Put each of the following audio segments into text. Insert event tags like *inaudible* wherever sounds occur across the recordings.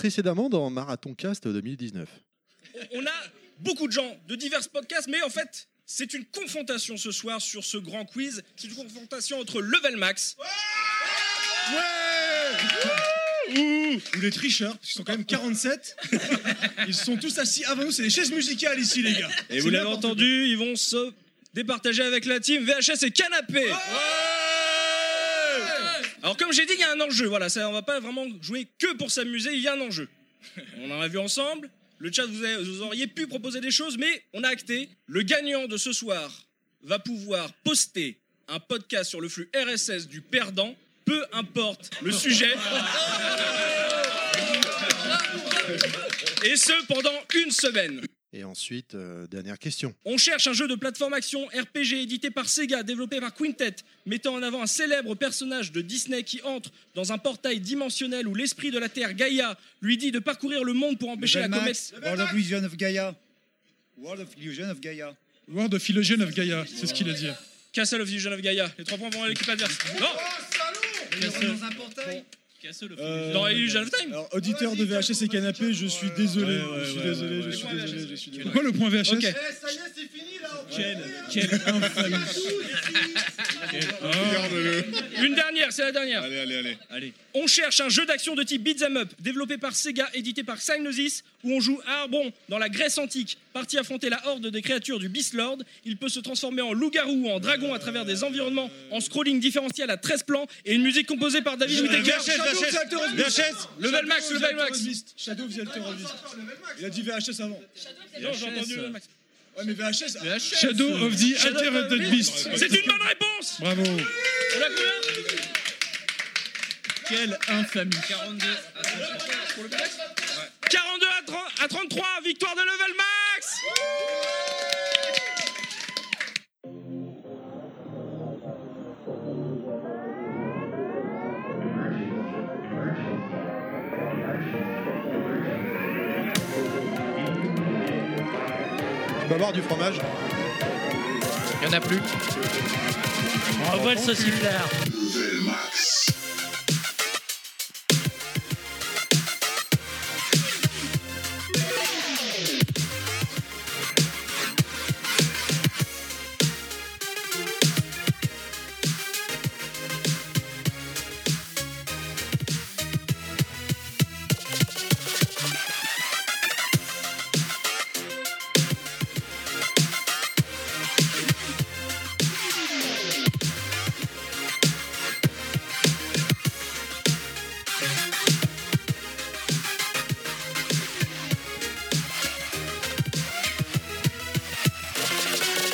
précédemment dans Marathon Cast 2019. On a beaucoup de gens de divers podcasts, mais en fait, c'est une confrontation ce soir sur ce grand quiz. C'est une confrontation entre Level Max. Ou les tricheurs, parce qu'ils sont quand même 47. Ils sont tous assis avant nous, c'est des chaises musicales ici, les gars. Et C'est vous l'avez n'importe entendu, ils vont se départager avec la team VHS et Canapé. Alors comme j'ai dit, il y a un enjeu. Voilà, ça, on va pas vraiment jouer que pour s'amuser. Il y a un enjeu. *laughs* On en a vu ensemble. Le chat, vous, avez- vous auriez pu proposer des choses, mais on a acté. Le gagnant de ce soir va pouvoir poster un podcast sur le flux RSS du perdant, peu importe le sujet. Et ce, pendant une semaine. Et ensuite, euh, dernière question. On cherche un jeu de plateforme action RPG édité par Sega, développé par Quintet, mettant en avant un célèbre personnage de Disney qui entre dans un portail dimensionnel où l'esprit de la Terre, Gaïa, lui dit de parcourir le monde pour empêcher la Level Max, comète. Oh, World of Illusion of Gaia. World of Illusion of Gaia. World of Illusion of Gaia, c'est ce qu'il a dit. Castle of Illusion of Gaia. Les trois points vont à l'équipe adverse. Oh, Non, Dans un portail. Euh, dans Illusion of Time. Alors, auditeur de VHS et canapé, je suis désolé, je suis désolé, je suis désolé, je suis désolé. Eh, Pourquoi le point VHS Ok. hein. Une dernière, c'est la dernière. Allez, allez, allez. On cherche un jeu d'action de type Beat'em Up, développé par Sega, édité par Psygnosis, où on joue Arbon dans la Grèce antique. Parti affronter la horde des créatures du Beast Lord, il peut se transformer en loup-garou ou en dragon à travers des environnements, en scrolling différentiel à 13 plans et une musique composée par David Whittaker. Level max, level max. Shadow vs. Alter Resist. Il a dit VHS avant. Non, j'ai entendu level max. Ouais, mais VHS. Shadow of the Altered Beast. C'est une bonne réponse Bravo. On a combien Quelle infamie. 42 à, 30 à 33, victoire de level max On va voir du fromage. Il n'y en a plus. Oh, Envoie le sauciflard.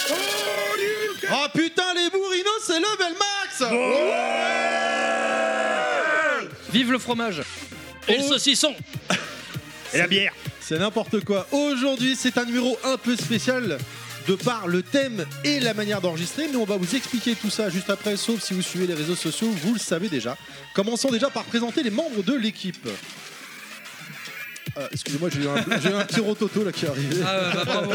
Oh putain, les bourrinos, c'est level max Vive le fromage. Et le saucisson. C'est n'importe quoi. Aujourd'hui, c'est un numéro un peu spécial de par le thème et la manière d'enregistrer, mais on va vous expliquer tout ça juste après, sauf si vous suivez les réseaux sociaux, vous le savez déjà. Commençons déjà par présenter les membres de l'équipe. Euh, Excusez-moi, j'ai eu, un- j'ai eu un petit rototo là qui est arrivé. Ah, ouais, bah, *laughs* bravo.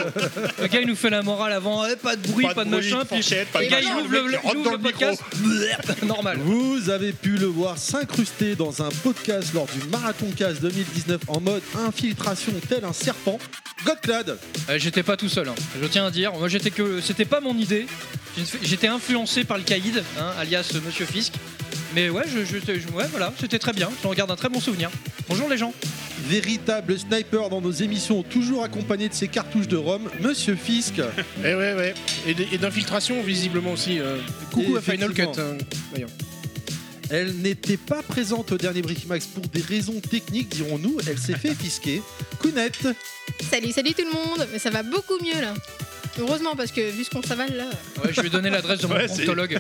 Le gars, il nous fait la morale avant. eh, pas de bruit, pas, de, machin. Puis le gars, il ouvre le, il ouvre le podcast. Bleh, Normal. Vous avez pu le voir s'incruster dans un podcast lors du Marathon Cast 2019 en mode infiltration tel un serpent. Godclad Euh, j'étais pas tout seul, hein. je tiens à dire. Moi, j'étais que. C'était pas mon idée. J'ai fait- J'étais influencé par le caïd, hein, alias euh, Monsieur Fisk. Mais ouais, je, je- je- ouais, voilà, c'était très bien. J'en garde un très bon souvenir. Bonjour les gens. Véritable sniper dans nos émissions, toujours accompagné de ses cartouches de rhum, Monsieur Fisk. Eh Et ouais, ouais. Et d- Et d'infiltration, visiblement aussi. euh. Coucou à Final Cut. hein. Effectivement. hein. Elle n'était pas présente au dernier Brickmax pour des raisons techniques, dirons-nous. *laughs* Elle s'est fait fisquer. Kounette Salut, salut tout le monde Mais ça va beaucoup mieux là Heureusement parce que vu ce qu'on s'avale là... Ouais, je vais donner l'adresse de mon Ouais, c'est- proctologue.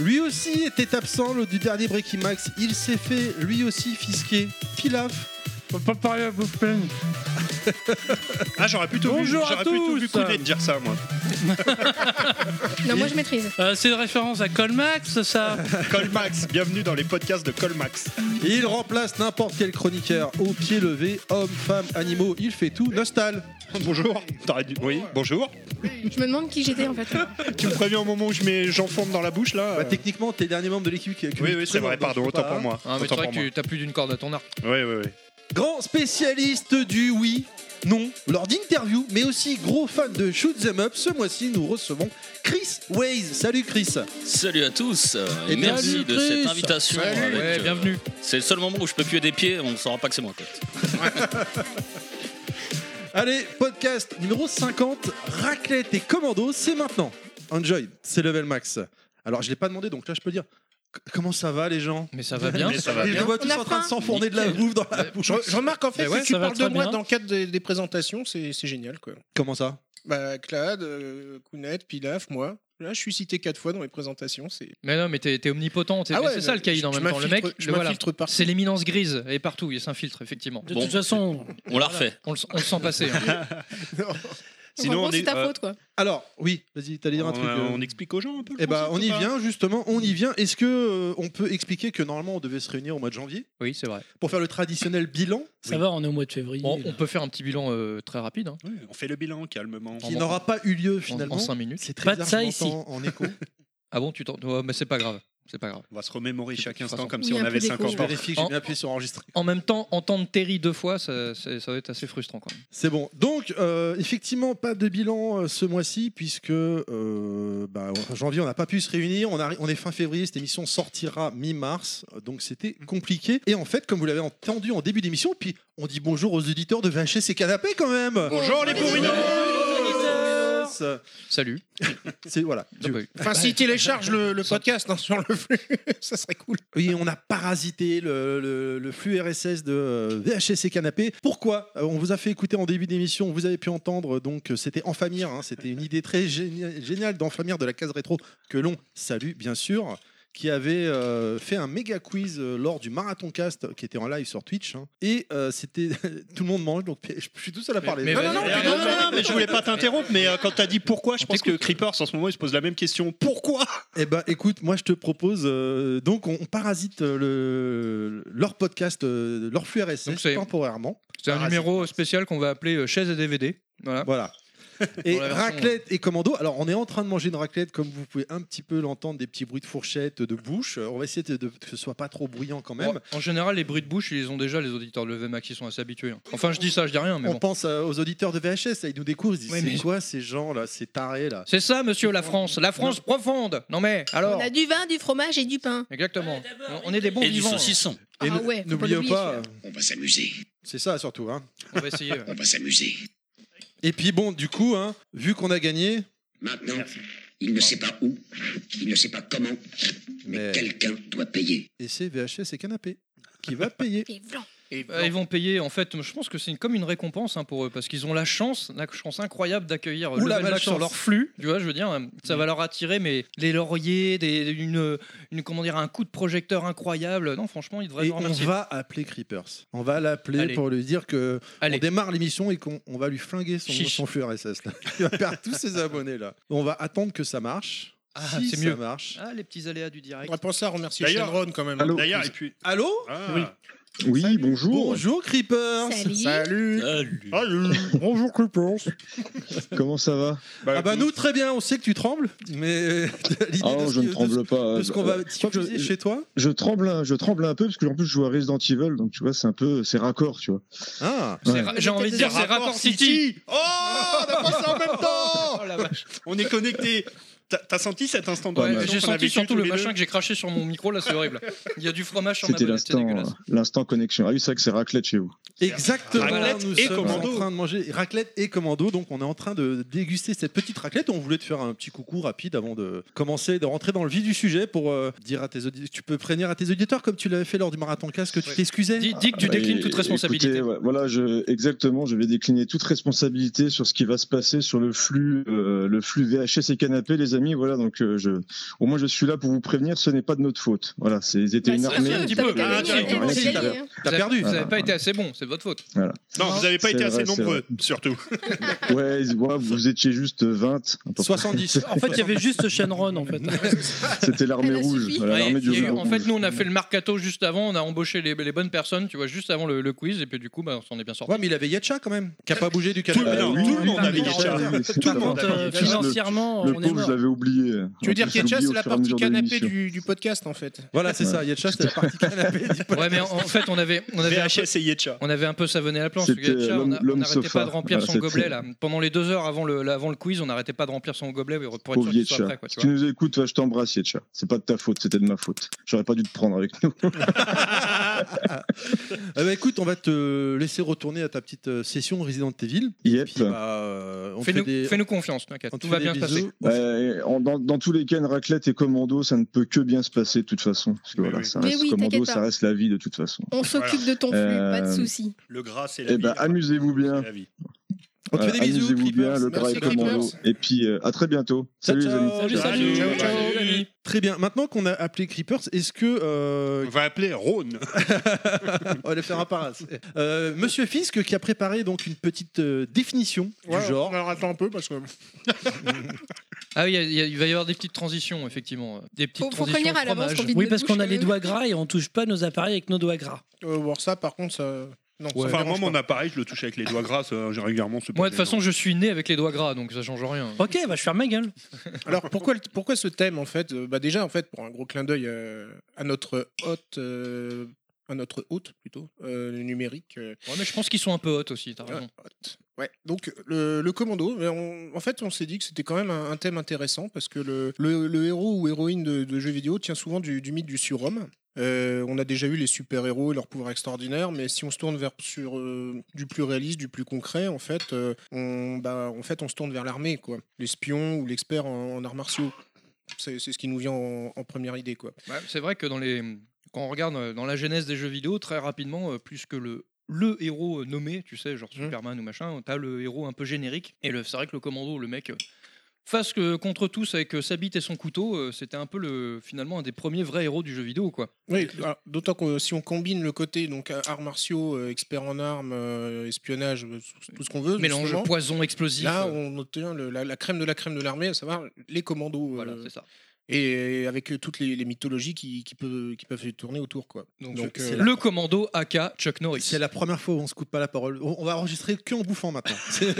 Lui aussi était absent lors du dernier Breaking Max. Il s'est fait lui aussi fisquer. Pilaf. Faut pas parler à vos peines. *laughs* Ah, j'aurais plutôt *laughs* Bonjour à vu, j'aurais plutôt tous. vu Kounet dire ça, moi. Non, moi je maîtrise. Euh, c'est une référence à Colmax, ça. *laughs* Colmax, bienvenue dans les podcasts de Colmax. Il remplace n'importe quel chroniqueur au pied levé, hommes, femmes, animaux, il fait tout. Nostal. Bonjour. T'aurais dû- Oui, bonjour. Je me demande qui j'étais en fait. Tu me préviens au moment où je mets j'enforme dans la bouche, là euh. Bah, techniquement, t'es le dernier membre de l'équipe qui. qui- Oui, oui, c'est vrai, donc je pardon, peux autant pas. hein. pour moi. Ah, mais autant c'est vrai pour que tu as plus d'une corde à ton arc. moi. Oui, oui, oui. Grand spécialiste du oui, non, lors d'interviews, mais aussi gros fan de Shoot 'em Up, ce mois-ci nous recevons Chris Waze. Salut Chris Salut à tous euh, et Et merci salut, de Chris. cette invitation. Salut. avec, euh, Ouais, bienvenue. C'est le seul moment où je peux puer des pieds, on ne saura pas que c'est moi. quoi. Allez, podcast numéro 50, raclette et commando, c'est maintenant. Enjoy, c'est level max. Alors je l'ai pas demandé, donc là je peux dire. c- Comment ça va les gens Mais ça va bien, Et ça va je les bien. vois On tous a en train de faim. s'enfourner de la Nickel. bouffe dans la bouche. Je, je remarque en fait, Mais ouais, si tu ça va parles de très moi bien. dans le cadre des, des présentations, c'est c'est génial quoi. Comment ça Bah, Clad, euh, Kounet, Pilaf, moi. Là, je suis cité quatre fois dans les présentations. C'est Mais non, mais t'es t'es omnipotent. t'es- Ah mais ouais, c'est ça le je- caïd en je même temps. Le mec, m'infiltre- je le voilà. m'infiltre partout. c'est l'éminence grise et partout, il s'infiltre effectivement. De Bon. toute façon, on la refait. On le, on le sent passer. *laughs* hein. Sinon, gros, c'est ta euh, euh, faute, quoi. Alors, oui, vas-y, t'allais dire un On, truc. euh, euh. on explique aux gens un peu. le Eh bah, concept on ou y pas vient justement, on y vient. Est-ce que euh, on peut expliquer que normalement on devait se réunir au mois de janvier Oui, c'est vrai. pour faire le traditionnel bilan Ça va, on est au mois de février. on peut faire un petit bilan euh, très rapide. hein. On fait le bilan calmement. qui n'aura pas eu lieu euh, finalement En 5 minutes. C'est très bizarre, je m'entends En écho. Ah bon, tu t'en. ouais, mais c'est pas grave. C'est pas grave. On va se remémorer chaque de toute instant façon. *laughs* comme Oui, si on un avait peu d'écho. 50 Je ans. vérifie que j'ai bien appuyé sur enregistrer. En même temps, entendre Terry deux fois, ça, c'est- ça doit être assez frustrant quand même. C'est bon. Donc, euh, effectivement, pas de bilan euh, ce mois-ci, puisque euh, bah, en janvier, on n'a pas pu se réunir. On, arri- on est fin février, cette émission sortira mi-mars, euh, donc c'était Mm. compliqué. Et en fait, comme vous l'avez entendu en début d'émission, puis on dit bonjour aux auditeurs de VHS et Canapé quand même Bonjour, les bourrinos Salut. C'est voilà. Dieu. Enfin, s'ils téléchargent *laughs* le, le podcast hein, sur le flux, *laughs* ça serait cool. Oui, on a parasité le, le- le flux RSS de euh, VHS et Canapé. Pourquoi Euh, On vous a fait écouter en début d'émission, vous avez pu entendre, donc euh, c'était Enfamir, hein, c'était une idée très génia- géniale d'Enfamir de la case rétro que l'on salue bien sûr, qui avait euh, fait un méga quiz euh, lors du Marathon Cast euh, qui était en live sur Twitch. hein. et euh, c'était *laughs* tout le monde mange, donc je suis tout seul à parler. non, non, non, non, non, non, mais je voulais pas t'interrompre, mais euh, quand t'as dit pourquoi, je pense que Creepers en ce moment il se pose la même question. Pourquoi Eh ben, écoute, moi je te propose. euh, donc, on, on parasite euh, le, leur podcast, euh, leur flux RSS Donc, c'est- temporairement. C'est un numéro spécial qu'on va appeler euh, chaise et DVD. Voilà. Voilà. *laughs* Et Pour la version- euh. raclette et commando. Alors, on est en train de manger une raclette, comme vous pouvez un petit peu l'entendre, des petits bruits de fourchette, de bouche. Euh, On va essayer de, de- que ce soit pas trop bruyant quand même. Bon, euh, en général, les bruits de bouche, ils les ont déjà les auditeurs de VMAX, ils sont assez habitués. hein. Enfin, je dis ça, je dis rien, mais on bon. pense euh, aux auditeurs de VHS, là, ils nous découvrent, ils disent Ouais, c'est mais- quoi ces gens là, ces tarés là. C'est ça, monsieur, la France. La France profonde. Non mais, alors. On a du vin, du fromage et du pain. Exactement. On est des bons Et du vivants. saucisson. Ah Et n- ouais, faut pas n'oublions l'oublier, pas, celui-là. euh, On va s'amuser. c'est ça surtout. hein. On va essayer. ouais. va s'amuser. Et puis bon, du coup, hein, vu qu'on a gagné, Maintenant, il ne sait pas où, il ne sait pas comment, mais, quelqu'un doit payer. et c'est VHS et Canapé qui va payer. Euh, ils vont payer. En fait, je pense que c'est une- comme une récompense hein, pour eux parce qu'ils ont la chance, la chance incroyable d'accueillir euh, Oula, Level Max sur malchance. leur flux. Tu vois, je veux dire, hein, ça va leur attirer mais les lauriers, des, une, une comment dire, un coup de projecteur incroyable. Non, franchement, ils devraient Et nous on remercier. va appeler Creepers. On va l'appeler Allez. pour lui dire que Allez. on démarre l'émission et qu'on on va lui flinguer son, Chiche. son flux RSS. là. *laughs* Il va perdre tous ses abonnés là. On va attendre que ça marche. Ah, Si c'est ça mieux. marche. Ah, les petits aléas du direct. On va penser à remercier D'ailleurs- Shenron quand même. Hein. Allô D'ailleurs, et puis- hein. Ah. Allô Oui. Oui, bonjour. Bonjour Creepers. Salut. Salut. *laughs* Bonjour Creepers. Comment ça va ah bah nous très bien, on sait que tu trembles, *laughs* mais euh, l'idée Ah de non, ce je qui- ne tremble pas. de ce qu'on Euh, va je crois que diffuser je- chez toi. Je tremble, un- je tremble un peu parce que en plus je joue à Resident Evil, donc tu vois c'est un peu, c'est raccord, tu vois. Ah. C'est ra- J'ai envie de dire, c'est rapport City. *laughs* Oh, Oh, on a pensé en même temps On est connectés. T'as- T'as senti cet instant de Ouais, connexion J'ai qu'on a senti vécu surtout tous le les deux machin que j'ai craché sur mon micro là, c'est horrible. Il y a du fromage sur ma C'était bonnette, c'est l'instant, dégueulasse. l'instant connexion. Ah oui, c'est vrai que c'est raclette chez vous. Exactement. Raclette nous et sommes commando. en train de manger raclette et commando. Donc, on est en train de déguster cette petite raclette. On voulait te faire un petit coucou rapide avant de commencer, de rentrer dans le vif du sujet pour euh, dire à tes auditeurs. Tu peux prévenir à tes auditeurs comme tu l'avais fait lors du marathon casque que tu t'excusais. Dis, dis que tu Ah, déclines et- toute responsabilité. écoutez, ouais, voilà, je, exactement, je vais décliner toute responsabilité sur ce qui va se passer sur le flux, euh, le flux VHS et canapé, les amis. Voilà, donc euh, je, au moins je suis là pour vous prévenir, ce n'est pas de notre faute. Voilà, c'est- ils étaient une armée. Bah, ils étaient Ah, rien t'as- à faire. T'as perdu. Vous Voilà. n'avez pas été assez bon, c'est de votre faute. Voilà. Non, vous n'avez pas C'est été assez vrai, c'est nombreux, surtout. Ouais, ils- ouais, vous étiez juste 20. à peu près. *laughs* En fait, il y avait juste Shenron, en fait. C'était l'armée rouge. *laughs* voilà, Ouais, l'armée du il y a eu- rouge. en fait, nous, on a fait le mercato juste avant, on a embauché les, les bonnes personnes, tu vois, juste avant le, le quiz, et puis du coup, bah, on s'en est bien sorti. Ouais, mais il avait Yetcha quand même, qui a pas bougé du canapé. Euh, oui, oui, oui, oui, oui, oui, Tout le monde oui, oui, euh, avait oui, Yetcha. le, le pauvre, je l'avais oublié. Tu veux dire En plus, je Ketcha, l'oublie c'est au la fur et à partie mesure de canapé l'émission. du, du podcast en fait. Voilà, c'est ça. Yetcha, c'est la partie canapé. *laughs* Ouais, mais en, en fait, on avait, on avait un peu- VHS et Yetcha. on avait avait un peu savonné la planche. C'était Gacha, on l'homme- a- on l'homme n'arrêtait sofa. pas de remplir Voilà, son c'était- gobelet là. Pendant les deux heures avant le, là, avant le quiz, on n'arrêtait pas de remplir son gobelet pour être Pauvre sûr qu'il soit Yetcha. prêt. Quoi, Si tu tu vois. nous écoutes, va je t'embrasse, Yetcha. C'est pas de ta faute, c'était de ma faute. J'aurais pas dû te prendre avec nous. Eh ben, écoute, on va te laisser retourner à ta petite euh, session Resident Evil. Yep. Puis, bah, euh, on fait Fais-nous des- fais-nous confiance, t'inquiète, on te tout fait va des bien se passer. *laughs* bisous. Ouais, Euh, en- dans, dans tous les cas, une raclette et commando, ça ne peut que bien se passer de toute façon. Parce que voilà, ça Mais reste oui, commando, t'inquiète pas. ça reste la vie de toute façon. On s'occupe de ton flux, pas de Euh, soucis. Le gras, Ah, c'est la Eh vie. ben, amusez-vous bien. On te fait Euh, des bisous, amusez-vous bien, le Merci, drive commando. Creepers. Et puis, euh, à très bientôt. Salut, les amis. Très bien. Maintenant qu'on a appelé Creepers, est-ce que. On va appeler Rhône. *laughs* On va le faire un paras. Euh, Monsieur Fisk qui a préparé donc une petite euh, définition du genre. Alors attends un peu parce que. Ah oui, il y a- il y a- il va y avoir des petites transitions, effectivement. Des petites Faut- faut transitions. prévenir à l'avance fromage. qu'on vide Oui, parce qu'on a les doigts gras et on touche pas nos appareils avec nos doigts gras. Euh, voir ça, par contre, ça. Non, ça me Enfin, moi, dérange mon pas. appareil, je le touche avec les doigts gras euh, régulièrement. c'est pas Moi, de toute gênant. façon, je suis né avec les doigts gras, donc ça change rien. Ok, bah je ferme ma gueule. *laughs* Alors pourquoi, le- pourquoi ce thème en fait Euh, bah Déjà en fait pour un gros clin d'œil euh, à notre hôte, euh, à notre hôte plutôt, euh, le numérique. euh. Ouais, mais je pense qu'ils sont un peu hot aussi, t'as raison. Ouais, donc le, le commando, mais on- en fait on s'est dit que c'était quand même un, un thème intéressant parce que le, le- le héros ou héroïne de, de jeux vidéo tient souvent du, du mythe du surhomme. Euh, on a déjà eu les super-héros et leurs pouvoirs extraordinaires, mais si on se tourne vers sur, euh, du plus réaliste, du plus concret, en fait, euh, on, bah, en fait, on se tourne vers l'armée, quoi. L'espion ou l'expert en- en arts martiaux. C'est c'est ce qui nous vient en, en première idée, quoi. Ouais, c'est vrai que dans les... quand on regarde euh, dans la genèse des jeux vidéo, très rapidement, euh, plus que le le héros euh, nommé, tu sais, genre Mmh. Superman ou machin, t'as le héros un peu générique. Et le- c'est vrai que le commando, le mec, euh, face que, contre tous avec euh, sa bite et son couteau, euh, c'était un peu le, finalement un des premiers vrais héros du jeu vidéo, quoi. Oui, alors, d'autant que euh, si on combine le côté donc euh, arts martiaux, euh, expert en armes, euh, espionnage, euh, tout ce qu'on veut, Mélange justement, poison explosif. Là, euh. on obtient le- la, la crème de la crème de l'armée, à savoir les commandos. euh, Voilà, c'est ça. Et avec euh, toutes les, les mythologies qui, qui peuvent, qui peuvent tourner autour, quoi. Donc, Donc, c'est euh, le commando AK Chuck Norris. C'est la première fois où on se coupe pas la parole. On, on va enregistrer que en *laughs* bouffant maintenant. C'est-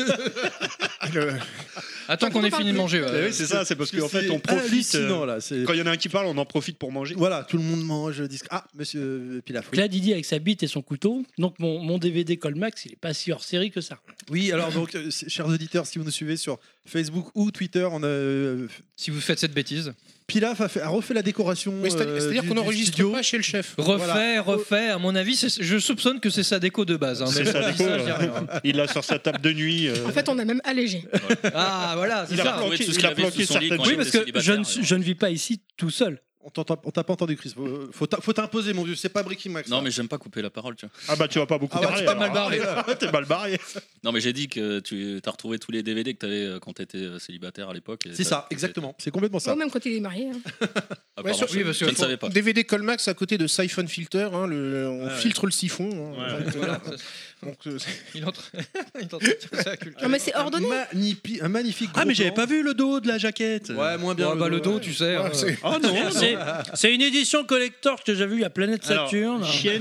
Attends qu'on ait fini de manger. ouais. Eh oui, c'est ça, c'est parce qu'en fait, on profite. hallucinant, euh, là, c'est- Quand il y en a un qui parle, on en profite pour manger. Voilà, tout le monde mange. dis- Ah, monsieur Pilaf. Donc là, Didier avec sa bite et son couteau. Donc mon, mon DVD Colmax, il est pas si hors série que ça. Oui, alors donc, euh, c- chers auditeurs, si vous nous suivez sur Facebook ou Twitter, on a. euh, si vous faites cette bêtise. Pilaf a, fait- a refait la décoration. mais c'est- euh, C'est-à-dire du- qu'on du n'enregistre studio. pas chez le chef. Refait, Voilà. refait. À mon avis, c'est- je soupçonne que c'est sa déco de base. hein, mais C'est je sa dis déco, je dis ouais. rien. Il l'a sur sa table de nuit. euh, En fait, on a même allégé. Ah voilà, c'est Il a ça. planqué- il a planqué certaines Oui, parce que je ne, je ne vis pas ici tout seul. On t'entend- on t'a pas entendu, Chris. Faut- Faut t'im- faut t'imposer, mon vieux. C'est pas Bricky Max. Non, mais j'aime pas couper la parole, tu vois. Ah bah tu vas pas beaucoup Ah ouais, parler. t'es pas *laughs* mal alors. hein. barré. T'es mal barré. Non, mais j'ai dit que tu as retrouvé tous les DVD que t'avais euh, quand t'étais euh, célibataire à l'époque. et C'est t'as- ça, exactement. C'est complètement ça. Oh, même quand il est marié. hein. Ah, Ouais, pardon, sur- je, je ne savais pas. DVD Colmax à côté de Siphon Filter, hein, le- on ouais. filtre le siphon. hein. Ah Ouais, ouais. *laughs* Voilà. Donc, euh, c'est- Il entre. *laughs* il entre sur sa culture. Non, mais c'est ordonné. Un magnipi- un magnifique. Ah, gros mais j'avais plan. pas vu le dos de la jaquette. Ouais, moins bien. Ouais, bah, le dos, tu sais. hein. Oh non, Ah, C'est- C'est une édition collector que j'ai vue à Planète Alors, Saturne. *laughs* *laughs* Chien,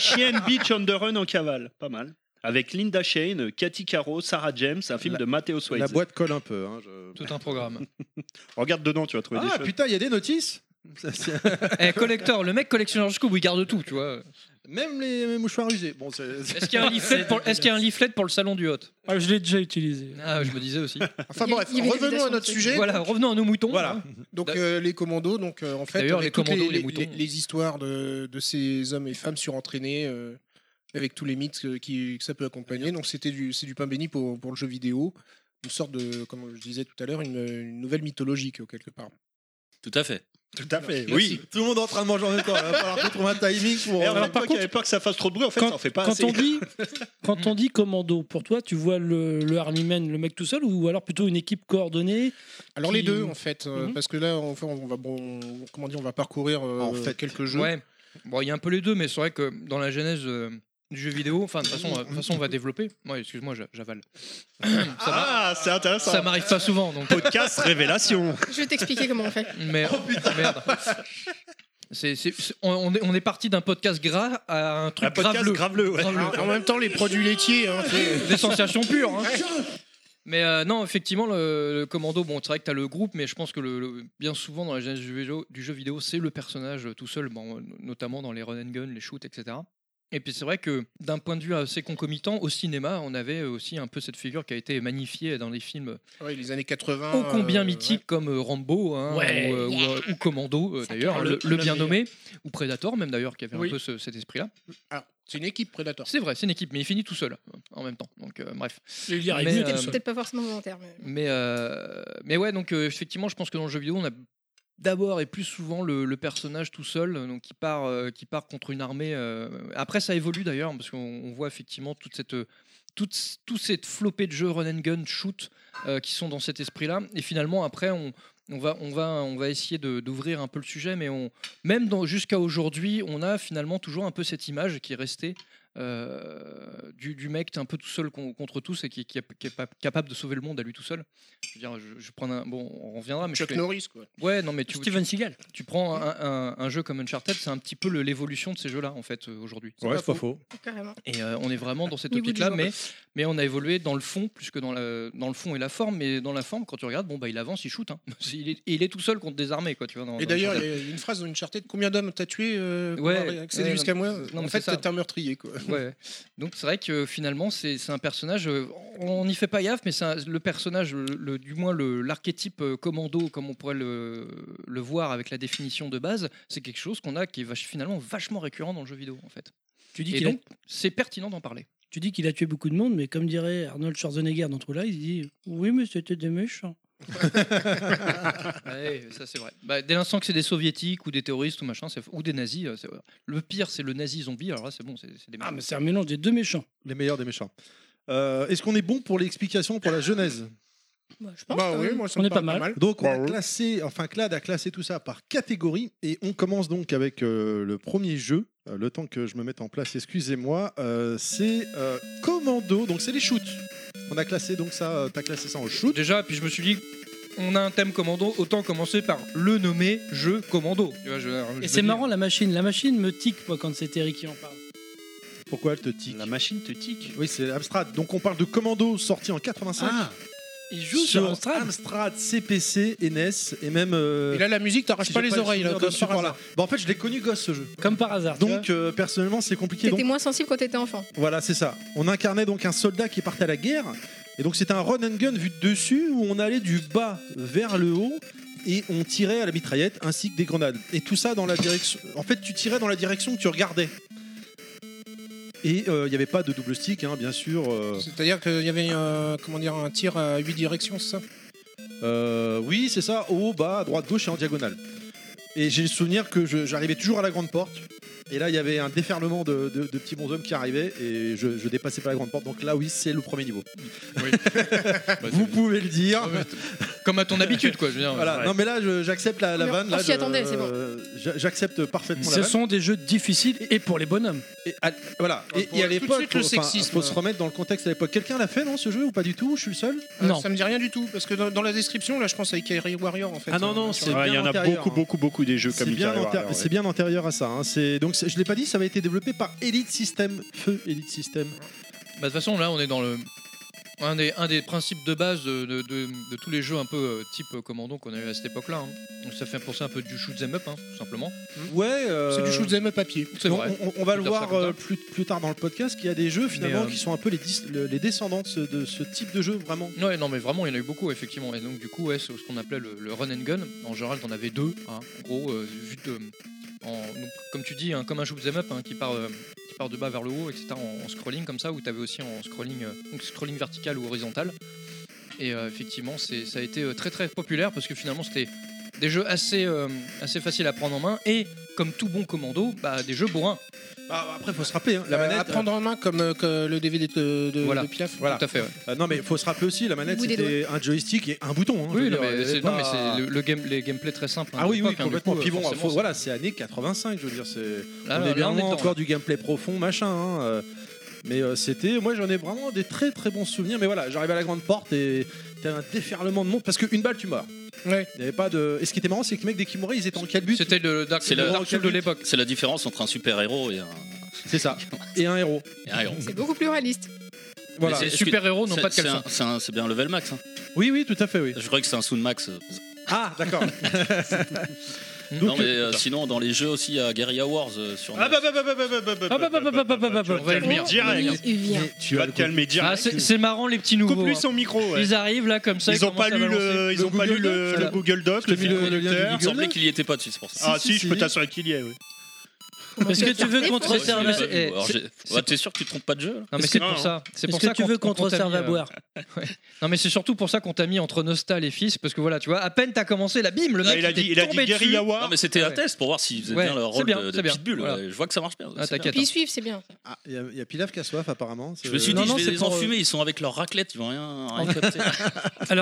Chien Beach on the Run en cavale, pas mal. Avec Linda Shane, Cathy Caro, Sarah James, un film de Matteo La Swayze. boîte colle un peu. hein, je- Tout un programme. *laughs* Regarde dedans, tu vas trouver des Ah choses. putain, il y a des notices. Ça, c'est- *laughs* Eh, collector, le mec collectionneur jusqu'au bout, il garde tout, tu vois. Même les mouchoirs usés. Bon, *laughs* c'est- Est-ce qu'il y a un leaflet pour, est-ce qu'il y a un leaflet pour le salon du hôte Ah, je l'ai déjà utilisé. Ah, je me disais aussi. Enfin Il y a- bref, il y avait des revenons à notre actions, sujet. Voilà, revenons à nos moutons. hein. Voilà. Donc euh, les commandos, donc euh, en fait, D'ailleurs, avec les toutes commandos, les les, moutons. euh. les histoires de, de ces hommes et femmes surentraînés, euh, avec tous les mythes euh, qui, que ça peut accompagner. Donc c'était du, c'est du pain béni pour, pour le jeu vidéo, une sorte de, comme je disais tout à l'heure, une, une nouvelle mythologie que- quelque part. Tout à fait. Tout à fait. Merci. Oui. Tout le monde est en train de manger en même temps. Il va falloir qu'on trouve un timing pour. Et Eh, alors, par par contre, avait peur que ça fasse trop de bruit, en fait, ça en fait pas quand assez. on *laughs* *laughs* dit quand on dit commando pour toi tu vois le, le army man le mec tout seul ou alors plutôt une équipe coordonnée *laughs* Alors qui- les deux en fait, euh, Mhm. parce que là, enfin, on va, bon, comment dire, on va parcourir euh, En fait, quelques jeux. Ouais. Bon, il y a un peu les deux, mais c'est vrai que dans la genèse euh, du jeu vidéo, enfin, de toute façon, euh, de toute *laughs* façon, on va développer. Ouais, excuse-moi, j'a- j'avale. Ah, c'est intéressant. Ça m'arrive pas souvent, donc. euh, Podcast révélation. Oh, Je vais t'expliquer comment on fait. Mais, merde. C'est- c'est- c'est- on- on, est, on est parti d'un podcast gras à un Un truc podcast graveleux. graveleux. ouais. Graveleux. En même temps, les produits laitiers. hein, c'est- Des sensations pures. hein. Mais euh, non, effectivement, le, le commando, bon, c'est vrai que t'as le groupe, mais je pense que le, le- bien souvent dans la genèse du jeu vidéo, du jeu vidéo, c'est le personnage euh, tout seul, bon, euh, notamment dans les run and gun, les shoots, etc. Et puis c'est vrai que d'un point de vue assez concomitant, au cinéma, on avait euh, aussi un peu cette figure qui a été magnifiée dans les films Ouais, Ah les années 80. ô combien euh, mythiques comme euh, Rambo hein, Ouais. ou, euh, ou, euh, ou Commando euh, d'ailleurs, claque. le, Le- le le bien meilleur. nommé, ou Predator même d'ailleurs qui avait Oui. un peu ce- cet esprit-là. Alors, c'est une équipe Predator. C'est vrai, c'est une équipe, mais il finit tout seul euh, en même temps. Donc euh, bref. Il y arrive Mais, mieux euh, C'est peut-être pas forcément volontaire. Mais... mais, euh, mais ouais, donc euh, effectivement, je pense que dans le jeu vidéo, on a d'abord et plus souvent le, le personnage tout seul, euh, donc qui part, euh, qui part contre une armée. euh. Après, ça évolue d'ailleurs, parce qu'on on voit effectivement toute cette, euh, toute, s- toute cette flopée de jeux run and gun, shoot, euh, qui sont dans cet esprit-là. Et finalement, après, on, on va, on va, on va essayer de- d'ouvrir un peu le sujet, mais on, même dans- jusqu'à aujourd'hui, on a finalement toujours un peu cette image qui est restée. euh, du, du mec un peu tout seul con- contre tous et qui, qui est qui est pas- capable de sauver le monde à lui tout seul. Je veux dire, je, je prends un. Bon, on reviendra. Mais je Chuck fais- Norris, quoi. Ouais, non, mais tu. Steven tu- Seagal. Tu prends un, un- un jeu comme Uncharted, c'est un petit peu le- l'évolution de ces jeux-là, en fait, euh, aujourd'hui. Ouais, c'est pas faux. Carrément. Et euh, on est vraiment dans cette Niveau du optique-là, genre. mais, mais on a évolué dans le fond, plus que dans, la- dans le fond et la forme. Mais dans la forme, quand tu regardes, bon, bah, il avance, il shoot. hein. *laughs* Il, est, il est tout seul contre des armées, quoi, tu vois. dans- Et dans d'ailleurs, il y Uncharted. a une phrase dans une chartette combien d'hommes t'as tué euh, pour Ouais, avoir accédé ouais, jusqu'à non, moi non, mais En c'est fait, ça. t'es un meurtrier, quoi. Ouais. Donc c'est vrai que euh, finalement c'est c'est un personnage, euh, on n'y fait pas gaffe, mais c'est un- le personnage, le- le- du moins le- l'archétype euh, commando comme on pourrait le, le voir avec la définition de base, c'est quelque chose qu'on a qui est vache- finalement vachement récurrent dans le jeu vidéo en fait. Tu dis Et qu'il a- donc c'est pertinent d'en parler. Tu dis qu'il a tué beaucoup de monde, mais comme dirait Arnold Schwarzenegger dans True Lies, il dit Oui, mais c'était des méchants. Ouais, ça c'est vrai. Bah, dès l'instant que c'est des soviétiques ou des terroristes ou machin, c'est- ou des nazis, euh, c'est- le pire c'est le nazi zombie. Alors là c'est bon, c'est c'est des. Ah, mais c'est un mélange des deux méchants. Les meilleurs des méchants. Euh, Est-ce qu'on est bon pour l'explication pour la genèse je pense, Bah oui, hein. moi, ça me On est pas paraît pas mal. mal. Donc on Bah a oui. classé, enfin Clad a classé tout ça par catégorie et on commence donc avec euh, le premier jeu. Euh, le temps que je me mette en place, excusez-moi, euh, c'est euh, Commando. Donc c'est les shoots. On a classé donc ça, euh, t'as classé ça en shoot. Déjà, puis je me suis dit, on a un thème commando, autant commencer par le nommé jeu commando. Tu vois, je- je me Et c'est dis- marrant, la machine. La machine me tique, moi, quand c'est Terry qui en parle. Pourquoi elle te tique La machine te tique. Oui, c'est Amstrad. Donc on parle de Commando sorti en 85. Ah. Il joue sur, sur Amstrad. Amstrad. CPC, et NES et même. euh, Et là, la musique, t'arraches si pas j'ai les oreilles, là, souvenir comme de ce par support-là. hasard. Bah, en fait, je l'ai connu gosse ce jeu. Comme par hasard. Donc euh, personnellement, c'est compliqué. T'étais Donc, moins sensible quand t'étais enfant. voilà, c'est ça. On incarnait donc un soldat qui partait à la guerre. Et donc c'était un run and gun vu de dessus où on allait du bas vers le haut et on tirait à la mitraillette ainsi que des grenades. Et tout ça dans la direction. En fait, tu tirais dans la direction que tu regardais. Et euh, il n'y avait pas de double stick, hein, bien sûr. euh, C'est-à-dire qu'il y avait euh, comment dire, un tir à 8 directions, c'est ça euh, oui, c'est ça, haut, bas, droite, gauche et en diagonale. Et j'ai le souvenir que je- j'arrivais toujours à la grande porte. Et là, il y avait un déferlement de, de- de petits bonshommes qui arrivaient et je, je dépassais pas la grande porte. Donc là, oui, c'est le premier niveau. *laughs* Bah, Vous pouvez le dire. Comme à ton habitude, quoi. Je veux dire, Voilà. Ouais. Non, mais là, je- j'accepte la, la Mais on- vanne. on là, s'y je- attendait, oh, c'est bon. j'a- J'accepte parfaitement la Ce vanne. sont des jeux difficiles et pour les bonhommes. Et à- voilà. Et, Pour et à tout de l'époque, suite, le enfin, sexisme. faut se remettre dans le contexte à l'époque. Quelqu'un l'a fait, non, ce jeu ou pas du tout Je suis le seul Euh, Ça me dit rien du tout, parce que dans, dans la description, là, je pense à Ikari Warrior, en fait. euh, Ah non, non, c'est Ouais, Il y bien en a antérieur, beaucoup, hein. beaucoup, beaucoup des jeux comme C'est bien, Ikari antérie- Warrior, ouais. c'est bien antérieur à ça. hein. C'est donc c'est- je l'ai pas dit, ça avait été développé par Elite System, feu Elite System. Bah, de toute façon, là, on est dans le. Un des, un des principes de base de, de- de- de tous les jeux un peu euh, type euh, commando qu'on a eu à cette époque-là. hein. Donc ça fait penser un peu du shoot 'em up, hein, tout simplement. Ouais. euh, C'est du shoot shoot'em them up à pied. C'est On, vrai. on- on va Faut le dire ça voir comme ça. euh, plus, plus tard dans le podcast qu'il y a des jeux finalement Mais, euh, qui sont un peu les, dis- le- les descendants de ce, de ce type de jeu vraiment. Ouais, non, mais vraiment, il y en a eu beaucoup, effectivement. Et donc, du coup, ouais, c'est ce qu'on appelait le, le run and gun. En général, t'en avais deux, hein, en gros, euh, vu de- en- donc, comme tu dis, hein, comme un shoot 'em up hein, qui, part, euh, qui part de bas vers le haut, etc., en, en scrolling comme ça, ou t'avais aussi en scrolling, euh, donc scrolling vertical ou horizontal. Et euh, effectivement, c'est- ça a été euh, très très populaire parce que finalement, c'était des jeux assez, euh, assez faciles à prendre en main et, comme tout bon commando, bah, des jeux bourrins. après, faut se rappeler, hein, La à prendre en main comme euh, que le DVD de, de, Voilà. de Piaf. Voilà. Euh, non mais faut se rappeler aussi la manette bout des c'était un joystick et un bouton. hein, je veux Oui, non, dire, il y mais avait c'est non, pas- mais c'est le, le game, les gameplays très simples. hein, Ah de oui, oui, l'époque, hein, du complètement. coup, euh, Puis bon, faut- forcément, voilà, c'est années 85, je veux dire, c'est. Ah, Là, on là, est bien là, on est loin dedans, encore là. du gameplay profond, machin. hein, euh, Mais euh, c'était, moi j'en ai vraiment des très très bons souvenirs. Mais voilà, j'arrivais à la grande porte et t'as un déferlement de monde parce qu'une balle tu meurs. Ouais. Il y avait pas de. Et ce qui était marrant, c'est que les mecs dès qu'ils mouraient, ils étaient en quel but C'était le Dark C'est la, de l'époque. c'est la différence entre un super-héros et un, C'est ça. Et un héros. *laughs* et un héros. C'est beaucoup plus réaliste. Voilà. Mais c'est- Les super-héros n'ont c'est- pas de c'est caleçon. un- C'est un- c'est bien un level max. hein. Oui, oui, tout à fait, oui. euh, Ah, Je crois que c'est un sound max. Ah, d'accord. non, mais euh, sinon, dans les jeux aussi, il y a Guerrilla Wars euh, sur. Ah bah bah bah bah bah bah bah bah bah bah bah bah bah On va le dire. direct. Il vient. Tu vas te calmer Ah, direct. c'est c'est marrant les petits nouveaux. Coupe-lui hein. son micro. ouais. Ils arrivent là comme ça. Ils ont ont pas lu le, ils ont pas lu le, le Google Doc, le fil conducteur. Il semblait qu'il y était pas dessus, c'est pour ça. Ah si, je peux t'assurer qu'il y est. Oui. Est-ce que tu veux qu'on te Ouais, resserve c'est- à- alors, j'ai- c'est- Ouais, T'es sûr que tu te trompes pas de jeu là Non mais Est-ce c'est que- pour ça. C'est Est-ce pour que ça tu qu'on- veux qu'on te qu'on t'a resserve mis, à euh, boire ouais. Non mais c'est surtout pour ça qu'on t'a mis entre Nostal et Fils parce que voilà tu vois à peine t'as commencé la bim le mec t'est tombé dessus. Non, mais c'était Ah un ouais. test pour voir s'ils faisaient Ouais, bien leur c'est rôle bien, de, de c'est bien. pitbull. Voilà. ouais. Je vois que ça marche bien. Ah, c'est bien. t'inquiète. Puis ils suivent, c'est bien. Ah, il y a- il y, a Pilaf qui a soif apparemment. Je me suis dit, je vais les enfumer, ils sont avec leur raclette, ils vont rien, rien capter. *laughs* Ah, Tu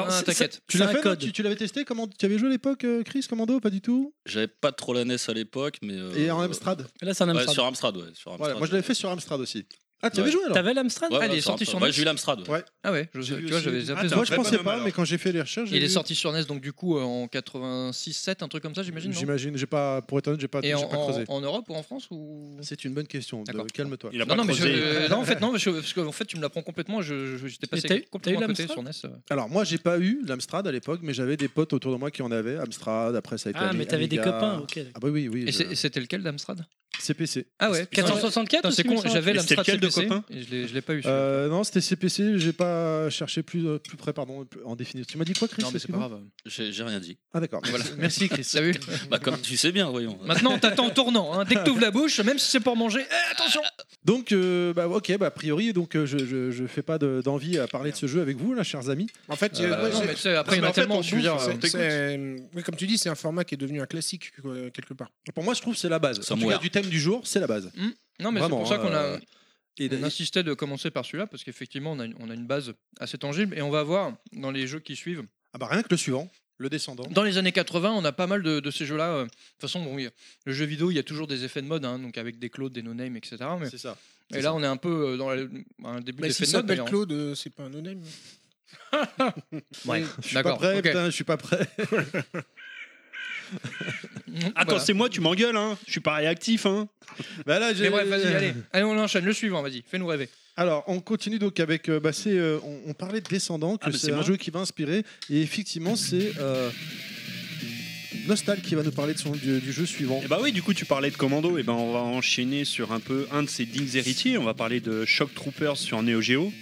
l'as fait toi Tu, tu l'avais testé comment Tu avais joué à l'époque, euh, Chris Commando Pas du tout J'avais pas trop la NES à l'époque, mais. euh, Et en Amstrad Là, c'est un ouais, Amstrad. sur Amstrad, ouais. Sur Oh, Amstrad Voilà, moi je l'avais fait sur Amstrad aussi. Ah, tu avais Ouais. joué alors T'avais l'Amstrad Ouais, Ah, ouais, Allez, sur sorti Amstrad. sur Ouais, NES. j'ai eu l'Amstrad. ouais. Ouais. Ah ouais, je, tu vois, j'avais zappé. Moi je pensais pas, mais quand j'ai fait les recherches. j'ai Il est vu. sorti sur NES donc du coup euh, en 86 7 un truc comme ça j'imagine. non J'imagine, j'ai pas, pour être honnête, j'ai pas, Et j'ai en, pas creusé. en- en Europe ou en France ou C'est une bonne question. D'accord. de- Calme-toi. Il a non, pas non, mais creusé. je- euh, non, en *laughs* fait, non, je- parce qu'en fait, tu me la prends complètement. Je, je- j'étais t'as eu- passé t'as complètement eu à côté sur NES. l'Amstrad euh. Alors moi j'ai pas eu l'Amstrad à l'époque, mais j'avais des potes autour de moi qui en avaient. Amstrad, après ça a été Ah, Ami- mais t'avais des Amiga. copains, ok. Ah bah oui, oui. Et c'est- et c'était lequel d'Amstrad CPC. Ah ouais, 464 Putain, c'est aussi, con, il me semble. j'avais Et c'était l'Amstrad lequel de CPC, copain et je l'ai, je l'ai pas eu. celui-là. Euh, non, c'était CPC, j'ai pas cherché plus, euh, plus près, pardon, en définition. Tu m'as dit quoi, Chris Non, mais c'est pas excuse-moi grave. J'ai j'ai rien dit. Ah d'accord. Voilà. Merci, Chris. Salut. *laughs* Bah, comme tu sais bien, voyons. Maintenant, on t'attend au tournant. hein. Dès que t'ouvres la bouche, même si c'est pour manger, eh, attention Donc, euh, bah, ok, bah, a priori, donc, euh, je, je, je fais pas de- d'envie à parler de ce jeu avec vous, là, chers amis. En fait, Euh, euh, ouais, non, c'est- mais tu sais, après, il y en a mais fait, tellement, on je veux dire, euh, trouve, on c'est- t'écoute. c'est- oui, comme tu dis, c'est un format qui est devenu un classique euh, quelque part. Pour moi, je trouve que c'est la base. En tout cas, Somewhere. du thème du jour, c'est la base. Hmm. Non, mais c'est Vraiment, pour ça qu'on a, euh, et on d'ailleurs- insistait de commencer par celui-là, parce qu'effectivement, on a, une- on a une base assez tangible. Et on va voir dans les jeux qui suivent. Ah bah rien que le suivant, le descendant. Dans les années 80, on a pas mal de, de ces jeux-là. euh, De toute façon, bon, il y a- le jeu vidéo, il y a toujours des effets de mode, hein, donc avec des clones, des no-names, etc. Mais... C'est ça. Et là, on est un peu euh, dans la- un début Mais d'effet si de ça mode. mais s'appelle en- hein. Claude, euh, c'est pas un *laughs* anonyme. Ouais, Je suis pas d'accord, prêt, ok. putain, je suis pas prêt. *laughs* Attends, Voilà. c'est moi, tu m'engueules, hein. Je suis pas réactif, hein. bah là, Mais bref, vas-y, allez. Allez, on enchaîne. Le suivant, vas-y, fais-nous rêver. Alors, on continue donc avec. euh, bah, c'est, euh, on, on parlait de Descendant, que Ah, mais c'est c'est un moi. jeu qui va inspirer. Et effectivement, c'est euh, Nostal qui va nous parler de son, du, du jeu suivant. Et bah oui, du coup, tu parlais de Commando, et ben on va enchaîner sur un peu un de ses dignes héritiers. On va parler de Shock Troopers sur Neo Geo.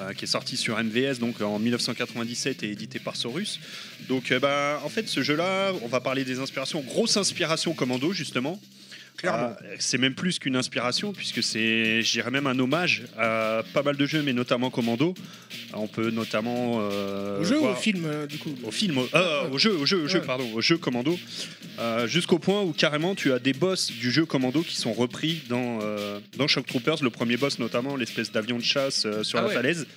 euh, qui est sorti sur MVS donc euh, en 1997 et édité par Sorus. Donc euh, bah, en fait ce jeu-là, on va parler des inspirations, grosse inspiration commando justement. Clairement. Euh, c'est même plus qu'une inspiration puisque c'est, je dirais même un hommage à pas mal de jeux, mais notamment Commando. On peut notamment euh, Au jeu ou au voir- film, euh, du coup au film, au- euh, au jeu, au jeu, au jeu, Ouais. pardon, au jeu Commando, euh, jusqu'au point où carrément tu as des boss du jeu Commando qui sont repris dans, euh, dans Shock Troopers, le premier boss notamment, l'espèce d'avion de chasse euh, sur Ah la ouais. falaise,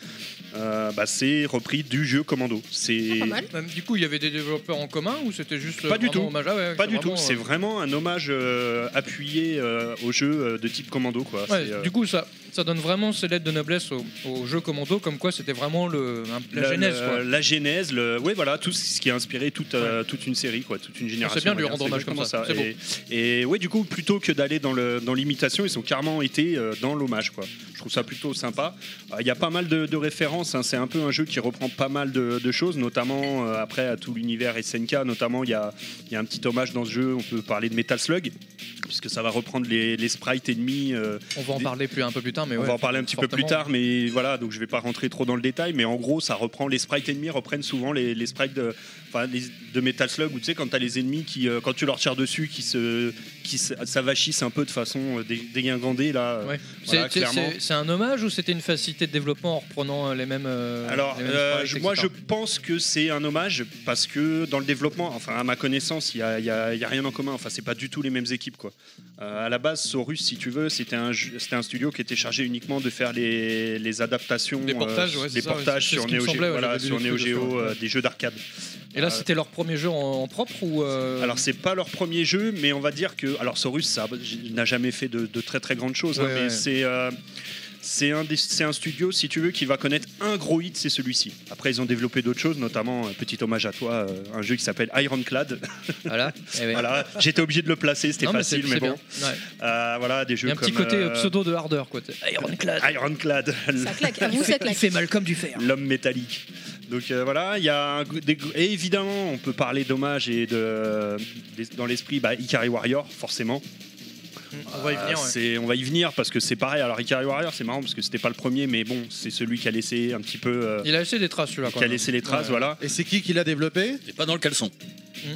euh, bah, c'est repris du jeu Commando. Ah, C'est Même, du coup, il y avait des développeurs en commun ou c'était juste. euh, pas du vraiment tout, hommage Ah ouais, pas du vraiment, tout. C'est euh, vraiment un hommage euh, appuyé euh, au jeu euh, de type Commando quoi. Ouais, C'est, euh, Du coup, ça, ça donne vraiment ses lettres de noblesse au, au jeu Commando, comme quoi c'était vraiment le, un- la, genèse. le- quoi. la genèse, le, ouais, voilà, tout ce qui a inspiré toute, euh, toute une série, quoi, toute une génération. bien lui on va rendre dire, hommage c'est comme exactement ça, Et, et ouais, du coup, plutôt que d'aller dans le dans l'imitation, ils ont carrément été euh, dans l'hommage, quoi. Je trouve ça plutôt sympa. Euh, Il y a pas mal de, de références. hein, C'est un peu un jeu qui reprend pas mal de, de choses, notamment euh, après à tout l'univers SNK. Notamment, il y a il y a un petit hommage dans ce jeu. On peut parler de Metal Slug, puisque ça va reprendre les, les sprites ennemis. euh, On va en des- parler plus, un peu plus tard. Mais on ouais, va en parler un petit peu plus fortement. tard, mais voilà, donc je vais pas rentrer trop dans le détail, mais en gros, ça reprend les sprites ennemis reprennent souvent les, les sprites de, enfin, les- de Metal Slug où tu sais quand t'as les ennemis qui, euh, quand tu leur tires dessus, qui se, qui se- s'avachissent un peu de façon euh, dé- dégingandée là. euh, Ouais. voilà, C'est- c'est- clairement. c'est- c'est un hommage ou c'était une facilité de développement en reprenant euh, les mêmes. euh, Alors, les mêmes euh, sprites, je- moi, je etc. pense que c'est un hommage parce que dans le développement, enfin, à ma connaissance, il n'y a, il y a- il y a rien en commun. Enfin, c'est pas du tout les mêmes équipes, quoi. Euh, à la base, Sorus, si tu veux, c'était un, ju- c'était un studio qui était chargé uniquement de faire les, les adaptations, euh, Des portages, ouais, c'est des ça, ouais, portages c'est ce sur qui me Neo Geo, semblait, ouais, voilà, j'avais vu sur des Neo trucs de Geo, ça, ouais. euh, des jeux d'arcade. Et là, Euh, c'était leur premier jeu en, en propre ou. euh, alors c'est pas leur premier jeu, mais on va dire que alors Sorus ça il n'a jamais fait de, de très très grandes choses, hein, Ouais, mais ouais. c'est euh, c'est un, des- c'est un studio, si tu veux, qui va connaître un gros hit, c'est celui-ci. Après, ils ont développé d'autres choses, notamment, un petit hommage à toi, euh, un jeu qui s'appelle Ironclad. *laughs* Voilà. Eh voilà. J'étais obligé de le placer, c'était Non, mais c'est- facile, mais, c'est bon. bien. Ouais. Euh, voilà, des Il jeux y a un petit comme, côté euh, euh, pseudo de hardeur, quoi. t'sais. Ironclad. Ironclad. Ah, Ça claque, à vous, ça claque. Il fait mal comme du fer. L'homme métallique. Donc euh, voilà, il y a un gr- des gr- et évidemment, on peut parler d'hommage et de des- dans l'esprit bah, Ikari Warrior forcément. On va y venir. Euh, ouais. c'est- On va y venir parce que c'est pareil. Alors Ikari Warrior, c'est marrant parce que c'était pas le premier, mais bon, c'est celui qui a laissé un petit peu. euh, Il a laissé des traces celui-là. quand qui a même. laissé les traces, voilà. Et c'est qui qui l'a développé Et pas dans le caleçon.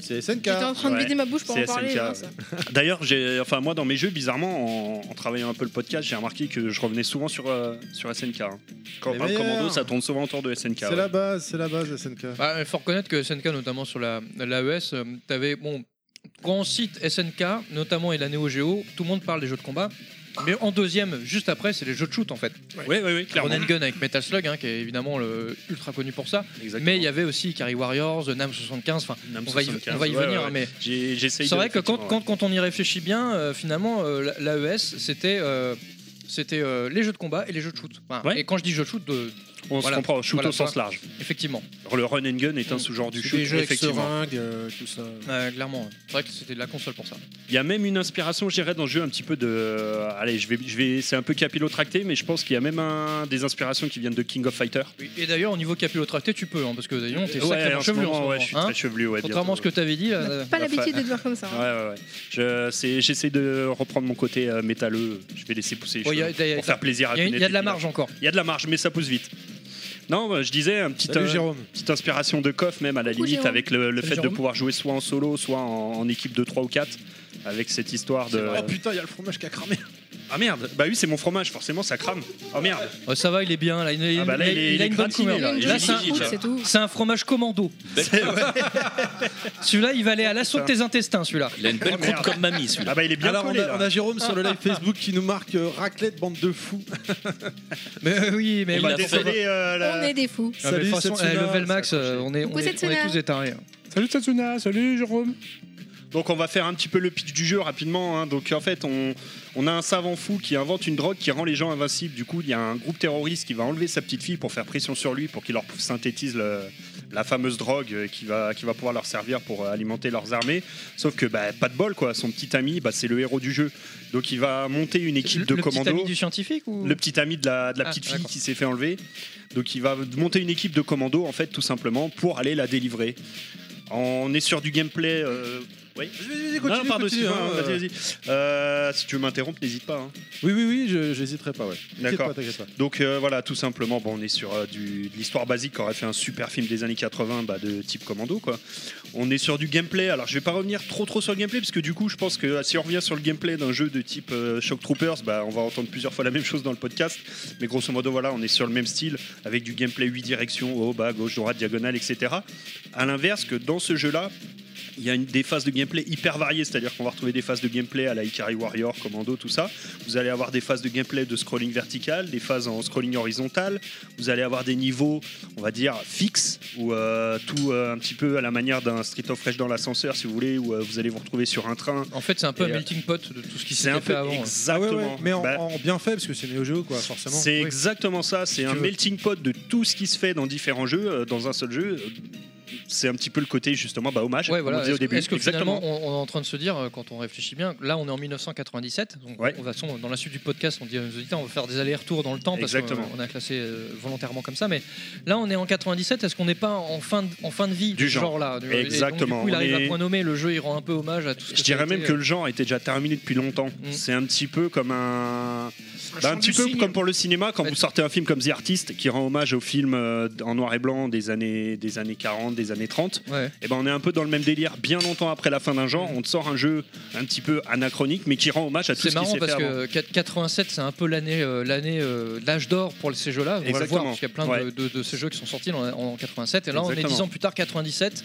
C'est SNK. J'étais en train de vider ma bouche pour en parler, hein, ça. *laughs* D'ailleurs, j'ai, enfin moi dans mes jeux, bizarrement, en, en travaillant un peu le podcast, j'ai remarqué que je revenais souvent sur euh, sur SNK. hein. Quand on Mais parle merde. commando, ça tourne souvent autour de SNK. C'est ouais. la base, c'est la base SNK. Bah, il faut reconnaître que SNK, notamment sur la l'AES, euh, t'avais bon, quand on cite SNK, notamment et la Neo Geo, tout le monde parle des jeux de combat. Mais en deuxième, juste après, c'est les jeux de shoot en fait. Oui, oui, oui, clairement. Gun avec Metal Slug, hein, qui est évidemment le ultra connu pour ça. Mais il y avait aussi Ikari Warriors, Nam 75, enfin, on va y, on va y 75, ouais, venir. ouais. hein, mais J'ai- j'essaye c'est de- vrai que quand, effectivement, quand, quand on y réfléchit bien, euh, finalement, euh, la- l'AES, c'était euh, c'était euh, les jeux de combat et les jeux de shoot. Enfin, Et quand je dis jeux de shoot, de, On se comprend, shoot au sens voilà. large. Effectivement. Le run and gun est un sous-genre du shoot, Les jeux avec effectivement. seringues, euh, tout ça. Ouais, clairement, ouais. c'est vrai que c'était de la console pour ça. Il y a même une inspiration, je dirais, dans le jeu un petit peu de. euh, Allez, je vais, je vais, c'est un peu capillotracté, mais je pense qu'il y a même un- des inspirations qui viennent de King of Fighter. Et d'ailleurs, au niveau capillotracté, tu peux, hein, parce que d'ailleurs, t'es Ouais, sacrément en ce chevelu en moment, ce moment. ouais, je suis hein. très chevelu, ouais, Contrairement à ce bientôt. que t'avais dit. euh, là, Pas La fa- l'habitude de te voir comme ça. Ouais, hein. ouais, ouais. Je- c'est- J'essaie de reprendre mon côté euh, métalleux. Je vais laisser pousser les Ouais, y a- choses y a- pour faire plaisir à y a- Kounet y a et de la Pilar. marge encore. Il y a de la marge, mais ça pousse vite. Non, bah, je disais, un petit, Salut, euh, Jérôme. petite inspiration de Koff, même à la Coucou, limite, Jérôme. avec le, le Salut, fait de Jérôme. pouvoir jouer soit en solo, soit en, en équipe de 3 ou 4, avec cette histoire de. Oh putain, il y a le fromage qui a cramé. Ah merde, bah oui, c'est mon fromage, forcément, ça crame. Oh merde. Oh, ça va, il est bien. Là, il, il- Ah bah là, il il- est- il il a est une bonne gratiné, couleur. là. Il est Là, c'est magnifique, là. C'est un- c'est un fromage commando. *laughs* Celui-là, il va aller à l'assaut de tes intestins, celui-là. Ah, Il a une belle coupe comme mamie, celui-là. Oh, Ah bah il est bien Alors, collé, on, a, là. on a Jérôme sur le *laughs* live Facebook qui nous marque euh, raclette, bande de fous. mais euh, oui, mais On oui, va la- désolé, euh, la- On est des fous. Ah, mais de toute façon, Satsuna, eh, level max, euh, on est, on Coucou, est, on est Satsuna. tous des tarés. hein. Salut Tatsuna, salut Jérôme. Donc on va faire un petit peu le pitch du jeu rapidement. hein. Donc en fait, on, on a un savant fou qui invente une drogue qui rend les gens invincibles. Du coup, il y a un groupe terroriste qui va enlever sa petite fille pour faire pression sur lui, pour qu'il leur synthétise le- la fameuse drogue euh, qui va, qui va pouvoir leur servir pour euh, alimenter leurs armées. Sauf que bah, pas de bol, quoi. Son petit ami, bah, c'est le héros du jeu. Donc il va monter une équipe de le commandos. petit ami du scientifique ou Le petit ami de la, de la petite fille qui s'est fait enlever. Donc il va monter une équipe de commandos en fait tout simplement pour aller la délivrer. On est sur du gameplay. euh, Oui. vas-y, continue, non, non, pardon, continue, excuse-moi, hein, vas-y, vas-y. Euh, si tu veux m'interrompre, n'hésite pas. hein. Oui, oui, oui, je- j'hésiterai pas, ouais. T'inquiète D'accord. pas, t'inquiète pas. Donc euh, voilà, tout simplement, bon, on est sur euh, du, de l'histoire basique qu'aurait fait un super film des années 80 bah, de type commando. Quoi. On est sur du gameplay. Alors je vais pas revenir trop trop sur le gameplay, parce que du coup, je pense que euh, si on revient sur le gameplay d'un jeu de type euh, Shock Troopers, bah, on va entendre plusieurs fois la même chose dans le podcast. Mais grosso modo, voilà, on est sur le même style, avec du gameplay 8 directions, haut, bas, gauche, droite, diagonale, etc. À l'inverse que dans ce jeu-là, il y a une, des phases de gameplay hyper variées, c'est-à-dire qu'on va retrouver des phases de gameplay à la Ikari Warrior, Commando, tout ça. Vous allez avoir des phases de gameplay de scrolling vertical, des phases en scrolling horizontal. Vous allez avoir des niveaux, on va dire, fixes, ou euh, tout euh, un petit peu à la manière d'un Street of Rage dans l'ascenseur, si vous voulez, où euh, vous allez vous retrouver sur un train. En fait, c'est un peu Et, un euh, melting pot de tout ce qui c'est s'est un fait peu avant. hein. ouais. exactement. Ouais, ouais, mais en, Bah, en bien fait, parce que c'est Neo Geo, quoi, forcément. c'est Oui. exactement ça, c'est tu un veux. melting pot de tout ce qui se fait dans différents jeux, euh, dans un seul jeu. C'est un petit peu le côté justement bah, hommage, Ouais, comme on voilà. disait Est-ce au début. est-ce que exactement. finalement, on, on est en train de se dire, euh, quand on réfléchit bien, là on est en 1997, donc on va, son- dans la suite du podcast, on dit à nos auditeurs, on va faire des allers-retours dans le temps parce qu'on Exactement. on a classé euh, volontairement comme ça, mais là on est en 97, est-ce qu'on n'est pas en fin, de, en fin de vie Du de ce genre. là Et donc, Exactement. Du coup, il On arrive est- à point nommé, le jeu il rend un peu hommage à tout ce que ça Je a dirais même été, que euh, le genre était déjà terminé depuis longtemps. C'est un petit peu comme un. Bah, un chant petit du peu cygne. comme pour le cinéma, quand vous sortez un film comme The Artist qui rend hommage aux films euh, en noir et blanc des années, des années 40, des années 30, Ouais. et ben on est un peu dans le même délire. Bien longtemps après la fin d'un genre, on te sort un jeu un petit peu anachronique, mais qui rend hommage à tout C'est ce qui marrant s'est fait parce avant. que 4- 87 c'est un peu l'année euh, l'année euh, l'âge d'or pour ces jeux-là. On va le Exactement. voir parce qu'il y a plein de- Ouais. de, de ces jeux qui sont sortis en, en 87 et là on est Exactement. 10 ans plus tard 97.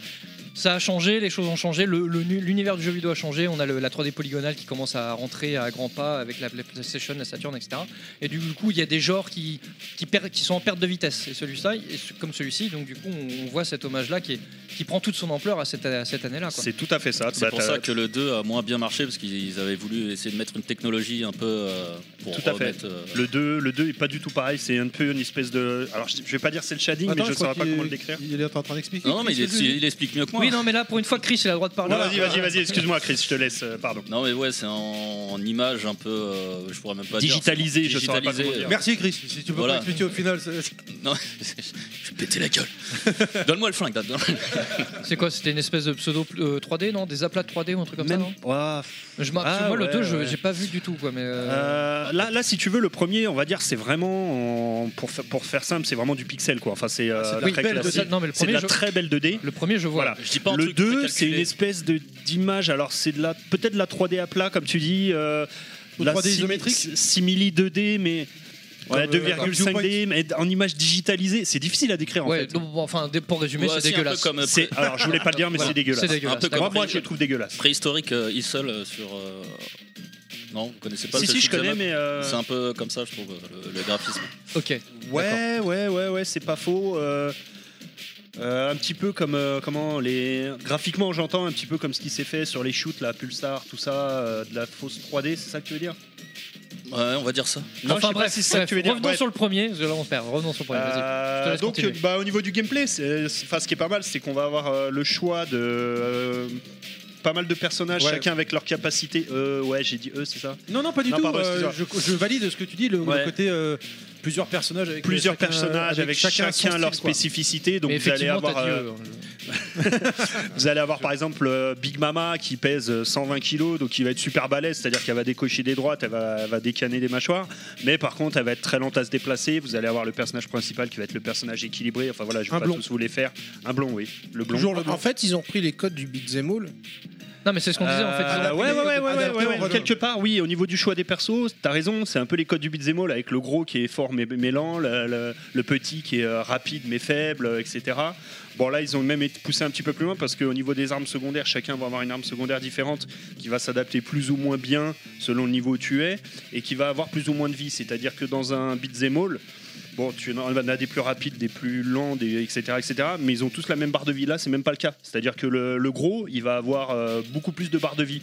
Ça a changé, les choses ont changé, le- le nu- l'univers du jeu vidéo a changé, on a le- la 3D polygonale qui commence à rentrer à grands pas avec la, la PlayStation, la Saturn, etc. Et du coup, il y a des genres qui, qui, per- qui sont en perte de vitesse, et celui-là, et ce- comme celui-ci, donc du coup, on, on voit cet hommage-là qui, est- qui prend toute son ampleur à cette, à cette année-là. quoi. C'est tout à fait ça. C'est Bah, pour t'as- ça que le 2 a moins bien marché parce qu'ils avaient voulu essayer de mettre une technologie un peu euh, pour Tout à fait. remettre, euh, Le 2 le 2 est pas du tout pareil, c'est un peu une espèce de alors je, je vais pas dire c'est le shading Attends, mais je je crois saurais pas qu'il- comment le décrire. Il est en train d'expliquer. Non, non, mais il, Qu'est-ce que il- il explique mieux que moi. Oui, non, mais là, pour une fois, Chris, il a le droit de parler. Non, Vas-y, vas-y, vas-y, excuse-moi Chris, je te laisse, euh, pardon. Non, mais ouais, c'est en, en image un peu. euh, je pourrais même pas Digitalisé, dire. euh, je saurais pas comment dire. Merci Chris, si tu peux Voilà. pas expliquer au final. c'est- Non, *laughs* je vais péter la gueule. Donne-moi le flingue. donne-moi le flingue. C'est quoi C'était une espèce de pseudo euh, 3D, non Des aplats de 3D ou un truc comme ça, non je m'en- Ah, parce que Moi, le ouais, 2, je- ouais. j'ai pas vu du tout, quoi. Mais euh, Euh, là, là, si tu veux, le premier, on va dire, c'est vraiment en- pour, fa- pour faire simple, c'est vraiment du pixel, quoi. Enfin, c'est euh, Ah, c'est de la très belle 2D. classique. Non, mais le C'est de la premier, je- très belle 2D. Le premier, je vois. Voilà. Je dis pas un le truc 2, c'est précalculé. une espèce de d'image. Alors, c'est de la peut-être de la 3D à plat, comme tu dis. euh, Ou la 3D si- isométrique si- Simili 2D, mais ouais, Comme, euh, 2,5D, mais en image digitalisée. C'est difficile à décrire en Ouais, fait. donc, bon, enfin, dé- pour résumer, c'est dégueulasse. C'est- alors, je voulais pas le dire, mais Voilà. c'est dégueulasse. C'est dégueulasse. Moi, moi, je le trouve dégueulasse. Préhistorique, euh, Isol euh, sur. euh, Non, vous connaissez pas Si, ce si, je shoot'em connais, up mais, euh, C'est un peu comme ça, je trouve, euh, le, le graphisme. Ok. Ouais, ouais, ouais, ouais, c'est pas faux. euh, euh, un petit peu comme euh, comment les graphiquement j'entends un petit peu comme ce qui s'est fait sur les shoots la pulsar tout ça euh, de la fausse 3D c'est ça que tu veux dire Ouais, on va dire ça. Non, je sais enfin, pas bref, si c'est ça que bref, tu veux dire. revenons Bref. sur le premier, parce que là, on se perd. Revenons sur le premier, vas-y. Je te Euh, laisse donc continuer. euh, bah, au niveau du gameplay c'est- c'est- enfin, ce qui est pas mal c'est qu'on va avoir euh, le choix de euh, pas mal de personnages Ouais. chacun avec leur capacité euh, ouais j'ai dit eux c'est ça Non, non, pas du tout. pardon, euh, excuse-moi. je, je valide ce que tu dis, le, le Ouais. côté euh, plusieurs personnages avec plusieurs chacun- personnages avec, chacun, son style, leur quoi. spécificité donc Mais vous allez effectivement, avoir t'as dit, euh, vous allez avoir par exemple euh, Big Mama qui pèse euh, 120 kilos donc il va être super balèze c'est à dire qu'elle va décocher des droites elle va, elle va décaner des mâchoires mais par contre elle va être très lente à se déplacer vous allez avoir le personnage principal qui va être le personnage équilibré enfin voilà je vais Un pas blond. tous vous les faire un blond oui le blond Toujours le En fait, ils ont pris les codes du Big Them All. Non, mais c'est ce qu'on disait en fait. Euh, ouais, ouais, ouais, ouais, ouais, ouais, ouais. Quelque part, oui, au niveau du choix des persos, t'as raison, c'est un peu les codes du beat'em all avec le gros qui est fort mais, mais lent, le, le- le petit qui est euh, rapide mais faible, euh, etc. Bon, là, ils ont même été poussés un petit peu plus loin parce qu'au niveau des armes secondaires, chacun va avoir une arme secondaire différente qui va s'adapter plus ou moins bien selon le niveau où tu es et qui va avoir plus ou moins de vie. C'est-à-dire que dans un beat'em all, Bon, tu en as des plus rapides, des plus lents, des, etc., etc. Mais ils ont tous la même barre de vie. Là, c'est même pas le cas. C'est-à-dire que le, le gros, il va avoir euh, beaucoup plus de barre de vie.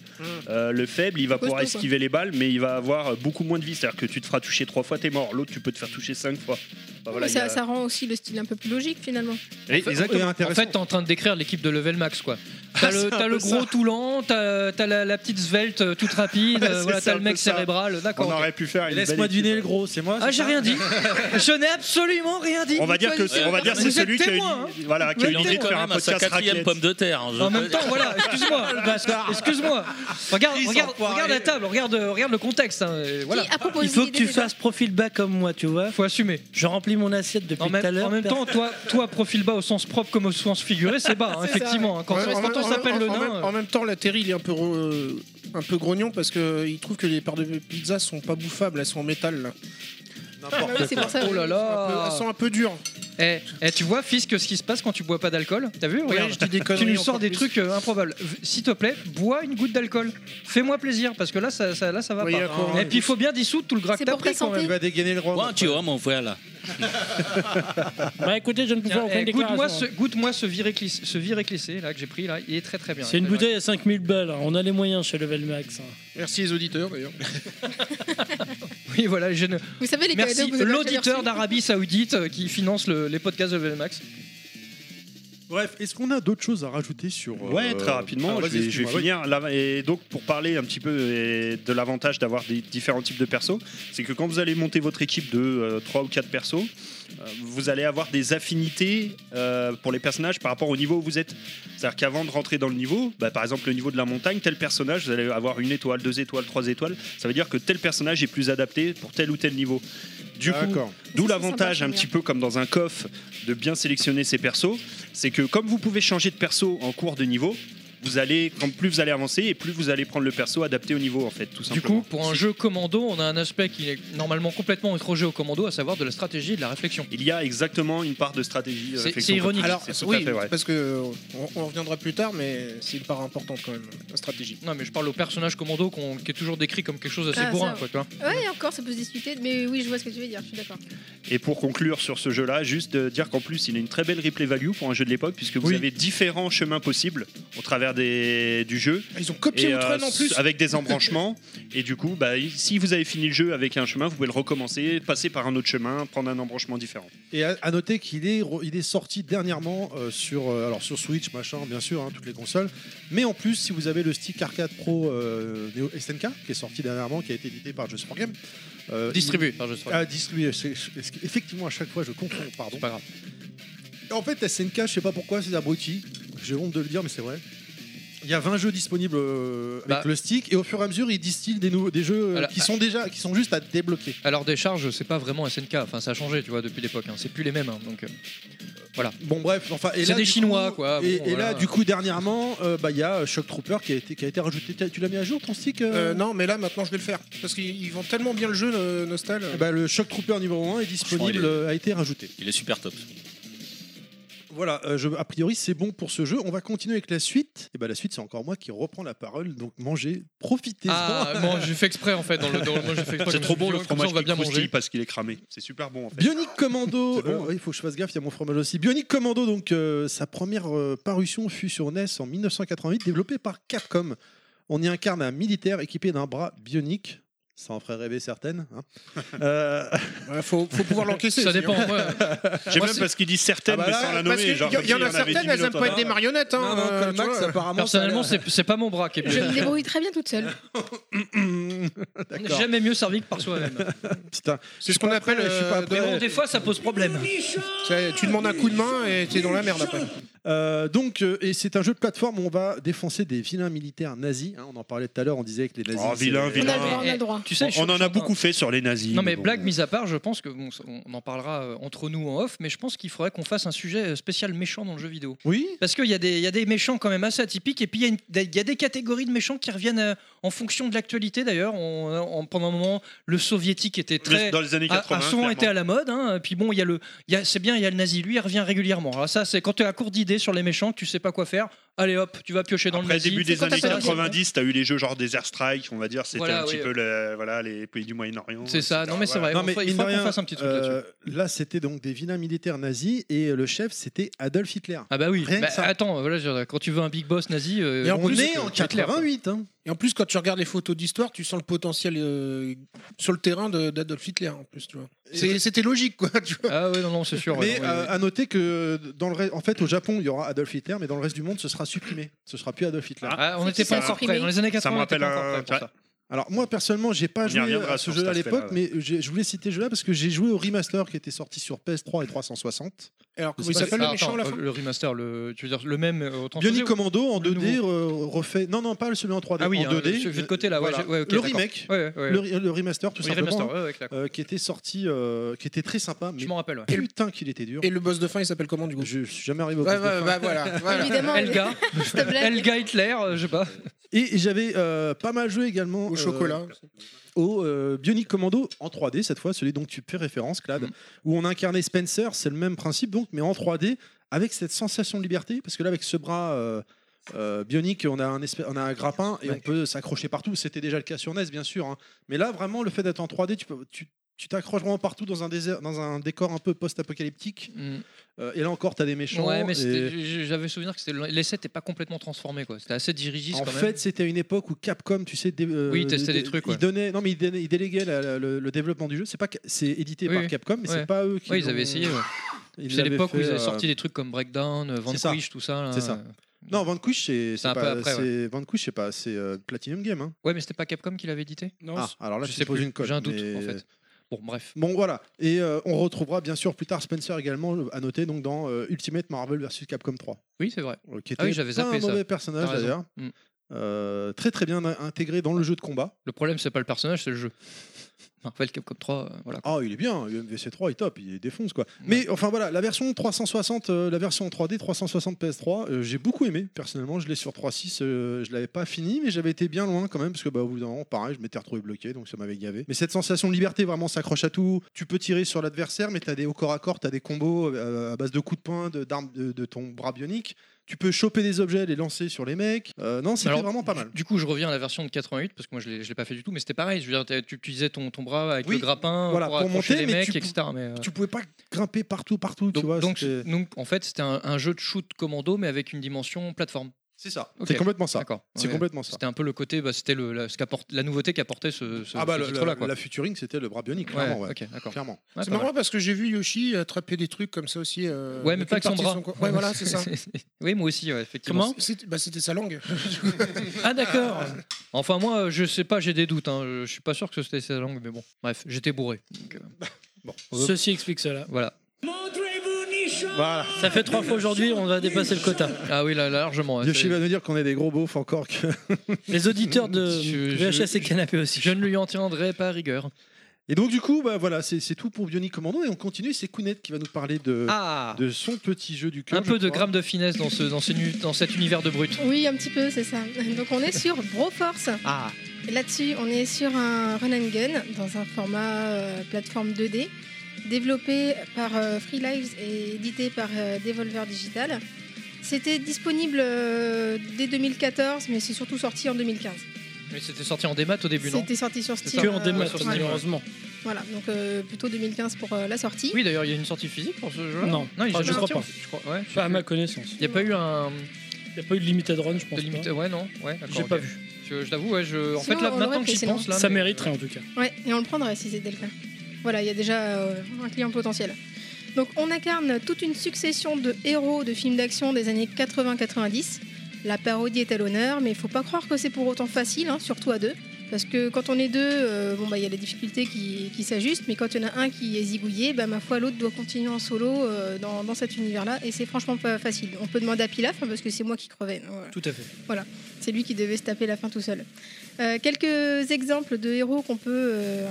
Euh, le faible, il va pouvoir Costaud, quoi. esquiver les balles, mais il va avoir euh, beaucoup moins de vie. C'est-à-dire que tu te feras toucher trois fois, t'es mort. L'autre, tu peux te faire toucher cinq fois. Bah, voilà, Mais il y ça, a- ça rend aussi le style un peu plus logique finalement. Et- exactement. En fait, t'es en train de décrire l'équipe de level max, quoi. T'as Ah, c'est le, un t'as le peu ça. gros tout lent, t'as t'as la, la petite svelte euh, toute rapide, Ouais, euh, c'est voilà, ça, t'as un le peu mec ça. cérébral, euh, d'accord. On ok. aurait pu faire une Laisse-moi belle équipe. deviner le gros, c'est moi. Ah, c'est j'ai ça rien dit. Je n'ai absolument rien dit. On va dire que Vous c'est- on va êtes- dire c'est vous êtes celui qui a eu témoin, l'idée- hein. voilà, qui a eu Vous êtes l'idée de témoin. faire un Même à sa podcast quatrième raclette. pomme de terre. hein, je En même peux- temps, *laughs* voilà, excuse-moi, le bâtard, excuse-moi. Regarde, regarde, regarde la table, regarde, regarde le contexte. hein, et voilà. Il faut que tu fasses profil bas comme moi, tu vois. Faut assumer. Je remplis mon assiette depuis En même, tout à l'heure. en même temps, toi, toi, profil bas au sens propre comme au sens figuré, c'est bas, hein, C'est ça. effectivement. hein. Quand, En même- quand en- on en- s'appelle en- le euh. en même- nain. En même temps, la Terry, il est un peu, re- euh, un peu grognon parce qu'il trouve que les parts de pizza sont pas bouffables, elles sont en métal. là. N'importe Ah oui, c'est quoi. pour ça, Oh là oui. Un peu- là. Elles sont un peu dures. Eh, eh, tu vois, Fisk, ce qui se passe quand tu bois pas d'alcool T'as vu Ouais, Regarde, je dis des tu conneries nous sors encore des plus. trucs euh, improbables. V- S'il te plaît, bois une goutte d'alcool. Fais-moi plaisir, parce que là, ça, ça- là, ça va Voyez à quoi on pas. Et est. puis, il faut bien dissoudre tout le gras que C'est t'as pour pris ta quand santé. même. Il va dégainer le roi. Ouais, tu vois, mon frère *laughs* là. Bah écoutez, je ne peux faire Tiens, aucune eh, Goûte-moi déclaration. ce, goûte-moi ce viréclissé, ce viréclissé, là que j'ai pris là, il est très très bien. C'est une bouteille à 5000 balles. hein. On a les moyens chez Level Max. hein. Merci les auditeurs d'ailleurs. *laughs* Oui voilà, je ne- Vous savez les Merci cadeaux que vous avez achetés l'auditeur leur d'Arabie Saoudite euh, qui finance le- les podcasts de Velmax. Bref, est-ce qu'on a d'autres choses à rajouter sur. euh, Ouais, très rapidement, je, Ah, vas-y, vais, je vais excuse-moi, finir. Là- Et donc, pour parler un petit peu euh, de l'avantage d'avoir des différents types de persos, c'est que quand vous allez monter votre équipe de 3 ou 4 persos, euh, vous allez avoir des affinités euh, pour les personnages par rapport au niveau où vous êtes. C'est-à-dire qu'avant de rentrer dans le niveau, bah, par exemple le niveau de la montagne, tel personnage, vous allez avoir une étoile, deux étoiles, trois étoiles. Ça veut dire que tel personnage est plus adapté pour tel ou tel niveau. Du coup, D'accord. d'où sympa, l'avantage j'aime un bien. petit peu comme dans un coffre de bien sélectionner ses persos, c'est que comme vous pouvez changer de perso en cours de niveau, vous allez, quand plus vous allez avancer et plus vous allez prendre le perso adapté au niveau en fait, tout Du simplement. coup, pour un jeu commando, on a un aspect qui est normalement complètement étranger au commando, à savoir de la stratégie et de la réflexion. il y a exactement une part de stratégie. euh, de réflexion. Alors, C'est tout à oui, fait vrai. parce que euh, on, on reviendra plus tard, mais c'est une part importante quand même, la stratégie. Non, mais je parle au personnage commando qu'on- qui est toujours décrit comme quelque chose d'assez Ah, bourrin, ça. quoi, tu vois. Ouais, encore, ça peut se discuter, mais oui, je vois ce que tu veux dire, je suis d'accord. Et pour conclure sur ce jeu-là, juste euh, dire qu'en plus, il a une très belle replay value pour un jeu de l'époque, puisque vous avez différents chemins possibles au travers des, du jeu. Ah, Ils ont copié Et, euh, Outrun en plus. Avec des embranchements. et du coup, bah, si vous avez fini le jeu avec un chemin, vous pouvez le recommencer, passer par un autre chemin, prendre un embranchement différent. Et à, à noter qu'il est, re- il est sorti dernièrement euh, sur, euh, alors sur Switch, machin, bien sûr, hein, toutes les consoles. Mais en plus, si vous avez le stick Arcade Pro euh, Neo SNK, qui est sorti dernièrement, qui a été édité par Just for Game. euh, Distribué il- par Just for Game. Ah, distribué. c'est- c'est- Effectivement, à chaque fois, je confonds, pardon. pas grave. En fait, SNK, je sais pas pourquoi, c'est abruti. J'ai honte de le dire, mais c'est vrai. Il y a 20 jeux disponibles euh, avec Bah. le stick et au fur et à mesure, ils distillent des, nouveaux, des jeux euh, Alors, qui sont déjà, qui sont juste à débloquer. Alors des charges, c'est pas vraiment SNK. Enfin, ça a changé, tu vois, depuis l'époque. hein. C'est plus les mêmes. hein, donc euh, voilà. Bon bref, enfin. et C'est là, des du Chinois, coup- quoi. Et, Bon, et voilà. là, du coup, dernièrement, euh, bah, il y a Shock Trooper qui a été, qui a été rajouté. T'as- Tu l'as mis à jour ton stick Euh, non, mais là maintenant je vais le faire parce qu'ils ils vendent tellement bien le jeu, le Nostal. Bah, le Shock Trooper numéro 1 est disponible, il est- euh, a été rajouté. Il est super top. Voilà, euh, je- a priori c'est bon pour ce jeu. On va continuer avec la suite. Et bah la suite c'est encore moi qui reprends la parole. Donc mangez, profitez-en. Ah, moi j'ai fait exprès en fait. Dans le, dans le- moi, *laughs* j'ai fait exprès C'est comme trop je bon suis le vieux, comme ça, fromage on va qui bien croustille manger. parce qu'il est cramé. C'est super bon en fait. Bionic *laughs* Commando. C'est bon, euh, oui, il faut que je fasse gaffe, il y a mon fromage aussi. Bionic Commando, donc euh, sa première euh, parution fut sur NES en 1988, développée par Capcom. On y incarne un militaire équipé d'un bras bionique. Ça en ferait rêver certaines. hein. Euh, faut, pouvoir l'encaisser, Ça dépend. moi. J'aime Moi, même c'est- parce qu'ils disent certaines, Ah bah mais là, sans parce la nommer. que genre y- y comme en s'il a en avait certaines, 10 000 elles aiment autres Ah, pas avant. être des marionnettes. hein, euh, tu Max, vois. apparemment, Personnellement, ça a l'air- c'est c'est pas mon bras qui est Je me bien. débrouille très bien toute *laughs* seule. On n'est Jamais mieux servi que par *laughs* soi-même. Putain, c'est ce qu'on appelle. je suis pas euh, prêt. dans- Mais bon, Des fois, ça pose problème. Ça, Tu demandes un coup de main et t'es dans la merde après. Euh, donc, euh, et c'est un jeu de plateforme où on va défoncer des vilains militaires nazis. hein. on en parlait tout à l'heure, on disait que les nazis. Oh, c'est- vilain, vilain. Tu sais, je- on en je- a beaucoup fait sur les nazis. euh, Non mais bon. euh, blague mise à part, je pense que bon, on on en parlera euh, entre nous en off, mais je pense qu'il faudrait qu'on fasse un sujet euh, spécial méchant dans le jeu vidéo. Oui. Parce qu'il y, a des- il y a des méchants quand même assez atypiques, et puis il y a une- des- il y, a des catégories de méchants qui reviennent euh, en fonction de l'actualité d'ailleurs. On- on- pendant un moment, le soviétique était très... Dans les années a- 80, A, souvent clairement. été à la mode, hein. Et puis bon, il y a le... il y a- C'est bien, il y a le nazi, lui, il revient régulièrement. Alors ça, c'est quand tu es à court d'idées sur les méchants, que tu sais pas quoi faire, allez hop, tu vas piocher dans le Après, nazi. début des années 90, t'as eu les jeux genre Desert Strike, on va dire, c'était Voilà, un petit oui. peu le- voilà, les pays du Moyen-Orient. C'est ça, etc. non, mais c'est vrai. Voilà. Non, on mais fa- il mine faut de qu'on rien, fasse un petit truc euh, là-dessus. Là, c'était donc des vilains militaires nazis et le chef, c'était Adolf Hitler. Ah bah oui, Rien que Bah, ça. attends, voilà, je veux dire, quand tu veux un big boss nazi, euh, Et en on plus, est euh, en Hitler, 88. hein. Et en plus, quand tu regardes les photos d'histoire, tu sens le potentiel euh, sur le terrain de- d'Adolf Hitler en plus, tu vois. C'est- C'était logique, quoi. Tu vois. Ah ouais, non, non, c'est sûr. Mais euh, à noter que dans le reste- en fait, au Japon, il y aura Adolf Hitler, mais dans le reste du monde, ce sera supprimé. Ce sera plus Adolf Hitler. Ah, on n'était pas encore prêts. Dans les années 80, Ça me on n'était rappelle pas encore prêts un. pour ça. Alors moi personnellement, j'ai pas On y joué reviendra à ce sur jeu cet à l'époque, aspect-là, mais j'ai- je voulais citer ce jeu-là parce que j'ai joué au remaster qui était sorti sur PS3 et 360. Alors Je sais pas si- Ah, attends, Le remaster, le, tu veux dire le même. euh, autant changer Bionic ou- Commando en le 2D euh, refait. Non non, pas celui en 3D. Ah oui, en hein, 2D. celui de côté, là, ouais, j'ai- ouais, ok, le d'accord. remake, Ouais, ouais, ouais. Le, ri- le remaster tout Oui, simplement, remaster, ouais, ouais, clair. euh, qui était sorti, euh, qui était très sympa. Mais Je m'en rappelle, ouais. Putain qu'il était dur. Et le boss de fin, il s'appelle comment du coup Je suis jamais arrivé au Ouais, boss de ouais, fin. bah, *laughs* voilà, voilà. Évidemment, Elga. te plaît. Elga Hitler, euh, je sais pas. Et j'avais euh, pas mal joué également Au chocolat. au euh, Bionic Commando en 3D cette fois, celui dont tu fais référence, Clad, Mhm. où on incarnait Spencer, c'est le même principe donc, mais en 3D avec cette sensation de liberté, parce que là avec ce bras euh, euh, bionique, on a un espè- on a un grappin et on peut s'accrocher partout. C'était déjà le cas sur NES bien sûr, hein. mais là vraiment le fait d'être en 3D, tu peux- tu tu t'accroches vraiment partout dans un, désert, dans un décor un peu post-apocalyptique. Euh, et là encore, tu as des méchants. Mm. Ouais, mais et- c'était- j- j'avais souvenir que c'était le- l'essai n'était pas complètement transformé, quoi. C'était assez dirigiste En quand même. fait, c'était une époque où Capcom, tu sais, dé- euh, Oui, ils testaient des dé- trucs, Ils ouais. donnaient, non mais ils, dé- ils déléguaient la- la- le, le développement du jeu. C'est pas, que- c'est édité Oui, par oui. Capcom, mais Ouais. c'est pas eux qui. Ouais, ils l'ont- avaient essayé. ouais. *laughs* Ils C'est l'avaient l'époque où ils fait, avaient euh, sorti des trucs comme Breakdown, euh, c'est ça. Vanquish, tout ça. là. C'est ça. Non, Vanquish, C'est c'est c'est un peu pas- après, ouais. c'est- Vanquish, c'est pas, c'est euh, Platinum Game. hein. Ouais, mais c'était pas Capcom qui l'avait édité Non. Ah, alors là, je tu sais poses plus. une colle, J'ai un doute mais- en fait. Bon, bref. Bon, voilà. Et euh, on retrouvera bien sûr plus tard Spencer également euh, à noter donc dans euh, Ultimate Marvel vs Capcom 3. Oui, c'est vrai. Euh, Qui était Ah oui, j'avais pas zappé un mauvais ça. personnage T'as raison. d'ailleurs. Mm. Euh, très très bien in- intégré dans le jeu de combat. Le problème, c'est pas le personnage, c'est le jeu. Marvel Capcom 3, euh, voilà. Ah, il est bien, le MVC 3 est top, il défonce quoi. Mais enfin voilà, la version 360, euh, la version en 3D 360 PS3, euh, j'ai beaucoup aimé personnellement. Je l'ai sur 3.6, euh, je l'avais pas fini, mais j'avais été bien loin quand même parce que bah, au bout d'un moment, pareil, je m'étais retrouvé bloqué donc ça m'avait gavé. Mais cette sensation de liberté vraiment s'accroche à tout. Tu peux tirer sur l'adversaire, mais t'as des au corps à corps, t'as des combos euh, à base de coups de poing, de- d'armes de, de ton bras bionique. Tu peux choper des objets, les lancer sur les mecs. Euh, non, c'était Alors, vraiment pas mal. Du coup, je reviens à la version de 88 parce que moi je l'ai je l'ai pas fait du tout, mais c'était pareil. Je veux dire, t'as- tu utilisais ton, ton bras avec le grappin voilà, pour pour accrocher monter, les mais mecs, tu etc. Mais, euh, Tu pouvais pas grimper partout, partout, tu vois. donc, c'était- donc, en fait, c'était un, un jeu de shoot commando mais avec une dimension plateforme. C'est ça. Ok. C'est complètement ça. D'accord. C'est Ouais. complètement ça. C'était un peu le côté, bah, c'était le- la, ce qu'apporte- la nouveauté qu'apportait ce, ce, ah bah ce le- titre-là. la, quoi. la featuring c'était le bras bionique clairement ouais. ok, d'accord. Clairement. Ouais, c'est pas marrant mal. parce que j'ai vu Yoshi attraper des trucs comme ça aussi. euh, Ouais, mais avec pas une avec son partie de bras. corps. Ouais, voilà, c'est *laughs* ça. oui, moi aussi, ouais, effectivement. Comment C'était bah, c'était sa langue. Ah d'accord. Enfin moi je sais pas, j'ai des doutes. hein. Je suis pas sûr que c'était sa langue, mais bon. Bref, j'étais bourré. donc, euh, bon. Ceci explique cela. Voilà. Montrez-vous ni Voilà. Ça fait trois fois aujourd'hui, on va dépasser le quota. Ah oui, là, là, largement. ouais, Yoshi c'est- va nous dire qu'on est des gros beaufs encore que. Les auditeurs *laughs* de VHS et Canapé aussi. Je ne lui en tiendrai pas rigueur. Et donc du coup, bah, voilà, c'est c'est tout pour Bionic Commando et on continue. C'est Kounet qui va nous parler de, Ah. de son petit jeu du cœur. Un peu de gramme de finesse dans, ce, dans, ce nu- dans cet univers de brut. Oui, un petit peu, c'est ça. Donc on est sur Broforce. Ah, Et Là-dessus, on est sur un run and gun dans un format euh, plateforme 2D, développé par euh, Free Lives et édité par euh, Devolver Digital. C'était disponible euh, dès 2014, mais c'est surtout sorti en 2015. mais c'était sorti en démat au début, non C'était sorti sur C'est Steam. ça. Que en euh, démat, ouais. malheureusement. Voilà, donc euh, plutôt 2015 pour euh, la sortie. Oui, d'ailleurs, il y a une sortie physique pour ce jeu Non. non il est Ah, jamais je crois sorti, pas. Je crois, ouais. Pas à ma connaissance. Il n'y a pas eu un. Il n'y a pas eu de limited run, je pense. De limite... Ouais, non. Ouais, d'accord, J'ai pas ok. vu. Je, je l'avoue, ouais, je... en Sinon, fait, là, on l'aurait maintenant que pris, j'y sinon. pense, là. Ça mais- mériterait en tout cas. Ouais, et on le prendrait si c'était le cas. Voilà, il y a déjà euh, un client potentiel. Donc on incarne toute une succession de héros de films d'action des années 80-90. La parodie est à l'honneur, mais il faut pas croire que c'est pour autant facile, hein, surtout à deux. Parce que quand on est deux, euh, bon bah il y a les difficultés qui, qui s'ajustent, mais quand il y en a un qui est zigouillé, bah ma foi l'autre doit continuer en solo euh, dans, dans cet univers-là, et c'est franchement pas facile. On peut demander à Pilaf hein, parce que c'est moi qui crevais. donc, voilà. Tout à fait. Voilà, c'est lui qui devait se taper la fin tout seul. Euh, quelques exemples de héros qu'on peut, euh,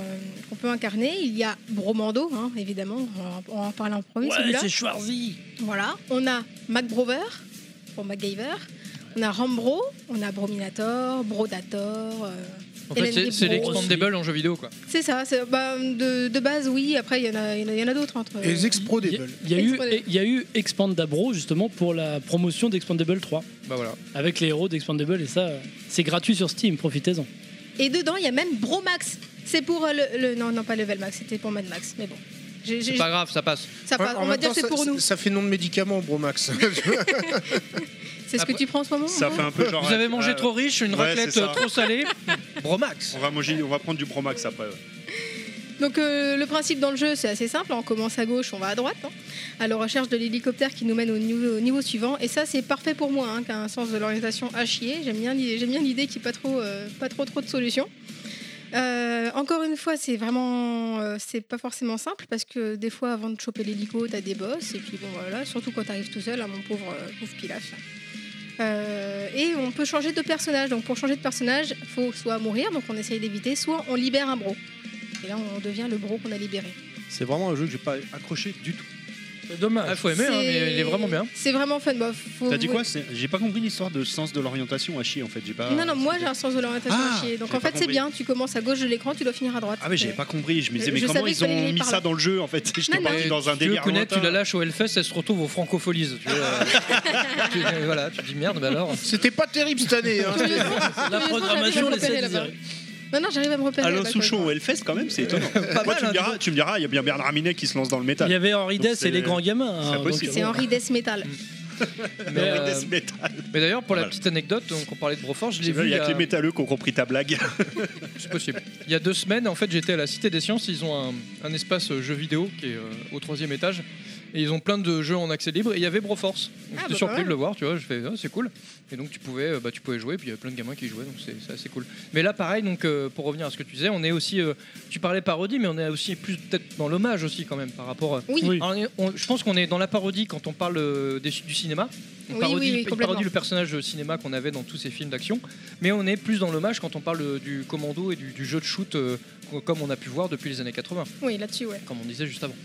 qu'on peut incarner. Il y a Bromando, hein, évidemment, on en- on en parle en premier. celui-là. Schwarzy. Voilà, on a Mac Brover pour MacGyver. On a Rambro, on a Brominator, Brodator. euh, En fait, Hélène c'est- c'est Desbro. l'expandable en jeu vidéo, quoi. C'est ça, c'est- bah, de, de base, oui. Après, il y en a, il y en a- il y en a d'autres. Entre... Il y, a eu- Expandable. il y a eu Expandabro justement pour la promotion d'Expandable 3. Bah voilà. Avec les héros d'Expandable et ça, euh, c'est gratuit sur Steam, profitez-en. Et dedans, il y a même Bromax. C'est pour euh, le, le- Non, non, pas Level Max, c'était pour Mad Max, mais bon. J'ai- j'ai- C'est pas grave, ça passe. Ça passe, En on va même dire que temps, c'est ça- pour ça- nous. Ça fait nom de médicament, Bromax. *laughs* C'est ce que tu prends en ce moment Ça hein fait un *laughs* peu genre. Vous avez mangé trop riche, une raclette, euh, trop salée. Bromax. On va, manger, on va prendre du Bromax après. ouais. Donc euh, le principe dans le jeu, c'est assez simple. On commence à gauche, on va à droite, hein, à la recherche de l'hélicoptère qui nous mène au niveau, au niveau suivant. Et ça, c'est parfait pour moi, hein, qui a un sens de l'orientation à chier. J'aime bien, l'idée- j'aime bien l'idée qu'il n'y ait pas trop, euh, pas trop, trop de solutions. Euh, encore une fois, c'est vraiment, euh, c'est pas forcément simple parce que des fois, avant de choper l'hélico, t'as des boss et puis bon voilà, surtout quand t'arrives tout seul, à mon pauvre, euh, pauvre pilaf. Euh, et on peut changer de personnage. Donc pour changer de personnage, faut soit mourir, donc on essaye d'éviter, soit on libère un bro. Et là, on devient le bro qu'on a libéré. C'est vraiment un jeu que j'ai pas accroché du tout. Dommage. faut aimer, hein, mais il est vraiment bien. C'est vraiment fun. Bah, faut- T'as dit quoi c'est- J'ai pas compris l'histoire de sens de l'orientation à chier en fait. J'ai pas. Non, non, moi j'ai un sens de l'orientation Ah, à chier. Donc j'avais en fait, pas c'est compris. bien, tu commences à gauche de l'écran, tu dois finir à droite. Ah mais j'avais Euh, *laughs* pas compris. Je me disais Je mais savais comment qu'il ils fallait ont les mis parler. ça dans le jeu en fait J'étais Non, parti non. dans un tu veux délire connaître, tu lointain. la lâches au Hellfest, elle se retrouve aux francopholies. Tu, *laughs* vois, euh, tu- euh, voilà, tu te dis merde, mais alors. C'était pas terrible cette année. hein. La programmation, les scènes, ils Non, non, j'arrive à me repérer. Alain là-bas, Souchon quoi. au Hellfest quand Euh, même, c'est étonnant. Moi, hein, tu, me diras, tu me diras, il y a bien Bernard Minet qui se lance dans le métal. Il y avait Henri Donc, Dess c'est- et les grands gamins. c'est hein, impossible. C'est Henri Death Metal. Mm. Mais, Henri euh, Dess Metal. mais d'ailleurs, pour la petite anecdote, donc on parlait de Brofort, je l'ai vu. euh, Il y a il y a- que les euh, métalleux qui ont compris *laughs* ta blague. C'est possible. Il y a deux semaines, en fait, j'étais à la Cité des Sciences. Ils ont un, un espace euh, jeux vidéo qui est euh, au troisième étage. Et ils ont plein de jeux en accès libre. Et il y avait Broforce. Donc, Ah, J'étais bah, pas surpris mal. de le voir, tu vois. Je fais, Ah, c'est cool. Et donc, tu pouvais, euh, bah, tu pouvais jouer. Et puis, il y avait plein de gamins qui jouaient. Donc, c'est c'est assez cool. Mais là, pareil, donc, euh, pour revenir à ce que tu disais, on est aussi. euh, tu parlais parodie, mais on est aussi plus peut-être dans l'hommage aussi, quand même, par rapport. euh, Oui. Oui. Alors, on est- on- je pense qu'on est dans la parodie quand on parle euh, des- du cinéma. On Oui, parodie, oui, oui, il complètement. parodie le personnage de cinéma qu'on avait dans tous ces films d'action, mais on est plus dans l'hommage quand on parle euh, du commando et du, du jeu de shoot euh, co- comme on a pu voir depuis les années 80, Oui, là-dessus, ouais. comme on disait juste avant.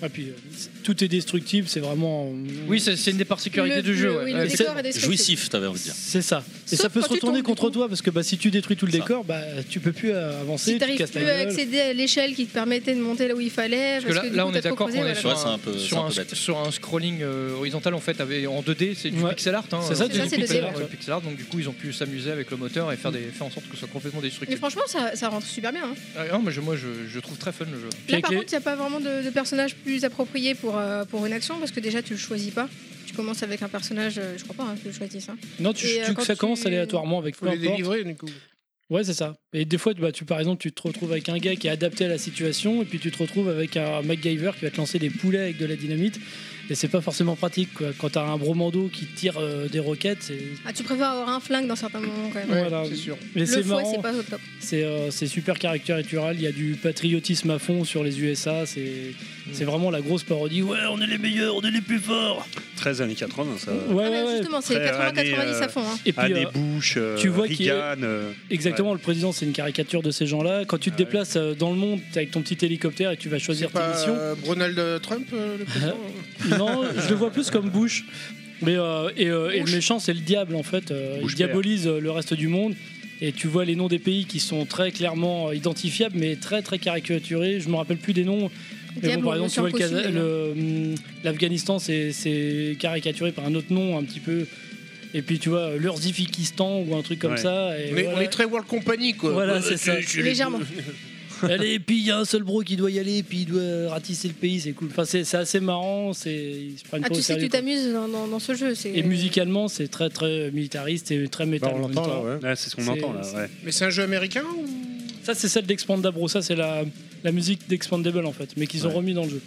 Ah, puis, euh, c'est- tout est destructible, c'est vraiment. euh, Oui, c'est c'est une des particularités Le- du jeu. le- ouais. oui, le Ouais. décor est destructible. Jouissif, t'avais envie de dire. C'est ça. Et Sauf ça peut quand se tu retourner tombes, contre toi parce que bah, si tu détruis tout le Ça. décor, bah, tu peux plus euh, avancer. Si tu te t'arrives casses ta plus à gueule. accéder à l'échelle qui te permettait de monter là où il fallait, parce, Parce que là, du là, coup, on t'as est trop d'accord creusé, qu'on est voilà. sur, Ouais, c'est un, un peu- sur c'est un un sc- peu sur un scrolling euh, horizontal en fait avec- en 2D, c'est du Ouais. pixel art. hein, C'est euh, ça, c'est en du fait, pixel euh, art, ouais. pixel art, donc du coup ils ont pu s'amuser avec le moteur et faire, des, faire en sorte que ce soit complètement Mais destructible. franchement, ça, ça rentre super bien. hein. Ah, non, mais je- moi je, je trouve très fun le jeu. Là, par contre, il n'y a pas vraiment de, de personnage plus approprié pour, euh, pour une action parce que déjà, tu le choisis pas. Tu commences avec un personnage, euh, je crois pas hein, que tu le choisisses. hein. Non, tu, Et, euh, tu- quand ça tu- commence aléatoirement avec Faut peu les importe. délivrer, du coup. Ouais, c'est ça. Et des fois, bah, tu, par exemple, tu te retrouves avec un gars qui est adapté à la situation, et puis tu te retrouves avec un MacGyver qui va te lancer des poulets avec de la dynamite, et c'est pas forcément pratique. Quoi. Quand t'as un bromando qui tire euh, des roquettes, c'est. Ah, tu préfères avoir un flingue dans certains moments quand même. Voilà. Mais Le c'est fouet, marrant. c'est pas au top. C'est euh, c'est super caricatural, il y a du patriotisme à fond sur les USA, c'est c'est vraiment la grosse parodie. Ouais, on est les meilleurs, on est les plus forts. 13 années 80, ça. Ouais, ouais, ouais. Ah bah, justement, c'est Très 80-90 années, à fond, hein. Et Et puis, puis, années euh, Bush, euh, tu vois qu'il y a- Reagan. euh, Exactement, ouais. le président, c'est une caricature de ces gens-là. Quand tu te déplaces euh, dans le monde t'es avec ton petit hélicoptère et tu vas choisir Ah, ta Pas mission. euh, Ronald Trump, euh, le président non, je le vois plus comme Bush. Mais, euh, et, euh, et le méchant, c'est le diable en fait. Euh, il Bush père. diabolise euh, le reste du monde. Et tu vois les noms des pays qui sont très clairement euh, identifiables, mais très très caricaturés. Je me rappelle plus des noms. Mais Diable bon, par ou exemple, tu vois le Mission Kaza- Impossible, le, hum, l'Afghanistan, c'est- c'est caricaturé par un autre nom un petit peu. Et puis tu vois l'Urzifikistan ou un truc comme Ouais. ça. Et on, est, voilà. on est très World Company, quoi. Voilà, c'est ça. *laughs* Allez, et puis il y a un seul bro qui doit y aller, puis il doit ratisser le pays, c'est cool. Enfin, c'est c'est assez marrant, c'est ils se prennent Ah, pas au tu sais que sérieux. tu t'amuses dans, dans- dans ce jeu. c'est- Et musicalement, c'est très très militariste et Bah, très métal. en même temps. c'est ce qu'on entend là, ouais. Mais c'est un jeu américain ou Ça, c'est celle d'Expandabro, ça, c'est la, la musique d'Expandable en fait, mais qu'ils ont remis dans le jeu.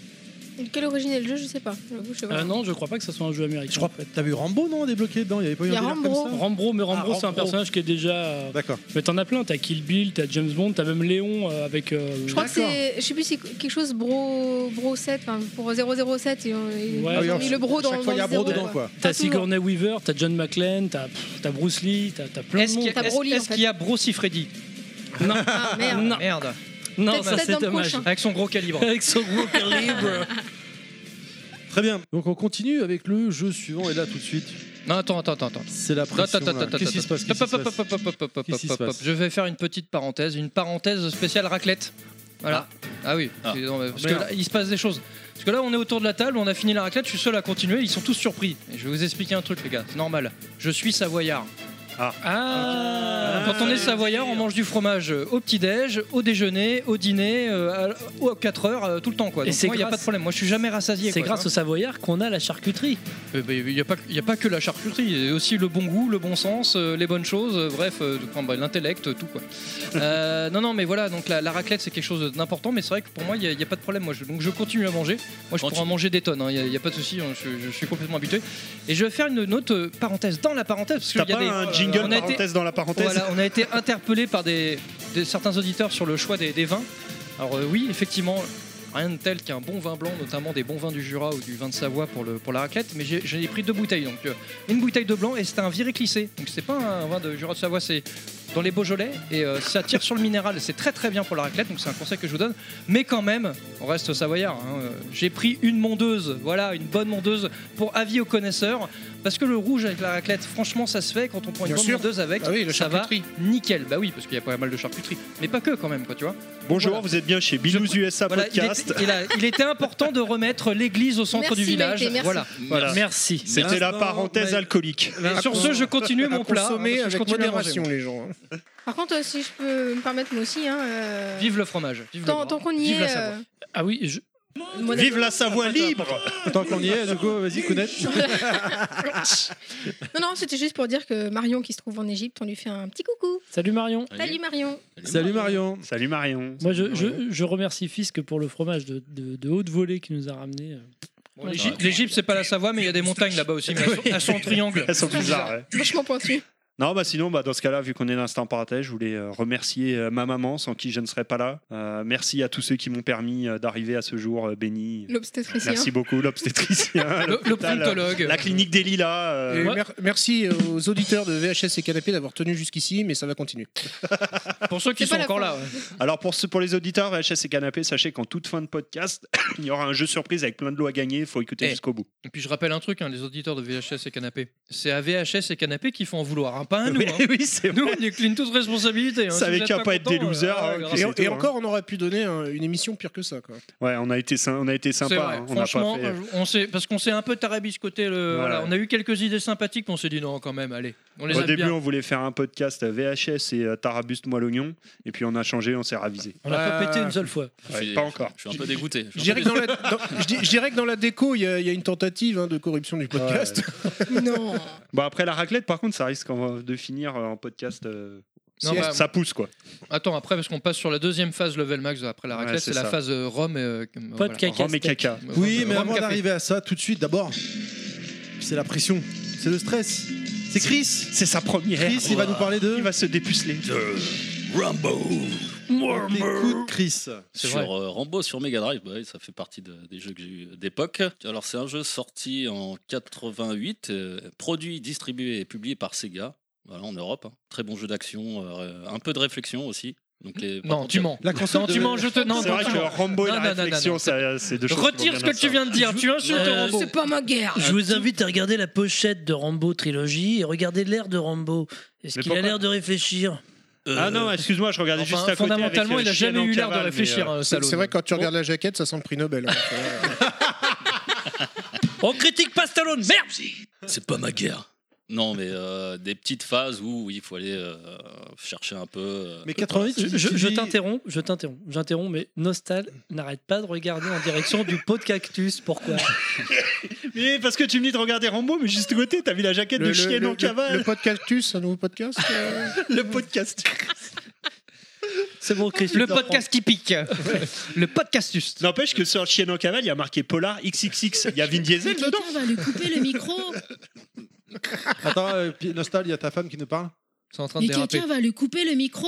Quelle origine est le jeu Je sais pas. J'avoue, je sais pas. Ah non, je crois pas que ça soit un jeu américain. Je crois pas. T'as vu Rambo, non Débloqué dedans, il y avait pas eu Il y un a délire Rambo. comme ça Rambo, mais Rambo, Ah, c'est un personnage qui est déjà. euh, D'accord. Mais t'en as plein, t'as Kill Bill, t'as James Bond, t'as même Léon euh, avec. euh, Je crois que c'est, je sais plus, c'est quelque chose bro, bro 7, enfin, pour 007, ils ont, ils Ouais. ont mis le bro dans, dans le zéro, T'as Enfin, tout le monde. Sigourney Weaver, t'as John McClane, t'as pff, t'as Bruce Lee, t'as t'as plein de Est-ce qu'il monde. y, a- est-ce- est-ce qu'il y a Brossi Freddy Non. merde. Non. Non, Peut-être- ça, peut-être c'est dans le dommage. prochain. Avec son gros calibre. Avec son gros calibre. Très bien. Donc on continue avec le jeu suivant et là tout de suite. Non, attends, attends, attends. attends. C'est la pression. Attends, attends, là. attends, Qu'est-ce qui se attends. passe Qu'est-ce qui se Hop, hop, hop, passe hop, hop, hop, hop, Qu'est-ce qui se hop, hop. passe Je vais faire une petite parenthèse, une parenthèse spéciale raclette. Voilà. Ah oui, non, mais parce que Merde. là, il se passe des choses. Parce que là, on est autour de la table, on a fini la raclette, je suis seul à continuer, ils sont tous surpris. Et je vais vous expliquer un truc, les gars, c'est normal. Je suis savoyard. Ah. Ah. Quand on est savoyard, on mange du fromage euh, au petit-déj, au déjeuner, au dîner, euh, à- aux 4 heures, euh, tout le temps. Quoi. Et Donc c'est moi, il n'y a grâce- pas de problème. Moi, je suis jamais rassasié. C'est quoi, grâce tu vois. Euh, au bah, Savoyard qu'on a la charcuterie. Il n'y a, pas que- y a pas que la charcuterie, il y a aussi le bon goût, le bon sens, euh, les bonnes choses, euh, bref, euh, enfin, bah, l'intellect, euh, tout quoi. Euh, *laughs* non, non, mais voilà, donc la, la raclette c'est quelque chose d'important, mais c'est vrai que pour moi il n'y a, y a pas de problème. Moi, je, donc je continue à manger. Moi je pourrais en manger des tonnes, il n'y a, pas de souci, hein, je, je suis complètement habitué. Et je vais faire une autre euh, parenthèse dans la parenthèse. parce que T'as y a pas des- euh, un jingle on a été- parenthèse dans la parenthèse Voilà, on a été interpellé par des, des- certains auditeurs sur le choix des, des vins. Alors euh, oui, effectivement, rien de tel qu'un bon vin blanc, notamment des bons vins du Jura ou du vin de Savoie pour, le, pour la raclette. Mais j'ai- j'ai pris deux bouteilles, donc euh, une bouteille de blanc et c'était un viré clissé. Donc c'est pas un vin de Jura de Savoie, c'est dans les Beaujolais et euh, ça tire sur le minéral. C'est très très bien pour la raclette, donc c'est un conseil que je vous donne. Mais quand même, on reste savoyard. hein, euh, J'ai pris une mondeuse, voilà, une bonne mondeuse pour avis aux connaisseurs. Parce que le rouge avec la raclette, franchement, ça se fait quand on prend une Bien bonne sûr. mondeuse avec, Ah oui, la ça va charcuterie. nickel. Bah oui, parce qu'il y a pas mal de charcuterie, mais pas que quand même, quoi, tu vois. Bonjour, vous êtes bien chez Binous USA Voilà, il, Podcast. était, il a- il était important de remettre l'église au centre Merci, du village. Maïté, merci. Voilà. Voilà. Merci. C'était la L'instant parenthèse Maï- Bah, alcoolique. Et sur ce, je continue mon plat. hein, parce que je continue à manger. les gens. Par contre, euh, si je peux me permettre, moi aussi, hein, euh, Vive le fromage. Vive tant, le tant bras. qu'on y Vive la est. Savoie. euh, Ah oui, je... moi, Vive la Savoie libre Tant qu'on y est, du coup, vas-y, connaître. Non, non, c'était juste pour dire que Marion, qui se trouve en Égypte, on lui fait un petit coucou. Salut Marion. Salut Marion. Salut Marion. Salut Marion. Moi, je, je- je remercie Fisk pour le fromage de, de- de haute volée qu'il nous a ramené. Bon, l'Égypte- L'Égypte, c'est pas la Savoie, mais il y a des montagnes là-bas aussi. Mais elles, *laughs* sont, elles sont en triangle. Elles sont bizarres. ouais. Vachement pointu. Non, bah sinon, bah, dans ce cas-là, vu qu'on est dans l'instant parenthèse, je voulais euh, remercier euh, ma maman, sans qui je ne serais pas là. Euh, merci à tous ceux qui m'ont permis euh, d'arriver à ce jour euh, béni. L'obstétricien. Merci beaucoup, *laughs* l'obstétricien, l'hôpital, l'odontologue. la clinique des Lilas. euh, Et mer- merci aux auditeurs de VHS et Canapé d'avoir tenu jusqu'ici, mais ça va continuer. Pour ceux qui C'est pas sont la encore fin. là. ouais. Alors pour, ce- pour les auditeurs VHS et Canapé, sachez qu'en toute fin de podcast, *coughs* il y aura un jeu surprise avec plein de lots à gagner. Il faut écouter Eh. jusqu'au bout. Et puis je rappelle un truc, hein, les auditeurs de VHS et Canapé, c'est à VHS et Canapé qu'il faut en vouloir, hein, pas à nous. Oui, hein. oui, c'est nous, on décline toute responsabilité. hein. Si vous êtes content, hein. euh, ah, grave. et, et encore, on aurait pu donner un- une émission pire que ça. Quoi. Ouais, on a été, sy- on a été C'est sympa. vrai, hein, on n'a franchement, pas fait- on s'est- parce qu'on s'est un peu tarabiscoté. Le, Voilà. voilà, on a eu quelques idées sympathiques, mais on s'est dit non, quand même, allez, on les Au aime début, bien. on voulait faire un podcast VHS et euh, Tarabuste moi l'oignon, et puis on a changé, on s'est ravisé. On l'a pas pété une seule fois. Ouais, pas encore. Je suis un peu dégoûté. Je dirais que dans la, dans- je dis- je dirais que dans la déco, il y, a- il y a une tentative hein, de corruption du podcast. Non. Bon, après la raclette, par contre, ça risque en- de finir euh, en podcast. euh, Non, bah, ça pousse *laughs* quoi. Attends, après, parce qu'on passe sur la deuxième phase level max après la raclette, Ouais, c'est c'est la ça. phase euh, rhum et. euh, voilà. Oui, Rhum- mais rhum avant café. d'arriver à ça, tout de suite, d'abord, c'est la pression, c'est le stress. C'est Chris. C'est sa première. Chris, il va nous parler de. Il va se dépuceler. Rambo Écoute, Chris. Sur euh, Rambo, sur Mega Drive, bah oui, ça fait partie de- des jeux que j'ai eu d'époque. Alors c'est un jeu sorti en 88, euh, produit, distribué et publié par Sega, voilà, en Europe. hein. Très bon jeu d'action, euh, un peu de réflexion aussi. Donc les, par Non, contre, euh, tu il y a- mens. non, tu mens, je te. Non, C'est non, vrai tu que mens. Rambo et Non, la non, non, non, réflexion, non. ça, c'est deux choses qui Retire vont ce bien que tu ensemble. viens de dire, tu insultes Euh, Rambo. c'est pas ma guerre. Ah, Je vous invite à regarder la pochette de Rambo trilogie et regarder l'air de Rambo. Est-ce Mais qu'il a pourquoi l'air de réfléchir Euh, Ah non, excuse-moi, je regardais Enfin, juste à côté. avec, fondamentalement, euh, il a Chien jamais en eu l'air de cavale, mais, réfléchir, hein, euh, salaud. C'est vrai, quand tu regardes la jaquette, ça sent le prix Nobel. hein. On critique pas Stallone, merde C'est pas ma guerre. Non, mais euh, des petites phases où oui, il faut aller euh, chercher un peu. euh, Je, je- je t'interromps, je t'interromps, j'interromps, mais Nostal n'arrête pas de regarder en direction du pot de cactus. Pourquoi *laughs* Mais parce que tu me dis de regarder Rambo, mais juste à côté, t'as vu la jaquette de Chien en le, cavale. podcastus, un nouveau podcast euh, Le podcast. C'est bon, Chris. Le podcast qui pique. Le podcastus. N'empêche que sur Chien en cavale, il y a marqué Polar XXX. Il y a Vin Diesel dedans. Quelqu'un *laughs* va lui couper le micro. Attends, euh, Pi- Nostal, il y a ta femme qui nous parle C'est en train Mais quelqu'un va lui couper le micro.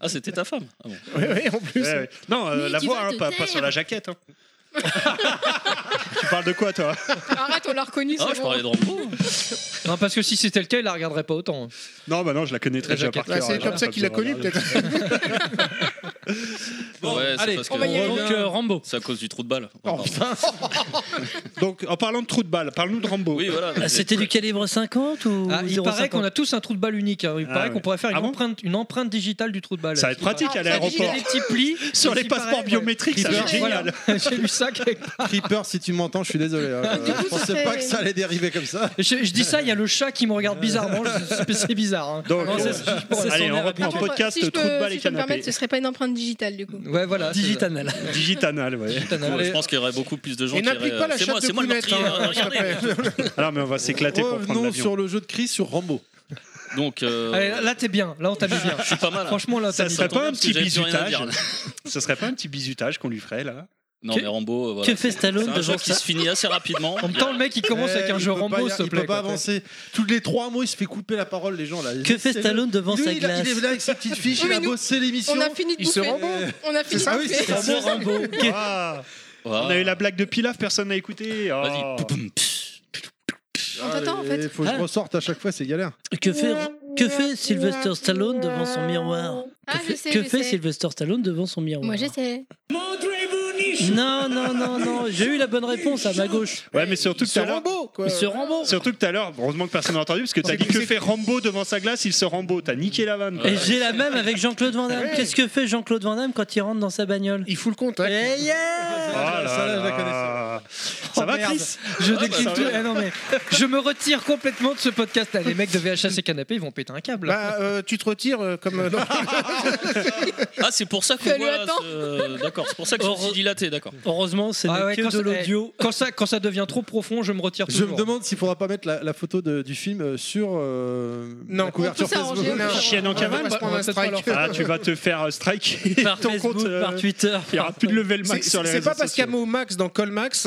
Ah, c'était ta femme ah, bon. Oui, en plus. Non, euh, Mais la tu voix, vas hein, te pas, pas taire. sur la jaquette. hein. tu parles de quoi, toi *laughs* Arrête, on l'a reconnu. c'est bon. Rambo. Non, parce que si c'était le cas, il la regarderait pas autant. Non, bah non, je la connais La très bien jaquette. par cœur. Ouais, c'est hein, comme j'ai ça pas qu'il l'a besoin de connue, *laughs* regarder. *laughs* Ouais, c'est allez, parce on que- va y aller. Donc, euh, Rambo. C'est à cause du trou de balle. Oh, putain. *laughs* Donc, en parlant de trou de balle, parle-nous de Rambo. Oui, voilà. Ah, C'était du calibre 50 ou Ah, il 0,50? paraît qu'on a tous un trou de balle unique. hein. Il Ah paraît ouais. qu'on pourrait faire une, Ah bon empreinte, une empreinte digitale du trou de balle. Ça va être Ce qui pratique paraît. à l'aéroport. Il y a des petits plis. *laughs* Sur Et les qui passeports paraît, biométriques, ça va être Voilà. génial. *laughs* J'ai lu ça quelque part. Creeper, si tu m'entends, je suis désolé. hein. Du coup, Je ça pensais fait- pas que ça allait dériver comme ça. Je, je dis ça, il y a le chat qui me regarde bizarrement. je- c'est- C'est bizarre. hein. Donc, Non, c'est- euh, je pourrais- allez, c'est son on air reprend habituel. le podcast si je Trou de balle peux, et si je peux me canapé. permettre, ce serait pas une empreinte digitale du coup. Ouais, voilà. *laughs* Digitanal. Digitanal, ouais. Ouais, je pense qu'il y aurait beaucoup plus de gens Et qui n'applique iraient, pas euh, la C'est moi, chatte de c'est moi le Poulette, meurtrier. hein, regardez. Alors, Ah, mais on va s'éclater pour prendre Revenons l'avion. Oh, sur le jeu de Chris sur Rambo. Donc, euh, Allez, là, là, t'es bien. Là, on t'a mis bien. *laughs* Je suis pas mal. hein. Franchement, là, t'as Ça mis serait bien. pas un parce que petit j'avais plus rien à bisutage dire, *laughs* Ça serait pas un petit bisutage qu'on lui ferait, là Non, Que- mais Rambo, euh, voilà. que fait Stallone C'est un devant jeu qui ça se finit assez rapidement. En même temps, le mec, il commence avec un Eh, il jeu peut Rambo, pas y- s'il te Il plaît. peut pas quoi. avancer. Tous les trois mots, il se fait couper la parole, les gens. Là. Que fait C'est- Stallone devant Lui, sa il a- Il glace est là avec ses petites fiches, Oui, il a mais nous, bossé l'émission. on a fini de il se bouffer. Rambo. On a fini C'est ça, de oui, bouffer. c'est ça. C'est ça. *laughs* Ah. On a eu la blague de Pilaf, personne n'a écouté. Oh. Vas-y. Ah, On t'attend, en fait. Il faut que je Ah. ressorte à chaque fois, c'est galère. Que fait, que fait Sylvester Stallone devant son miroir Ah, Que je fait, sais, que je fait sais. Sylvester Stallone devant son miroir Moi j'essaie. Non, non, non, *laughs* non, j'ai eu la bonne réponse à ma gauche. Ouais, mais surtout que se tout à l'heure. Rambo, quoi. Il se Rambo. Euh, Surtout que tout à l'heure, heureusement que personne n'a entendu, parce que t'as dit que fait Rambo devant sa glace, il se Rambo. T'as niqué la vanne. quoi. Et j'ai la même avec Jean-Claude Van Damme. Qu'est-ce que fait Jean-Claude Van Damme quand il rentre dans sa bagnole Il fout le contact. Eh yeah Ah là Ça, là, je la là. Oh, Ça va, merde. Chris Je Ah, bah, décline ça tout. va. Eh non, mais je me retire complètement de ce podcast. Là, les mecs de VHS et Canapé, ils vont péter un câble. Bah, euh, tu te retires euh, comme. euh, non. Ah, c'est pour ça qu'on Fais-le voit. attendre. ce- D'accord, c'est pour ça que je me suis dilaté, d'accord. Heureusement, c'est Ah ouais, que quand de ça- l'audio. eh, Quand ça, quand ça devient trop profond, je me retire Je toujours. me demande s'il faudra pas mettre la, la photo de- du film euh, sur euh, la couverture Facebook. Chienne en cavale bah, va se prendre un strike. Ah, tu vas te faire euh, strike *laughs* euh, Par Facebook, par Twitter. Il n'y aura plus de level C'est max sur les c'est réseaux pas parce qu'il y a sociaux. mot max dans Colmax.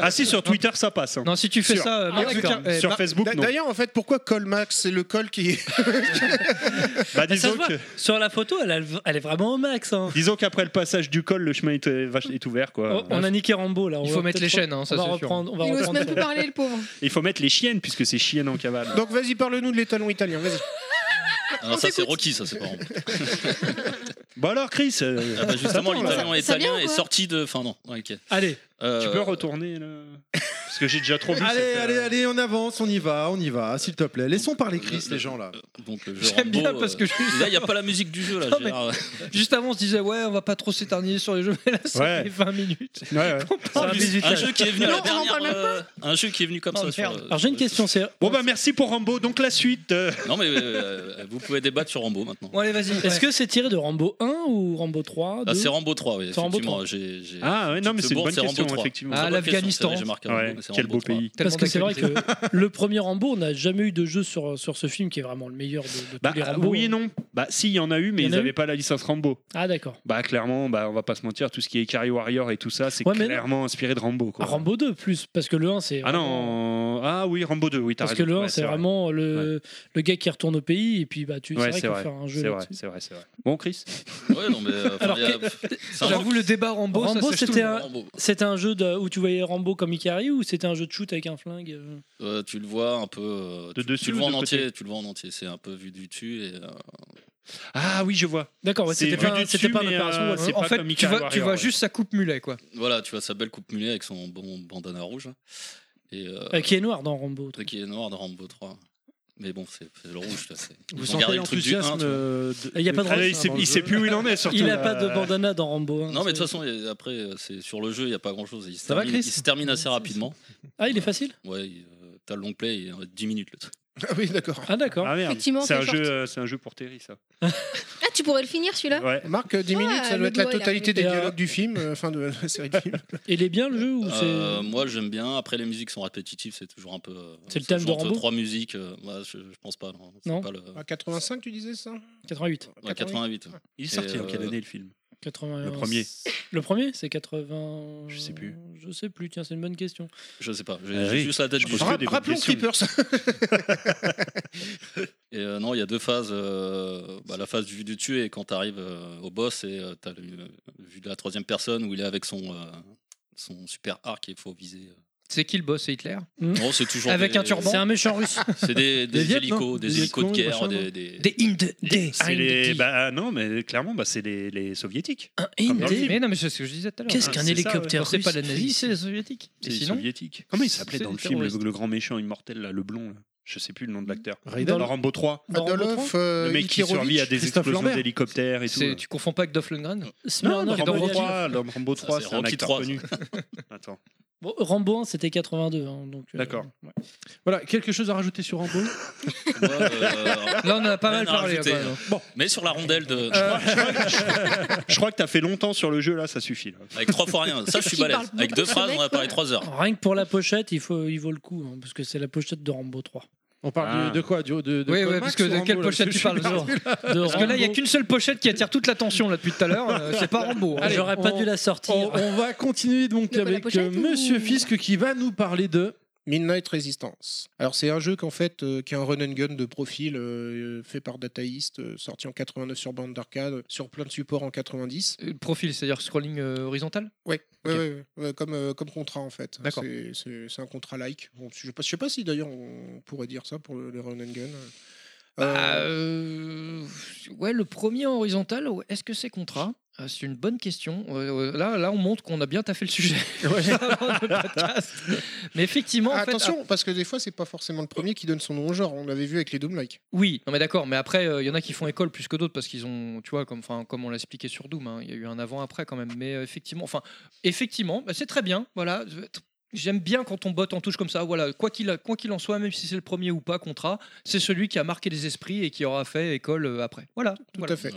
Ah si, sur Twitter, ça passe. hein. Non, si tu fais Sur- ça, euh, Mark sur- hein, Zuckerberg- eh, sur Mark- Facebook, D'a- non. D'ailleurs, en fait, pourquoi Colmax C'est le col qui. Bah, Ah, Ça se disons, voit, que- Sur la photo, elle, a- elle est vraiment au max. hein. disons qu'après le passage du col, le chemin est, vache- est ouvert. Quoi. Oh, on a niqué *laughs* Rambo là. on Il va faut mettre peut-être les re- chaînes, hein, ça, on va c'est sûr. reprendre. On va Il ose reprendre. même plus parler, le pauvre. Il faut mettre les chiennes, puisque c'est chienne en cavale. Donc vas-y, parle-nous de l'étalon italien. Vas-y. Alors, ça, c'est Rocky, ça, c'est pas Rambo. Bon alors, Chris euh, Ah, bah, justement, attends, l'italien là. Ça- ça vient italien ou est quoi sorti de. Enfin, non, ok. Allez. Euh, Tu peux retourner le- Parce que j'ai déjà trop vu. Allez, cette, euh, allez, allez, on avance, on y va, on y va, s'il te plaît. Laissons parler Chris, les gens là. Donc, euh, je J'aime bien Rambo, parce euh, que je- Là, il n'y a pas la musique du jeu, là. Non, mais- Gérard. *laughs* Juste avant, on se disait, ouais, on va pas trop s'éterniser sur les jeux, mais là, ça Ouais. fait 20 minutes. Ouais, ouais. qu'on parle. Un jeu qui est venu à la Non, on en dernière, parle même pas. euh, Un jeu qui est venu comme ça. sur, euh, Alors j'ai une question, c'est Bon bah merci pour Rambo. Donc la suite. euh, Non, mais euh, vous pouvez débattre sur Rambo maintenant. Bon, allez, vas-y. est-ce que c'est tiré de Rambo 1 ou Rambo 3 2? Ah, c'est Rambo 3, oui. C'est Rambo effectivement, 3. j'ai- j'ai- Ah, ouais, non, mais Petite c'est une seconde, bonne question, Rambo 3. effectivement. C'est Ah, une bonne question, l'Afghanistan. c'est vrai, j'ai marqué Rambo, Ouais. mais c'est Quel Rambo beau pays. 3. Parce que c'est vrai que le premier Rambo, on n'a jamais eu de jeu sur, sur ce film qui est vraiment le meilleur de, de Bah, tous les ah, Rambo. oui hein. et non. Bah, si, il y en a eu, mais Il y en ils a eu n'avaient pas la licence Rambo. Ah d'accord. Bah, clairement, bah, on va pas se mentir, tout ce qui est Ikari Warrior et tout ça, c'est clairement inspiré de Rambo. Quoi. Ah, Rambo 2 plus, parce que le 1 c'est... Ah non, ah oui, Rambo 2, oui, t'as Parce que raison. le 1 Ouais, c'est vrai. vraiment le, le gars qui retourne au pays et puis bah tu sais Ouais, c'est qu'il faut vrai. faire un jeu. C'est vrai, là-dessus. c'est vrai, c'est vrai. Bon, *laughs* Chris Ouais, non, mais. euh, Alors, enfin, il y a- ça j'avoue, manque- le débat Rambo, Rambo, ça sèche tout c'était le un, monde. Rambo. c'était un jeu de- où tu voyais Rambo comme Ikari ou c'était un jeu de shoot avec un flingue euh Euh, tu le vois un peu. euh, De tu, dessus tu le ou vois de en côté entier. Tu le vois en entier. C'est un peu vu du dessus. Et, euh, Ah oui, je vois. D'accord, ouais, C'est c'était vu pas, du c'était dessus, pas une mais, opération. euh, ouais. c'est En pas fait, comme tu Ikari vois, tu Warrior, vois ouais. juste sa coupe mulet, quoi. voilà, tu vois sa belle coupe mulet avec son bon bandana rouge. hein. Et, euh, Euh, qui est noir dans Rambo. euh, qui est noir dans Rambo 3. Mais bon, c'est c'est le rouge. Là, c'est- ils Vous ont sentez gardé le truc du l'enthousiasme, 1, tu vois. euh, de- Il y a pas de Ah, il raison, sait- dans le il sait jeu. plus où il en est, surtout. Il a pas de Euh, bandana dans Rambo. hein, Non, mais de c'est- toute façon, et après, euh, c'est sur le jeu, il n'y a pas grand chose. Il se, Ça va, termine, Chris il se termine assez rapidement. Ah, il est facile Ouais, il, euh, t'as le long play, il y a 10 minutes le truc. Ah oui, d'accord. Ah d'accord. Ah merde. Effectivement, C'est c'est un, short. jeu, euh, c'est un jeu pour Terry, ça. Ah, tu pourrais le finir celui-là Ouais. Marc, euh, 10 Ouais, minutes, ça Ah, le doit être la doigt, il a totalité des Et, euh, dialogues du film, euh, enfin de la *laughs* série de films. Il est bien le jeu ou Euh, c'est. moi j'aime bien. Après, les musiques sont répétitives, c'est toujours un peu. euh, C'est le ça thème joue de entre Rambo Trois musiques, euh, ouais, je, je pense pas. Non. C'est Non. pas le- À 85, tu disais ça 88. ouais, 88. Il est Et, sorti hein, en quelle euh, année le film 81. Le premier. Le premier, c'est 80. Je sais plus. Je sais plus, tiens, c'est une bonne question. Je sais pas. J'ai Ah j'ai oui. juste la tête Je du pose que jeu. des bonnes questions. Et euh, non, il y a deux phases. euh, bah, la phase du, du tuer, et quand tu arrives au boss, et euh, t'as le- vu de la troisième personne où il est avec son, euh, son super arc et il faut viser. C'est qui le boss C'est Hitler Non, c'est toujours Avec des- Hmm. un turban. C'est un méchant *laughs* russe. C'est des, des, hélicos, des, hélicos de guerre, des, des- Des Indes. Des C'est les. Bah, ah, non, mais clairement, bah, c'est les, les soviétiques. Comme dans le film. Mais non, mais c'est ce que je disais tout à l'heure. Ah, Qu'est-ce qu'un C'est ça, hélicoptère ouais. C'est pas la russe nazie, c'est les soviétiques. C'est Et les sinon soviétiques. Comment il s'appelait c'est dans des le film, le, terroristes. le grand méchant immortel, là, le blond là Je sais plus le nom de l'acteur. Raiden. Dans Rambo 3. Dans Rambo Adolf, 3? euh, le mec qui Ikirovitch, survit à des Christophe explosions Lambert. d'hélicoptères et tout. C'est- Tu confonds pas avec Dolph Lundgren Non, dans Smirnoff, dans Rambo Voyage. 3, dans Rambo Ça, 3, c'est c'est un Rocky acteur 3, connu. *laughs* Attends. Bon, Rambo 1, c'était 82. hein, donc, euh, D'accord. Voilà, quelque chose à rajouter sur Rambo Moi, euh, Là, on en a pas rien mal à parlé, rajouter. quand même. Mais sur la rondelle de. Je crois que t'as fait longtemps sur le jeu là, ça suffit. là. *laughs* Avec trois fois rien. Ça, je suis Il parle balèze. Avec beaucoup, deux ce phrases, mec, on a parlé quoi. trois heures. Rien que pour la pochette, il, faut, il vaut le coup, hein, parce que c'est la pochette de Rambo 3. On parle Ah. de, de quoi de, de, de Oui, Colmax ouais, parce que ou de Rambo, quelle là pochette tu Parce que parles je suis Zoro perdu, là. Parce que là, il n'y a qu'une seule pochette qui attire toute l'attention là depuis tout à l'heure. euh, C'est *laughs* pas Rambo. hein. Allez, on- On, on va continuer donc De quoi, la avec pochette euh, Monsieur Fisk qui va nous parler de. Midnight Resistance. Alors c'est un jeu qu'en fait euh, qui est un run and gun de profil euh, fait par Data East, euh, sorti en 89 sur bande d'arcade, euh, sur plein de supports en 90. Euh, Profil, c'est-à-dire scrolling euh, horizontal Ouais, ouais, Ok. ouais, ouais, ouais, comme, euh, comme contrat en fait. D'accord. C'est- C'est c'est un contrat like. Bon, je ne sais, pas- je sais pas si d'ailleurs on pourrait dire ça pour le, le run and gun. Bah, euh, Ouais, le premier en horizontal, ouais, est-ce que c'est contrat Ah, c'est une bonne question. Euh, euh, Là, là, on montre qu'on a bien taffé le sujet. *laughs* Avant le podcast. Mais effectivement, en fait, Attention, ah, parce que des fois c'est pas forcément le premier qui donne son nom au genre. On l'avait vu avec les Doom like. oui, non mais d'accord. Mais après, euh, il y en a qui font école plus que d'autres parce qu'ils ont, tu vois, comme, enfin, comme on l'a expliqué sur Doom, hein, il y a eu un avant-après quand même. Mais euh, effectivement, enfin, effectivement, bah, c'est très bien. Voilà. J'aime bien quand on botte en touche comme ça. Voilà, quoi qu'il a- quoi qu'il en soit, même si c'est le premier ou pas contrat, c'est celui qui a marqué les esprits et qui aura fait école euh, après. Voilà. Tout à fait.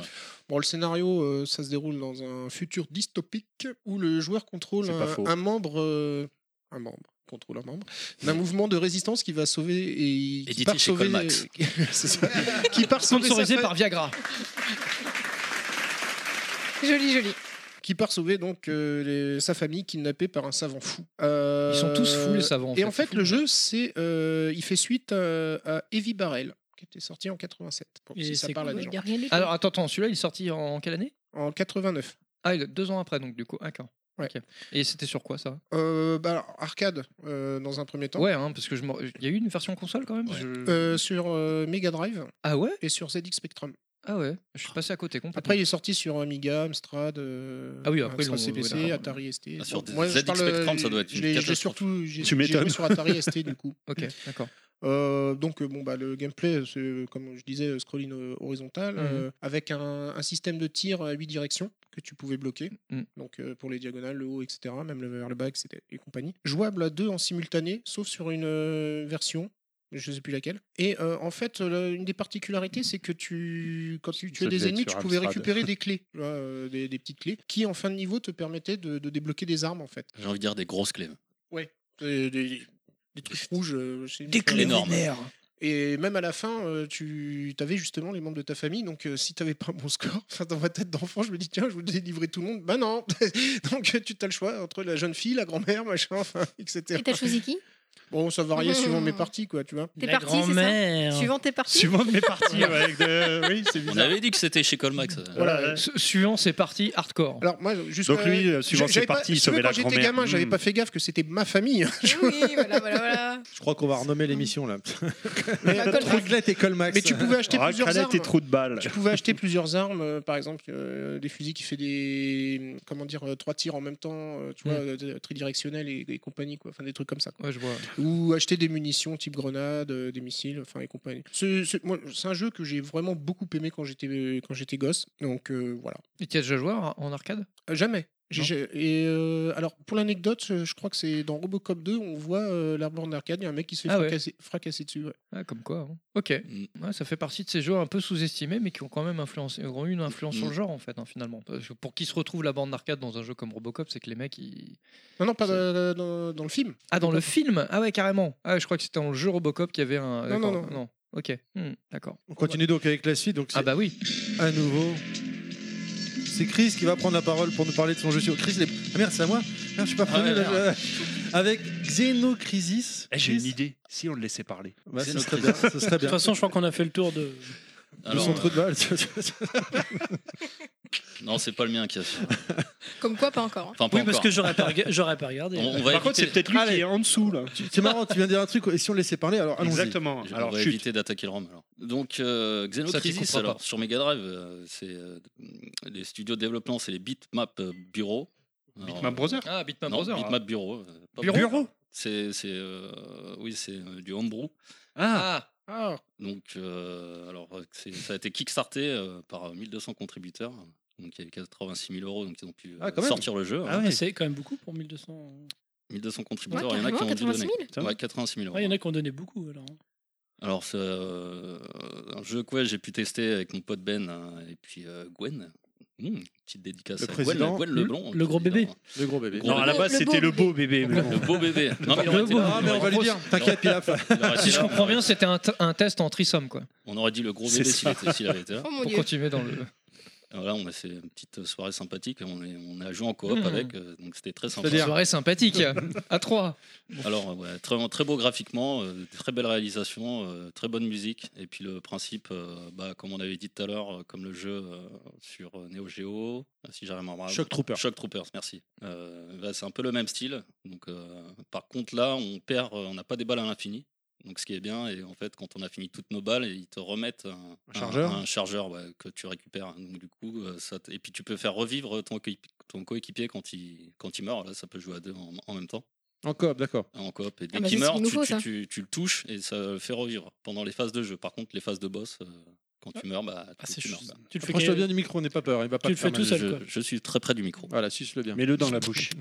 Bon, le scénario, euh, ça se déroule dans un futur dystopique où le joueur contrôle C'est pas un, faux. un membre, euh, un membre, contrôle un membre, *laughs* d'un mouvement de résistance qui va sauver et qui Édité part chez sauver, Colmax. *laughs* C'est ça. qui part sauver sa Sponsorisé fa- par Viagra. Joli, joli. qui part sauver donc euh, les- sa famille kidnappée par un savant fou. Euh, Ils sont tous fous, les savants, en et fait, en c'est fait, le jeu, c'est, euh, il fait suite à, à Heavy Barrel, qui était sorti en 87. Bon, si ça parle à des gens. Alors attends, attends, celui-là il est sorti en quelle année En 89. Ah, il est deux ans après donc du coup, d'accord. Ok. Et c'était sur quoi ça Euh, bah, alors, arcade euh, dans un premier temps. Ouais, hein, parce que je m'en- il y a eu une version console quand même. je- Euh, sur euh, Mega Drive. Ah ouais Et sur ZX Spectrum. Ah ouais, je suis passé à côté complètement. Après, il est sorti sur Amiga, Amstrad, euh, Ah oui, après, ils l'ont- Amstrad ouais, CPC, d'accord. Atari ST. Ah, sur Bon, des- moi, je ZX parle, Spectrum, ça euh, doit être une je l'ai- je l'ai catastrophe. surtout, j'ai- Tu j'ai joué m'étonnes. sur Atari ST du *laughs* coup. Ok, d'accord. Euh, donc euh, bon bah le gameplay c'est euh, comme je disais euh, scrolling euh, Mmh horizontal Mhm. euh, avec un, un système de tir à 8 directions que tu pouvais bloquer Mmh, Mhm. donc euh, pour les diagonales le haut etc même le, vers le bas etc et compagnie jouable à deux en simultané sauf sur une euh, version je sais plus laquelle et euh, en fait euh, la- une des particularités c'est que tu quand tu tuais Ça des devait ennemis être tu sur pouvais Amstrad. récupérer *laughs* des clés tu vois, euh, des, des petites clés qui en fin de niveau te permettaient de, de débloquer des armes en fait J'ai envie de dire des grosses clés. Ouais. Des, des- des trucs rouges. euh, je sais Des plus comment clés on énormes. dit. Et même à la fin, euh, tu avais justement les membres de ta famille. Donc, euh, si tu n'avais pas un bon score, *laughs* enfin, dans ma tête d'enfant, je me dis tiens, je voulais délivrer tout le monde. Bah non *laughs* Donc, euh, tu as le choix entre la jeune fille, la grand-mère, machin, enfin, *laughs* etc. Et t'as choisi qui Bon, ça *laughs* variait Mmh. suivant mes parties, quoi, tu vois. T'es parti, c'est ça Suivant tes parties Suivant mes parties, ouais, avec oui, On avait dit que c'était chez Colmax. Euh, Voilà. Su- Suivant, c'est parti hardcore. Alors moi, jusqu'à- Euh, Donc lui, euh, suivant J'a- ses j'avais pas- parties, il si tu veux, sauvait la Quand j'étais grand-mère. gamin, j'avais Mm. pas fait gaffe que c'était ma famille. hein, *laughs* *laughs* Je crois qu'on va renommer l'émission *laughs* là. Raclette et Colmax. Mais tu pouvais acheter plusieurs armes. de balles. Tu pouvais acheter plusieurs armes, euh, par exemple euh, des fusils qui fait des comment dire euh, trois tirs en même temps, euh, tu vois, Mm. euh, de- tridirectionnel et, et compagnie quoi, enfin des trucs comme ça. quoi. Ouais, je vois. Ou acheter des munitions type grenade, euh, des missiles, enfin et compagnie. Ce- ce- moi, C'est un jeu que j'ai vraiment beaucoup aimé quand j'étais euh, quand j'étais gosse, donc euh, voilà. Et tu as déjà joué hein, en en arcade Euh, Jamais. J'ai- j'ai- Et euh, alors pour l'anecdote, euh, je je crois que c'est dans Robocop 2, on voit euh, l'arbre en arcade, il y a un mec qui se fait Ah ouais. fracasser, fracasser dessus. ouais. Ah, comme quoi. hein. Ok. Ouais, ça fait partie de ces jeux un peu sous-estimés, mais qui ont quand même influencé, ont eu une influence sur le genre, en fait, hein, finalement. Parce que pour qui se retrouve la bande d'arcade dans un jeu comme Robocop, c'est que les mecs, ils. Non, non, pas dans, dans- dans le film. Ah, dans le film Ah, ouais, carrément. Ah, je crois que c'était dans le jeu Robocop qu'il y avait un. Non, non, d'accord. non. Ok. Hmm, d'accord. On continue donc avec la suite. Donc ah bah oui. À nouveau. C'est Chris qui va prendre la parole pour nous parler de son jeu sur Chris. Les... Ah merde, c'est à moi. Merde, je suis pas Ah prévenu. ouais, là, merde. je- Avec Xenocrisis. Eh, J'ai une idée. Si on le laissait parler. Bah, ce serait bien, ce serait De toute bien. façon, je crois qu'on a fait le tour de. Le Alors, centre euh, de balle. *laughs* Non, c'est pas le mien qui a. Comme quoi, pas encore. hein. Enfin, pas Oui, parce encore. que j'aurais pas, rega- j'aurais pas regardé. On- on va Par contre, éviter- c'est peut-être lui qui est en dessous là. C'est marrant, tu viens de dire un truc. Et si on le laissait parler, alors allons-y. Exactement. Je- on va éviter d'attaquer le ROM. Alors. Donc, euh, Ça, t'y Xenocrisis, comprends alors, pas. sur Mega Drive, euh, c'est euh, les studios de développement, c'est les Bitmap euh, Bureau. Alors, euh, Bitmap Brother Ah, Bitmap non, Brother, Bitmap ah. Bureau. euh, pas Bureau Bureau C'est, c'est, euh, oui, c'est euh, du homebrew. Ah, Donc, euh, alors, euh, c'est- ça a été kickstarté euh, par euh, 1200 contributeurs. Donc, il y avait 86 000 euros, donc ils ont pu euh, Ah, quand même. sortir le jeu. Ah hein. ouais, c'est quand même beaucoup pour 1200. 1200 contributeurs, Ouais, il y en a qui ont carrément, dû donner. 86 000. Ouais, 86 000 euros. Ouais, Il y en a qui ont donné beaucoup alors. Alors, c'est euh, un jeu que ouais, j'ai pu tester avec mon pote Ben hein, et puis euh, Gwen. Hum, petite dédicace Le à président. Gwen, Gwen hein, Leblon. Le gros bébé. Le gros bébé. Non, à la base, Le c'était beau le beau bébé. Le *laughs* beau bébé. Non, mais il aurait été là. Ah, mais on va lui dire. T'inquiète, Pilaf. Il aurait été Si je là, comprends bien, c'était un, t- un test en trisome, quoi. On aurait dit le gros C'est bébé ça. s'il était- s'il avait été là. Oh, mon Pour Dieu. continuer dans le- Alors là, on a fait une petite soirée sympathique. On, est, on a joué en coop Hmm. avec, euh, donc c'était très sympa. C'est-à-dire soirée *laughs* sympathique *laughs* à 3 Alors, euh, ouais, très, très beau graphiquement, euh, très belle réalisation, euh, très bonne musique. Et puis le principe, euh, bah, comme on avait dit tout à l'heure, euh, comme le jeu euh, sur euh, Neo Geo, euh, si j'arrive à me rappeler- Shock Trooper. Shock Troopers, merci. Euh, bah, c'est un peu le même style. Donc, euh, par contre, là, on perd, euh, on n'a pas des balles à l'infini. Donc, ce qui est bien, et en fait, quand on a fini toutes nos balles, ils te remettent un, Un chargeur un chargeur, ouais, que tu récupères. Donc, du coup, euh, ça t- et puis tu peux faire revivre ton, coéquip- ton coéquipier quand il, quand il meurt. Là, ça peut jouer à deux en- en même temps En coop, d'accord. en coop. Et dès Ah bah c'est qu'il ce meurt, qu'il nous tu, faut, tu- ça. tu- tu le touches et ça le fait revivre pendant les phases de jeu. Par contre, les phases de boss, euh, quand Ah. tu meurs, bah, tu, tu meurs. pas. Tu le fais bien du micro, n'aie pas peur. Il va pas te faire mal. Je, je suis très près du micro. Voilà, suce-le bien. Mets-le dans la *laughs* bouche.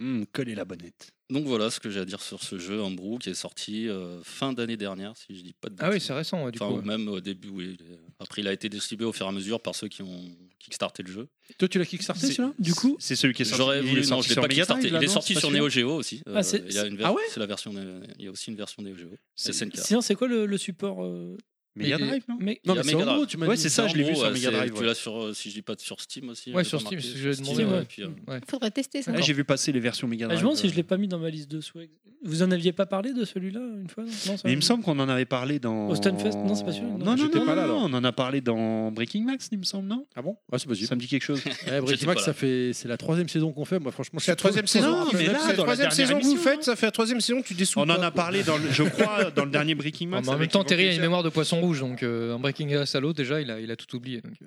Hum, collez la bonnette. Donc voilà ce que j'ai à dire sur ce jeu Homebrew qui est sorti euh, fin d'année dernière, si je dis pas de Ah oui, bêtises. c'est récent, ouais, du Enfin, coup, ou ouais. même au début, oui. Après, il a été distribué au fur et à mesure par ceux qui ont kickstarté le jeu. Toi, tu l'as kickstarté C'est- celui-là Du coup C'est celui qui est sorti. J'aurais il est voulu, non, sorti je l'ai sur pas Mega Drive, kickstarté. Il là, est non, sorti c'est pas sur celui-là Neo Geo aussi. Euh, Ah, c'est- il y a une c'est- ver- ah ouais c'est la version. de- Il y a aussi une version Neo Geo. SNK. Euh, Sinon, c'est quoi le, le support euh, Mega Drive, non mais... Il y a Mega Drive. Ouais, c'est ça, je l'ai vu Homebrew, sur ouais, Mega c'est- Drive, Tu ouais. l'as sur, euh, si je dis pas de- sur Steam aussi. Ouais, j'ai sur pas Steam, c'est remarqué, ce que sur j'avais Steam, demandé, ouais. et puis, euh, Faudrait tester ça. Ah, J'ai vu passer les versions Mega Ah, je Drive. me demande si je l'ai pas mis dans ma liste de souhaits. Vous en aviez pas parlé de celui-là une fois non Non, ça- Mais il me semble qu'on en avait parlé dans. Au Stunfest Non, c'est pas celui-là, non. Non, non, J'étais non, pas là, non, alors. On en a parlé dans Breaking Max, il me semble, non Ah bon Ah, c'est possible. Ça me dit quelque *laughs* chose. Eh, Brick Max, ça fait c'est la troisième saison qu'on fait. Moi, franchement, C'est la troisième saison. Non, mais là, C'est la dans la troisième dernière saison que vous émission, faites, ça fait la troisième saison que tu dessous. On en a parlé, dans le- je crois, *laughs* dans le dernier Breaking Max. Ah, en même avec temps, Yvan Terry a une Kaiser. mémoire de poisson rouge, donc euh, un Breaking Ass à l'eau, déjà, il a, il a tout oublié. donc, euh.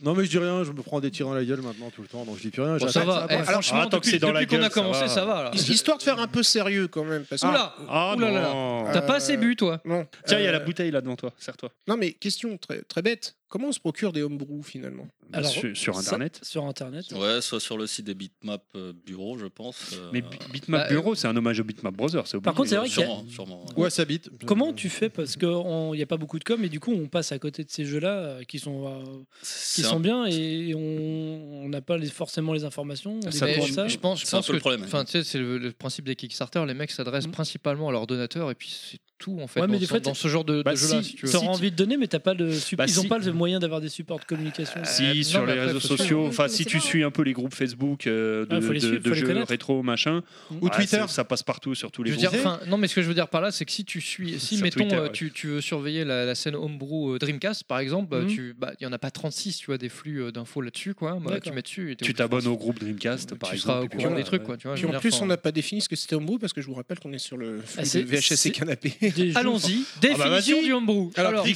Non, mais je dis rien. Je me prends des tirs dans la gueule maintenant tout le temps, donc je dis plus rien. Bon, ça j'attaque, va, passe. eh, Ah, franchement, attends que depuis- c'est dans la depuis qu'on a gueule, commencé, ça va, là. Histoire de faire un peu sérieux quand même. Parce... que- Oula Ah, Oula là là. T'as pas assez bu, toi Non. Ah, Tiens, il y a Euh, la bouteille là devant toi, serre-toi. Non, mais question très, très bête. Comment on se procure des homebrew finalement Bah, Alors, sur- sur ça- Internet. sur Internet. Ouais, soit sur le site des Bitmap euh, Bureau, je pense. euh, Mais Bi- Bitmap Bah, Bureau, c'est un hommage au Bitmap Brother. c'est Par obligé. contre, c'est vrai qu'il y a- Sûrement, sûrement. Ouais, ça bite. Comment tu fais Parce qu'il n'y a pas beaucoup de com et du coup, on passe à côté de ces jeux-là euh, qui sont. euh, qui C'est sont un- bien et on on n'a pas les- forcément les informations. on Mais découvre je, ça. je pense, je pense que, enfin, tu sais, c'est le, le principe des Kickstarter. Les mecs s'adressent principalement à leurs donateurs et puis c'est tout en fait. Mm. Ouais, mais dans, des ce- fois, dans ce genre de, de Bah, jeu-là, si, si tu veux. t'auras envie de donner, mais t'as pas le support. Bah, ils n'ont si. Euh, pas le moyen d'avoir des supports de communication. Si, sur les réseaux sociaux, enfin, si tu suis un peu les groupes Facebook euh, de, Ah, hein. faut les de- suivre, de faut les jeux connaître. rétro, machin, Ou ouais, Twitter. c'est- ça passe partout sur tous les Je veux dire, groupes. enfin, non, mais ce que je veux dire par là, c'est que si tu suis, si Sur mettons, Twitter, euh, ouais. tu, tu veux surveiller la, la scène homebrew euh, Dreamcast, par exemple, bah, Mm. Mhm. tu, bah, il y en a pas 36, tu vois, des flux euh, d'infos là-dessus, quoi. Bah, D'accord. tu mets dessus. et t'es Tu au- t'abonnes au groupe Dreamcast, par tu exemple. seras au et puis courant voilà, des trucs, ouais. quoi. Tu vois, je Puis veux en dire, plus, enfin, on n'a pas défini ce que c'était homebrew parce que je vous rappelle qu'on est sur le flux Ah, de c'est- VHS et c'est- canapé. Allons-y, définition du homebrew. Alors,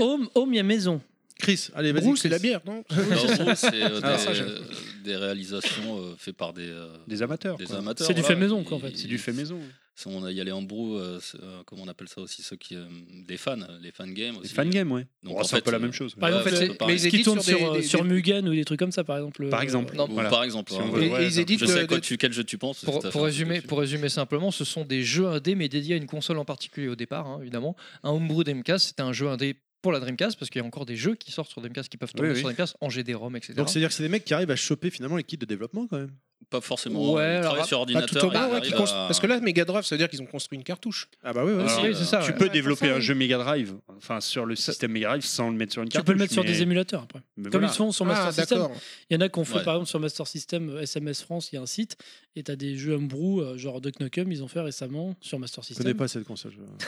home, home, il y a maison. Chris, allez, vas-y, Brew, Chris. c'est la bière, non Alors, *laughs* en gros, c'est euh, Ah, des, ça, je- euh, des réalisations euh, faites par des, euh, des amateurs. Des quoi. amateurs C'est du voilà. fait maison, quoi, en fait. Et- C'est du fait maison. Si on a- Il y a les Ambrou, euh, c'est, euh, comment on appelle ça aussi, ceux qui. euh, des fans, les fan games aussi. Les fan games, ouais. Donc, Oh, en c'est un fait, peu la euh, même chose. Par ouais, exemple, c'est un c'est- peu pareil. mais ce qui tourne sur, euh, sur Mugen ou des trucs comme ça, par exemple. Par exemple. Euh, Ou Par exemple. Si hein, on ouais. veut- Et- ouais, et ils éditent euh, je sais de- à quoi de- tu, quel jeu tu penses. Pour, c'est à pour fait- résumer, pour résumer simplement, ce sont des jeux indés mais dédiés à une console en particulier au départ, hein, évidemment. Un Homebrew Dreamcast, c'était un jeu indé pour la Dreamcast parce qu'il y a encore des jeux qui sortent sur Dreamcast qui peuvent tomber Oui, oui. sur Dreamcast en GD-ROM, etc. Donc c'est-à-dire que c'est des mecs qui arrivent à choper finalement les kits de développement quand même. Pas Ouais, forcément. ils travaillent alors, sur pas ordinateur. hein. tout au ils bas, ouais, arrivent qui cons- à- Parce que là, Mega Drive, ça veut dire qu'ils ont construit une cartouche. Ah bah ouais, ouais. Alors, Oui, c'est ça, Tu ouais. peux Ouais, développer pour ça, un oui. jeu Mega Drive, enfin sur le système Mega Drive, sans le mettre sur une Tu carte. peux le mettre sur des émulateurs après. Mais Comme voilà. ils font sur Ah, Master System. d'accord. Il y en a qu'on fait Ouais. par exemple sur Master System euh, SMS France, il y a un site et t'as des jeux homebrew euh, genre Duck Nukem, ils ont fait récemment sur Master Je System. connais pas cette console. je-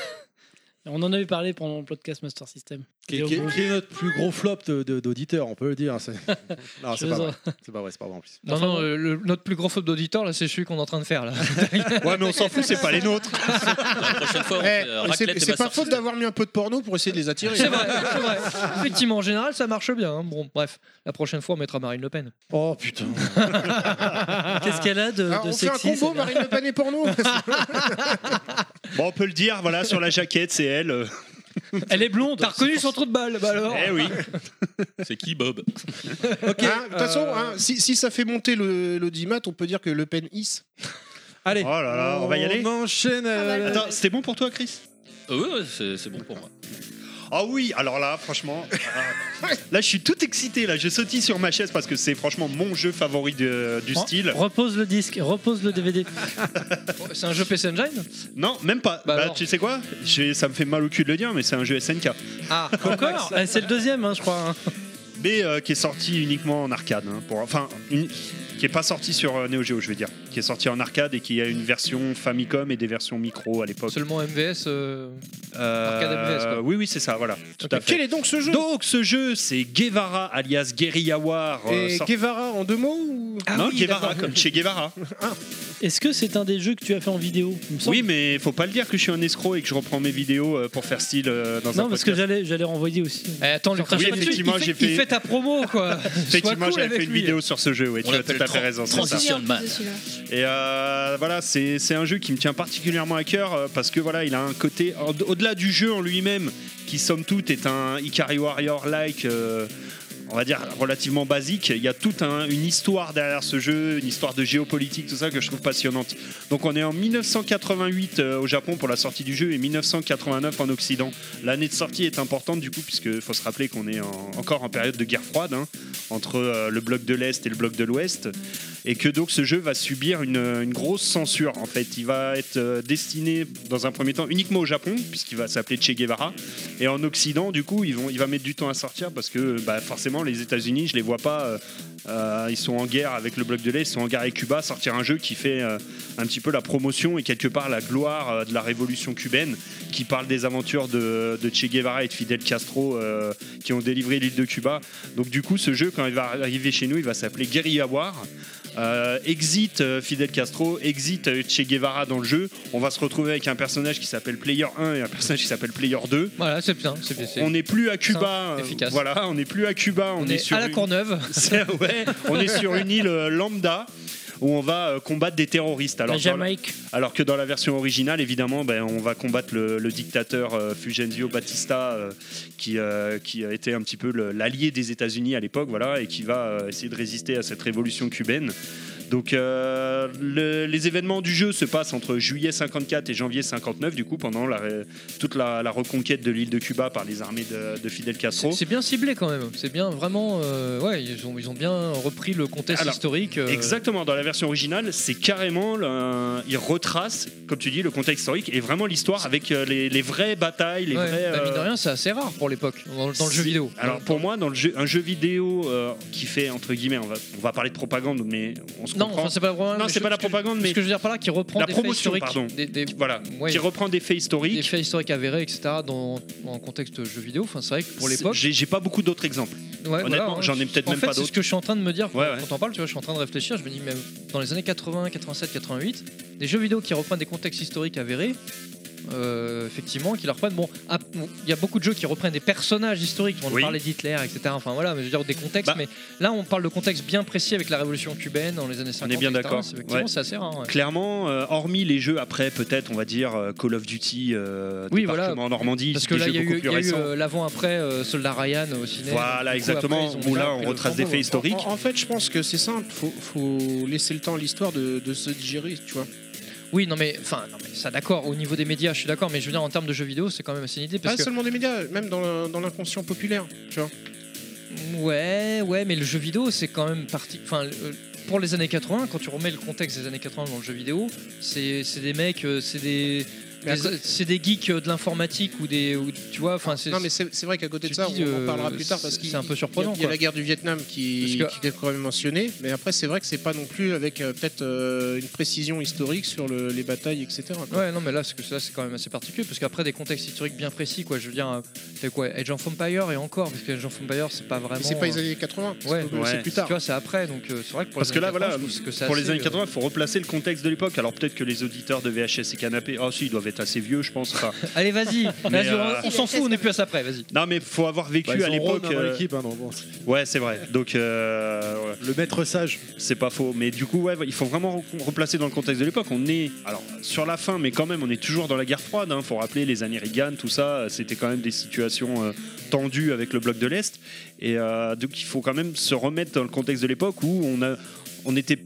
On en avait parlé pendant le podcast Master System. Qui, qui- qui est notre plus gros flop de- de- d'auditeur, on peut le dire. hein, c'est- *laughs* Non, c'est Je pas sais. vrai. C'est pas vrai, c'est pas vrai en plus. Non, non, le- le- notre plus gros faute d'auditeur, là, c'est celui qu'on est en train de faire, là. ouais, mais on s'en fout, c'est pas les nôtres. *laughs* Eh, c'est c'est pas faute d'avoir mis un peu de porno pour essayer de les attirer. C'est vrai, c'est vrai. Effectivement, en général, ça marche bien. hein. Bon, bref, la prochaine fois, on mettra Marine Le Pen. Oh putain. Qu'est-ce qu'elle a de, Alors, de on fait un sexy combo celle-là Marine Le Pen et *laughs* porno. Bon, on peut le dire, voilà, sur la jaquette, c'est elle. euh. *laughs* Elle est blonde, t'as reconnu son trou de balle, bah alors Eh oui. C'est qui Bob Hein, De toute façon, hein, si, si ça fait monter le- l'audimat, on peut dire que Le Pen is. Allez. Oh là là, on va y aller. enchaîne. euh, Attends, c'était bon pour toi, Chris Euh, ouais, ouais, c'est c'est bon pour moi. Ah oui, alors là, *laughs* franchement, ah, là je suis tout excité, là je sautille sur ma chaise parce que c'est franchement mon jeu favori de- du style. Repose le disque, repose le DVD. Oh, C'est un jeu PC Engine Non, même pas. Bah, alors. tu sais quoi J'ai- Ça me fait mal au cul de le dire, mais c'est un jeu SNK. Ah, *laughs* Encore Eh, C'est le deuxième, hein, je crois. hein. Mais euh, qui est sorti uniquement en arcade. hein, pour, enfin, une- qui est pas sorti sur euh, Neo Geo, je veux dire. Qui est sorti en arcade et qui a une version Famicom et des versions micro à l'époque. Seulement MVS. euh, Euh, Arcade MVS, quoi. Oui, oui, c'est ça, voilà. Tout à fait. Quel est donc ce jeu Donc ce jeu, c'est Guevara alias Guerilla War. euh, Et sorti- Guevara Ah en deux mots ou... Ah Ah. non, Guevara, comme chez *laughs* Guevara. Ah Est-ce que c'est un des jeux que tu as fait en vidéo Il me semble. Oui, mais faut pas le dire que je suis un escroc et que je reprends mes vidéos euh, pour faire style euh, dans un Non, parce que podcast. j'allais j'allais renvoyer Eh, aussi. Eh, attends, le Oui, effectivement, j'ai fait. ta promo, *laughs* quoi. Effectivement, j'avais fait une vidéo sur ce jeu, ouais, On tu as tout l'appelle à fait Tran- raison. c'est ça. Transition Man. Et euh, voilà, c'est c'est un jeu qui me tient particulièrement à cœur euh, parce que voilà, il a un côté au- au-delà du jeu en lui-même qui somme toute est un Ikari Warrior like. on va dire relativement basique, il y a toute un- une histoire derrière ce jeu, une histoire de géopolitique, tout ça que je trouve passionnante. Donc on est en 1988 euh, au Japon pour la sortie du jeu et 1989 en Occident. L'année de sortie est importante du coup puisque faut se rappeler qu'on est en- encore en période de guerre froide hein, entre euh, le bloc de l'Est et le bloc de l'Ouest et que donc ce jeu va subir une, une grosse censure en fait. Il va être euh, destiné dans un premier temps uniquement au Japon puisqu'il va s'appeler Che Guevara et en Occident du coup ils vont, il va mettre du temps à sortir parce que bah, forcément les États-Unis je les vois pas euh, euh, ils sont en guerre avec le bloc de l'Est, ils sont en guerre avec Cuba, sortir un jeu qui fait euh, un petit peu la promotion et quelque part la gloire euh, de la révolution cubaine, qui parle des aventures de, de Che Guevara et de Fidel Castro euh, qui ont délivré l'île de Cuba. Donc du coup, ce jeu, quand il va arriver chez nous, il va s'appeler Guerilla War. Euh, exit euh, Fidel Castro, exit euh, Che Guevara dans le jeu. On va se retrouver avec un personnage qui s'appelle Player 1 et un personnage qui s'appelle Player 2. Voilà, c'est bien. c'est bien, c'est- On n'est plus à Cuba. Simple, euh, efficace. Voilà, on n'est plus à Cuba. On, On est sur à la une- Courneuve. C'est- ouais, on est sur une île euh, lambda où on va euh, combattre des terroristes. Alors, La dans la- Jamaïque. alors que dans la version originale, évidemment, ben, on va combattre le, le dictateur euh, Fulgencio Batista, euh, qui, euh, qui a été un petit peu le- l'allié des États-Unis à l'époque, voilà, et qui va euh, essayer de résister à cette révolution cubaine. Donc euh, le- le- les événements du jeu se passent entre juillet 54 et janvier 59, du coup, pendant la ré- toute la, la reconquête de l'île de Cuba par les armées de, de Fidel Castro. C'est bien ciblé quand même. C'est bien vraiment. euh, ouais, ils ont, ils ont bien repris le contexte Alors, historique. euh, Exactement, dans la version originale, c'est carrément. le- un- il retrace, comme tu dis, le contexte historique et vraiment l'histoire avec euh, les, les vraies batailles, les ouais. vraies. Bah, mine euh, de rien, c'est assez rare pour l'époque dans, dans le jeu C'est- vidéo. Alors pour moi, dans le jeu, un jeu vidéo euh, qui fait entre guillemets, on va, on va parler de propagande, mais on se non, comprend. enfin, c'est pas vraiment. Non, c'est pas la propagande, mais ce que je veux dire par là, qui reprend la des faits promotion, historiques, pardon. des- des- Voilà, ouais, qui reprend des faits historiques. des faits historiques avérés, etc. Dans en contexte jeu vidéo. Enfin, c'est vrai que pour C'est- l'époque. j'ai j'ai pas beaucoup d'autres exemples. Ouais, Honnêtement, voilà, hein. j'en ai peut-être En même fait, pas c'est ce d'autres. que je suis en train de me dire quand, Ouais, ouais. quand on parle, tu vois, je suis en train de réfléchir, je me dis mais dans les années 80, 87, 88, des jeux vidéo qui reprennent des contextes historiques avérés, euh, effectivement, qui leur reprennent. Bon, ah, bon, il y a beaucoup de jeux qui reprennent des personnages historiques, on Oui. Bah. parlait d'Hitler, etc. Enfin voilà, mais je veux dire des contextes, mais là on parle de contexte bien précis avec la révolution cubaine dans les années 50. On est bien etc. d'accord. C'est- Effectivement, Ouais. c'est assez rare. ouais. Clairement, euh, hormis les jeux après, peut-être, on va dire euh, Call of Duty, euh, Oui, voilà. débarquement en Normandie, Parce que des là, jeux il y a beaucoup eu, plus il y a eu, récents. euh, l'avant-après euh, Soldat Ryan au cinéma. Voilà, exactement, où là, on retrace des faits historiques. En, en fait, je pense que c'est simple. Faut, faut laisser le temps à l'histoire de, de se digérer, tu vois. Oui, non mais, enfin, non, mais ça d'accord, au niveau des médias, je suis d'accord, mais je veux dire, en termes de jeux vidéo, c'est quand même assez une idée. Parce Pas que... seulement des médias, même dans le- dans l'inconscient populaire, tu vois. Ouais, ouais, mais le jeu vidéo, c'est quand même parti. Enfin, euh, pour les années 80, quand tu remets le contexte des années 80 dans le jeu vidéo, c'est c'est des mecs, euh, c'est des. Mais à des- co- C'est des geeks euh, de l'informatique ou des. ou- tu vois, enfin, c'est. Non, mais c'est c'est vrai qu'à côté de tu ça, dis, on en euh, parlera plus tard parce c'est- qu'il c'est un peu surprenant, Il y a- il y a quoi. la guerre du Vietnam qui, Parce qui est quand même mentionnée, mais après, c'est vrai que c'est pas non plus avec euh, peut-être euh, une précision historique sur le- les batailles, etc. quoi. Ouais, non, mais là, parce que ça, c'est quand même assez particulier, parce qu'après, des contextes historiques bien précis, quoi. Je veux dire, euh, t'as quoi Age of Empire et encore, parce que Age of Empire, c'est pas vraiment. Mais c'est pas les euh, années 80, Ouais, c'est c'est plus tard. Tu vois, c'est après, donc euh, c'est vrai que pour Parce que les là, années 80, voilà, je trouve que c'est pour assez, les années euh, 80, il faut replacer le contexte de l'époque. Alors peut-être que les auditeurs de VHS et Canapé, ah si, ils doivent être assez vieux, je pense. *laughs* Enfin, Allez, vas-y, Mais, vas-y, on- euh, on s'en fout, on est plus à ça près, vas-y. Non, mais faut avoir vécu Bah, ils à ont l'époque. Rome, hein, dans euh, l'équipe, hein, donc bon, Ouais, c'est vrai. Donc le maître sage, c'est pas faux. Mais du coup, ouais, il faut vraiment re- replacer dans le contexte de l'époque. On est alors sur la fin, mais quand même, on est toujours dans la guerre froide. Hein. Faut rappeler les années Reagan, tout ça. euh, C'était quand même des situations euh, tendues avec le bloc de l'est. Et euh, donc, il faut quand même se remettre dans le contexte de l'époque où on a, on était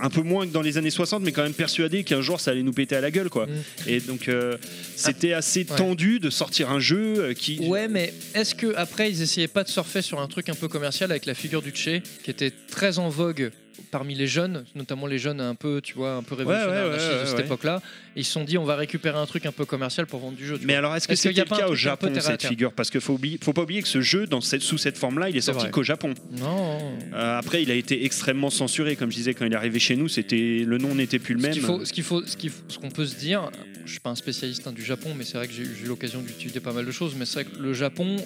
un peu moins que dans les années 60 mais quand même persuadé qu'un jour ça allait nous péter à la gueule quoi et donc euh, c'était assez Ouais. tendu de sortir un jeu euh, qui Ouais, mais est-ce que après ils essayaient pas de surfer sur un truc un peu commercial avec la figure du Che, qui était très en vogue parmi les jeunes, notamment les jeunes un peu, tu vois, un peu révolutionnaires ouais, ouais, anarchistes de ouais, cette ouais. époque-là, et ils se sont dit on va récupérer un truc un peu commercial pour vendre du jeu. tu Mais vois. alors, est-ce que qu'il c'était y a le pas un cas au truc un peu Japon, terre à cette terre figure Parce qu'il faut, oublier- faut pas oublier que ce jeu, dans cette, sous cette forme-là, il est sorti vrai. qu'au Japon. Non. Euh, après, il a été extrêmement censuré. Comme je disais, quand il est arrivé chez nous, c'était le nom n'était plus le Ce même. qu'il faut, ce qu'il faut, ce qu'il faut- ce qu'on peut se dire, je suis pas un spécialiste hein, du Japon, mais c'est vrai que j'ai j'ai eu l'occasion d'utiliser pas mal de choses. Mais c'est vrai que le Japon,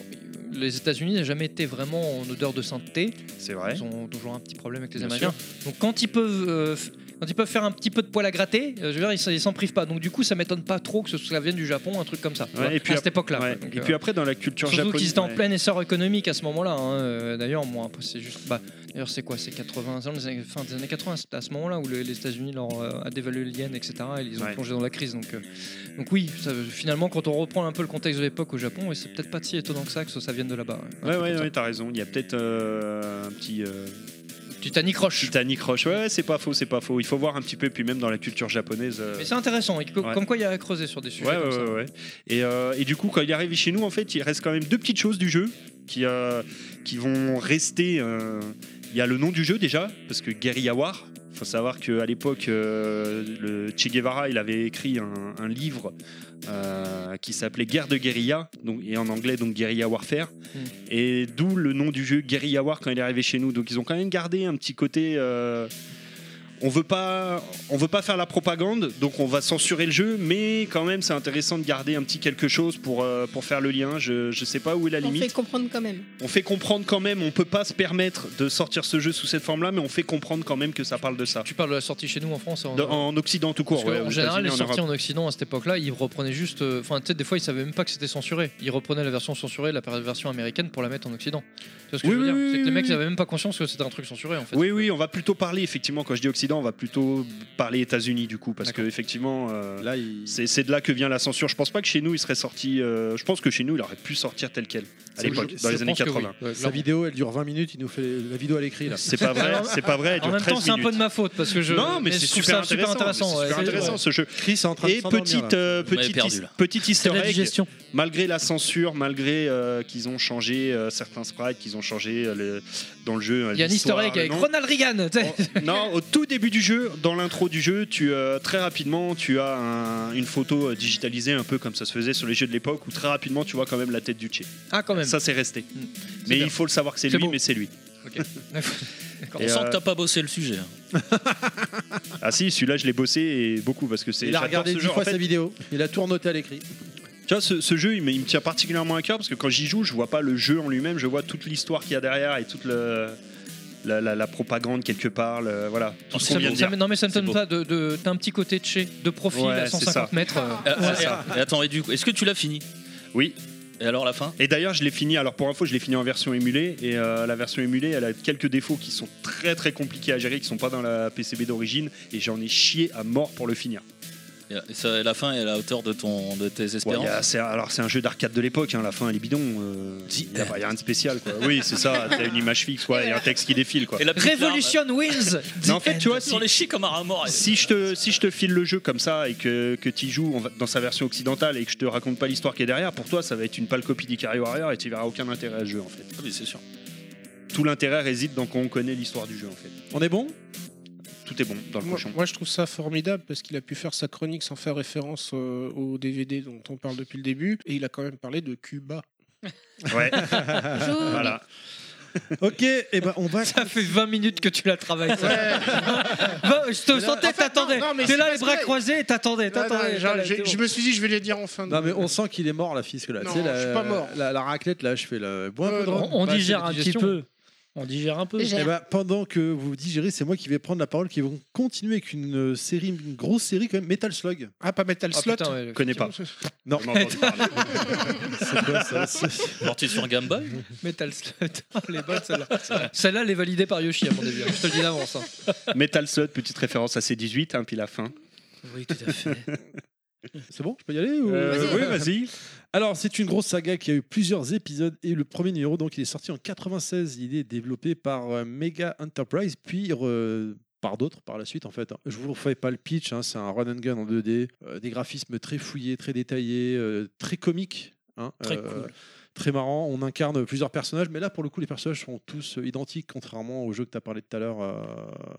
les États-Unis n'ont jamais été vraiment en odeur de sainteté. C'est vrai. Ils ont toujours un petit problème avec les Bien Américains. Donc quand ils peuvent, euh, f- quand ils peuvent faire un petit peu de poil à gratter, euh, je veux dire, ils s'en- ils s'en privent pas. Donc du coup, ça m'étonne pas trop que ce soit vienne du Japon, un truc comme ça. tu vois, Ouais, et puis à ap- cette époque-là. ouais. quoi. Donc, Et euh, puis après, dans la culture Surtout japonaise. qu'ils étaient en ouais. plein essor économique à ce moment-là. hein. Euh, D'ailleurs, moi, après, c'est juste. Bah, D'ailleurs, c'est quoi C'est 80 ans, les années- fin des années 80. C'était à ce moment-là où le- les États-Unis leur euh, a dévalué le yen, etc. Et ils ont Ouais. plongé dans la crise. Donc, euh, donc oui, ça- finalement, quand on reprend un peu le contexte de l'époque au Japon, et c'est peut-être pas si étonnant que ça que ça, ça vienne de là-bas. ouais. Un Ouais, truc ouais, comme ouais, t'as raison. Il y a peut-être euh, un petit. euh, Titanic Roche. Titanic Roche. Ouais, ouais, c'est pas faux, c'est pas faux. Il faut voir un petit peu, et puis même dans la culture japonaise. euh, ça. Mais c'est intéressant. et que- Ouais. Comme quoi, il y a à creuser sur des sujets. Ouais, comme ouais, ça. ouais, ouais. Et, euh, et du coup, quand il arrive chez nous, en fait, il reste quand même deux petites choses du jeu qui, euh, qui vont rester. euh, Il y a le nom du jeu déjà, parce que Guerilla War. Faut savoir qu'à l'époque, euh, le Che Guevara, il avait écrit un, un livre euh, qui s'appelait Guerre de guérilla, donc, et en anglais donc Guerilla Warfare. Hmm. Et d'où le nom du jeu Guerilla War quand il est arrivé chez nous. Donc ils ont quand même gardé un petit côté. euh, on veut pas, on veut pas faire la propagande, donc on va censurer le jeu, mais quand même c'est intéressant de garder un petit quelque chose pour euh, pour faire le lien. Je je sais pas où est la On limite. fait comprendre quand même. On fait comprendre quand même, on peut pas se permettre de sortir ce jeu sous cette forme-là, mais on fait comprendre quand même que ça parle de ça. Tu parles de la sortie chez nous en France en, De- en Occident tout court. Parce que, ouais, en aux général, les États-Unis, en sorties en Europe. Occident à cette époque-là, ils reprenaient juste. euh, Enfin, peut-être des fois, ils savaient même pas que c'était censuré. Ils reprenaient la version censurée, la version américaine pour la mettre en Occident. Tu vois ce que Oui, je veux oui, dire oui, C'est que les oui, mecs, ils oui. avaient même pas conscience que c'était un truc censuré en fait. Oui, oui, on va plutôt parler effectivement quand je dis l'Occident, on va plutôt parler États-Unis du coup, parce que effectivement, euh, c'est c'est de là que vient la censure. Je pense pas que chez nous, il serait sorti. euh, je pense que chez nous, il aurait pu sortir tel quel à l'époque, dans les années 80. Sa vidéo, elle dure 20 minutes, il nous fait la vidéo à l'écrit là. C'est *laughs* pas vrai, c'est pas vrai. elle En dure même temps, 13 c'est un peu minutes. de ma faute parce que je. Non, mais, je c'est trouve super ça intéressant, c'est super ouais. intéressant, ce jeu. Chris est en train de Et s'endormir, petite, là. euh, Vous m'avez petite, perdu, his- là. petite C'est easter la egg, digestion. Malgré la censure, malgré euh, qu'ils ont changé euh, certains sprites, qu'ils ont changé euh, le- dans le jeu. euh, Il y a un easter l'histoire, egg le avec nom. Ronald Reagan. tu sais. *laughs* Non, au tout début du jeu, dans l'intro du jeu, tu euh, très rapidement, tu as un- une photo euh, digitalisée un peu comme ça se faisait sur les jeux de l'époque, où très rapidement, tu vois quand même la tête du Che. Ah, quand même. Ça, c'est resté. Mais il faut le savoir que c'est C'est lui, beau. mais c'est lui. On Et, sent que euh, t'as pas bossé le sujet. hein. Ah si, celui-là, je l'ai bossé et beaucoup parce que c'est. Il a j'adore regardé ce dix jeu. En fois fait, sa vidéo. Il a tout renoté à l'écrit. Tu vois, ce, ce jeu, il me, il me tient particulièrement à cœur parce que quand j'y joue, je vois pas le jeu en lui-même, je vois toute l'histoire qu'il y a derrière et toute le- la, la- la propagande quelque part. le- voilà. Tout ce Ça qu'on vient me- de ça dire. me- non mais ça ne C'est donne beau. pas de, de- t'as un petit côté de chez de profil Ouais, à c'est 150 ça. mètres. euh, Euh, ouais. et- et attends, et du coup, est-ce que tu l'as fini Oui. Et alors la fin Et d'ailleurs, je l'ai fini. Alors pour info, je l'ai fini en version émulée et euh, la version émulée, elle a quelques défauts qui sont très très compliqués à gérer, qui sont pas dans la PCB d'origine et j'en ai chié à mort pour le finir. Et ça- La fin est à la hauteur de, ton, de tes Ouais, il espérances y a- *laughs* c'est- alors c'est un jeu d'arcade de l'époque, hein, la fin elle est bidon. euh, Il n'y a, pas- il y a rien de spécial. Quoi. Oui, c'est ça. T'as une image fixe, quoi, et un texte qui défile. Quoi. Et la petite Revolution wins. *laughs* Non, en fait, tu vois, Sur les chics comme un rat mort. Si je te si je te file le jeu comme ça et que que tu joues en- dans sa version occidentale et que je te raconte pas l'histoire qui est derrière, pour toi ça va être une pâle copie d'Ikari Warrior et tu verras aucun intérêt à ce jeu en fait. Ah Oui, c'est sûr. Tout l'intérêt réside dans qu'on connaît l'histoire du jeu en fait. On est bon Tout est bon dans le Moi, cochon. moi, je trouve ça formidable parce qu'il a pu faire sa chronique sans faire référence euh, au DVD dont on parle depuis le début et il a quand même parlé de Cuba. *laughs* Ouais. Joli. voilà. Ok, et eh ben on va. Ça fait 20 minutes que tu la travailles. ça. *laughs* Va- je te Mais là- sentais, enfin, t'attendais. non, non, mais T'es c'est là parce les bras que- croisés, et t'attendais, t'attendais. Genre, t'attendais, j'ai- c'est bon. je me suis dit, je vais les dire en fin de. Non oh, mais on sent qu'il est mort la fisque là. Non, Tu sais, la, je suis pas mort. Euh, La, la raclette là, je fais le. Bois un peu de on, rhum. on Bah, c'est digère la un petit digestion. peu. On digère un peu. Eh ben, pendant que vous digérez, c'est moi qui vais prendre la parole, qui vont continuer avec une euh, série, une grosse série quand même, Metal Slug. Ah pas Metal Oh, Slug Slot Connais pas. Non. J'en ai entendu *laughs* parler. C'est quoi ça Sorti sur Game Boy Metal Slut. Oh, *laughs* les bonnes celle-là. Celle-là, elle est validée par Yoshi à mon avis. hein. Je te le dis d'avance. hein. Metal Slug, petite référence à C18, hein, puis la fin. Oui, tout à fait. *laughs* C'est bon, je peux y aller ou- Euh, Vas-y. oui, vas-y. Alors, c'est une grosse saga qui a eu plusieurs épisodes et le premier numéro, donc, il est sorti en 96. Il est développé par euh, Mega Enterprise, puis euh, par d'autres par la suite, en fait. hein. Je vous refais pas le pitch, hein, c'est un run and gun en 2D, euh, des graphismes très fouillés, très détaillés, euh, très comiques. hein, Très euh, cool. Très marrant, on incarne plusieurs personnages, mais là pour le coup les personnages sont tous euh, identiques, contrairement au jeu que tu as parlé tout à l'heure, euh,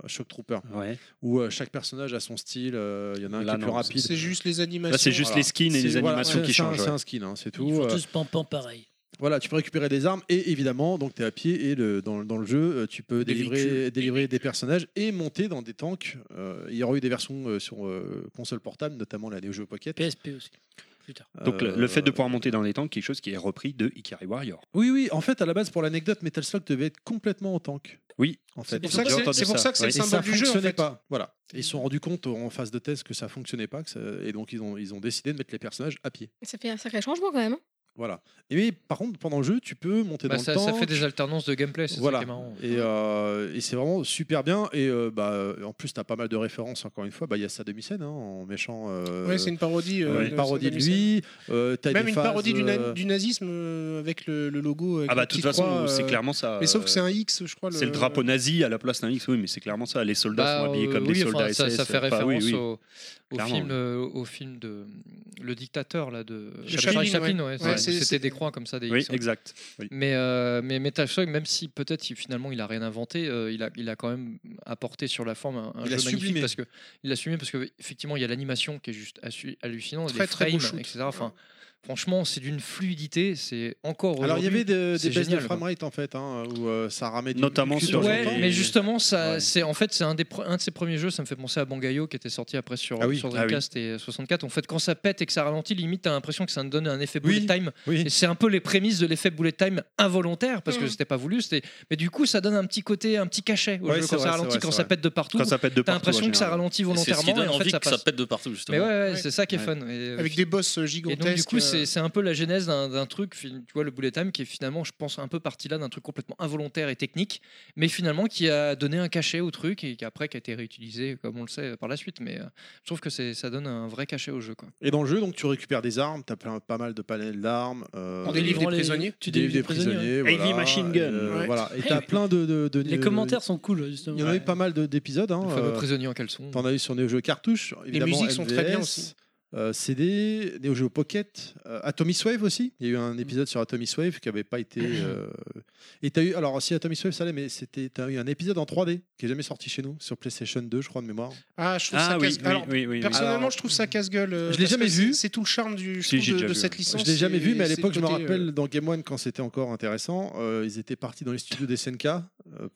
Shock Trooper, Ouais. où euh, chaque personnage a son style, euh, il y en a un Là, qui est plus non, rapide. C'est juste les animations. Là, c'est juste les skins et C'est- les voilà, animations c'est- qui c'est un- changent, C'est ouais. un skin, hein, c'est tout. Ils font Euh, tous pampan pareil. voilà, tu peux récupérer des armes et évidemment, donc tu es à pied et le, dans, dans le jeu, euh, tu peux Des délivrer, véhicules. délivrer des personnages et monter dans des tanks. Euh, il y aura eu des versions euh, sur euh, console portable, notamment la Neo Geo Pocket. PSP aussi. Donc le, Euh, le fait de pouvoir monter dans les tanks, quelque chose qui est repris de Ikari Warrior. Oui, oui, en fait, à la base, pour l'anecdote, Metal Slug devait être complètement en tank. Oui, En C'est fait, pour ça que c'est- c'est pour ça que c'est le Et ça symbole du jeu, en fonctionnait fait. pas. Voilà. Et Ils se sont rendus compte en phase de test que ça fonctionnait pas, que ça- et donc ils ont, ils ont décidé de mettre les personnages à pied. Ça fait un sacré changement quand même. hein. Voilà. Et mais, par contre, pendant le jeu, tu peux monter Bah, dans ça, le tank. ça fait des alternances de gameplay, c'est voilà. ça qui est marrant. Et, euh, et c'est vraiment super bien. Et euh, bah, en plus, tu as pas mal de références, encore une fois. Bah, Il y a sa demi-scène hein, en méchant. euh, Ouais, c'est une parodie, euh, euh, de une parodie de Saddam lui. euh, t'as Même des une phases, parodie du, na- euh, du nazisme euh, avec le, le logo. Avec Ah bah, la de toute petite façon, croix, euh, c'est clairement ça, Mais sauf que euh, c'est un X, je crois. C'est le drapeau nazi à la place d'un X, oui, mais c'est clairement ça. Les soldats Bah, sont habillés euh, comme oui, des enfin, soldats ça, SS. ça fait Enfin, référence oui, oui. au, au Clairement, film, oui. euh, au film de le dictateur là de Chaplin, Charlie ouais. ouais, Ouais, c'est- c'est- c'était des croix comme ça, des Oui, X, ouais. exact. Oui. Mais, euh, mais Metal Slug, même si peut-être il- finalement il a rien inventé, euh, il, a, il a quand même apporté sur la forme un, un Il jeu a magnifique sublimé. parce que il a sublimé parce que effectivement il y a l'animation qui est juste assu- hallucinante, Très, des très beau frames, shoot. etc. Enfin, franchement, c'est d'une fluidité, c'est encore. Alors, il aujourd'hui, y avait de- c'est des baisses de génial, quoi. framerate en fait, hein, où euh, ça ramait du- Notamment du cul sur dans le Ouais, temps. mais justement, ça, c'est en fait c'est un des pre- un de ses premiers jeux. Ça me fait penser à Bangayo qui était sorti après sur Ah oui, sur ah oui. Dreamcast et 64. En fait, quand ça pète et que ça ralentit, limite t'as l'impression que ça ne donne un effet bullet time. Et c'est un peu les prémices de l'effet bullet time involontaire parce que Mhm. c'était pas voulu. C'était mais du coup ça donne un petit côté, un petit cachet au Ouais, jeu c'est quand ça vrai, c'est ralentit, vrai, quand c'est ça vrai. pète de partout. Quand ça pète de T'as partout, l'impression en que ça général. ralentit Et c'est ce qui volontairement. donne et en fait, envie que ça passe. pète de partout, justement. Mais ouais, ouais, Ouais. c'est ça qui est fun. Et, euh, Avec des boss euh, et donc, du gigantesques. coup, c'est c'est c'est un peu la genèse d'un d'un truc, fi- tu vois, le bullet time, qui est finalement, je pense, un peu parti là d'un truc complètement involontaire et technique, mais finalement qui a donné un cachet au truc et qui après qui a été réutilisé, comme on le sait, par la suite. Mais euh, je trouve que c'est- ça donne un vrai cachet au jeu. Quoi. Et dans le jeu, donc tu récupères des armes, t'as plein, pas mal de panels d'armes. euh, En délivrant les- Tu délivres des prisonniers. Heavy voilà, machine gun. euh, Ouais. Voilà. Et t'as plein de, de- de- Les commentaires sont cool, justement. Il y en a eu pas mal de- d'épisodes. Hein, Le fameux euh, prisonnier en caleçon. T'en as eu sur Neo Geo Cartouche. Les évidemment, musiques sont très bien MVS, aussi. euh, CD, Neo Geo Pocket, euh, Atomic Wave aussi. Il y a eu Mm. un épisode sur Atomic Wave qui n'avait pas *clears throat* été. euh, Et t'as eu. Alors, si Atomic Wave, ça allait, mais c'était. T'as eu un épisode en 3D qui est jamais sorti chez nous, sur PlayStation 2, je crois, de mémoire. Ah, je trouve ça casse- alors, personnellement, je trouve ça casse-gueule. euh, Je l'ai parce jamais que c'est- vu. C'est tout le charme du, je Si, trouve, j'ai de, déjà de vu. cette licence. Je l'ai jamais vu, mais à c'est le l'époque, je me côté, euh, rappelle dans Game One, quand c'était encore intéressant, euh, ils étaient partis dans les studios des SNK euh,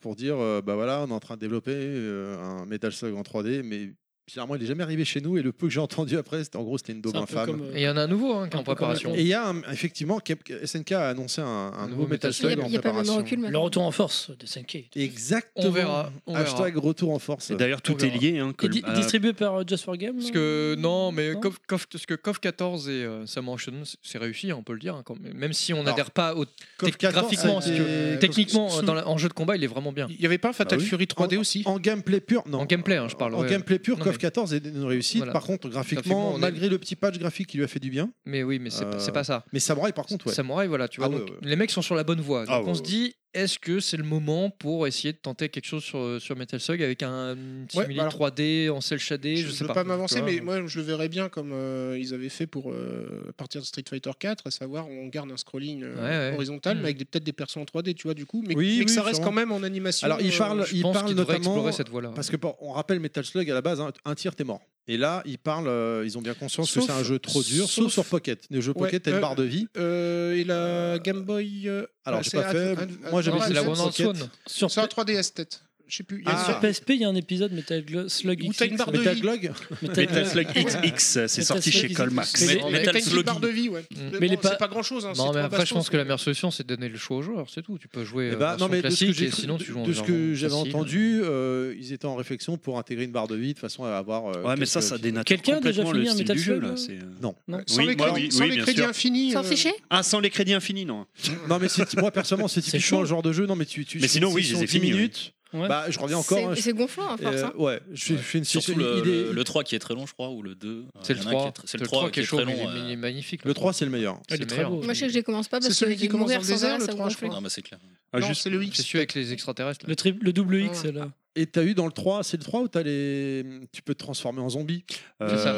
pour dire euh, bah voilà, on est en train de développer euh, un Metal Slug en 3D, mais finalement, il est jamais arrivé chez nous. Et le peu que j'ai entendu après, c'était en gros, c'était une daube C'est un peu infâme. comme, euh, Et il y en a un nouveau, hein, qui est en peu comme préparation. Capcom. Et il y a un- effectivement, Cap- SNK a annoncé un, un nouveau Metal Slug en préparation. Le retour en force de 5K. Exactement. Hashtag retour en force. Et d'ailleurs, tout est lié. Hein, que Et le- di- euh, distribué par euh, Just for Game Parce que non, mais Cov, Cov- parce que Cov 14 et euh, Sam Action, c'est réussi, hein, on peut le dire, hein, quand même même si on Alors, n'adhère pas au Cov tec- 14, graphiquement. ça a si tu été- veux. techniquement, euh, sous- dans la- en jeu de combat, il est vraiment bien. Il n'y avait pas Fatal Bah oui. Fury 3D aussi En gameplay pur, non. En gameplay, hein, je parle. En ouais. gameplay pur, Non, KOF mais- 14 est une réussite. Voilà. Par contre, Graphiquement, graphiquement, on est- malgré le petit patch graphique qui lui a fait du bien. Mais oui, mais c'est pas- euh, c'est pas ça. Mais Samurai, par contre, ouais. Samouraï, voilà, tu vois. Ah ouais, donc, ouais. Les mecs sont sur la bonne voie. Donc Ah on ouais, se ouais. dit, est-ce que c'est le moment pour essayer de tenter quelque chose sur, sur Metal Slug avec un euh, petit Ouais, simili alors, 3D en cel shadé Je, Je sais ne veux pas. pas m'avancer, Tu vois, mais moi je le verrais bien comme euh, ils avaient fait pour euh, à partir de Street Fighter 4, à savoir on garde un scrolling euh, Ouais, ouais. horizontal, Mm. mais avec des- peut-être des persos en 3D, tu vois, du coup, mais, Oui, mais que oui, ça reste sûrement. quand même en animation. Alors, il euh, parle, je il pense parle qu'il devrait notamment. explorer cette voie-là. Parce que pour- on rappelle Metal Slug à la base, hein, un tiers t'es mort. Et là, ils parlent, euh, ils ont bien conscience Sauf- que c'est un jeu trop dur, sauf, sauf- sur Pocket. Le jeu Ouais, Pocket, t'as une euh, barre de vie. euh, et la Game Boy. euh, Alors, ah, j'ai c'est pas Ad- fait. Ad- Moi, Ad- j'avais Ad- fait Ad- la Wonderland Pocket. Swan. Sur, un 3DS, peut-être. Je sais plus. il y a Ah. Sur PSP, il y a un épisode Metal Glo- Slug Où t'as une barre de Metal vie. Glug Metal Slug XX, c'est sorti chez Colmax. Mais, Mais- les- mais mais t'as t'as une une Sluggy. barre de vie, ouais. Mm. Mais Mais bon, les pas- c'est pas grand chose. Hein, Non, c'est mais trois après, je bastons, pense que la meilleure solution, c'est de donner le choix au joueur, c'est tout. Tu peux jouer Eh euh, ben, version de ce que classique j'ai et sinon de- tu joues en de ce que version j'avais facile. entendu, euh, ils étaient en réflexion pour intégrer une barre de vie de façon à avoir. euh, Ouais, mais ça, quelques- ça dénature Quelqu'un a déjà complètement fini le un style Metal du jeu, Slug, là, euh c'est, euh, Non. Non. Sans Oui, les moi, crédits- oui, sans oui, les bien crédits sûr. infinis, Sans euh, fichier Ah, sans les crédits infinis, non. non, mais c'est- moi, personnellement, c'est typiquement le genre de jeu. Non, mais tu. tu Mais sinon, oui, je j'ai les ai finis, oui. minutes. Ouais. Bah, je reviens encore. C'est- hein, je- c'est gonflant, à Euh, force, hein. Ouais, je fais une Surtout session. le, il est- le- le 3 qui est très long, je crois, ou le 2. C'est Il y en le a un qui 3. est tr- C'est le 3 qui est très long. euh, magnifique. Le 3, c'est le meilleur. Ah, C'est le meilleur. oh, Moi, je sais que je les commence pas C'est Ah, parce que celui j'ai qui dû commence mourir dans le sans désert, arrêt, le ça me 3, je gonflait. Non, mais c'est clair. Ah, juste- c'est le X. C'est celui avec les extraterrestres. Le, tri- le double X, là. Et t'as eu dans le 3, c'est le 3 où t'as les... tu peux te transformer en zombie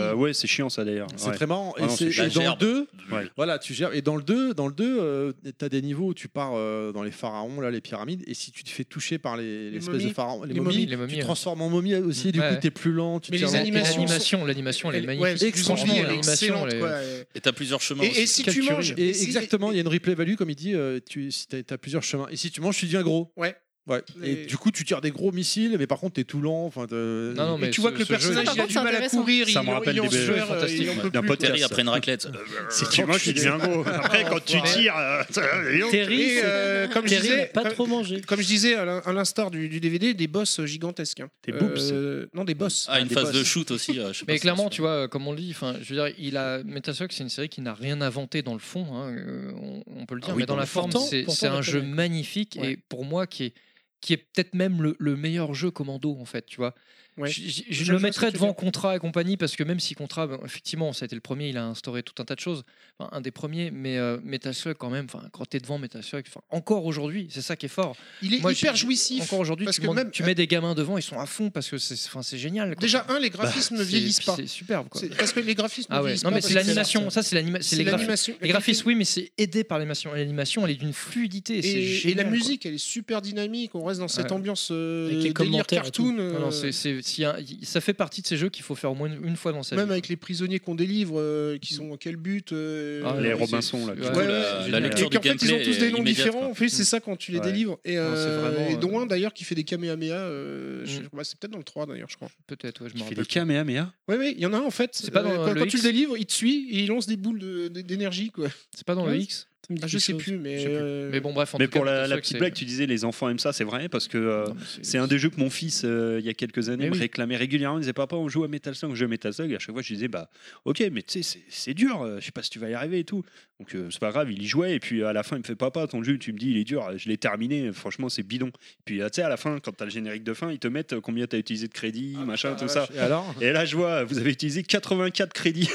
Euh, ouais, c'est chiant ça d'ailleurs. C'est Ouais. très marrant. Ah et non, c'est- c'est et chiant. dans le 2, Ouais. voilà, tu gères. Et dans le 2, dans le 2, euh, t'as des niveaux où tu pars euh, dans les pharaons, là, les pyramides, et si tu te fais toucher par les, l'espèce momies. de pharaons, les, Les momies, momies, les momies, tu te ouais. transformes en momie aussi. Du Ouais, coup, ouais. t'es plus lent. Tu Mais te les fais- animations L'animation, sont- l'animation, elle est elle- ouais, magnifique. c'est Franchement, zombie, elle est l'animation, excellente, elle est- quoi, elle- Et t'as plusieurs chemins. Et- et aussi. si tu manges- hein. Et si- exactement, il y a une replay value, comme il dit, euh, tu si t'as t'as plusieurs chemins. Et si tu manges, tu deviens gros. Ouais. Ouais. Et Les- du coup, tu tires des gros missiles, mais par contre, t'es tout lent. Enfin, non, Et tu vois que le personnage il a du mal à courir, il il en sueur, euh, il en peut D'un plus, pote quoi. Terry après une raclette. Si euh, *laughs* tu manges, tu *laughs* deviens gros. Après, quand tu tires. euh, *laughs* Terry, euh, comme je Terry n'a disais, pas comme- trop mangé. Comme je disais à l'in- à l'instar du, du DVD, des boss euh, gigantesques. hein. Des boobs. Euh, Non, des boss. Ah, une Des phase boss. de shoot aussi. euh, je sais pas Mais si clairement, tu vois, euh, comme on le dit, enfin, je veux dire, il a Metal Slug, c'est une série qui n'a rien inventé dans le fond, hein, euh, on, on peut le Ah dire, oui, mais dans dans la le forme, fond. c'est Pourtant, c'est on un l'a jeu connu. magnifique Ouais. et pour moi qui est qui est peut-être même le, le meilleur jeu commando en fait, tu vois. Je, je- je Je le vois mettrais ce que tu devant veux dire. Contrat et compagnie parce que même si Contrat, bon, effectivement, ça a été le premier, il a instauré tout un tas de choses, enfin, un des premiers, mais euh, Metal Slug quand même, enfin, quand t'es devant Metal Slug, enfin, encore aujourd'hui, c'est ça qui est fort. Il est Moi, hyper je- jouissif, Encore aujourd'hui, parce tu, que demandes- même- tu mets des gamins devant, ils sont à fond parce que c'est enfin, c'est génial. quoi. Déjà, un, les graphismes Bah, c'est- vieillissent pas. C'est superbe quoi. C'est- Parce que les graphismes Ah ouais. vieillissent Non pas mais parce c'est que l'animation, art. ça c'est l'animation, C'est les, graphi- l'animation- les graphismes oui mais c'est aidé par l'animation. Et L'animation elle est d'une fluidité, c'est Et, et génial. la quoi. musique, elle est super dynamique. On reste dans cette Ouais. ambiance euh, Avec les délire commentaires et tout. Ah cartoon. Non, non, euh, c'est- c'est- s'il y a- y- ça fait partie de ces jeux qu'il faut faire au moins une, une fois dans sa Même vie. avec les prisonniers qu'on délivre, euh, qui sont en quel but euh, Ah, Les Robinson, là. Ouais, tu vois. ouais, la- c'est la génial. lecture Et qu'en du fait, ils ont gameplay tous est des noms immédiate, différents. quoi. En fait, c'est ça quand tu les Ouais. délivres. Et, Non, c'est euh, vraiment, et euh, dont un d'ailleurs qui fait des Kamehameha. euh, je- ouais, c'est peut-être dans le 3 d'ailleurs, je crois. Mm. Peut-être, ouais, je Il fait des Kamehameha. Oui, oui, il y en a un en fait. C'est pas dans Euh, quand le quand tu X le délivres, il te suit et il lance des boules de- de- d'énergie. quoi. C'est pas dans le Ouais. X me dit Ah, je quelque sais chose. plus, mais. euh, Mais bon, bref, en Mais tout cas, pour je la, sais la que petite c'est- blague, tu disais les enfants aiment ça, c'est vrai, parce que euh, c'est un des jeux que mon fils, euh, il y a quelques années, Mais me oui. réclamait régulièrement. Il disait Papa, on joue à Metal Slug, on joue à Metal Slug. Et à chaque fois, je disais Bah, ok, mais tu sais, c'est- c'est dur, euh, je sais pas si tu vas y arriver et tout. Donc, euh, c'est pas grave, il y jouait. Et puis, à la fin, il me fait Papa, ton jeu, tu me dis, il est dur, je l'ai terminé, franchement, c'est bidon. Puis, euh, tu sais, à la fin, quand t'as le générique de fin, ils te mettent euh, combien t'as utilisé de crédits, Ah, machin, tout ça. vache. Et alors Et là, je vois, vous avez utilisé 84 crédits.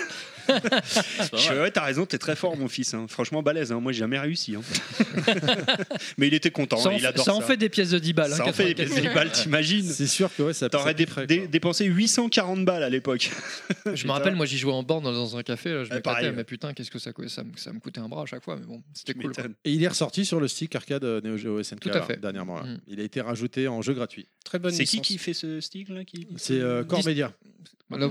*laughs* Je fais, ouais, t'as raison, t'es très fort, mon fils. hein. Franchement, balèze. hein. Moi, j'ai jamais réussi. *laughs* hein. Mais il était content. hein, Ça en il fait- adore ça ça. en fait des pièces de 10 balles, hein, Ça en fait des pièces de 10 balles, t'imagines C'est sûr que ouais, ça T'aurais ça dé- piquerait, dé- dépensé 840 balles à l'époque. Je me rappelle, moi j'y jouais en borne dans- dans un café, là, je Ouais, m'éclatais, pareil. mais putain, qu'est-ce que ça, coûtait, ça, me- ça me coûtait un bras à chaque fois, mais bon, c'était cool. quoi. Et il est ressorti sur le stick arcade euh, Neo Geo SNK Tout à là, fait. Mm. dernièrement. là. Il a été rajouté en jeu gratuit. Très C'est qui qui fait ce stick là qui... C'est euh, Core Dis- Media. Voilà.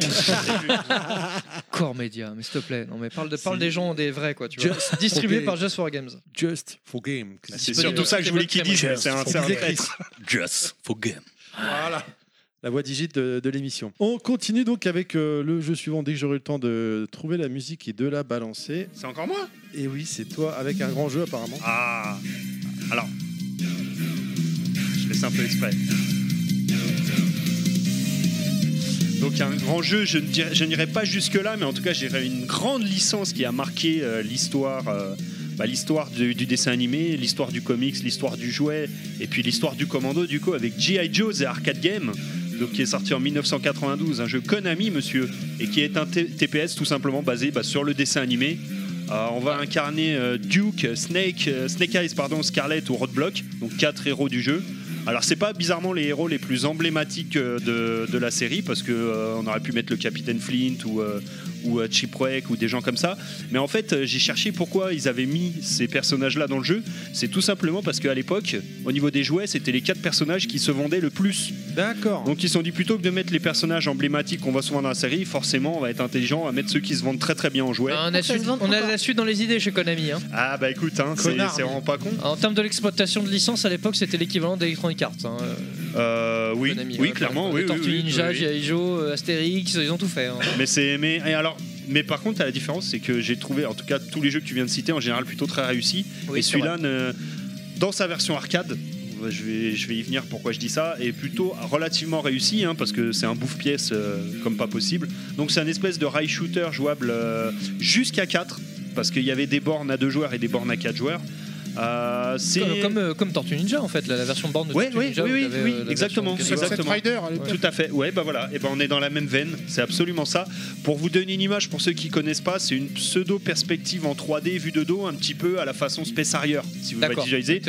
*laughs* Core Media, mais s'il te plaît, non mais parle, de, parle des gens, des vrais quoi, tu vois. Just for Distribué Game. par Just for Games. Just for Game. Bah, C'est surtout ça que je voulais qu'il dise, mais c'est un- c'est un traître. Just for Game. Voilà. La voix digite de, de l'émission. On continue donc avec euh, le jeu suivant dès que j'aurai le temps de trouver la musique et de la balancer. C'est encore moi Et Eh oui, c'est toi avec un grand jeu apparemment. Ah Alors. Je laisse un peu exprès. Donc un grand jeu, je ne dirais- je n'irai pas jusque-là, mais en tout cas j'irai une grande licence qui a marqué euh, l'histoire. euh, bah, l'histoire du, du dessin animé, l'histoire du comics, l'histoire du jouet, et puis l'histoire du commando, du coup, avec G.I. Joe's et Arcade Game, donc, qui est sorti en 1992, un jeu Konami, monsieur, et qui est un T- TPS tout simplement basé bah, sur le dessin animé. Euh, on va incarner euh, Duke, euh, Snake, euh, Snake Eyes, pardon, Scarlet ou Roadblock, donc quatre héros du jeu. Alors c'est pas bizarrement les héros les plus emblématiques euh, de, de la série parce que euh, on aurait pu mettre le capitaine Flint ou euh, ou euh, Chipwreck ou des gens comme ça. Mais en fait euh, j'ai cherché pourquoi ils avaient mis ces personnages là dans le jeu. C'est tout simplement parce qu'à l'époque au niveau des jouets c'était les quatre personnages qui se vendaient le plus. D'accord. Donc ils se sont dit plutôt que de mettre les personnages emblématiques qu'on voit souvent dans la série, forcément on va être intelligent, on va mettre ceux qui se vendent très très bien en jouets. Ah, On a, suite- on a la suite dans les idées chez Konami. Hein. Ah bah écoute, hein, c'est Connard, c'est mais- vraiment pas con. En termes de l'exploitation de licence, à l'époque, c'était l'équivalent d'Electronic Arts. hein, euh, Euh, oui, Konami, oui, hein, clairement, les oui, oui, Tortues oui, oui, Ninja, oui. G.I. Joe, euh, Astérix, ils ont tout fait. hein. Mais c'est mais et alors mais par contre à la différence c'est que j'ai trouvé en tout cas tous les jeux que tu viens de citer en général plutôt très réussis Oui, et c'est celui-là ne- dans sa version arcade bah, je vais, je vais y venir pourquoi je dis ça est plutôt relativement réussi hein, parce que c'est un bouffe-pièce euh, comme pas possible donc c'est un espèce de rail shooter jouable euh, jusqu'à 4 parce qu'il y avait des bornes à 2 joueurs et des bornes à 4 joueurs Euh, c'est Comme, comme, euh, comme Tortue Ninja, en fait, la, la version borne de Ouais, Tortue ouais, Ninja. oui, où oui, t'avais, oui, euh, la exactement. version Game Boy. exactement. Tout à fait. Ouais, bah voilà. Et ben on est dans la même veine. C'est absolument ça. Pour vous donner une image, pour ceux qui connaissent pas, c'est une pseudo perspective en 3D vue de dos, un petit peu à la façon Space Harrier, si vous l'avez D'accord, visualisé.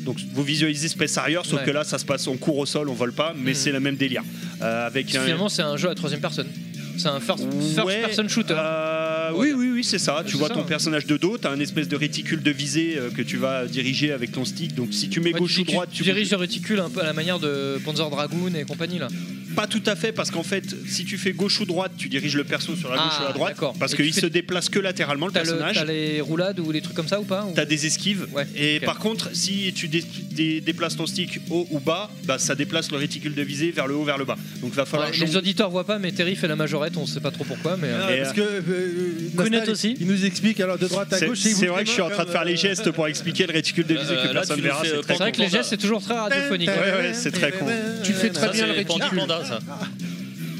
Donc vous visualisez Space Harrier, sauf Ouais. Hmm. que là ça se passe, on court au sol, on vole pas, mais c'est le même délire. Euh, avec un- Finalement, c'est un jeu à troisième personne. C'est un first, first Ouais, person shooter. euh, oui, oui, oui, c'est ça. Tu C'est vois ça, ton hein. personnage de dos, t'as un espèce de réticule de visée euh, que tu vas diriger avec ton stick. Donc si tu mets Ouais, gauche tu, ou droite, tu diriges le réticule un peu à la manière de Panzer Dragoon et compagnie là. Pas tout à fait, parce qu'en fait, si tu fais gauche ou droite, tu diriges le perso sur la Ah, gauche ou la droite, d'accord. parce Et tu qu'il fais- se déplace que latéralement le T'as le- personnage. t'as les roulades ou les trucs comme ça ou pas ou- T'as des esquives et ok. par contre si tu dé- dé- déplaces ton stick haut ou bas bah ça déplace le réticule de visée vers le haut vers le bas donc va falloir Ouais, jongler. les auditeurs voient pas, mais Terry fait la majorette, on sait pas trop pourquoi. Mais Ah, Et, parce euh, que, Kounet aussi. Il nous explique alors de droite à C'est- gauche. et il vous c'est vrai que je suis en fait train de faire les gestes pour expliquer le réticule de visée Euh, que là, personne tu verra nous fais, c'est euh, très C'est vrai con. que les gestes, c'est toujours très radiophonique. Ouais, ouais, c'est très con. Tu fais très Ça, bien c'est le Panda réticule. Panda, ça.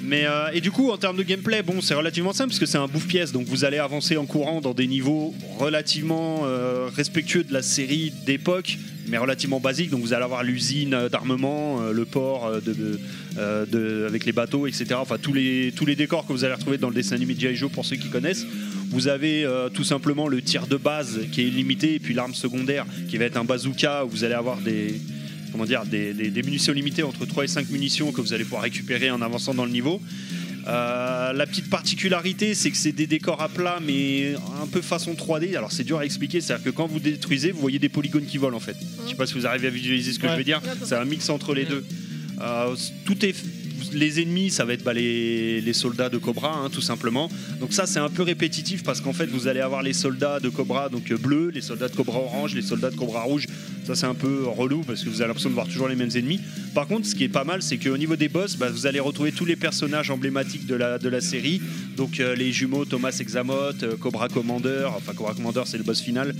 Mais euh, et du coup en termes de gameplay, bon c'est relativement simple parce que c'est un bouffe pièce, donc vous allez avancer en courant dans des niveaux relativement euh, respectueux de la série d'époque, mais relativement basiques. Donc vous allez avoir l'usine euh, d'armement, euh, le port euh, de, de- euh, de- avec les bateaux, etc. Enfin tous les tous les décors que vous allez retrouver dans le dessin animé G.I. Joe pour ceux qui connaissent. Vous avez euh, tout simplement le tir de base qui est illimité et puis l'arme secondaire qui va être un bazooka où vous allez avoir des comment dire, des, des- des munitions limitées entre 3 et 5 munitions que vous allez pouvoir récupérer en avançant dans le niveau. Euh, la petite particularité, c'est que c'est des décors à plat, mais un peu façon 3D. Alors c'est dur à expliquer, c'est-à-dire que quand vous détruisez, vous voyez des polygones qui volent en fait. Je sais pas si vous arrivez à visualiser ce que Mmh. Ouais. je veux dire. C'est un mix entre les deux. Euh, tout est les ennemis, ça va être bah, les, les soldats de Cobra, hein, tout simplement. Donc ça, c'est un peu répétitif parce qu'en fait, vous allez avoir les soldats de Cobra donc euh, bleus, les soldats de Cobra orange, les soldats de Cobra rouge. Ça, c'est un peu relou parce que vous avez l'impression de voir toujours les mêmes ennemis. Par contre, ce qui est pas mal, c'est qu'au niveau des boss, bah, vous allez retrouver tous les personnages emblématiques de la, de la série. Donc euh, les jumeaux Thomas Hexamoth, euh, Cobra Commander, enfin Cobra Commander, c'est le boss final.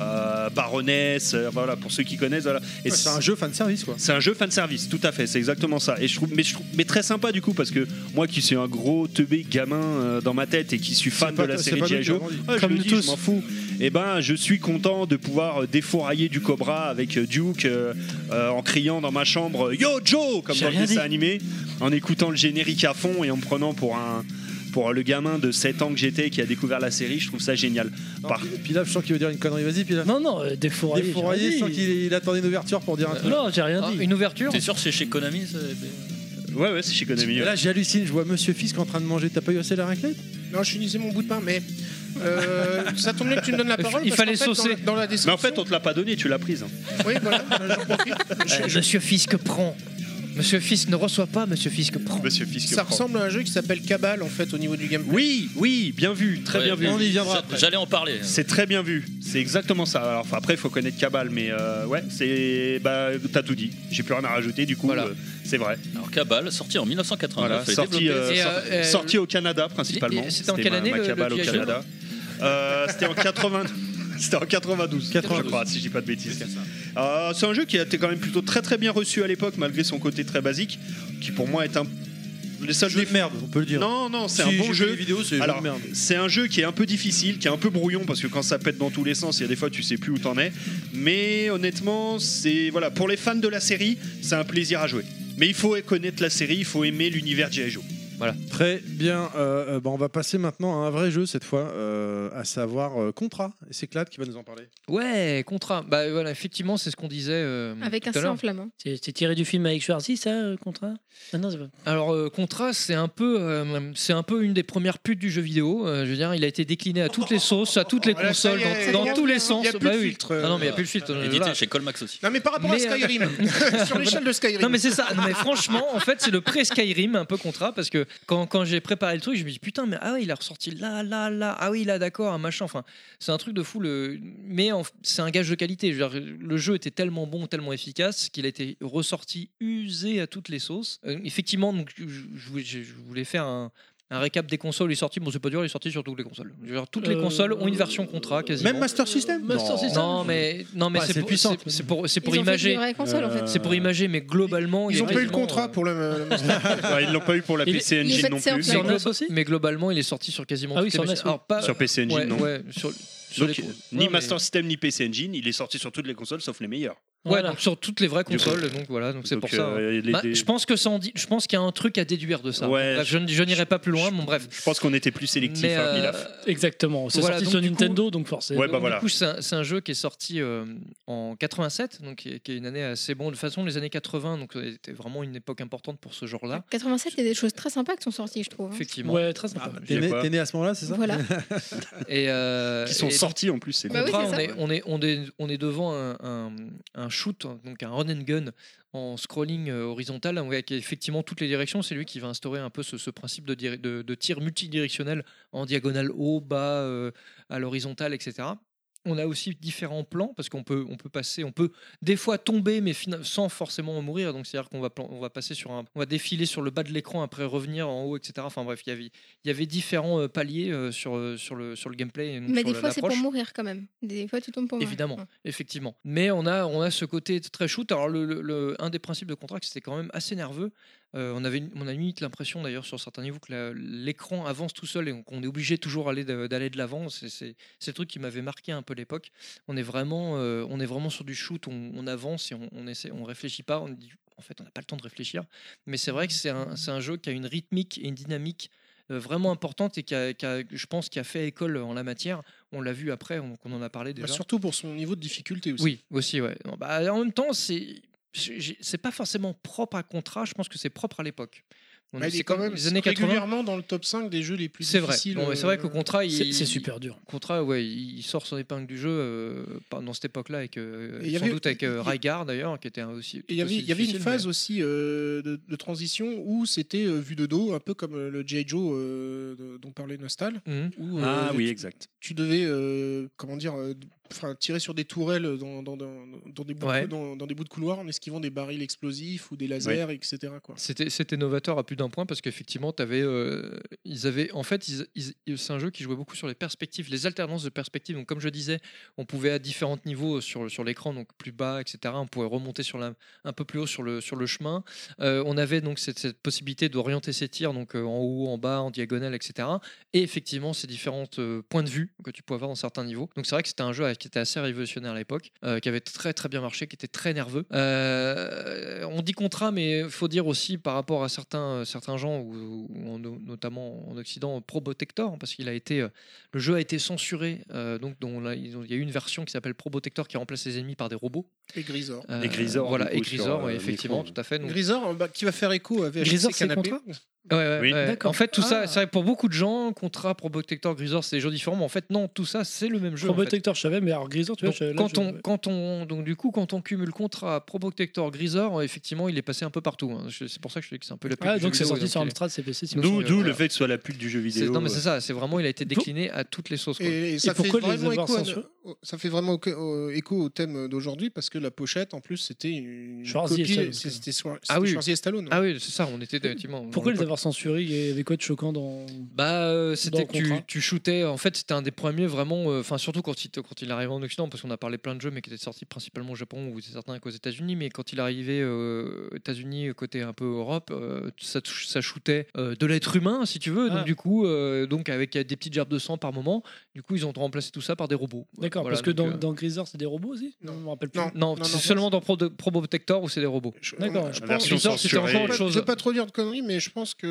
euh, Baroness, euh, voilà, pour ceux qui connaissent. Voilà. Et Ouais, c'est un jeu fan service, quoi. C'est un jeu fan service, tout à fait, c'est exactement ça. Et je trouve, mais, je trouve, mais très sympa du coup, parce que moi qui suis un gros teubé gamin euh, dans ma tête et qui suis fan pas- de la c'est série pas nous G.I. qui Joe, l'avons dit. ouais, je Comme le nous dis, tous. je m'en fous. Et ben, je suis content de pouvoir euh, défourailler du Cobra avec euh, Duke euh, euh, en criant dans ma chambre Yo Joe comme J'ai dans le rien dessin dit. animé, en écoutant le générique à fond et en me prenant pour un pour le gamin de 7 ans que j'étais qui a découvert la série, je trouve ça génial. Par- Pilaf, je sens qu'il veut dire une connerie, vas-y Pilaf. Non, non, euh, défourailler. Défourailler, je j'ai sens rien Euh, qu'il il attendait une ouverture pour dire un Euh, truc. Non, j'ai rien dit. Ah, Une ouverture T'es sûr, c'est chez Konami ça ah, Ouais, ouais, c'est chez Konami. Et là, j'hallucine, je vois Monsieur Fisk en train de manger. T'as pas eu assez la raclette Non, je finissais mon bout de pain, mais euh, ça tombe bien que tu me *laughs* donnes la parole. parce qu'en fait, dans la- Dans, Mais la en description. fait, on te l'a pas donné, tu l'as prise. Oui, voilà. Euh, Monsieur Fisk prend. Monsieur Fisk ne reçoit pas, Monsieur Fisk prend. Monsieur Fisk Ça ressemble à un jeu qui s'appelle Cabal en fait au niveau du gameplay. Oui, oui, bien vu, très bien vu. J'allais en parler. hein. C'est très bien vu, c'est exactement ça. Alors, enfin, après, il faut connaître Cabal, mais euh, ouais, c'est. Bah, t'as tout dit. J'ai plus rien à rajouter, du coup, euh, c'est vrai. Alors Cabal, sorti en 1989. Voilà, et sorti, développé- euh, Et, sor- euh, euh, sorti au Canada principalement. et c'était en quelle ma- année, ma le- le cabale au G.I. Joe Canada *laughs* Euh, C'était en 80. C'était en 92, je crois, si je dis pas de bêtises. Euh, c'est un jeu qui a été quand même plutôt très très bien reçu à l'époque, malgré son côté très basique, qui pour moi est un les seuls jeux merde, on peut le dire. Non, non, c'est Si, un j'ai bon vu jeu. les vidéos, c'est des jeux Alors, de merde. c'est un jeu qui est un peu difficile, qui est un peu brouillon parce que quand ça pète dans tous les sens, il y a des fois tu sais plus où t'en es. Mais honnêtement, c'est voilà pour les fans de la série, c'est un plaisir à jouer. Mais il faut connaître la série, il faut aimer l'univers G.I. Joe. Voilà. Très bien. euh, euh, bah, on va passer maintenant à un vrai jeu cette fois, euh, à savoir euh, Contra. Et c'est Clad qui va nous en parler. Ouais, contrat. Bah voilà, effectivement, c'est ce qu'on disait. euh, Avec un hein. tout à sein en l'heure. flamand. C'est c'est tiré du film avec Schwarzy, ça, euh, contrat Ah non, c'est pas. Alors euh, Contra, c'est un peu, euh, c'est un peu une des premières putes du jeu vidéo. Euh, je veux dire, il a été décliné à toutes les sauces, à toutes les Voilà, Oh, ça consoles, y est, dans, y a dans tous plus- les sens. y a plus Bah de oui. filtre, Ah non, mais il n'y a plus de filtre. euh, Édité voilà. chez Colmax aussi. Non mais par rapport Mais, à euh, Skyrim, *laughs* sur l'échelle de Skyrim. Non mais c'est ça. Non, mais franchement, en fait, c'est le pré Skyrim un peu contrat parce que quand, quand j'ai préparé le truc, je me dis putain mais ah ouais il a ressorti là là là ah oui là d'accord un machin. Enfin c'est un truc de fou le mais en- c'est un gage de qualité. Je veux dire, le jeu était tellement bon, tellement efficace qu'il a été ressorti usé à toutes les sauces. Euh, effectivement donc je, je voulais- je- je voulais faire un un récap des consoles, il est sorti, bon c'est pas dur, il est sorti sur toutes les consoles. Je veux dire, toutes les Euh, consoles ont une version contrat quasiment. Même Master System non. Non, mais, non, mais Ouais, c'est c'est pour, puissant. c'est- c'est pour, c'est pour Ils ont fait des imager. Euh, vraies consoles, en fait. C'est pour imager, mais globalement. il Ils est ont pas eu le quasiment, contrat pour le. le euh, Monster. *laughs* ils l'ont pas eu pour la Il- PC il- Engine non plus. mais, glo- mais globalement, il est sorti sur quasiment Ah oui, toutes les sur machines. NES, oui. Alors, pas- Sur PC Engine ouais, non. Ouais, sur, sur Donc, les- ni ouais, Master System ni PC Engine, il est sorti sur toutes les consoles sauf les meilleures. mais- ouais, donc sur toutes les vraies consoles. Donc voilà, donc c'est Donc, pour ça. euh, les- Bah, les- Je pense que ça en dit. Je pense qu'il y a un truc à déduire de ça. Ouais, Bref, je, n- je n'irai pas plus loin. Bon bref. Je pense qu'on était plus sélectif. Mais, euh, hein, Pilaf. Exactement. C'est Voilà, sorti donc, sur du Nintendo, donc forcément. Ouais, bah, voilà. Du coup, c'est un, c'est un jeu qui est sorti euh, en 87, donc qui est, qui est une année assez bonne. De toute façon, les années 80, donc euh, était vraiment une époque importante pour ce genre-là. 87, il y a des choses très sympas qui sont sorties, je trouve. hein. Effectivement. très Ah, sympa. bah, Ah, T'es né, t'es né à ce moment-là, c'est ça *laughs* Voilà. et euh, Qui sont et- sortis en plus, c'est Bah bon. oui, Contrat, c'est on ça. est- on, est, on, est, on est devant un, un- un shoot, donc un run and gun en scrolling euh, horizontal avec effectivement toutes les directions. C'est lui qui va instaurer un peu ce, ce principe de, diri- de, de tir multidirectionnel en diagonale haut, bas, euh, à l'horizontale, etc. On a aussi différents plans parce qu'on peut, on peut passer, on peut des fois tomber mais fina- sans forcément mourir. Donc c'est-à-dire qu'on va, plan- on va passer sur un, on va défiler sur le bas de l'écran après revenir en haut, etc. Enfin bref, il y avait, il y avait différents euh, paliers euh, sur, euh, sur, le, sur le gameplay. et donc Mais sur des la- fois, c'est pour l'approche. mourir quand même. Des fois, tu tombes pour mourir. Évidemment, Ouais. effectivement. Mais on a, on a ce côté très shoot. Alors, le, le- le- un des principes de contrat, c'était quand même assez nerveux. Euh, on, avait, on a limite l'impression, d'ailleurs, sur certains niveaux, que la- l'écran avance tout seul et qu'on qu'on est obligé toujours aller de- d'aller de l'avant. C'est c'est- c'est le truc qui m'avait marqué un peu l'époque. On, est vraiment, euh, on est vraiment sur du shoot, on, on avance et on, on essaie, on réfléchit pas. On dit, en fait, on n'a pas le temps de réfléchir. Mais c'est vrai que c'est un, c'est un jeu qui a une rythmique et une dynamique euh, vraiment importante et qui, a- qui a- je pense qui a fait école en la matière. On l'a vu après, on, on en a parlé déjà. Bah, surtout pour son niveau de difficulté aussi. Oui, aussi, ouais. Non, bah, en même temps, c'est j'ai- j'ai- c'est pas forcément propre à contrat. Je pense que c'est propre à l'époque. On- Bah, il c'est est quand même les années 80. régulièrement dans le top 5 des jeux les plus C'est vrai. difficiles. Non, mais c'est vrai euh, que contrat, C'est- il c'est super dur. Contrat, ouais, il il sort son épingle du jeu euh, par- dans cette époque-là avec euh, Et il y sans avait- doute avec euh, il y- Rygar d'ailleurs, qui était un aussi. Et il y avait, aussi il y avait une difficile, phase aussi euh, de, de transition où c'était euh, vu de dos, un peu comme euh, le G.I. Joe euh, de- dont parlait Nostal. Mhm. Où, Ah oui, tu- exact. Tu devais, euh, comment dire, euh, enfin, tirer sur des tourelles dans, dans- dans- dans des bouts Ouais. de, dans, dans des bouts de couloir en esquivant des barils explosifs ou des lasers, etc. Quoi. C'était, c'était novateur à plus d'un point parce qu'effectivement, t'avais, euh, ils avaient, en fait, ils- ils- c'est un jeu qui jouait beaucoup sur les perspectives, les alternances de perspectives. Donc, comme je disais, on pouvait à différents niveaux sur, sur l'écran, donc plus bas, etc. On pouvait remonter sur la, un peu plus haut sur le, sur le chemin. Euh, on avait donc cette, cette possibilité d'orienter ses tirs, donc euh, en haut, en bas, en diagonale, etc. Et effectivement, ces différents euh, points de vue que tu pouvais avoir dans certains niveaux. Donc, c'est vrai que c'était un jeu qui était assez révolutionnaire à l'époque, euh, qui avait très très bien marché, qui était très nerveux. Euh, on dit contrat, mais faut dire aussi par rapport à certains, euh, certains gens, ou, ou en- notamment en Occident, Probotector, hein, parce qu'il a été, euh, le jeu a été censuré. euh, donc, dont là, ils ont- il y a eu une version qui s'appelle Probotector qui remplace les ennemis par des robots. Et Grisor. Euh, voilà, et Grisor, euh, ouais, effectivement, tout à fait. donc- Grisor, euh, bah, qui va faire écho à VHC Grisor, c'est Canapé. contrat Ouais, ouais, Oui. ouais. D'accord. En fait, tout Ah. ça, c'est vrai que pour beaucoup de gens, Contrat, Probotector, Grisor, c'est des jeux différents, mais en fait, non, tout ça, c'est le même jeu. en fait. Probotector, je savais, mais alors Grisor, tu vois, Donc, je- là, quand je- on, quand on, donc du coup, quand on cumule contrat, Probotector, Grisor, euh, effectivement, il est passé un peu partout. hein. Je- C'est pour ça que je dis que c'est un peu la pub Ah, du donc jeu c'est vidéo, sorti donc sur il est- Amstrad CPC. sinon, D'où c'est- d'où voilà. le fait que ce soit la pub du jeu C'est- vidéo. euh, Non, mais c'est ça, c'est vraiment, il a été décliné à toutes les sauces. quoi. Et, et ça, fait vraiment euh, écho à no- au- ça fait vraiment écho- au- écho au thème d'aujourd'hui parce que la pochette, en plus, c'était une Schwarzy et copie- Stallone. c'est- C'était Schwar- Ah c'était oui. Schwarzy et Stallone. hein. Ah oui, c'est ça, on était effectivement. Pourquoi on- les avoir censurés Il y avait quoi de choquant dans. Bah, euh, c'était Dans que tu, Contra. tu shootais. En fait, c'était un des premiers vraiment. euh, Enfin, surtout quand il, quand il arrivait en Occident, parce qu'on a parlé plein de jeux, mais qui étaient sortis principalement au Japon ou certains qu'aux États-Unis. Mais quand il arrivait euh, aux États-Unis, côté un peu Europe, euh, ça, tou- ça shootait euh, de l'être humain, si tu veux. Ah. Donc, du coup, euh, donc avec euh, des petites gerbes de sang par moment. Du coup, ils ont remplacé tout ça par des robots. D'accord, Voilà, parce que dans, donc, euh, dans Grisor, c'est des robots aussi Non, je me rappelle plus. Non, c'est seulement dans Pro Probotector où c'est des robots. D'accord, je je pense- pense Version c'était encore Je autre ne veux chose. pas trop dire de conneries, mais je pense que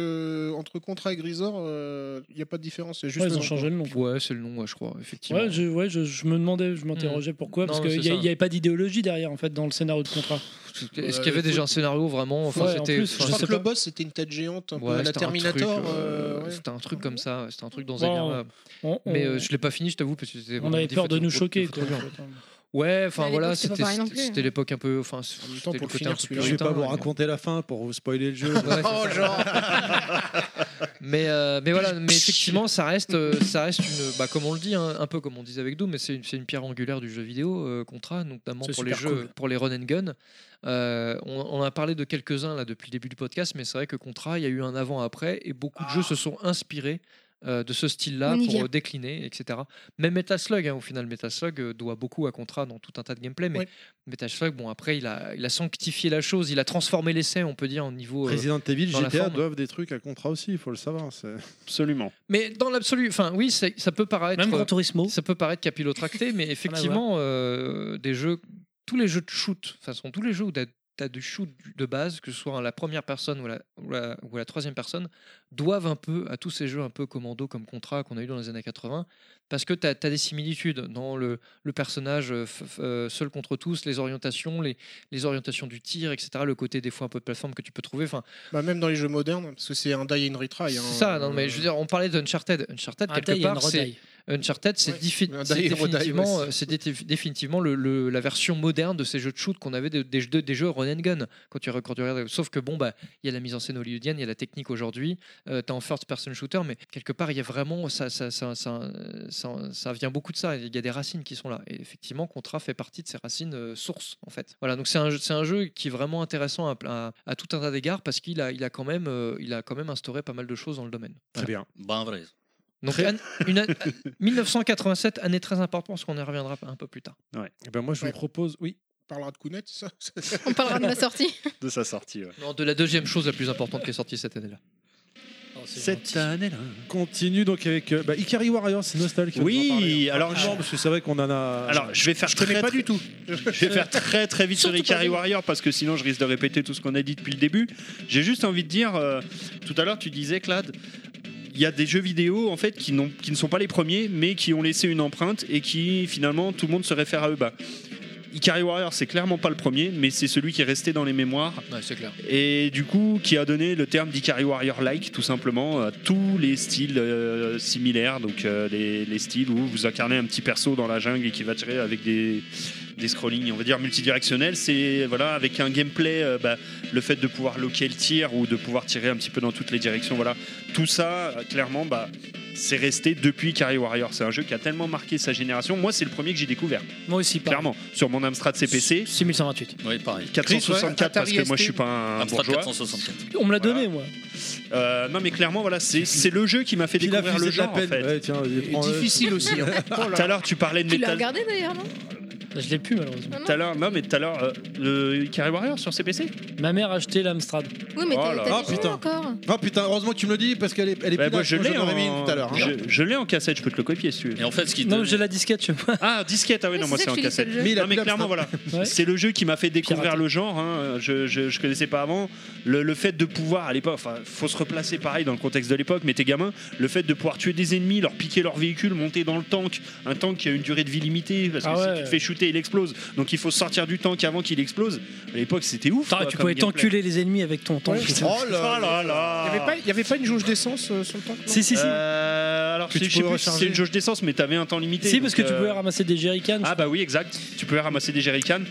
entre Contrat et Grisor, euh, il n'y a pas de différence. c'est Juste Ouais, ils le ont nom. changé le nom. Ouais, c'est le nom, ouais, je crois, effectivement. Ouais, je, ouais, je, je me demandais, je m'interrogeais pourquoi, parce Non, qu'il c'est n'y ça. avait pas d'idéologie derrière, en fait, dans le scénario de contrat. Est-ce qu'il y avait déjà un scénario vraiment Enfin, bah, Ouais, en c'était. plus, enfin, Je je crois sais que le pas. boss, c'était une tête géante, un peu Ouais, à la c'était un truc, Terminator. euh, euh, ouais. C'était un truc comme ça, c'était un truc dans Bon, un on- on- Mais euh, je l'ai pas fini, je t'avoue, parce que c'était. On vraiment avait des peur de photos- nous des choquer, photos quoi. bien. Ouais, enfin Mais à voilà, l'époque, c'est pas c'était pareil non c'était- plus, c'était hein. l'époque un peu. Enfin, c'était le pour côté un finir peu celui-là, je vais pas puritain, vous mais- raconter la fin pour vous *laughs* spoiler le jeu. Ouais, c'est ça. Mais, euh, mais voilà, mais effectivement, ça reste, euh, ça reste une, bah, comme on le dit, hein, un peu comme on disait avec Doom, mais c'est une, c'est une pierre angulaire du jeu vidéo, euh, Contra, notamment C'est pour les super jeux, cool. pour les run and gun. Euh, on, on a parlé de quelques-uns là depuis le début du podcast, mais c'est vrai que Contra, il y a eu un avant-après, et beaucoup de jeux se sont inspirés. euh, de ce style-là On y pour vient. euh, décliner, etc. Même Metaslug, hein, au final, Metaslug euh, doit beaucoup à Contra dans tout un tas de gameplay, mais Metaslug, bon, après, il a, il a sanctifié la chose, il a transformé l'essai, on peut dire, au niveau. euh, Resident Evil, dans la GTA forme. doivent des trucs à contrat aussi, il faut le savoir. c'est- Absolument. Mais dans l'absolu, enfin oui, c'est- ça peut paraître. Même Ça peut paraître capillotracté, mais effectivement, euh, des jeux, tous les jeux de shoot, enfin, ce sont tous les jeux où t'as as du shoot de base, que ce soit la première personne ou la, ou la, ou la troisième personne, doivent un peu à tous ces jeux un peu commando comme contrat qu'on a eu dans les années 80, parce que tu as, des similitudes dans le, le personnage euh, f- f- euh, seul contre tous, les orientations, les, les orientations du tir, etc., le côté des fois un peu de plateforme que tu peux trouver. Enfin, Bah, même dans les jeux modernes, parce que c'est un die and retry. hein. c'est ça, non, mais je veux dire, on parlait d'Uncharted. Uncharted, Un quelque die and part, c'est. redie. Uncharted, c'est défi- un die c'est and redie, définitivement, ouais. euh, c'est déti- définitivement le- le- la version moderne de ces jeux de shoot qu'on avait des, des jeux- des jeux run and gun. Quand tu, re- quand tu regardes, sauf que bon, bah, il y a la mise en scène hollywoodienne, il y a la technique aujourd'hui. tu T'es en first person shooter, mais quelque part, il y a vraiment ça, ça, ça, ça, ça- ça vient beaucoup de ça. Il y a des racines qui sont là. Et effectivement, Contra fait partie de ces racines euh, sources, en fait. Voilà. Donc c'est un, jeu- c'est un jeu qui est vraiment intéressant à, à- à tout un tas d'égards parce qu'il a, il a quand même, euh, il a quand même instauré pas mal de choses dans le domaine. Très bien. Ben vrai. Donc an- une an- 1987, année très importante, parce qu'on y reviendra un peu plus tard. Eh ben, moi, je vous propose. Oui. On parlera de Kounet, ça On parlera de ma sortie. De sa sortie, Non, de la deuxième chose la plus importante qui est sortie cette année-là. Cette année-là. Continue donc avec euh, bah, Ikari Warriors, c'est Nostal qui va Oui, nous en parler, hein. alors, Rapidement, je- parce que c'est vrai qu'on en a. Alors, je vais faire très, très- Je vais faire très très vite sur Ikari Warrior parce que sinon je risque de répéter tout ce qu'on a dit depuis le début. J'ai juste envie de dire, euh, tout à l'heure tu disais, Clad, il y a des jeux vidéo en fait qui, n'ont- qui ne sont pas les premiers mais qui ont laissé une empreinte et qui finalement tout le monde se réfère à eux. Bah, Ikari Warrior c'est clairement pas le premier mais c'est celui qui est resté dans les mémoires Ouais, c'est clair. et du coup qui a donné le terme d'Ikari Warrior like tout simplement à tous les styles euh, similaires donc euh, les, les styles où vous incarnez un petit perso dans la jungle et qui va tirer avec des des scrollings on va dire multidirectionnels c'est voilà avec un gameplay euh, bah, le fait de pouvoir loquer le tir ou de pouvoir tirer un petit peu dans toutes les directions voilà tout ça euh, clairement bah c'est resté depuis Carry Warrior. C'est un jeu qui a tellement marqué sa génération. Moi, c'est le premier que j'ai découvert. Moi aussi, clairement. Sur mon Amstrad CPC. 6128. Oui, pareil. 464 parce Atari que moi, ST. je suis pas un Amstrad bourgeois. 464. On me l'a donné, moi. Euh, non mais clairement voilà c'est c'est le jeu qui m'a fait Il a découvrir fusé le de la genre en peine. fait. Ouais, tiens, vas-y, Et prends-le. difficile aussi, hein. *laughs* Tout à l'heure tu parlais de Tu l'as Metal regardé d'ailleurs, Ah, non Je l'ai plus malheureusement. Tout à l'heure, non mais tout à l'heure, euh, le Carry Warrior sur CPC Ma mère a acheté l'Amstrad. Oui, mais Oh t'as là là. t'as Ah, déjà eu putain. encore. Ah putain, heureusement que tu me le dis parce qu'elle est, elle est Bah, plus moi là, je l'ai j'en avais mis en... tout à l'heure. hein. je, je l'ai en cassette, je peux te le copier si tu veux. Et en fait, ce qui Non, j'ai la disquette chez moi. Ah, disquette, ah oui, non, moi c'est en cassette. Mais, non, mais clairement, voilà. C'est le jeu qui m'a fait découvrir le genre. hein. Je, je, je connaissais pas avant. Le, le fait de pouvoir, à l'époque, enfin, faut se replacer pareil dans le contexte de l'époque, mais t'es gamin, le fait de pouvoir tuer des ennemis, leur piquer leur véhicule, monter dans le tank, un tank qui a une durée de vie limitée, parce que Ah si ouais. tu te fais shooter, il explose. Donc il faut sortir du tank avant qu'il explose. À l'époque, c'était ouf. Ah, quoi, tu comme pouvais gameplay. t'enculer les ennemis avec ton temps. Oh là là là. Il n'y avait, pas- il y avait pas une jauge d'essence euh, sur le temps Si, si, si. Euh, alors, Que je tu je sais pouvais plus si c'est recharger. une jauge d'essence, mais t'avais un temps limité. Si, parce donc, que tu euh, pouvais ramasser des jerrycans. Ah bah oui, exact. Tu pouvais ramasser des jerrycans.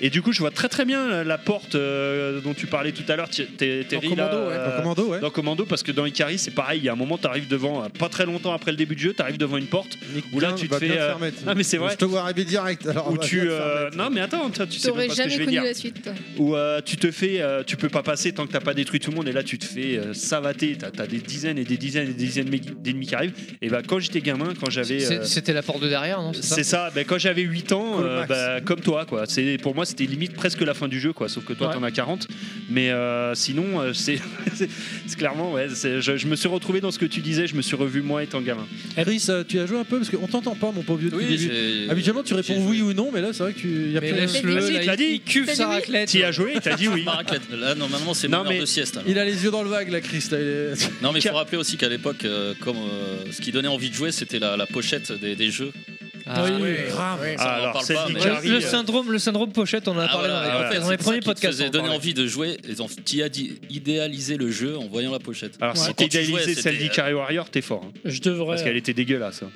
Et du coup, je vois très très bien la porte euh, dont tu parlais tout à l'heure, Thi- Thé- Terry. là, Commando, ouais. euh, Dans Commando, ouais. Dans Commando, parce que dans Ikari, c'est pareil. Il y a un moment, t'arrives devant, euh, pas très longtemps après le début du jeu, t'arrives devant une porte où là, Putain, tu te va bien fais. euh, faire mettre. Ah, mais c'est vrai. Je te vois arriver direct. Alors, Où va tu. bien faire euh, Non, mais attends, toi, tu sais même T'aurais pas ce que jamais je vais connu dire. la suite. toi. Où euh, tu te fais, euh, tu peux pas passer tant que t'as pas détruit tout le monde, et là tu te fais euh, savater. T'as as des dizaines et des dizaines et des dizaines d'ennemis- d'ennemis qui arrivent. Et bah, quand j'étais gamin, quand j'avais. C'est- euh, C'était la porte de derrière, non c'est ça, Ben, quand j'avais 8 ans, Call euh, max. bah, comme toi, quoi. C'est, pour moi, c'était limite presque la fin du jeu, quoi. Sauf que toi, Ouais. t'en as 40. Mais euh, sinon, euh, c'est, *laughs* c'est- c'est clairement, ouais, c'est- je, je me suis retrouvé dans ce que tu disais, je me suis revu moi étant gamin. Chris, euh, tu as joué un peu parce qu'on t'entend pas, mon pauvre vieux. depuis Oui, le début. j'ai- Habituellement, tu réponds oui ou non, mais là, c'est vrai que tu. y a Mais plus- laisse-le, Ah, si, là, tu l'as il- il cuve T'as sa dit oui raclette. T'y as joué, t'as dit oui. *laughs* Ma raclette. Là, normalement, c'est Non, mon mais- heure de sieste. alors. Il a les yeux dans le vague, là, Chris. là, il est- Non, mais il faut rappeler aussi qu'à l'époque, euh, comme euh, ce qui donnait envie de jouer, c'était la, la pochette des, des jeux. Ah oui, Ouais. grave. Ça, on en Ah, alors, parle c'est euh, pas, mais- Le, le syndrome, le syndrome pochette, on en a Ah, parlé voilà, dans, les- en fait, dans les c'est ça premiers qui te podcasts. faisait on en donner parlait. envie de jouer. Ils ont qui a dit- idéalisé le jeu en voyant la pochette. Alors, si t'as idéalisé celle euh, d'Ikari Warrior, t'es fort. hein. Je devrais. Parce qu'elle était dégueulasse. hein.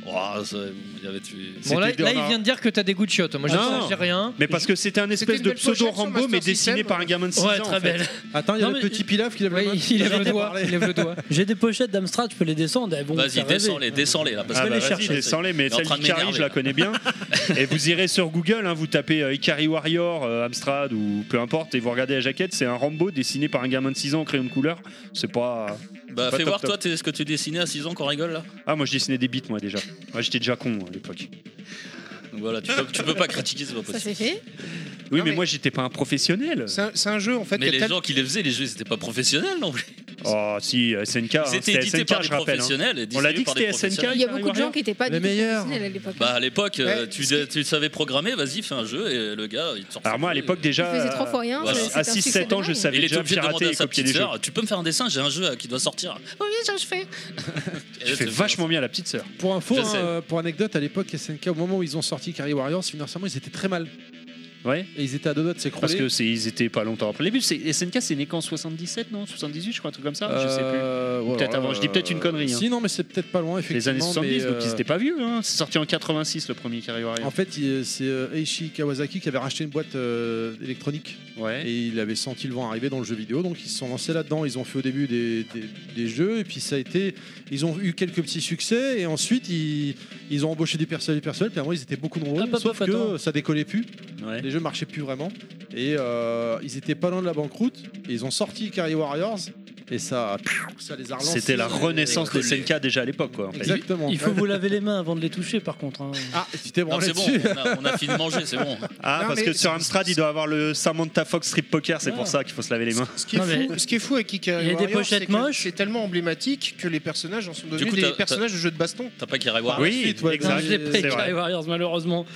Bon, là, C'était là, dans il la- vient de dire que t'as des goûts de shot. Moi, je Non. sais, j'ai rien. Mais parce que c'était un espèce de pseudo Rambo, mais dessiné par un gamin de 6 ans. Ouais, très en fait. belle. Attends, il y a le petit pilaf qui lève le doigt. il lève le doigt, il lève le doigt. J'ai des pochettes d'Amstrad, je peux les descendre. elles vont me Vas-y, faire rêver. descends-les, descends-les là. Parce Ah que bah les vas-y, chercher, descends-les, mais il est en celle train de d'Ikari, m'énerver, je la là. *laughs* connais bien. et vous irez sur Google, hein, vous tapez euh, Ikari Warrior, euh, Amstrad ou peu importe, et vous regardez la jaquette, c'est un Rambo dessiné par un gamin de 6 ans en crayon de couleur. C'est pas. euh, Bah, c'est pas fais top, voir, top. toi, t'es- ce que tu dessinais à 6 ans qu'on rigole là. Ah, moi je dessinais des bits, moi déjà. Moi j'étais déjà con à l'époque. Donc voilà, tu peux, tu peux pas critiquer, c'est pas Ça possible. c'est fait. Oui, mais, moi j'étais pas un professionnel. C'est un jeu en fait. Mais les gens qui les faisaient, les jeux, c'était pas professionnels non plus. Oh, si, SNK. hein, C'était c'était édité SNK, par des je rappelle, hein. professionnels et On l'a dit distribué que par c'était des SNK. professionnels. Il y a beaucoup de gens qui n'étaient pas du tout meilleurs. professionnels à l'époque. Bah à l'époque, euh, tu, tu savais programmer, vas-y, fais un jeu et le gars, il te sort. Alors moi à l'époque déjà. Il faisait trois fois rien, à c'est- à c'était un 6 succès 7 ans, je énorme. savais il était déjà obligé de pirater demander et à sa copier petite les jeux. sœur, tu peux me faire un dessin, j'ai un jeu euh, qui doit sortir. Oui, ça je fais. Je fais vachement bien la petite sœur. Pour info, Je hein, sais. euh, pour anecdote, à l'époque, SNK, au moment où ils ont sorti Carry Warriors, financièrement, ils étaient très mal. Ouais. Et ils étaient à deux doigts de Parce s'écrouler. que c'est ils étaient pas longtemps après. Les buts, c'est SNK c'est né qu'en 77 non 78 je crois un truc comme ça, je sais Euh, plus. ouais, Peut-être alors, avant, je dis euh, peut-être une connerie. hein. Si, non, mais c'est peut-être pas loin, Les effectivement. années 70 mais, donc ils euh, étaient pas vieux hein. C'est sorti en 86 le premier Carry Warrior. En fait, il- c'est euh, Eishi Kawasaki qui avait racheté une boîte euh, électronique. Et il avait senti le vent arriver dans le jeu vidéo, donc ils se sont lancés là-dedans. Ils ont fait au début des, des- des jeux, et puis ça a été. Ils ont eu quelques petits succès, et ensuite ils, ils ont embauché du personnel, du personnel. Puis à un moment, ils étaient beaucoup nombreux, Ah, pop, sauf pop, que attends. ça décollait plus. Ouais. Les jeux marchaient plus vraiment, et euh, ils étaient pas loin de la banqueroute. Et ils ont sorti Carry Warriors, et ça, ça les a relancés. C'était la renaissance Et- des SNK déjà à l'époque quoi. en fait. Exactement. Il faut vous laver les mains avant de les toucher, par contre. hein. Ah, tu t'es Non, branlé c'est bon, dessus. on a, on a fini de manger, c'est bon. Ah Non, parce mais que sur Amstrad il doit avoir le Samantha Fox Strip Poker, c'est pour ça qu'il faut se laver les mains. Ce qui, est fou, ce qui est fou avec Ikari Il y a des Warrior, pochettes c'est que c'est tellement emblématique que les personnages en sont devenus coup, des t'as- personnages t'as- de jeux de baston. T'as pas Carré Warrior euh, Oui, Ensuite, ouais, exact. Non, je l'ai pas c'est écrit, vrai. Warriors, malheureusement.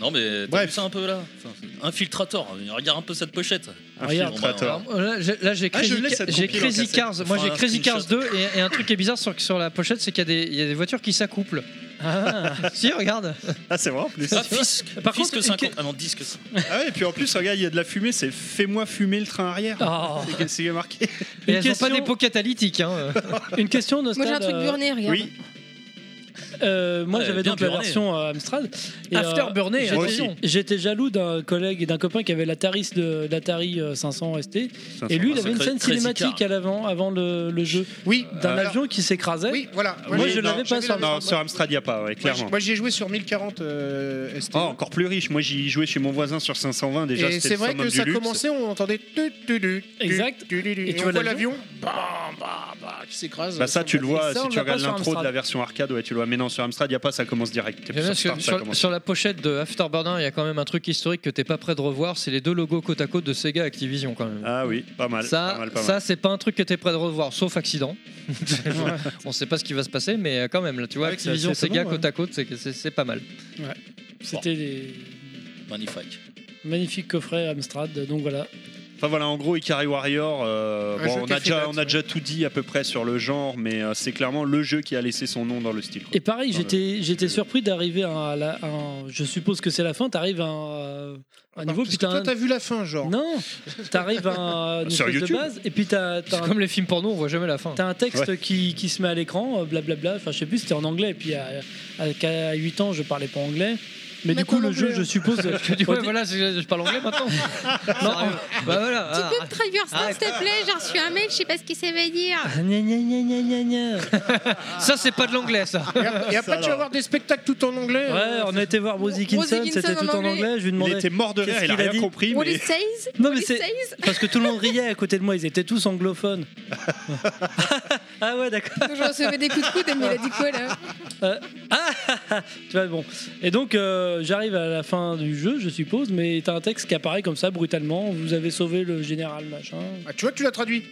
Non, mais t'as vu ça un peu là Enfin, c'est- Infiltrator, hein, regarde un peu cette pochette. Regarde. Infiltrator. Bon, bah, Alors, Euh, Là, j'ai- là, j'ai Ah, je Crazy, l'ai, cette j'ai compile en Crazy cassette. Cars. Moi, Enfin, j'ai un Crazy Cars screenshot. 2 et, et un truc qui est bizarre sur, sur la pochette, c'est qu'il y, a des- il y a des voitures qui s'accouplent. Ah, *laughs* si, regarde. Ah c'est vrai en plus. Ah, fisc, Par fisc contre, 50. Ah non, disque 50. Ah ouais, et puis en plus regarde, il y a de la fumée, c'est fais-moi fumer le train arrière. Oh. C'est- C'est marqué. Une Et elles n'ont pas question- des pots catalytiques. Hein. Une question, Moi Nostal. j'ai un truc euh, burné, regarde. Oui. *laughs* euh, moi Ah, j'avais bien donc la burné. version euh, Amstrad. Afterburné, euh, j'étais- attention. J'étais jaloux d'un collègue et d'un copain qui avait l'Ataris de l'Atari euh, 500 ST. 500, et lui, ah, il avait une sacré- scène sacré cinématique Zicard. à l'avant, avant le, le jeu. Oui. D'un Alors- avion qui s'écrasait. Oui, voilà. Moi, Euh, Oui, je non, l'avais pas sur. Non, sur Amstrad, il n'y a pas, ouais, clairement. Moi j'y ai joué sur 1040 euh, ST. Oh, encore plus riche. Moi, j'y jouais chez mon voisin sur 520 déjà. et c'était c'est le vrai summum que du ça luxe. commençait, on entendait. tu, tu, tu, tu, Exact. tu, tu, tu, Et Et tu on vois voit l'avion l'avion bam, bam, bam, qui s'écrase. Bah ça tu le vois Ça, on si tu l'a pas regardes sur l'intro de Amstrad. la version arcade ouais tu le vois mais non sur Amstrad il y a pas ça commence direct Sur J'aime bien parce que Star, ça sur, commence. sur la pochette de Afterburner, il y a quand même un truc historique que t'es pas prêt de revoir, c'est les deux logos côte à côte de Sega Activision quand même. Ah oui, pas mal. Ça, pas mal, pas mal. ça c'est pas un truc que t'es prêt de revoir, sauf accident. *laughs* *laughs* On sait pas ce qui va se passer, mais euh, quand même, là, tu vois, Ouais, c'est Activision, assez Sega étonnant, côte à côte, c'est- c'est c'est pas mal. Ouais. C'était des Magnifique. magnifiques coffrets Amstrad. Donc voilà. Enfin voilà, en gros, Ikari Warrior, euh, Un bon, jeu on, qui a a fait déjà, date, on a déjà tout dit à peu près sur le genre, mais euh, c'est clairement le jeu qui a laissé son nom dans le style. quoi. Et pareil, Dans le- j'étais j'étais surpris d'arriver à, la- à un- Je suppose que c'est la fin, t'arrives à un, euh, un niveau. Ah, Parce que toi t'as vu la fin, genre. Non, t'arrives à *laughs* un, une Sur espèce de YouTube. base et puis t'as t'as C'est un- comme les films porno, on voit jamais la fin. t'as un texte Ouais. qui, qui se met à l'écran, euh, blablabla. Enfin, je sais plus, c'était en anglais. Et puis à, à, 8 ans, je parlais pas anglais. Mais du coup, le jeu, je suppose. hein. *laughs* euh, Je dis, ouais, *laughs* voilà, je, je parle anglais maintenant. non, bah voilà. Tu ah, peux ah. Traduire ça, Ah. s'il te plaît. J'ai reçu un mail, je sais pas ce que ça veut dire. Ça, c'est *laughs* pas de l'anglais, ça. Et ap- et après, tu vas voir des spectacles tout en anglais. euh, Ouais, on a été voir Bruce Dickinson, Dickinson c'était en tout en anglais. anglais. Je lui Il demandais. était mort de qu'est-ce rire, il a qu'il rien dit. compris, What *laughs* it says *laughs* Non, What mais it c'est- says Parce que tout le monde riait à côté de moi, ils étaient tous anglophones. ah ouais, d'accord. Donc, Je recevais des coups de coude, elle me l'a dit quoi là Euh, ah, tu vois, bon. Et donc, euh, j'arrive à la fin du jeu, je suppose, mais t'as un texte qui apparaît comme ça, brutalement. Vous avez sauvé le général, machin. Ah, tu vois, tu l'as traduit.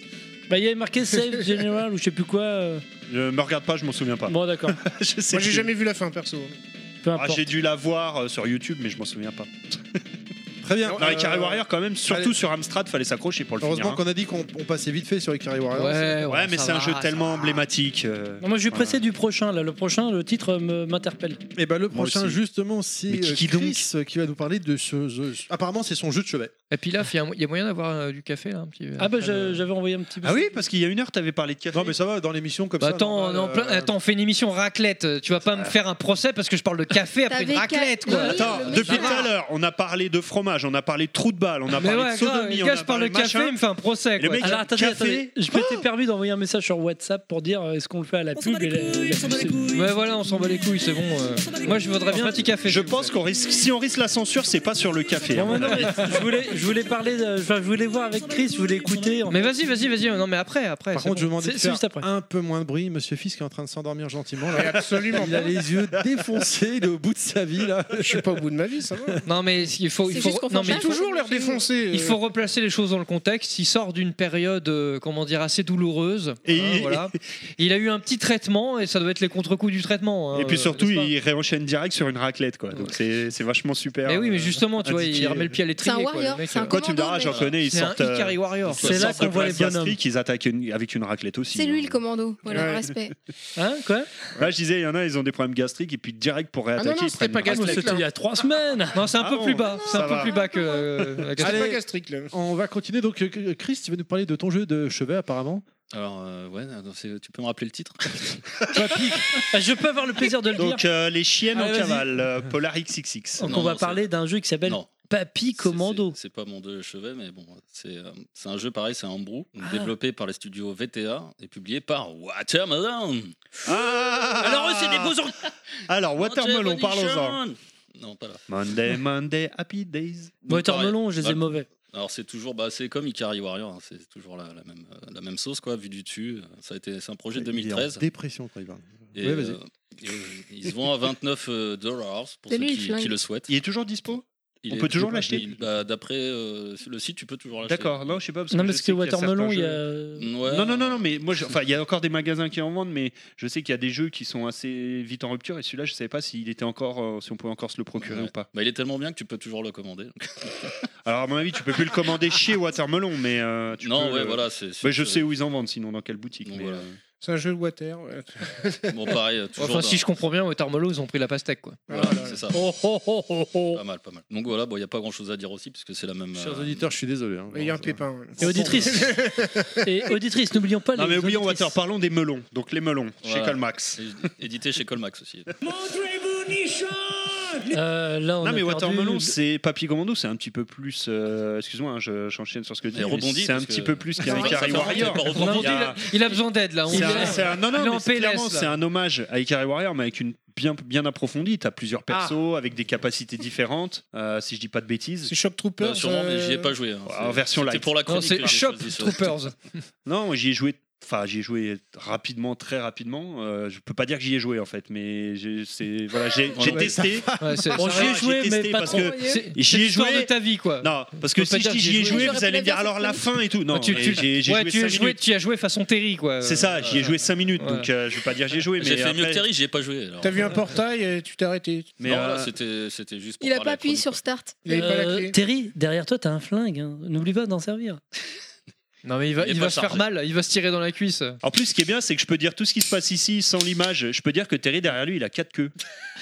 Bah, il y avait *laughs* marqué *laughs* Save General ou je sais plus quoi. euh. Je me regarde pas, je m'en souviens pas. Bon, d'accord. *laughs* Je sais Moi, plus. j'ai jamais vu la fin, perso. Peu Ah, j'ai dû la voir euh, sur YouTube, mais je m'en souviens pas. *laughs* Très bien. Non, Ikari Euh, Warrior, quand même, surtout allez. sur Amstrad, fallait s'accrocher pour le Heureusement finir. hein. qu'on a dit qu'on on passait vite fait sur Ikari Warrior. Ouais, C'est- mais c'est un jeu tellement emblématique. euh, Non, moi, je suis voilà. pressé du prochain, là. Le prochain, le titre me- m'interpelle. Et bah, le Moi prochain, aussi. justement, c'est Mais euh, qui donc Chris euh, qui va nous parler de ce. ce- Apparemment, c'est son jeu de chevet. *laughs* Et puis là, il y a- il y a moyen d'avoir euh, du café, là, un petit. Ah, bah, après je- le- j'avais envoyé un petit peu. Ah oui, parce qu'il y a une heure, t'avais parlé de café. Non, mais ça va, dans l'émission comme Bah, ça. attends, normal, on est en plein- euh, attends, on fait une émission raclette. Tu vas pas me faire un procès parce que je parle de café après T'avais une raclette, qu'à- quoi. Oui, Attends, le mec, depuis ça va. tout à l'heure, on a parlé de fromage, on a parlé de trou de balle, on a Mais parlé ouais, de grave, sodomie, le on gars, a je parle de parlé de café, machin. il me fait un procès. Et le Quoi. mec, Alors, il- attendez, café. Oh attendez. Je m'étais permis d'envoyer un message sur WhatsApp pour dire euh, est-ce qu'on le fait à la pub et la- la pub, c'est- Ouais, voilà, on s'en bat les couilles, c'est bon. euh. Moi, je voudrais bien un petit café. Je pense qu'on risque, si on risque la censure, c'est pas sur le café. hein. à Non, mais mon non, avis. mais je voulais, je voulais parler, de- enfin, je voulais voir avec Chris, je voulais écouter. en Mais fait. vas-y, vas-y, vas-y. Non, mais après, après. Par c'est contre, je vous bon. demandais C'est- de c'est faire juste après. un peu moins de bruit. Monsieur Fisk est en train de s'endormir gentiment. Là. Absolument. Il a les yeux défoncés, il est au bout de sa vie. Là. *laughs* Je suis pas au bout de ma vie, ça va. Non, mais il faut. Il C'est faut juste qu'on non, fait mais jamais il faut- toujours l'air défoncé, euh. Il faut replacer les choses dans le contexte. Il sort d'une période, euh, comment dire, assez douloureuse. Et hein, il- *laughs* voilà. Il a eu un petit traitement et ça doit être les contre-coups du traitement. hein, Et puis euh, surtout, n'est-ce pas il réenchaîne direct sur une raclette, quoi. Donc c'est c'est vachement super. Mais oui, mais euh, justement, tu vois, il indiqué. remet le pied à l'étrier. C'est un quoi, le warrior, mec, c'est un euh, Quoi, tu me diras, Commando, j'en mec. connais, ils C'est un sortent. euh, Ikari Warrior. ils sortent C'est là de qu'on voit les place gastrique, bonhommes. Ils attaquent une- avec une raclette aussi. C'est lui le commando, voilà, respect. Hein, quoi Là, je disais, il y en a, ils ont des problèmes gastriques et puis direct pour réattaquer. ils prennent une Gaston, raclette. c'était il y a trois semaines. Non, c'est un Ah peu bon, plus bas. C'est ça un peu va. plus bas que. euh, la C'est gastrique. pas gastrique, là. On va continuer. Donc, euh, Chris, tu vas nous parler de ton jeu de chevet, apparemment. Alors, euh, ouais, non, c'est- tu peux me rappeler le *laughs* titre Bah, Je peux avoir le plaisir de le dire. Donc euh, les chiennes Allez, en vas-y. cavale, euh, Polar XXX. Donc non, on va non, parler d'un jeu qui s'appelle Non. Papy Commando. C'est pas mon de chevet, mais bon, c'est euh, c'est un jeu pareil, c'est un Homebrew, Ah. développé par les studios VTA et publié par Watermelon. Ah Alors, eux, c'est des beaux Alors Watermelon, Watermelon. parlons-en. Non, pas là. Monday, Monday, Happy Days. Donc, Watermelon, je les ai pareil. mauvais. Alors c'est toujours, bah, c'est comme Ikari Warrior, hein, c'est toujours la, la même, euh, la même sauce quoi, vu du dessus. Euh, Ça a été, c'est un projet de Il est 2013. en dépression quand il parle. Et, Ouais, vas-y. euh, et, euh, ils se vendent à 29 euh, dollars pour C'est ceux lui, le qui, flingue. qui le souhaitent. Il est toujours dispo Il On est peut toujours l'acheter il- bah, D'après euh, le site, tu peux toujours l'acheter. D'accord, non, je sais pas. Parce Non, que mais je parce sais que qu'il y a Watermelon, certains il y jeux- a. Ouais. Non, non, non, non, mais moi, je- enfin, il y a encore des magasins qui en vendent, mais je sais qu'il y a des jeux qui sont assez vite en rupture, et celui-là, je savais pas s'il était encore, euh, si on pouvait encore se le procurer Ouais. ou pas. Bah, il est tellement bien que tu peux toujours le commander. donc. *laughs* Alors, à mon avis, tu peux plus le commander chez Watermelon, mais euh, tu non, peux ouais, le- voilà, c'est. Bah, je c'est- sais où ils en vendent, sinon dans quelle boutique. Donc, mais, voilà. euh, C'est un jeu de water. ouais. Bon, pareil, euh, toujours. Enfin, si dans- je comprends bien, Watermolo, ils ont pris la pastèque, quoi. Ah, Voilà, c'est ça. Oh, oh, oh, oh, oh. Pas mal, pas mal. Donc voilà, bon, il n'y a pas grand chose à dire aussi, puisque c'est la même. euh, Chers auditeurs, je suis désolé. hein. Il y a un pépin. ouais. Et auditrice. *laughs* Et auditrice, n'oublions pas Non, les mais oublions auditrices. Water, parlons des melons. Donc les melons, chez Voilà. Colmax. Édité chez Colmax aussi. Euh, là, on non, a mais perdu Watermelon, le- c'est Papy Commando, c'est un petit peu plus. euh, Excuse-moi, hein, je- j'enchaîne sur ce que tu dis. Et mais rebondis, C'est un parce petit que- Ah, peu plus qu'un Ça fait- Ikari ça fait longtemps que Warrior. t'as pas rebondi, Il y a- Il, il a besoin d'aide, là. On C'est le- un, c'est un- non, non, il est mais en c'est PLS, clairement, là. c'est un hommage à Ikari Warrior, mais avec une bien, bien approfondie. T'as Ah. plusieurs persos avec des capacités différentes, euh, si je dis pas de bêtises. C'est Shock Troopers. Bah, sûrement, mais j'y ai pas joué. hein. En C'est- version c'était live. pour la chronique. que j'ai choisi, ça. non, j'y ai joué. Enfin, j'y ai joué rapidement, très rapidement. Euh, je peux pas dire que j'y ai joué en fait, mais j'ai c'est- voilà, j'ai j'ai Ouais, testé. ça va. Ouais, c'est- Bon, ça j'y ai va, joué, j'ai mais testé pas parce trop. que- C'est- c'est J'y ai joué l'histoire de ta vie, quoi. Non, parce On que peut pas si je dire dis que j'y j'y ai ai joué. joué, vous allez me dire alors la fin et tout. Non, Ouais, tu, mais tu- j'ai j'ai ouais, joué tu, as cinq joué, minutes. tu y as joué façon Terry, quoi. C'est ça, j'y ai joué 5 minutes, Voilà. donc euh, je vais pas dire j'y ai joué. J'ai mais fait mieux que après- Terry, j'y ai pas joué. alors. T'as vu un portail et tu t'es arrêté. Mais non, là, euh, c'était c'était juste pour Il a parler Euh, pas à la appuyé chronique. sur Start. la clé. Euh, Terry, derrière toi, t'as un flingue. hein. N'oublie pas d'en servir. Non, mais il va, Il est il pas va se faire chargé. mal, il va se tirer dans la cuisse. En plus, ce qui est bien, c'est que je peux dire tout ce qui se passe ici sans l'image. Je peux dire que Terry derrière lui, il a quatre queues.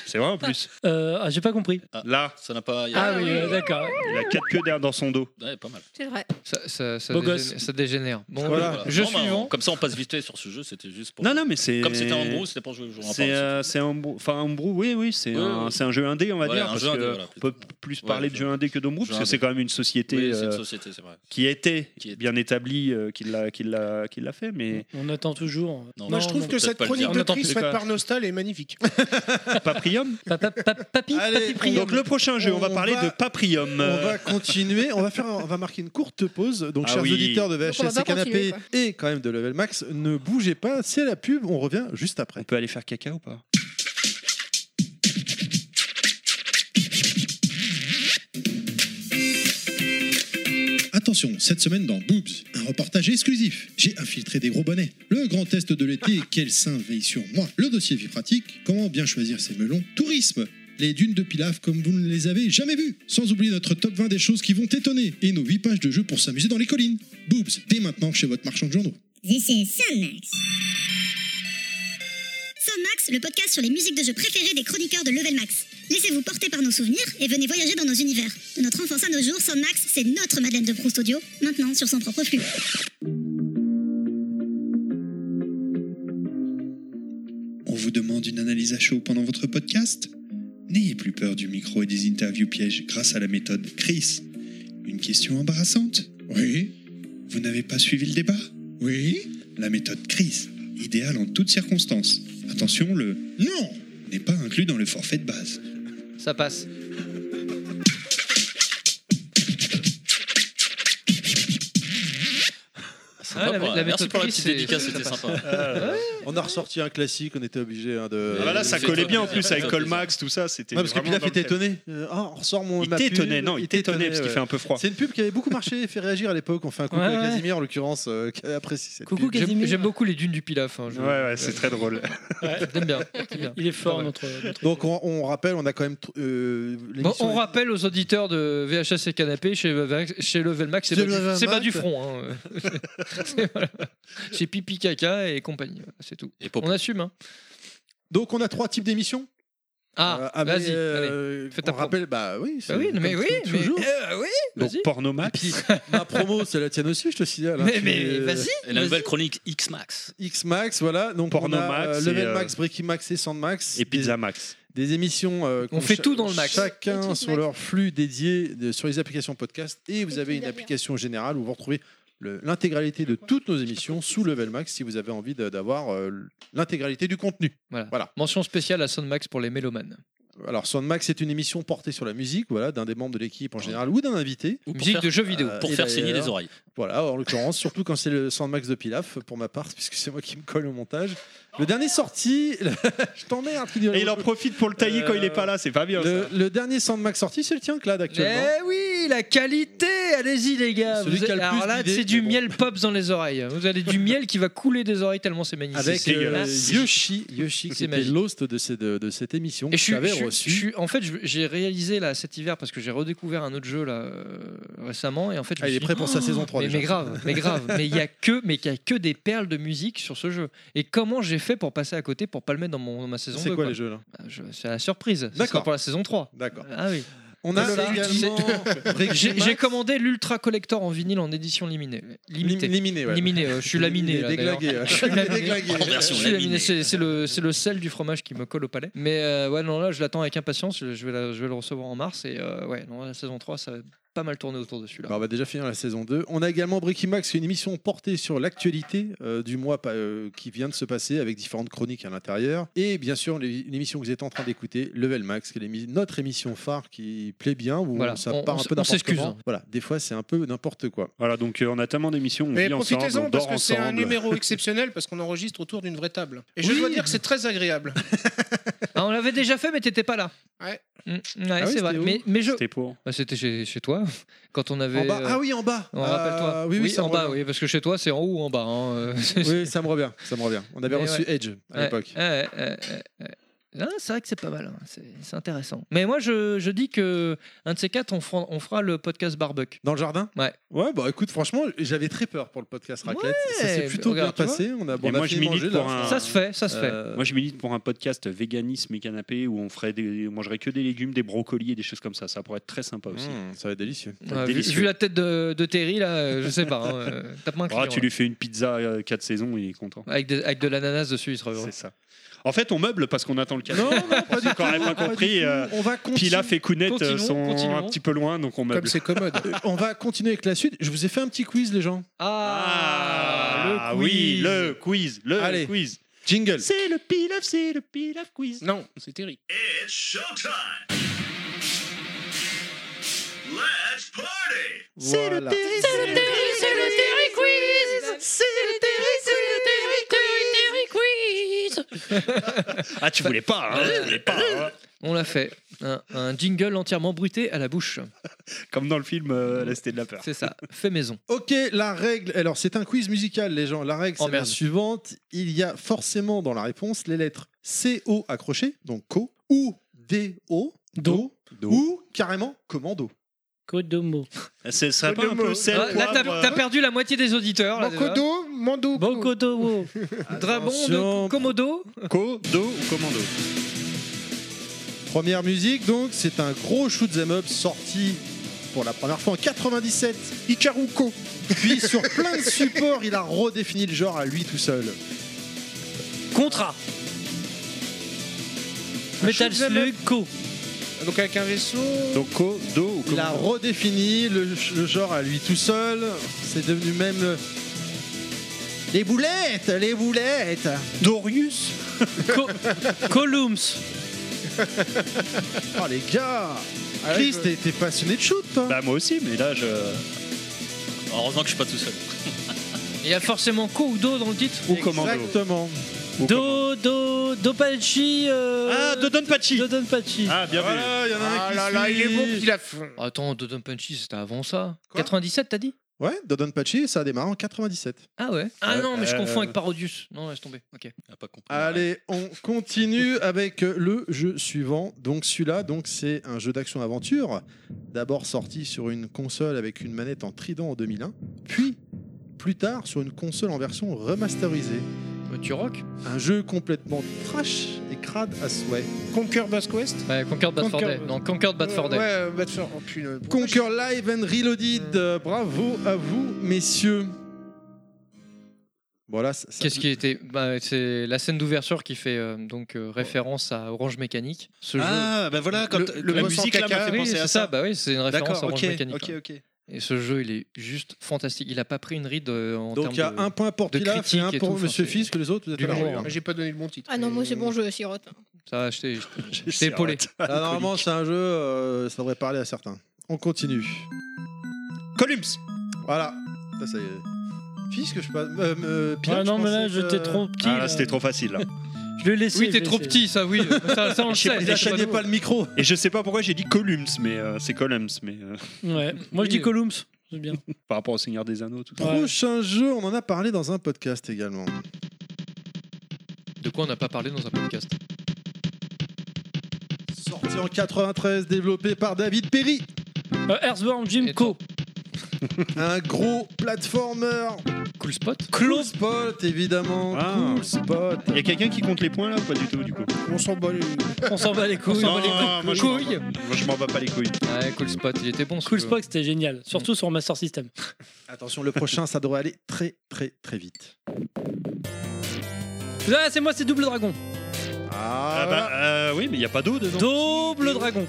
C'est vrai en plus. Euh, ah, j'ai pas compris. Là, ça n'a pas. Ah, oui, euh, d'accord. Il a quatre queues derrière dans son dos. Ouais, pas mal. C'est vrai. Ça, ça, ça Beau dégénère, gosse. ça dégénère. Bon, Voilà. voilà. Je Bon, bah, suivant. on- Comme ça, on passe vite sur ce jeu, c'était juste pour. Non, non, mais c'est. Comme c'était un gros, c'était pour jouer au jour. C'est euh, c'est un brou- enfin un brou, oui, oui, c'est Ouais, un, ouais. c'est un jeu indé, on va Ouais, dire. un parce jeu indé, que voilà, on peut plus Ouais, parler de jeu- jeu indé que d'ombrou, jeu parce que indé. c'est quand même une société, Oui, c'est une euh, société, c'est vrai. qui était Qui était. bien établie, euh, qui l'a qui l'a- qui l'a fait, mais On attend toujours. Non, Moi, non, je trouve non, que peut-être cette pas le chronique dire. de On attend Chris plus. faite par Nostal est *laughs* magnifique. Paprium Papy, Donc le prochain jeu, on va On parler va- de Paprium. On va continuer, on va, faire, un- on va marquer une courte pause. Donc, Euh. Ah chers oui. auditeurs de Donc, on va VHS pas et Canapé continuer, quoi. et quand même de Level Max, ne bougez pas, c'est la pub, on revient juste après. On peut aller faire caca ou pas Attention, cette semaine dans Boobs, un reportage exclusif. J'ai infiltré des gros bonnets. Le grand test de l'été, Ah. quel saint veille sur moi. Le dossier vie pratique, comment bien choisir ses melons. Tourisme, les dunes de Pilaf comme vous ne les avez jamais vues. Sans oublier notre top 20 des choses qui vont t'étonner et nos 8 pages de jeux pour s'amuser dans les collines. Boobs, dès maintenant chez votre marchand de journaux. This is Sonmax. Sonmax, le podcast sur les musiques de jeux préférées des chroniqueurs de Level Max. Laissez-vous porter par nos souvenirs et venez voyager dans nos univers. De notre enfance à nos jours, Sonmax, c'est notre Madeleine de Proust audio, maintenant sur son propre flux. On vous demande une analyse à chaud pendant votre podcast N'ayez plus peur du micro et des interviews pièges grâce à la méthode Chris. Une question embarrassante Oui. Vous n'avez pas suivi le débat Oui. La méthode Chris, idéale en toutes circonstances. Attention, le non n'est pas inclus dans le forfait de base. Ça passe. Ah, Sympa, la- la Merci méthode pour la Chris, petite c'est- dédicace, c'était sympa. Ouais. On a ressorti un classique, on était obligé hein, de. Ah bah là, ça collait bien en plus avec Colmax, tout ça. C'était Ouais, parce que vraiment Pilaf dans le était thème. étonné. Euh, Ah, on ressort mon. Il ma était pub. étonné, non, il était étonné, parce qu'il fait un peu froid. C'est une pub qui avait beaucoup marché et fait réagir à l'époque. On fait un coucou Ouais, à ouais. Casimir en l'occurrence, euh, qui apprécie cette Coucou, pub. J'aime j'aime beaucoup les dunes du Pilaf. hein, je- Ouais, ouais, c'est très drôle. J'aime bien. j'aime bien. Il est fort, Ah ouais. notre. notre- Donc on, on rappelle, on a quand même. tr- euh, *laughs* Bon, l'émission- on rappelle aux auditeurs de VHS et Canapé, chez, chez Level Max, c'est Chez pas, du- Level c'est pas Max. du front. hein. C'est- voilà. *laughs* Chez Pipi Caca et compagnie, voilà, c'est tout. On assume. Hein. Donc on a trois types d'émissions. Ah, mais, vas-y, euh, allez, fais on ta promo. rappelle, bah oui. c'est Bah oui, comme mais oui, t- mais, toujours. euh, oui, Donc, vas-y. Pornomax. Ma promo, c'est la tienne aussi, je te signale. hein. Mais- mais- Tu- vas-y, Et la nouvelle chronique X-Max. X-Max, voilà. Donc Porno on a, Max euh, et, Level euh, Max, Breaking Max et Sand Max. Et Pizza Max. Des émissions. euh, qu'on fait cha- tout dans le Max. Chacun sur leur flux dédié de- sur les applications podcast. Et vous avez une application générale où vous retrouvez le- l'intégralité de toutes nos émissions sous Level Max si vous avez envie de- d'avoir euh, l'intégralité du contenu. Voilà. Voilà. Mention spéciale à Soundmax pour les mélomanes. Alors, Soundmax est une émission portée sur la musique, voilà, d'un des membres de l'équipe en général ou d'un invité. pour Musique faire- de jeux vidéo. pour et faire saigner d'ailleurs, les oreilles. Voilà, en l'occurrence, surtout quand c'est le Soundmax de Pilaf, pour ma part, *laughs* puisque c'est moi qui me colle au montage. Le dernier sorti, *laughs* je t'emmerde. Et il en profite pour le tailler quand il est pas Ah là, c'est pas bien. Le, le dernier Soundmax sorti, c'est le tien, Clad, actuellement. Eh oui oui, la qualité, allez-y les gars. Celui Ah, Vous- qui a le plus alors là, d'idées, c'est du miel pops dans les oreilles. Vous avez du miel qui va couler des oreilles tellement c'est magnifique. Avec C'est euh, dégueulasse. Yoshi, Yoshi qui C'est était magique. l'host de, ces- de- de cette émission. Et je suis, que j'avais je suis- reçu. je suis- en fait, je- j'ai réalisé là cet hiver parce que j'ai redécouvert un autre jeu là euh, récemment et en fait, je Ah, me il est suis prêt dit, pour sa Oh, saison 3 Mais, déjà. mais grave, mais grave, *laughs* mais il y a que, mais qu'il y a que des perles de musique sur ce jeu. Et comment j'ai fait pour passer à côté pour pas le mettre dans, mon, dans ma saison C'est 2, quoi les jeux là Ah, je- C'est la surprise. D'accord. Pour la saison 3. D'accord. Ah oui. On a Et ça, également c'est- *laughs* Breaking J'ai Max. j'ai commandé l'ultra collector en vinyle en édition liminée. Limitée. Lim- liminée, ouais. Liminée, euh, je suis laminé. Liminée, là, déglinguée, d'ailleurs. ouais. Je suis laminé. Déglinguée. En version Je suis laminé, laminée. c'est c'est le, c'est le sel du fromage qui me colle au palais. Mais euh, ouais, non, là, je l'attends avec impatience. Je je vais, la- je vais le recevoir en mars. Et euh, ouais, non, la saison 3, ça va pas mal tourner autour de celui-là. Bon, on va déjà finir la saison 2. On a également Breaking Max, qui est une émission portée sur l'actualité euh, du mois pa- euh, qui vient de se passer avec différentes chroniques à l'intérieur. Et bien sûr, les- une émission que vous êtes en train d'écouter, Level Max, qui est l'émi- notre émission phare qui plaît bien, où Voilà, ça on- part on un s- peu on n'importe s'excuse. hein. comment. Voilà, des fois c'est un peu n'importe quoi. Voilà, donc euh, on a tellement d'émissions, on Mais vit ensemble, profitez-en on parce dort que C'est ensemble. un numéro exceptionnel parce qu'on enregistre autour d'une vraie table. Et je dois dire que c'est très agréable. Ah, on l'avait déjà fait, mais t'étais pas là. Ouais. Mm, ouais, Ah oui, c'est vrai. c'était où Mais, mais je. C'était pour. Bah, c'était chez, chez toi, *laughs* quand on avait. En bas. euh, Ah oui, en bas. on Euh, rappelle-toi. oui, oui, ça en me bas, revient. oui, parce que chez toi, c'est en haut ou en bas. hein, euh, *laughs* c'est- Oui, ça me revient, ça me revient. On avait Mais reçu ouais. Edge à Ouais, l'époque. ouais, ouais, ouais, ouais. Ah, c'est vrai que c'est pas mal, hein, c'est c'est intéressant. Mais moi, je, je dis que un de ces quatre, on fera, on fera le podcast Barbuck. Dans le jardin Ouais. Ouais, bah écoute, franchement, j'avais très peur pour le podcast Raclette. Ouais, ça s'est plutôt regarde, bien tu passé. vois. On a, Et on a moi, je fini de milite manger, là. Euh, pour un... Ça se fait, ça se fait. Moi, je milite pour un podcast véganisme et canapé où on ferait des... on mangerait que des légumes, des brocolis et des choses comme ça. Ça pourrait être très sympa aussi. Mmh, ça va être délicieux. Ouais, Ah, vu, vu la tête de, de Terry, là, euh, je sais pas. hein, euh, Tape-moi un Ah, client, tu là. lui fais une pizza 4 saisons, il est content. avec, de, avec de l'ananas dessus, il sera heureux. C'est ça. En fait, on meuble parce qu'on attend le café. Non, non, pas Pour du ceux qui n'auraient tout, *laughs* pas pas du compris. tout. euh, Ah, On va Pilaf et Kounet euh, continuons, sont continuons. un petit peu loin, donc on meuble. Comme *laughs* c'est commode. on va continuer avec la suite. Je vous ai fait un petit quiz, les gens. Ah, le oui, quiz. le quiz, le Allez. quiz. Jingle. C'est le pilaf, c'est le pilaf quiz. Non, c'est terrible. It's showtime. Let's party. C'est le Terry, c'est le Terry, c'est le Terry quiz. C'est le Terry, c'est le Terry quiz. Ah, tu voulais pas, hein, tu voulais pas. hein. On l'a fait. Un, un jingle entièrement bruité à la bouche. Comme dans le film euh, La Cité de la Peur. C'est ça, fait maison. Ok, la règle. Alors, c'est un quiz musical, les gens. La règle, Oh, c'est la merde. suivante. Il y a forcément dans la réponse les lettres CO accrochées, donc co, ou DO, do, ou carrément commando. Kodomo. C'est serait pas un peu sel, Ouais, Ah, Là, t'as poivre, t'as perdu la moitié des auditeurs. là, déjà. Kodo, Mando. Bokodomo. Drabon Attention. de Komodo. Co, do ou commando Première musique, donc, c'est un gros shoot'em up sorti pour la première fois en 97. Ikaruko. Puis sur plein de supports, il a redéfini le genre à lui tout seul. Contrat. Metal Slug Co. Donc avec un vaisseau. Donc co, do ou Il a commando redéfini le, le genre à lui tout seul. C'est devenu même. le- Les boulettes Les boulettes Dorius Columns *laughs* Oh les gars Ah, Chris, t'es- t'es passionné de shoot toi Bah, moi aussi, mais là, je. Heureusement que je suis pas tout seul. Il y a forcément Ko ou Do dans le titre. Ou commando. Exactement. Do, do, euh, Dopachi. Ah, Dodonpachi. Dodonpachi. Ah, bien vu. Ah, il y en a un qui a. Attends, Dodon Punchy, c'était avant ça. 97, t'as dit Ouais, Dodon Pachi, ça a démarré en 97. Ah ouais Ah Ouais. non, mais je Euh, confonds avec Parodius. Non, laisse tomber. Ok. Allez, on continue avec le jeu suivant. Donc celui-là, donc c'est un jeu d'action aventure, d'abord sorti sur une console avec une manette en trident en 2001, puis plus tard sur une console en version remasterisée. Euh, tu rock Un jeu complètement trash et crade à souhait. Conquer Bad Quest Ouais, Concord Bad Concord- for Day. Non, Concord Bad for Day. Ouais, euh, Bad for oh, putain, pourquoi Conquer Live and Reloaded, euh, bravo à vous messieurs. Voilà, ça- ça- Qu'est-ce qui était bah, C'est la scène d'ouverture qui fait euh, donc euh, référence à Orange Mécanique. Ce Ah, jeu. bah voilà, quand le, le la boss en musique là caca. m'a fait Oui, penser c'est à ça. ça. Bah oui, c'est une référence à D'accord, Orange ok, Mécanique. ok, hein. ok. Et ce jeu, il est juste fantastique. Il a pas pris une ride euh, en Donc termes il y a de- un point pour de Pilaf et critique un et pour tout. Enfin, Monsieur c'est- Fils que les autres vous êtes du à la lourd, rue, hein. hein. J'ai pas donné le bon titre. Ah non, moi c'est bon jeu, sirote. Ça va, je t'ai *laughs* je t'ai épaulé. Là, Ah, Bah, *laughs* normalement, c'est un jeu, euh, ça devrait parler à certains. On continue. Columns Voilà. Ça, ça y est. Fils que je passe. Euh, euh, Pilaf, Ah non, je mais là, pensais je que- Ah, t'ai trop petit. Ah, là, c'était trop facile. là. Je le laisse. Oui, t'es trop petit, ça, oui. Ça, ça on le sait. Il a chaîné pas le micro. Et je sais pas pourquoi j'ai dit Columns, mais euh, c'est Columns. Mais, euh, Ouais. Moi, je Oui. dis Columns. C'est bien. *laughs* par rapport au Seigneur des Anneaux, tout ça. Prochain jeu, on en a parlé dans un podcast également. De quoi on n'a pas parlé dans un podcast Sorti en 93, développé par David Perry. Euh, Earthworm Jim Co. *laughs* Un gros platformer. Cool Spot Cool Spot, évidemment. Ah. Cool Spot. Y a quelqu'un qui compte les points là ou pas du tout du coup On s'en bat les On s'en bat les couilles. Non, non, moi, je m'en bats- moi, je m'en bats pas les couilles. Ouais, Cool Spot, il était bon. Cool Spot, c'était génial. Mm. Surtout sur Master System. Attention, le prochain, ça devrait aller très, très, très vite. Ah, c'est moi, c'est Double Dragon. Ah, bah euh, oui, mais y a pas d'eau dedans. Double Dragon.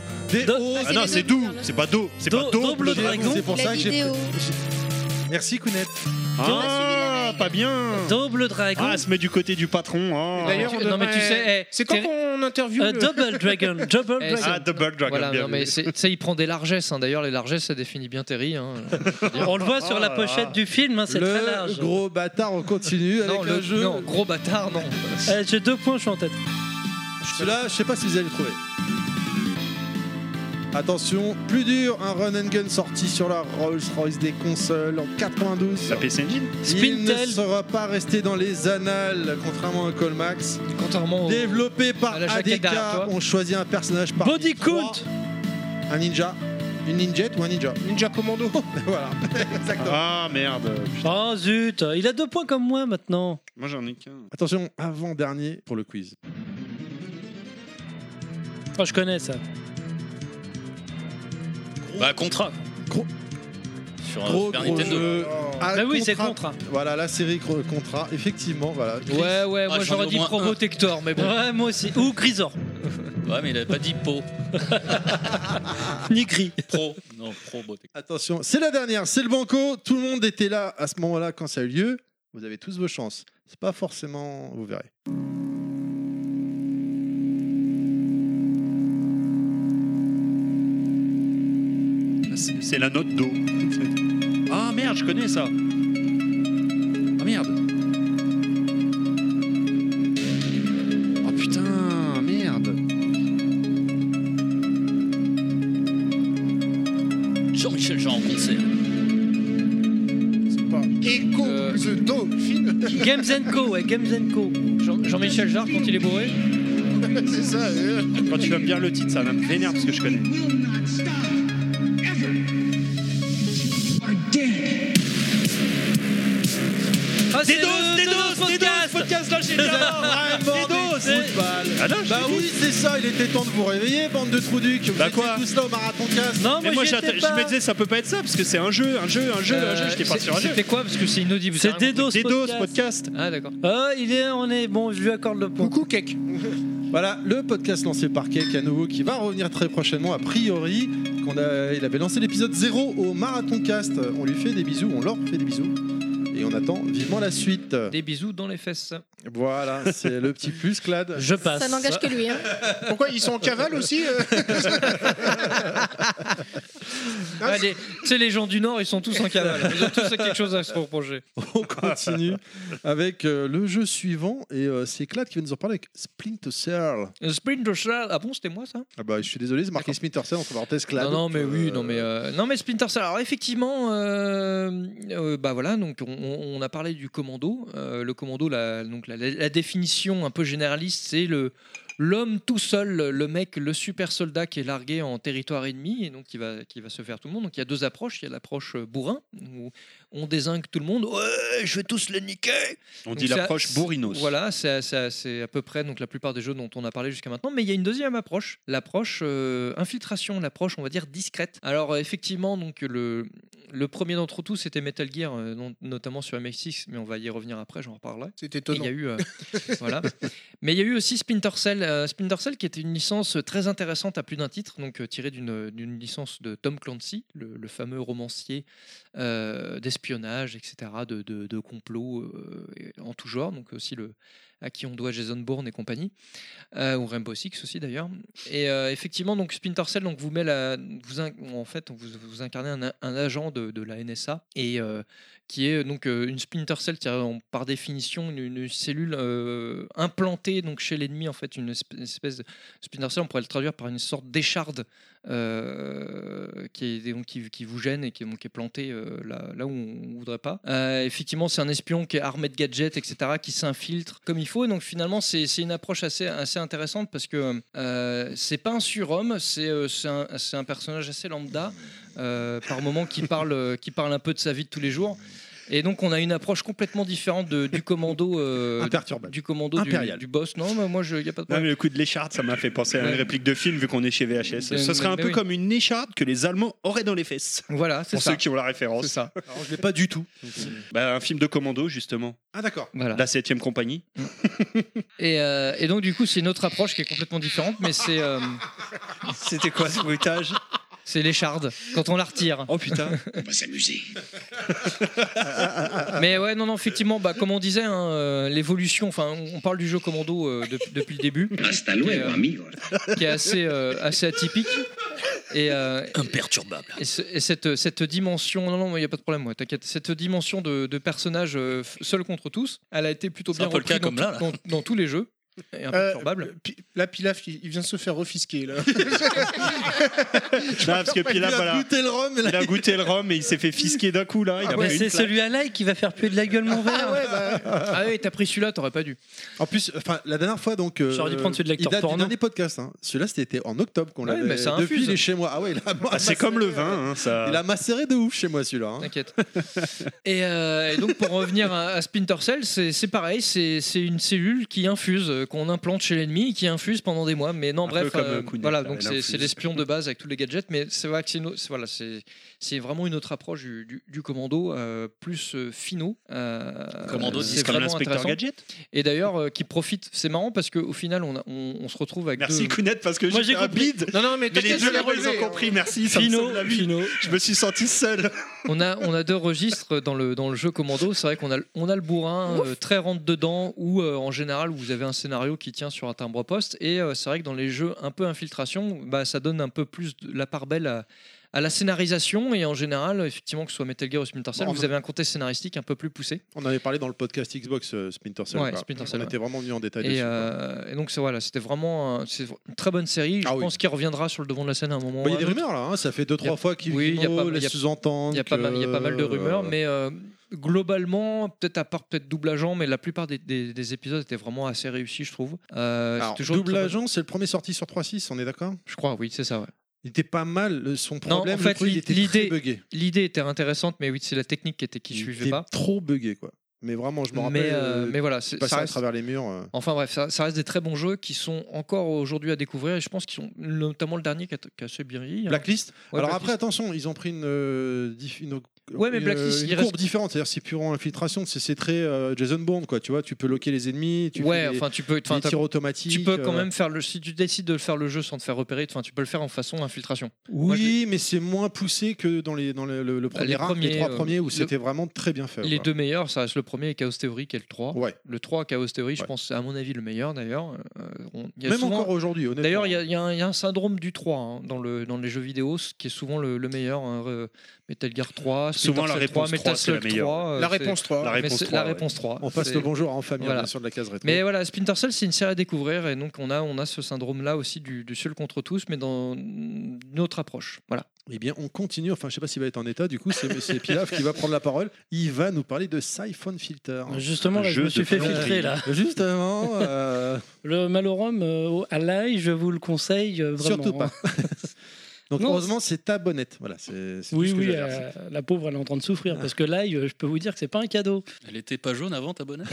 Ah, non, c'est doux, c'est pas d'eau, c'est pas d'eau. Double Dragon. C'est pour La ça que j'ai. vidéo. j'ai- Merci Kounet. Ah, pas bien. Double Dragon. Ah, elle se met du côté du patron. ah. D'ailleurs, on Non, mais tu devrait- sais, eh, c'est quand t'es- qu'on interviewe Euh, le- Double *laughs* Dragon, Double Eh, Dragon. c'est- Ah, Double Dragon. Voilà, bien non, vu. mais c'est- tu sais, il prend des largesses. hein. D'ailleurs, les largesses, ça définit bien Terry. *laughs* hein. On le voit sur Oh la pochette du film, hein, c'est le très large. gros bâtard, on continue avec Non, le, le- jeu. non, gros bâtard, non. Euh, J'ai deux points, je suis en tête. Celui-là, je sais pas si vous allez le trouver. Attention, plus dur, un run and gun sorti sur la Rolls-Royce des consoles en 92. La PC Engine Il ne sera pas resté dans les annales, contrairement à Colmax. Contrairement au- Développé par à la jaquette ADK, derrière toi. on choisit un personnage par Body Count un ninja, une ninjette ou un ninja. Ninja Commando. *laughs* voilà, exactement. Ah merde. Oh zut, il a deux points comme moi maintenant. Moi j'en ai qu'un. Attention, avant-dernier pour le quiz. Oh, je connais ça. Bah, contrat. Gros. Sur, euh, Gros, Super gros Nintendo. jeu. Ah, bah oui, c'est Contra. Voilà, la série Cro- Contra, effectivement, voilà. Ouais, ouais, Ah, moi j'en ai j'aurais au dit moins un. Probotector, mais bon. Ouais, moi aussi. Ou Grisor. *laughs* Ouais, mais il avait pas dit *laughs* Po. Ni gris. Pro. Non, pro beauté. Attention, c'est la dernière, c'est le banco. Tout le monde était là à ce moment-là quand ça a eu lieu. Vous avez tous vos chances. C'est pas forcément, vous verrez. C'est c'est la note d'eau. Ah merde, je connais ça. Ah merde. Oh putain, merde. Jean-Michel Jean en concert. Echo Euh, the *laughs* Dolphin. Games Co, ouais, Games Co. Jean- Jean-Michel Jarre, quand il est bourré C'est ça. euh. Quand tu vas me dire le titre, ça va me vénère parce que je connais. Ah, Des c'est doses, le- des le doses, des podcast. doses, podcast Jean-Michel Jarre, Vraiment, ouais, des doses. des coups de balle. Ah non, je bah l'ai oui, c'est ça, il était temps de vous réveiller, bande de trous ducs. Vous Bah étiez quoi tous là au marathon casse. Non, Mais moi, moi, j'y j'attends- étais je pas. me disais, ça peut pas être ça parce que c'est un jeu, un jeu, un jeu, un jeu. J'étais Euh, parti sur un jeu. C'était quoi Parce que c'est inaudible. C'est des Dedos Des doses Podcast. podcast. Ah, d'accord. Ah, il est, on est, bon, je lui accorde le point. Coucou Cake. Voilà, le podcast lancé par Cake à nouveau qui va revenir très prochainement, a priori. qu'on a, il avait lancé l'épisode 0 au marathon cast. On lui fait des bisous, on leur fait des bisous. Et on attend vivement la suite. Des bisous dans les fesses. Voilà, c'est le petit plus, Clad. Je passe. Ça n'engage que lui. Hein. Pourquoi ils sont en cavale aussi euh Ouais, les- tu sais, les gens du Nord, ils sont tous en cavale. Ils ont tous quelque chose à se reprocher. On continue avec euh, le jeu suivant et euh, c'est Clad qui va nous en parler avec Splinter Cell. Euh. Splinter Cell. Ah bon, c'était moi ça Ah bah je suis désolé, c'est marqué Splinter Cell entre parenthèses Clad. Non, non, mais Euh, oui, non, mais euh, non, mais Splinter Cell. Alors effectivement, euh, euh, bah voilà, donc on, on a parlé du commando. Euh, le commando, la, donc la, la- la définition un peu généraliste, c'est le l'homme tout seul, le mec, le super soldat qui est largué en territoire ennemi et donc qui va qui va se faire tout le monde. Donc il y a deux approches. Il y a l'approche euh, bourrin où on désingue tout le monde. Ouais, je vais tous les niquer. On Donc dit ça- l'approche bourrinos. Voilà, c'est c'est- c'est à peu près donc la plupart des jeux dont on a parlé jusqu'à maintenant. Mais il y a une deuxième approche, l'approche euh, infiltration, l'approche on va dire discrète. Alors euh, effectivement, donc le, le premier d'entre tous c'était Metal Gear, euh, non- notamment sur MX6, mais on va y revenir après, j'en reparlerai. C'est Et Il étonnant. y a *laughs* eu, euh, voilà. Mais il y a eu aussi Splinter Cell, euh, Splinter Cell qui était une licence euh, très intéressante à plus d'un titre, donc euh, tirée d'une d'une licence de Tom Clancy, le, le fameux romancier euh, d'espionnage, etc., de, de, de complot euh, et- en tout genre, donc aussi le, à qui on doit Jason Bourne et compagnie, euh, ou Rainbow Six aussi d'ailleurs. Et euh, effectivement, donc Splinter Cell donc, vous met la, vous in- en fait, vous, vous incarnez un, un agent de, de la NSA et euh, qui est donc euh, une Splinter Cell, qui est, en- par définition une, une cellule euh, implantée donc chez l'ennemi en fait, une esp- espèce de Splinter Cell, on pourrait le traduire par une sorte d'écharde euh, qui, est, donc, qui, qui vous gêne et qui, est- donc, qui est plantée euh, là, là où on ne voudrait pas. Euh, effectivement, c'est un espion qui est armé de gadgets, etc., qui s'infiltre comme il faut. Et donc finalement, c'est c'est une approche assez, assez intéressante parce que euh, c'est pas un surhomme, c'est euh, c'est un, c'est un personnage assez lambda, euh, par moment qui parle, euh, qui parle un peu de sa vie de tous les jours. Et donc on a une approche complètement différente de- du commando, euh, du commando du, Impérial. du boss. Non, mais moi il n'y a pas de Non, problème. mais le coup de l'écharde, ça m'a fait penser à Ouais. une réplique de film vu qu'on est chez VHS. Mais- Ça serait un mais peu oui. comme une écharde que les Allemands auraient dans les fesses. Voilà, c'est Pour ça. ceux qui ont la référence. C'est ça. je l'ai pas du tout. Bah, un film de commando, justement. Ah, d'accord. Voilà. La 7 compagnie. Et, euh, et donc du coup c'est une autre approche qui est complètement différente, mais c'est. euh, *laughs* C'était quoi ce bruitage C'est l'écharde quand on la retire. *laughs* Oh putain. On va s'amuser. Mais ouais non non effectivement bah comme on disait hein, euh, l'évolution. Enfin on parle du jeu commando euh, de- depuis le début. euh, Hasta luego, amigo. qui est assez, euh, assez atypique. Et, Imperturbable. Et, ce- et cette, cette dimension, non, non, il n'y a pas de problème, ouais, t'inquiète. Cette dimension de, de personnage euh, f- seul contre tous, elle a été plutôt C'est bien un peu le reprise cas dans, comme là, tout- dans- dans tous les jeux. Et imperturbable. Euh, Là, Pilaf, il il vient de se faire refisquer. Là. Non, parce que Pilaf, Il a voilà. goûté le rhum, là. Il a goûté le rhum et il s'est fait fisquer d'un coup, Ah, là. Il a Ouais, pris une c'est claque. à like qui va faire puer de la gueule mon verre. bah. Ah ouais, t'as pris celui-là, t'aurais pas dû. En plus, enfin, la dernière fois, donc. euh, J'aurais dû prendre celui de l'acteur Il date porno. du dernier podcast. hein. Celui-là, c'était en octobre qu'on Ouais, l'avait. mais ça Depuis, infuse. il est chez moi. Ah ouais, il a Ah, c'est macéré, comme le vin, hein, ça. Il a macéré de ouf chez moi, celui-là. hein. T'inquiète. Et, euh, et donc pour revenir à, à Splinter Cell, c'est c'est pareil, c'est c'est une cellule qui infuse, euh, qu'on implante chez l'ennemi, et qui infuse pendant des mois. Mais non, Un peu bref, comme, euh, Kounet, voilà, là, donc elle c'est infuse. c'est l'espion de base avec tous les gadgets, mais c'est vrai que c'est une au- c'est- voilà, c'est c'est vraiment une autre approche du, du- du commando, euh, plus euh, finaux. euh, Commando, c'est disent comme vraiment l'inspecteur intéressant. Gadget. Et d'ailleurs, euh, qui profite, c'est marrant parce qu'au final, on, a- on- on se retrouve avec. Merci deux... Kounet parce que j'ai un bide. Non, non, mais, les t'inquiète, deux je l'ai là-bas, ils relevé. ont compris, merci. Ça me Fino, sauve la vie. Je me suis senti seul. on a, on a deux registres dans le, dans le jeu Commando. C'est vrai qu'on a, le- on a le bourrin euh, très rentre dedans, où euh, en général vous avez un scénario qui tient sur un timbre-poste. Et euh, c'est vrai que dans les jeux un peu infiltration, bah, ça donne un peu plus de la part belle à, à la scénarisation. Et en général, effectivement, que ce soit Metal Gear ou Splinter Cell, Bon, bah. vous enfin- avez un contexte scénaristique un peu plus poussé. On avait parlé dans le podcast Xbox euh, Splinter Cell. Ouais, quoi. Splinter On Cell, était ouais. vraiment venu en détail dessus. Et, quoi. euh, et donc c'est- voilà, c'était vraiment un- c'est une très bonne série. Je pense qu'elle reviendra sur le devant de la scène à un moment. Ah Bah, Il y a ou des à un autre. rumeurs là, hein. ça fait Y 2-3 a- fois qu'il oui, il y a pas- il y les a- sous-entend. Il y a pas mal, il y a pas mal de rumeurs, mais euh, globalement, peut-être à part peut-être double agent, mais la plupart des, des- des épisodes étaient vraiment assez réussis, je trouve. Euh, c'est toujours Double très bon. agent, c'est le premier sorti sur 3.6, on est d'accord Je crois, oui, c'est ça. Ouais. Il était pas mal, le- son Non, problème, en je fait, crois, il l'i- était très bugué. l'idée, l'idée était intéressante, mais oui, c'est la technique qui était qui suivait était pas. trop bugué quoi. Mais vraiment, je me rappelle. Mais, euh, euh, mais voilà, c'est- passer ça à reste- travers les murs. euh. Enfin bref, ça, ça reste des très bons jeux qui sont encore aujourd'hui à découvrir. Et je pense qu'ils sont notamment le dernier qui a, qui a assez bien vieilli, hein. Blacklist. Ouais, Alors Blacklist. après, attention, ils ont pris une, euh, diff- une, Ouais, mais une, euh, Blacklist, une il courbe reste- différente. C'est-à-dire, c'est pur en infiltration, c'est c'est très euh, Jason Bourne, quoi. Tu vois, tu peux loquer les ennemis, tu ouais, fais des- enfin tu peux, des enfin, t'as- tirs automatiques. Tu peux quand euh, même faire le, si tu décides de faire le jeu sans te faire repérer, enfin tu peux le faire en façon infiltration. Oui, mais c'est moins poussé que dans les dans le, le- le premier, arc, les premiers, trois euh, premiers où le- c'était vraiment très bien fait. Les quoi. deux meilleurs, ça reste le premier Chaos Theory qui est le 3. Ouais. Le 3 Chaos Theory, je pense, à mon avis, le meilleur d'ailleurs. Euh, on- il y a Même souvent- encore aujourd'hui, honnêtement. D'ailleurs, il y, a- il y a un- il y a un syndrome du 3 hein, dans, le, dans les jeux vidéo, ce qui est souvent le, le meilleur. hein, re- Metal Gear 3, Splinter Souvent, la Cell réponse 3, 3, Metal c'est la Slug meilleure. 3. euh, La c'est- réponse 3, mais la réponse c'est 3, la ouais. réponse 3. On passe c'est- le bonjour en famille, Voilà. bien sûr, de la case rétro. Mais voilà, Splinter Cell, c'est une série à découvrir, et donc on a, on a ce syndrome-là aussi du, du seul contre tous, mais dans une autre approche. Voilà. Eh bien, on continue. Enfin, je sais pas s'il va être en état. Du coup, c'est c'est Pilaf qui va prendre la parole. Il va nous parler de Siphon Filter. Justement, là, je me suis fait filtrer là. Justement, euh, Le Malorum euh, au- à l'ail, je vous le conseille euh, vraiment. surtout pas. *laughs* Donc, Non, heureusement, c'est ta bonnette. Voilà, c'est c'est Oui, tout ce que oui, j'ai à dire. euh, la pauvre, elle est en train de souffrir parce que l'ail, euh, je peux vous dire que c'est pas un cadeau. Elle était pas jaune avant, ta bonnette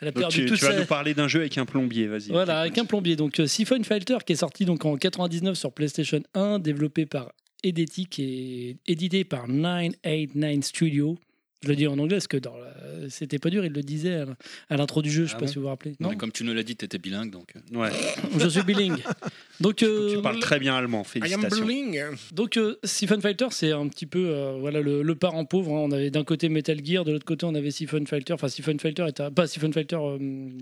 Elle a Donc perdu tu, toute tu vas sa- nous parler d'un jeu avec un plombier, vas-y. Voilà, avec un plombier. Donc, euh, Siphon Filter, qui est sorti donc en 99 sur PlayStation 1, développé par Edetic et édité par 989 Studio. Je le dis en anglais parce que dans la- c'était pas dur, il le disait à la- à l'intro du jeu, je sais Ah pas bon si vous vous rappelez. Non, Non, euh. *laughs* mais comme tu nous l'as dit, t'étais bilingue donc. Ouais. *laughs* je suis bilingue. Donc, euh, Tu parles très bien allemand, félicitations. Donc, euh, Siphon Filter, c'est un petit peu euh, voilà, le, le parent pauvre. hein. On avait d'un côté Metal Gear, de l'autre côté, on avait Siphon Filter. Enfin, Siphon Filter est un- pas Siphon Filter, euh,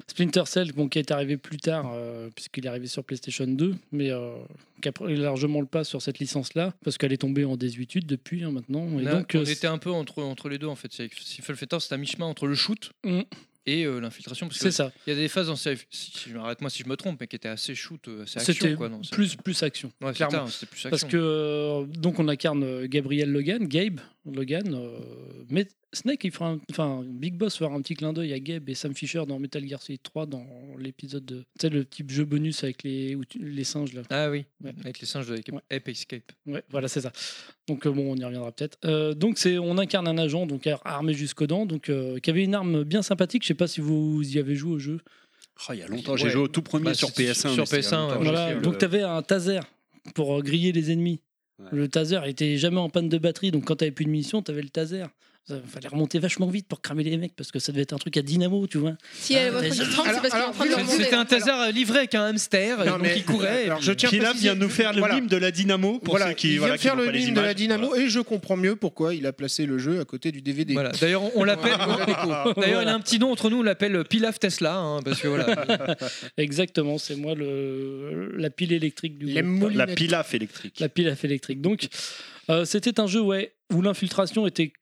Splinter Cell, bon, qui est arrivé plus tard, euh, puisqu'il est arrivé sur PlayStation 2, mais euh, qui a pris largement le pas sur cette licence-là, parce qu'elle est tombée en désuétude depuis hein, maintenant. Et Là, donc, on euh, était un peu entre, entre les deux en fait. C'est- Siphon Filter, c'est à mi-chemin entre le shoot Mm. et euh, l'infiltration. parce que C'est ça. Il y a des phases dans Siphon- si, si- arrête-moi si je me trompe, mais qui étaient assez shoot, euh, assez action. C'était quoi, dans cette- plus, plus action. Ouais, c'est clairement. ça, c'était plus Parce action. que euh, donc on incarne euh, Gabriel Logan, Gabe Logan, euh, mais Snake, il fera un- enfin Big Boss fera un petit clin d'œil à Gabe et Sam Fisher dans Metal Gear Solid 3 dans l'épisode de tu sais le petit jeu bonus avec les où tu- les singes là. Ah oui, avec les singes de l'équipe Ape Escape. Ouais, voilà, c'est ça. Donc euh, bon, on y reviendra peut-être. Euh, donc c'est, on incarne un agent donc ar- armé jusqu'aux dents, donc euh, qui avait une arme bien sympathique. Je sais pas si vous y avez joué au jeu. Ah, il y a longtemps, j'ai joué au tout Bah, premier Bah, sur PS1, Sur mais c'était il y PS1, a longtemps. euh, ouais. Voilà, J'ai fait donc le- tu avais un taser pour euh, griller les ennemis. Le taser était jamais en panne de batterie, donc quand t'avais plus de munitions, t'avais le taser. Ça, fallait remonter vachement vite pour cramer les mecs parce que ça devait être un truc à dynamo, tu vois. Ah, Si elle votre qui tremble, c'est parce qu'il est en train de se C'était un brûler. taser euh, livré avec un hamster, Non, donc mais- il courait. alors, je tiens à Qui là préciser- vient nous faire le Voilà. mime de la dynamo pour voilà, ceux il qui vient voilà, qui faire n'ont le pas les mime de la images. dynamo et je comprends mieux pourquoi il a placé le jeu à côté du DVD. Voilà. D'ailleurs, *laughs* on, on l'appelle. *laughs* D'ailleurs, il a un petit nom entre nous, on l'appelle Pilaf Tesla, hein, parce que voilà. *laughs* Exactement, c'est moi le, la pile électrique du Les groupe. moulinettes. La pilaf électrique. La pilaf électrique. Donc, euh, c'était un jeu ouais, où l'infiltration était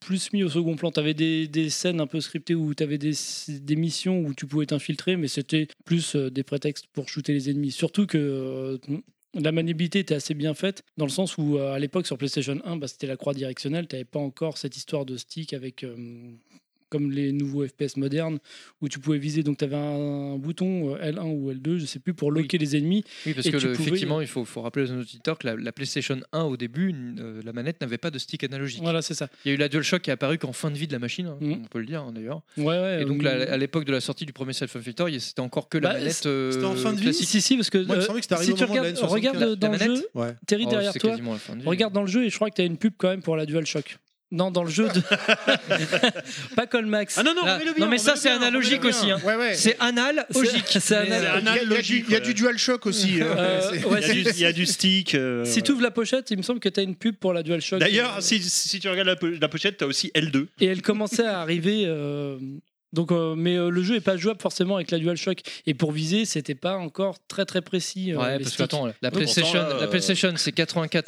plus mis au second plan. Tu avais des, des scènes un peu scriptées où tu avais des, des missions où tu pouvais t'infiltrer, mais c'était plus euh, des prétextes pour shooter les ennemis. Surtout que. euh, la maniabilité était assez bien faite dans le sens où euh, à l'époque sur PlayStation 1 bah, c'était la croix directionnelle, t'avais pas encore cette histoire de stick avec euh, comme les nouveaux FPS modernes où tu pouvais viser donc tu avais un, bouton euh, L1 ou L2 je sais plus pour loquer les ennemis Oui, parce et que tu le- pouvais- effectivement, il faut, faut rappeler à nos auditeurs que la, la PlayStation 1 au début, n- euh, la manette n'avait pas de stick analogique. Voilà, c'est ça. Il y a eu la DualShock qui est apparue qu'en fin de vie de la machine, hein, on peut le dire hein, d'ailleurs. Ouais, ouais, Et donc euh, là, à l'époque de la sortie du premier Self Filter, il- c'était encore que la Bah, manette. c'est- euh, c'était en fin de vie classique. Si, si, parce que, Moi, il me euh, semblait que c'était arrivé si au tu moment de la regardes- N64. regarde euh, dans La le manette jeu, Terry Oh, derrière c'est toi quasiment la fin de vie. regarde dans le jeu et je crois que tu as une pub quand même pour la DualShock non dans le jeu de *laughs* pas Colmax Ah non, non, Là. remets-le bien, Non, mais ça, remets-le c'est bien, analogique remets-le aussi, bien. hein. C'est euh, anal, logique. C'est C'est anal- anal- Il y a- il y a du- logique, il y a du DualShock aussi, hein. *laughs* Euh, Il y a ouais, du- si- il y a du stick. *laughs* euh, si tu ouvres la pochette il me semble que tu as une pub pour la DualShock D'ailleurs, si, si tu regardes la, po- la pochette, t'as aussi L2. euh, et elle commençait à arriver. euh, donc, euh, mais euh, le jeu est pas jouable forcément avec la DualShock. Et pour viser, c'était pas encore très très précis. euh, Ouais, les parce que sticks. attends, la Donc, PlayStation, pourtant, là, la euh, PlayStation c'est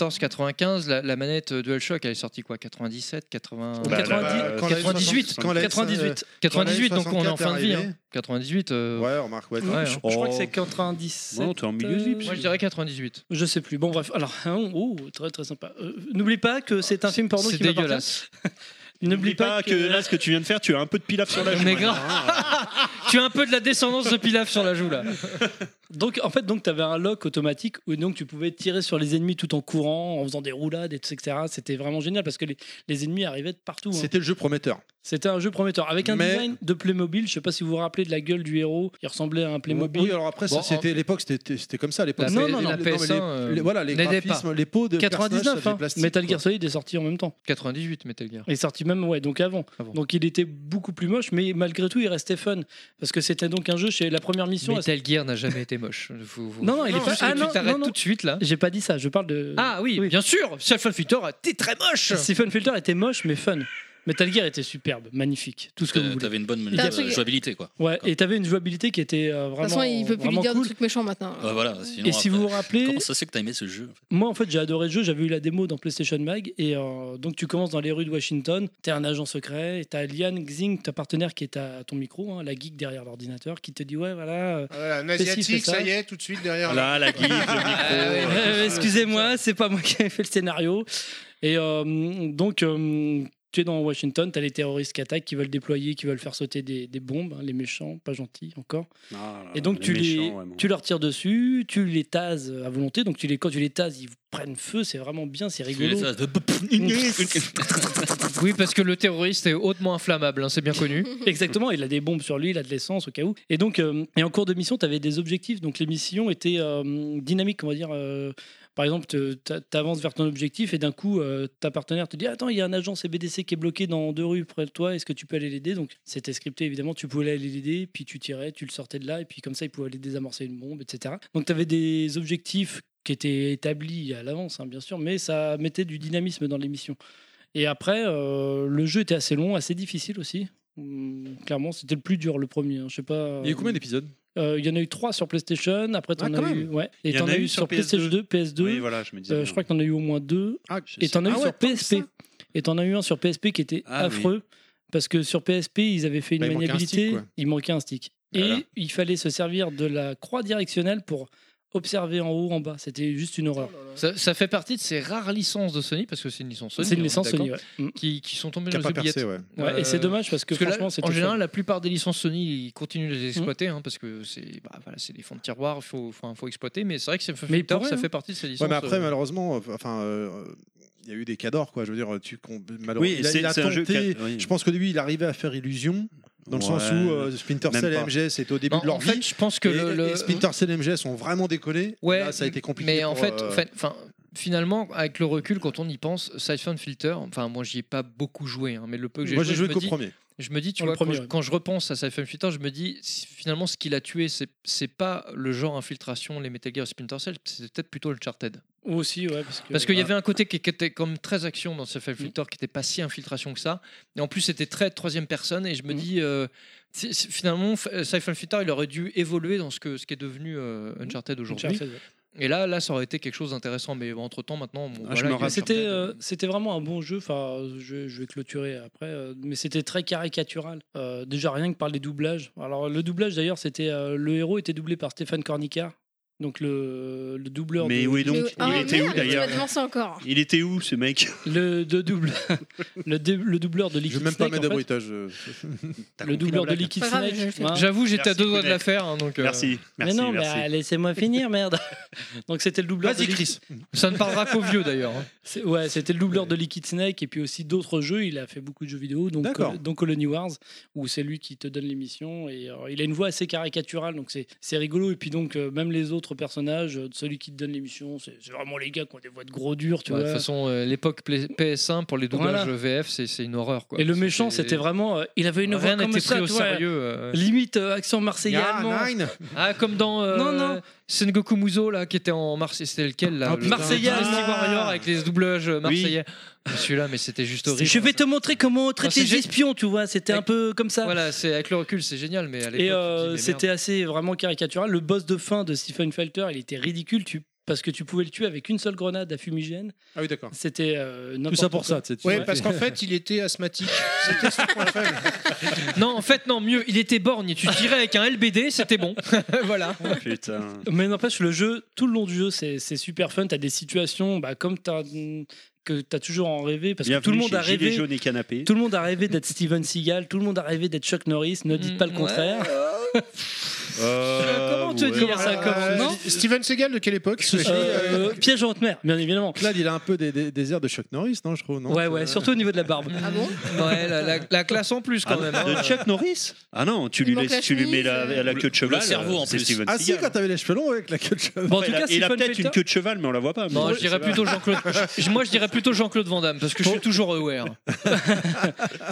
94-95, la, la manette euh, DualShock elle est sortie quoi 97, 80, Bah, 90, là, quand la- 98, quand la- euh, 98, quand la 98, donc on est en fin de vie. hein. arrivée. 98. euh, Ouais, remarque, ouais, t'as- Je- je crois que c'est 97. Non, t'es en milieu zip, Moi je si. dirais 98. Je sais plus. Bon, bref. Alors, hein, oh, très très sympa. Euh, N'oublie pas que c'est un film porno c'est qui m'appartient. dégueulasse. *laughs* N'oublie pas que. Là, ce que tu viens de faire, tu as un peu de pilaf sur la joue. Mais grave. *laughs* tu as un peu de la descendance de Pilaf sur la joue *laughs* là. Donc, en fait, donc, tu avais un lock automatique où donc, tu pouvais tirer sur les ennemis tout en courant, en faisant des roulades, et tout, etc. C'était vraiment génial parce que les, les ennemis arrivaient de partout. hein. C'était le jeu prometteur. C'était un jeu prometteur avec un Mais- design de Playmobil. Je sais pas si vous vous rappelez de la gueule du héros. Il ressemblait à un Playmobil. Oh, Oui, alors après, ça, hein. c'était l'époque, c'était c'était comme ça à l'époque. Non, non, non, mais les- euh, les- voilà, les graphismes, les pots de personnages, 99. ça fait hein. plastique, Metal quoi. Gear Solid est sorti en même temps. 98 Metal Gear. Il est sorti même ouais donc avant. Ah Donc il était beaucoup plus moche, mais malgré tout il restait fun parce que c'était donc un jeu chez la première mission. Metal Gear n'a jamais été moche. Vous- vous- Non, non, il est Tu- pas. tu Ah, non, t'arrêtes non, non. tout de suite là. J'ai pas dit ça. Je parle de. Ah oui, bien sûr. Siphon Filter, t'es très moche. Siphon Filter était moche mais fun. Metal Gear était superbe, magnifique, tout ce que vous Euh, voulez. T'avais une bonne Il y a- euh, jouabilité, quoi. Ouais, et t'avais une jouabilité qui était De euh, toute vraiment. façon, il peut plus lui vraiment dire cool. des trucs méchants maintenant. Ouais, voilà, sinon, Et si après- vous vous rappelez. Comment ça c'est que t'as aimé ce jeu en fait Moi, en fait, j'ai adoré le jeu. J'avais eu la démo dans PlayStation Mag. Et euh, donc, tu commences dans les rues de Washington. T'es un agent secret. et T'as Liane Xing, ta partenaire qui est à ton micro, hein, la geek derrière l'ordinateur, qui te dit Ouais, voilà. euh, Voilà, Ah, un asiatique, ça y est, tout de suite derrière. Ah Là, la *laughs* guide, le micro. euh, Excusez-moi, c'est pas moi qui ai fait le scénario. Et euh, donc. euh, tu es dans Washington, tu as les terroristes qui attaquent, qui veulent déployer, qui veulent faire sauter des, des bombes, hein, les méchants, pas gentils encore. Et donc tu, les, tu leur tires dessus, tu les tases à volonté. Donc tu les, quand tu les tases, ils prennent feu. C'est vraiment bien, c'est rigolo. les tases de- Oui, parce que le terroriste est hautement inflammable, hein, c'est bien connu. Exactement, il a des bombes sur lui, il a de l'essence au cas où. Et donc, euh, et en cours de mission, tu avais des objectifs. Donc les missions étaient euh, dynamiques, on va dire. euh, Par exemple, te- t'a- t'avances vers ton objectif et d'un coup, euh, ta partenaire te dit Attends, il y a un agent CBDC qui est bloqué dans deux rues près de toi, est-ce que tu peux aller l'aider Donc, c'était scripté évidemment, tu pouvais aller l'aider, puis tu tirais, tu le sortais de là, et puis comme ça, il pouvait aller désamorcer une bombe, etc. Donc, tu avais des objectifs qui étaient établis à l'avance, hein, bien sûr, mais ça mettait du dynamisme dans l'émission. Et après, euh, le jeu était assez long, assez difficile aussi. Hum, Clairement, c'était le plus dur, le premier. hein, Je sais pas. Il y a eu combien d'épisodes Euh, Il y en a eu trois sur PlayStation. Après, t'en Ah, quand as eu. même. Ouais. Il Et y en t'en a as eu eu sur sur PS2, PS2. Oui, voilà, je me disais Euh, bien. crois que t'en as eu au moins deux. et sais. t'en as eu Ah ouais, sur tant que PSP. Et t'en as eu un sur PSP qui était Ah, oui. affreux. Parce que sur PSP, ils avaient fait une Bah, il manquait un maniabilité. stick, quoi. il manquait un stick. Voilà. Et il fallait se servir de la croix directionnelle pour observer en haut, en bas. C'était juste une Oh horreur. Ça, ça fait partie de ces rares licences de Sony, parce que c'est une licence Sony. C'est une on est licence Sony, d'accord, ouais. qui, qui sont tombées Qui dans a les pas percé, oubliettes. ouais. Ouais, et c'est dommage, parce que là, franchement, c'était Mm. En général, chaud. la plupart des licences Sony, ils continuent de les exploiter, hein, parce que c'est bah, voilà, c'est des fonds de tiroir, il faut, faut, faut exploiter, mais c'est vrai que c'est- Mais il Victor, pourrait, ça hein. fait partie de ces licences. Ouais, mais après, euh, malheureusement, euh, enfin. euh, il y a eu des cadors, quoi. Je veux dire, tu com- malheureusement, Oui, il a, c'est- il a c'est un jeu tenté- qui a- oui. Je pense que lui, il arrivait à faire illusion, dans le Ouais, sens où euh, Splinter même Cell et pas. MGS c'était au début Non, de leur Bah, en vie. fait, je pense que et, le- le- et Splinter Cell et MGS ont vraiment décollé. Ouais, Là, ça a été compliqué. Mais en pour, fait, euh, fait- enfin, finalement, avec le recul, quand on y pense, Siphon Filter, enfin, moi, j'y ai pas beaucoup joué, hein, mais le peu que j'ai Moi, joué, j'ai joué je me qu'au dis- premier. Je me dis, tu Le vois, quand, premier, je, ouais. quand je repense à Siphon Filter, je me dis, si- finalement, ce qu'il a tué, c'est c'est pas le genre infiltration, les Metal Gear Splinter Cell, c'est peut-être plutôt le Charted. Ou aussi, ouais. Parce que- Mm. Parce qu'il y avait un côté qui qui était comme très action dans ce Filter, qui n'était pas si infiltration que ça. Et en plus, c'était très troisième personne. Et je Mm. me dis, euh, c'est- c'est- finalement, F- euh, Siphon Filter, il aurait dû évoluer dans ce, que, ce qui est devenu euh, Uncharted aujourd'hui. Uncharted, ouais. Et là, là, ça aurait été quelque chose d'intéressant. Mais entre temps, maintenant, bon, Ah, voilà, il y a mais Uncharted. C'était euh, c'était vraiment un bon jeu. Enfin, je, je vais clôturer après, euh, mais c'était très caricatural. Euh, déjà rien que par les doublages. Alors le doublage d'ailleurs, c'était euh, le héros était doublé par Stéphane Cornica, donc le, le doubleur. Mais de- oui, donc, Mais- ah, merde, Tu m'as devancé encore. Il était où ce mec Le de double, le, dé- le doubleur de Liquid Je vais même pas Snake, mettre en fait. d'abruitage. euh, t'as Le compris doubleur la de blague Liquid Pas grave, Snake. je le fais. voilà. J'avoue, j'étais à Merci, deux doigts de la Kounet. faire, hein, donc, euh, Merci, merci, Mais non, mais, merci. ah, laissez-moi finir, merde. *laughs* donc c'était le doubleur. Vas-y, de Liquid- Chris. Ça ne parlera qu'aux vieux d'ailleurs. hein. *laughs* C'est- Ouais, c'était le doubleur de Liquid Snake et puis aussi d'autres jeux. Il a fait beaucoup de jeux vidéo, donc, D'accord. Col- dont Colony Wars, où c'est lui qui te donne l'émission. Et euh, il a une voix assez caricaturale, donc c'est c'est rigolo. Et puis donc, euh, même les autres personnages, euh, celui qui te donne l'émission, c'est c'est vraiment les gars qui ont des voix de gros durs, tu Ouais, De vois. toute façon, euh, l'époque pla- PS1 pour les doublages Voilà. VF, c'est c'est une horreur. Quoi. et le méchant, c'était vraiment. euh, il avait une Rien voix comme n'était ça, pris au tu vois, sérieux, euh. Limite euh, accent marseillais Ya, allemand. nine. Ah, comme dans euh, Non, non. Sengoku Muso, là, qui était en Marseille. C'était lequel, là Oh, le- putain. Marseillais. Dynasty Ah. Warrior avec les doublages euh, marseillais. Celui-là, mais c'était juste horrible. Je vais te montrer comment on traite c'est les gé- espions, tu vois. C'était un peu comme ça. Voilà, c'est avec le recul, c'est génial, mais à l'époque. tu te Et dis, euh, mais merde. c'était assez vraiment caricatural. Le boss de fin de Stephen Falter, il était ridicule tu, parce que tu pouvais le tuer avec une seule grenade à fumigène. Ah oui, d'accord. C'était euh, n'importe ça pour quoi. ça, tu sais, tu- Ouais, Ouais. parce qu'en fait, il *laughs* était asthmatique. Non, en fait, non, mieux. Il était borgne. Tu tirais avec un LBD, c'était bon. *laughs* voilà. Oh, Putain. Mais n'empêche, le jeu, tout le long du jeu, c'est c'est super fun. T'as des situations bah, comme t'as- que t'as toujours en rêvé parce que tout le monde a rêvé. jaune et canapé. Tout le monde a rêvé d'être Steven Seagal, tout le monde a rêvé d'être Chuck Norris, ne Mm, dites pas le contraire. *laughs* Euh, Euh, Comment te dire ça Ah, comment- non Steven Seagal de quelle époque Euh, Piège en haute mer, bien évidemment. Là, il a un peu des, des- des airs de Chuck Norris, non, je trouve. Non Ouais, ouais, surtout au niveau de la barbe. Ah bon Ouais, la, la- la classe en plus, quand Ah, même. de Chuck Norris Ah non, tu lui, manque laisses, la tu lui mets chemise, la, euh. la queue de Le cheval. cerveau, en c'est plus. Steven Ah si, Seagal. quand t'avais les cheveux longs, ouais, avec la queue de cheval. il a, il a peut-être une queue de cheval, mais on la voit pas. mais- Non, je dirais plutôt Jean-Claude. je- Moi, je dirais plutôt Jean-Claude Van Damme parce que je suis toujours aware.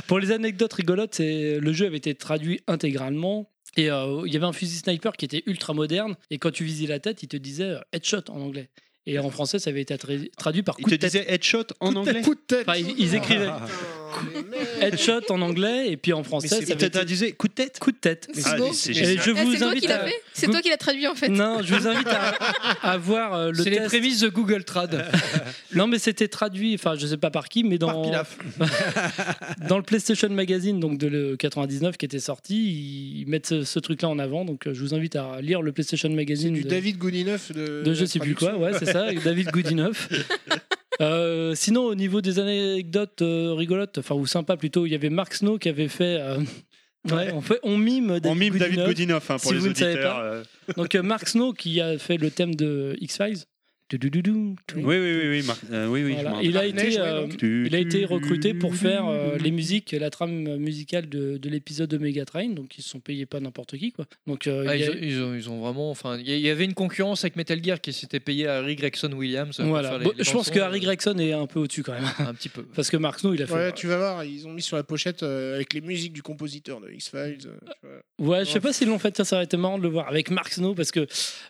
Pour les anecdotes rigolotes, c'est- le jeu avait été traduit intégralement. Et euh, il y avait un fusil sniper qui était ultra moderne. Et quand tu visais la tête, il te disait euh, headshot en anglais. Et en français, ça avait été tra- traduit par coup de tête. headshot en anglais Coup de tête. Enfin, ils, ils écrivaient Oh, headshot en anglais et puis en français. Mais ça c'est- il te avait été- traduisait coup de tête. Coup de tête. Mais c'est Ah, beau. c'est Et génial. je Eh, vous c'est toi invite qui l'as à- fait C'est toi qui l'as traduit en fait. Non, je vous invite à, à voir euh, le C'est les test. prémices de Google Trad. *laughs* non, mais c'était traduit, enfin, je sais pas par qui, mais dans. *laughs* dans le PlayStation Magazine donc de le 99 qui était sorti, ils mettent ce, ce truc-là en avant. Donc euh, je vous invite à lire le PlayStation Magazine Du de, David Goodenough de. de je sais plus quoi. Ouais, c'est ça, et *laughs* David *laughs* Goodenough. Euh, sinon, au niveau des anecdotes euh, rigolotes, enfin ou sympas plutôt, il y avait Mark Snow qui avait fait. euh, ouais, on, fait, on mime David On mime David Goodenough, Godinoff hein, pour si les vous ne savez auditeurs. pas. euh. Donc euh, Mark Snow qui a fait le thème de X-Files Toudoudoudoum, Oui, tou- oui, oui, oui, Marc- euh, oui, oui, je Voilà. m'en Il a rappelle. été, euh, il a été recruté pour faire euh, les musiques, la trame musicale de, de l'épisode de Megatrain, donc ils se sont payés pas n'importe qui quoi. Donc euh, Ah, il ils, y a- ont, ils ont- ils ont vraiment. Enfin, il y- il y avait une concurrence avec Metal Gear qui s'était payé à Harry Gregson Williams. pour voilà. faire les- Bon, les je pense chansons. que Harry Gregson est un peu au-dessus quand même. Un petit peu. *laughs* Parce que Mark Snow, il a fait. Ouais, tu vas voir, ils ont mis sur la pochette euh, avec les musiques du compositeur de X-Files. euh, tu vois. Ouais, je sais pas s'ils l'ont fait, ça, ça aurait été marrant de le voir avec Mark Snow parce que,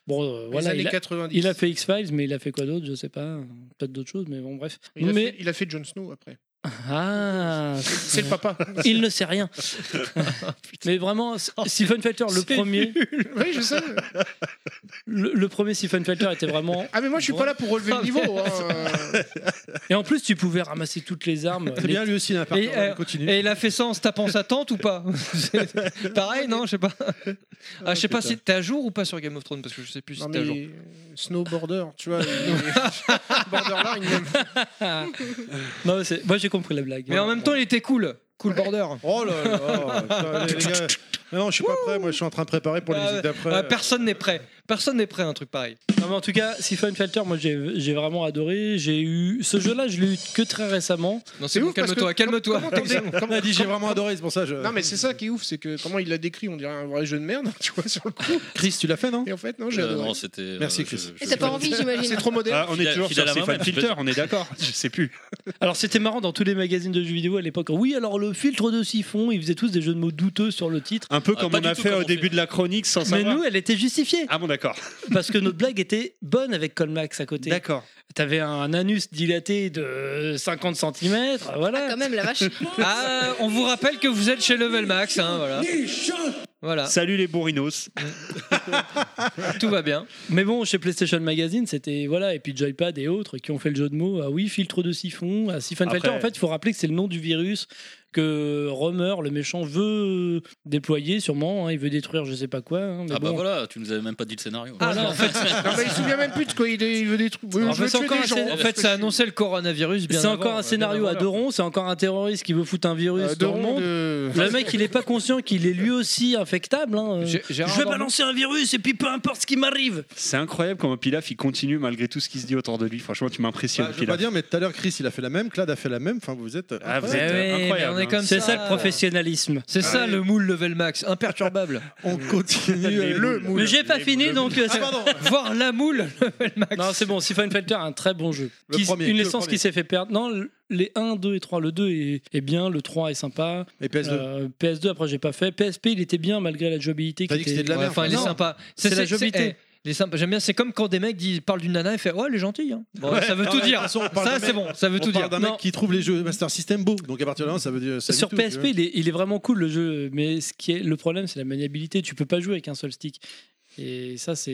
bon, euh, voilà, années il a, 90. il a fait X-Files, mais il a fait quoi d'autre, je sais pas, peut-être d'autres choses, mais bon, bref. Il, mais, a fait, il a fait Jon Snow après. ah, C'est le papa. *laughs* il ne sait *laughs* rien. mais vraiment, S- Stephen Felter, le premier. Oh, *laughs* oui, je sais. Le, le premier Stephen Felter était vraiment. Ah, mais moi, je suis pas là pour relever le niveau. hein. Et en plus, tu pouvais ramasser toutes les armes. Très bien, lui aussi, il a un parcours, Et, euh, continue. Et il a fait ça en se tapant sa tente ou *laughs* pas C'est Pareil, non, je sais pas. Ah, je sais pas putain. si t'es à jour ou pas sur Game of Thrones parce que je sais plus si Non, t'es à jour. *laughs* mais snowboarder, tu *laughs* vois. Borderline. *laughs* Non, mais c'est- moi j'ai compris la blague. Mais en même temps, il était cool. Cool border. Oh là là, putain, les gars. Mais non, je suis pas prêt, moi je suis en train de préparer pour les Ah, musiques d'après. ah, personne n'est prêt. Personne n'est prêt à un truc pareil. Non, mais en tout cas, Siphon Filter, moi j'ai j'ai vraiment adoré. J'ai eu ce jeu-là, je l'ai eu que très récemment. Non, c'est bon, calme-toi, calme-toi. *laughs* *laughs* Comme a dit, j'ai vraiment adoré, c'est pour ça. Je... Non, mais c'est ça qui est ouf, c'est que comment il l'a décrit, on dirait un vrai jeu de merde, *laughs* tu vois, sur le coup. Chris, tu l'as fait, non Et en fait, Ah, non, j'ai Euh, adoré. non, c'était. Merci, Chris. t'as pas envie, j'imagine. C'est trop moderne. Ah, on est Fidèle- toujours sur fidèle à Stéphane moi-même, Filter, peut-être. on est d'accord. Je sais plus. Alors c'était marrant dans tous les magazines de jeux vidéo à l'époque. Oui, alors le filtre de siphon, ils faisaient tous des jeux de mots douteux sur le titre. Un peu Ah, comme on a fait au début de la chronique sans Mais savoir. nous, elle était justifiée. Ah bon, d'accord. *laughs* Parce que notre blague était bonne avec Colmax à côté. D'accord. T'avais un anus dilaté de 50 cm, voilà. quand même, la vache. Ah, on vous rappelle que vous êtes chez Level Max, hein, voilà. Ah. Voilà. Salut *laughs* les bourrinos. Tout va bien. Mais bon, chez PlayStation Magazine, c'était voilà, et puis Joypad et autres qui ont fait le jeu de mots. Ah oui, filtre de siphon, ah, à siphon Après- filter. En fait, il faut rappeler que c'est le nom du virus que Romer, le méchant, veut déployer sûrement. hein, il veut détruire, je sais pas quoi. hein, mais Ah bah bon. voilà, tu nous avais même pas dit le scénario. Voilà, en fait, Ah. *laughs* Non, mais il se souvient même plus de quoi il, est- il veut détruire. Oui, Alors, je veux c'est tuer encore des un gens. scén- en fait, ça annonçait le coronavirus bien hein. C'est encore avant, euh, un bien scénario avant à l'heure. deux ronds, c'est encore un terroriste qui veut foutre un virus Euh, dans le Doron monde. de- Le mec, il est pas conscient qu'il est lui aussi infectable. hein. Gé- Je Gérard vais Dormand. balancer un virus et puis peu importe ce qui m'arrive. C'est incroyable comment Pilaf il continue malgré tout ce qui se dit autour de lui. Franchement, tu m'impressionnes, Bah, je veux pas Pilaf. dire, mais tout à l'heure, Chris, il a fait la même, Clad a fait la même. Enfin, vous êtes. Ah, vous incroyable. êtes euh, incroyable. hein. C'est ça le euh, professionnalisme. C'est ça Ouais. le moule level max, imperturbable. On continue. Les euh, le moules. Mais j'ai pas Les fini moules. donc. euh, Ah, pardon. Voir la moule level max. Non, c'est bon, Siphon Filter un très bon jeu. Le Qui- premier, une le licence premier. qui s'est fait perdre. Non, le- les 1, 2 et 3. Le 2 est, est bien, le 3 est sympa. Et PS2. Euh, PS2, après, j'ai pas fait. PSP, il était bien malgré la jouabilité. T'as qui dit que c'était de la Ouais, merde. Enfin, il est Non, sympa. c'est eh, la jobité. jovialité. Il est sympa. J'aime bien, c'est comme quand des mecs disent, parlent d'une nana et oh, fait Ouais, elle est gentille. hein. Bon, Ouais, ça veut non, tout mais de dire. toute façon, on parle Ça, d'un c'est mec- bon, ça veut on tout dire. parle d'un Non. mec qui trouve les jeux Master System beaux. Donc à partir de là, ça veut dire. ça dit Sur tout, PSP, tu vois. il est, il est vraiment cool le jeu, mais ce qui est le problème, c'est la maniabilité. Tu peux pas jouer avec un seul stick. Et ça, c'est.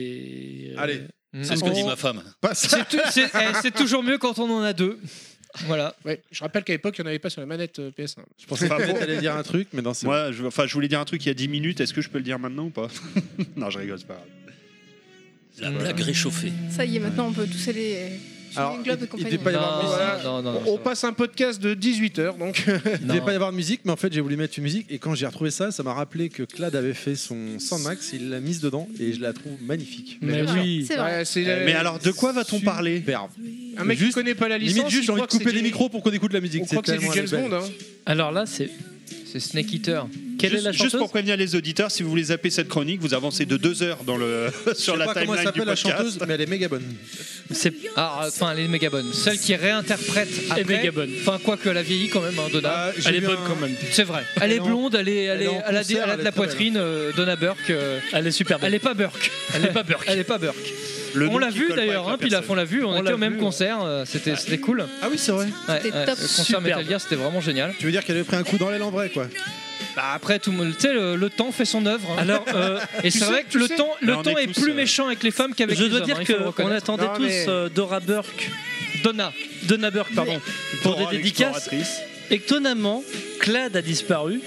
euh, Allez. Hmm, C'est ce que dit on- ma femme. Passe. Tout- C'est eh, c'est toujours mieux quand on en a deux. Voilà. Ouais, je rappelle qu'à l'époque, il n'y en avait pas sur la manette euh, PS1. Je *laughs* pensais Enfin, que bon. t'allais dire un truc, mais non, c'est. Moi, je, enfin, je voulais dire un truc il y a 10 minutes. Est-ce que je peux le dire maintenant ou pas *laughs* Non, je rigole, c'est pas grave. La blague réchauffée. *laughs* Ça y est, maintenant, on peut tous aller. euh, Alors, Golden Globe et il- il compagnie. devait pas y avoir de Non, musique. non, non, non, ça On va. passe un podcast de 18h, donc. Il devait Non. pas y avoir de musique, mais en fait j'ai voulu mettre une musique et quand j'ai retrouvé ça, ça m'a rappelé que Clad avait fait son Sandmax, il l'a mise dedans et je la trouve magnifique. Mais C'est oui. C'est vrai. Ouais, c'est, euh, Mais alors, de quoi va-t-on parler Superbe. un mec qui juste- connaît pas la licence. Limite juste il j'ai envie croit de que c'est couper du- les micros pour qu'on écoute la musique. On croit que c'est du tellement James belle. Bond. hein. Alors là, c'est. C'est Snake Eater. Quelle juste, est la juste chanteuse pour prévenir les auditeurs, si vous voulez zapper cette chronique, vous avancez de deux heures dans le, *laughs* sur Je sais la pas comment elle timeline du s'appelle la podcast. chanteuse, mais elle est méga bonne. C'est Ah, Enfin, elle est méga bonne. Celle qui réinterprète après. méga bonne. Enfin, quoique elle a vieilli quand même, hein, Donna. Ah, j'ai Euh, Elle est vu bonne un- quand même. C'est vrai. Elle est en- blonde, elle, est, elle, elle est est, en elle a, des- concert, elle a elle est de la très belle. poitrine, euh, Donna Burke. euh, Elle est super elle belle. est pas Burke. Elle est pas Burke. Elle est pas Burke. Le on nom l'a qui vu colle pas d'ailleurs, avec la hein, Pilaf, on personne. l'a vu. On, On était l'a au même vu, concert, euh, c'était c'était cool. Ouais, Ah oui, c'est vrai. C'était ouais, top. le concert Superbe. Metal Gear, c'était vraiment génial. Tu veux dire qu'elle avait pris un coup dans l'aile en vrai quoi. Bah, après, tout le monde- tu sais, le, le temps fait son œuvre. hein. Alors, euh, *laughs* Et c'est sais- vrai que tu le sais- temps, le Mais on temps est est, tous, plus euh, méchants avec les femmes qu'avec je les dois hommes, hein, dire il faut le qu'on reconnaître. attendait Non, tous mais- euh, Dora Burke, Donna. Donna Burke, pardon, pour Dora des dédicaces. l'exploratrice. Étonnamment, Clad a *laughs* disparu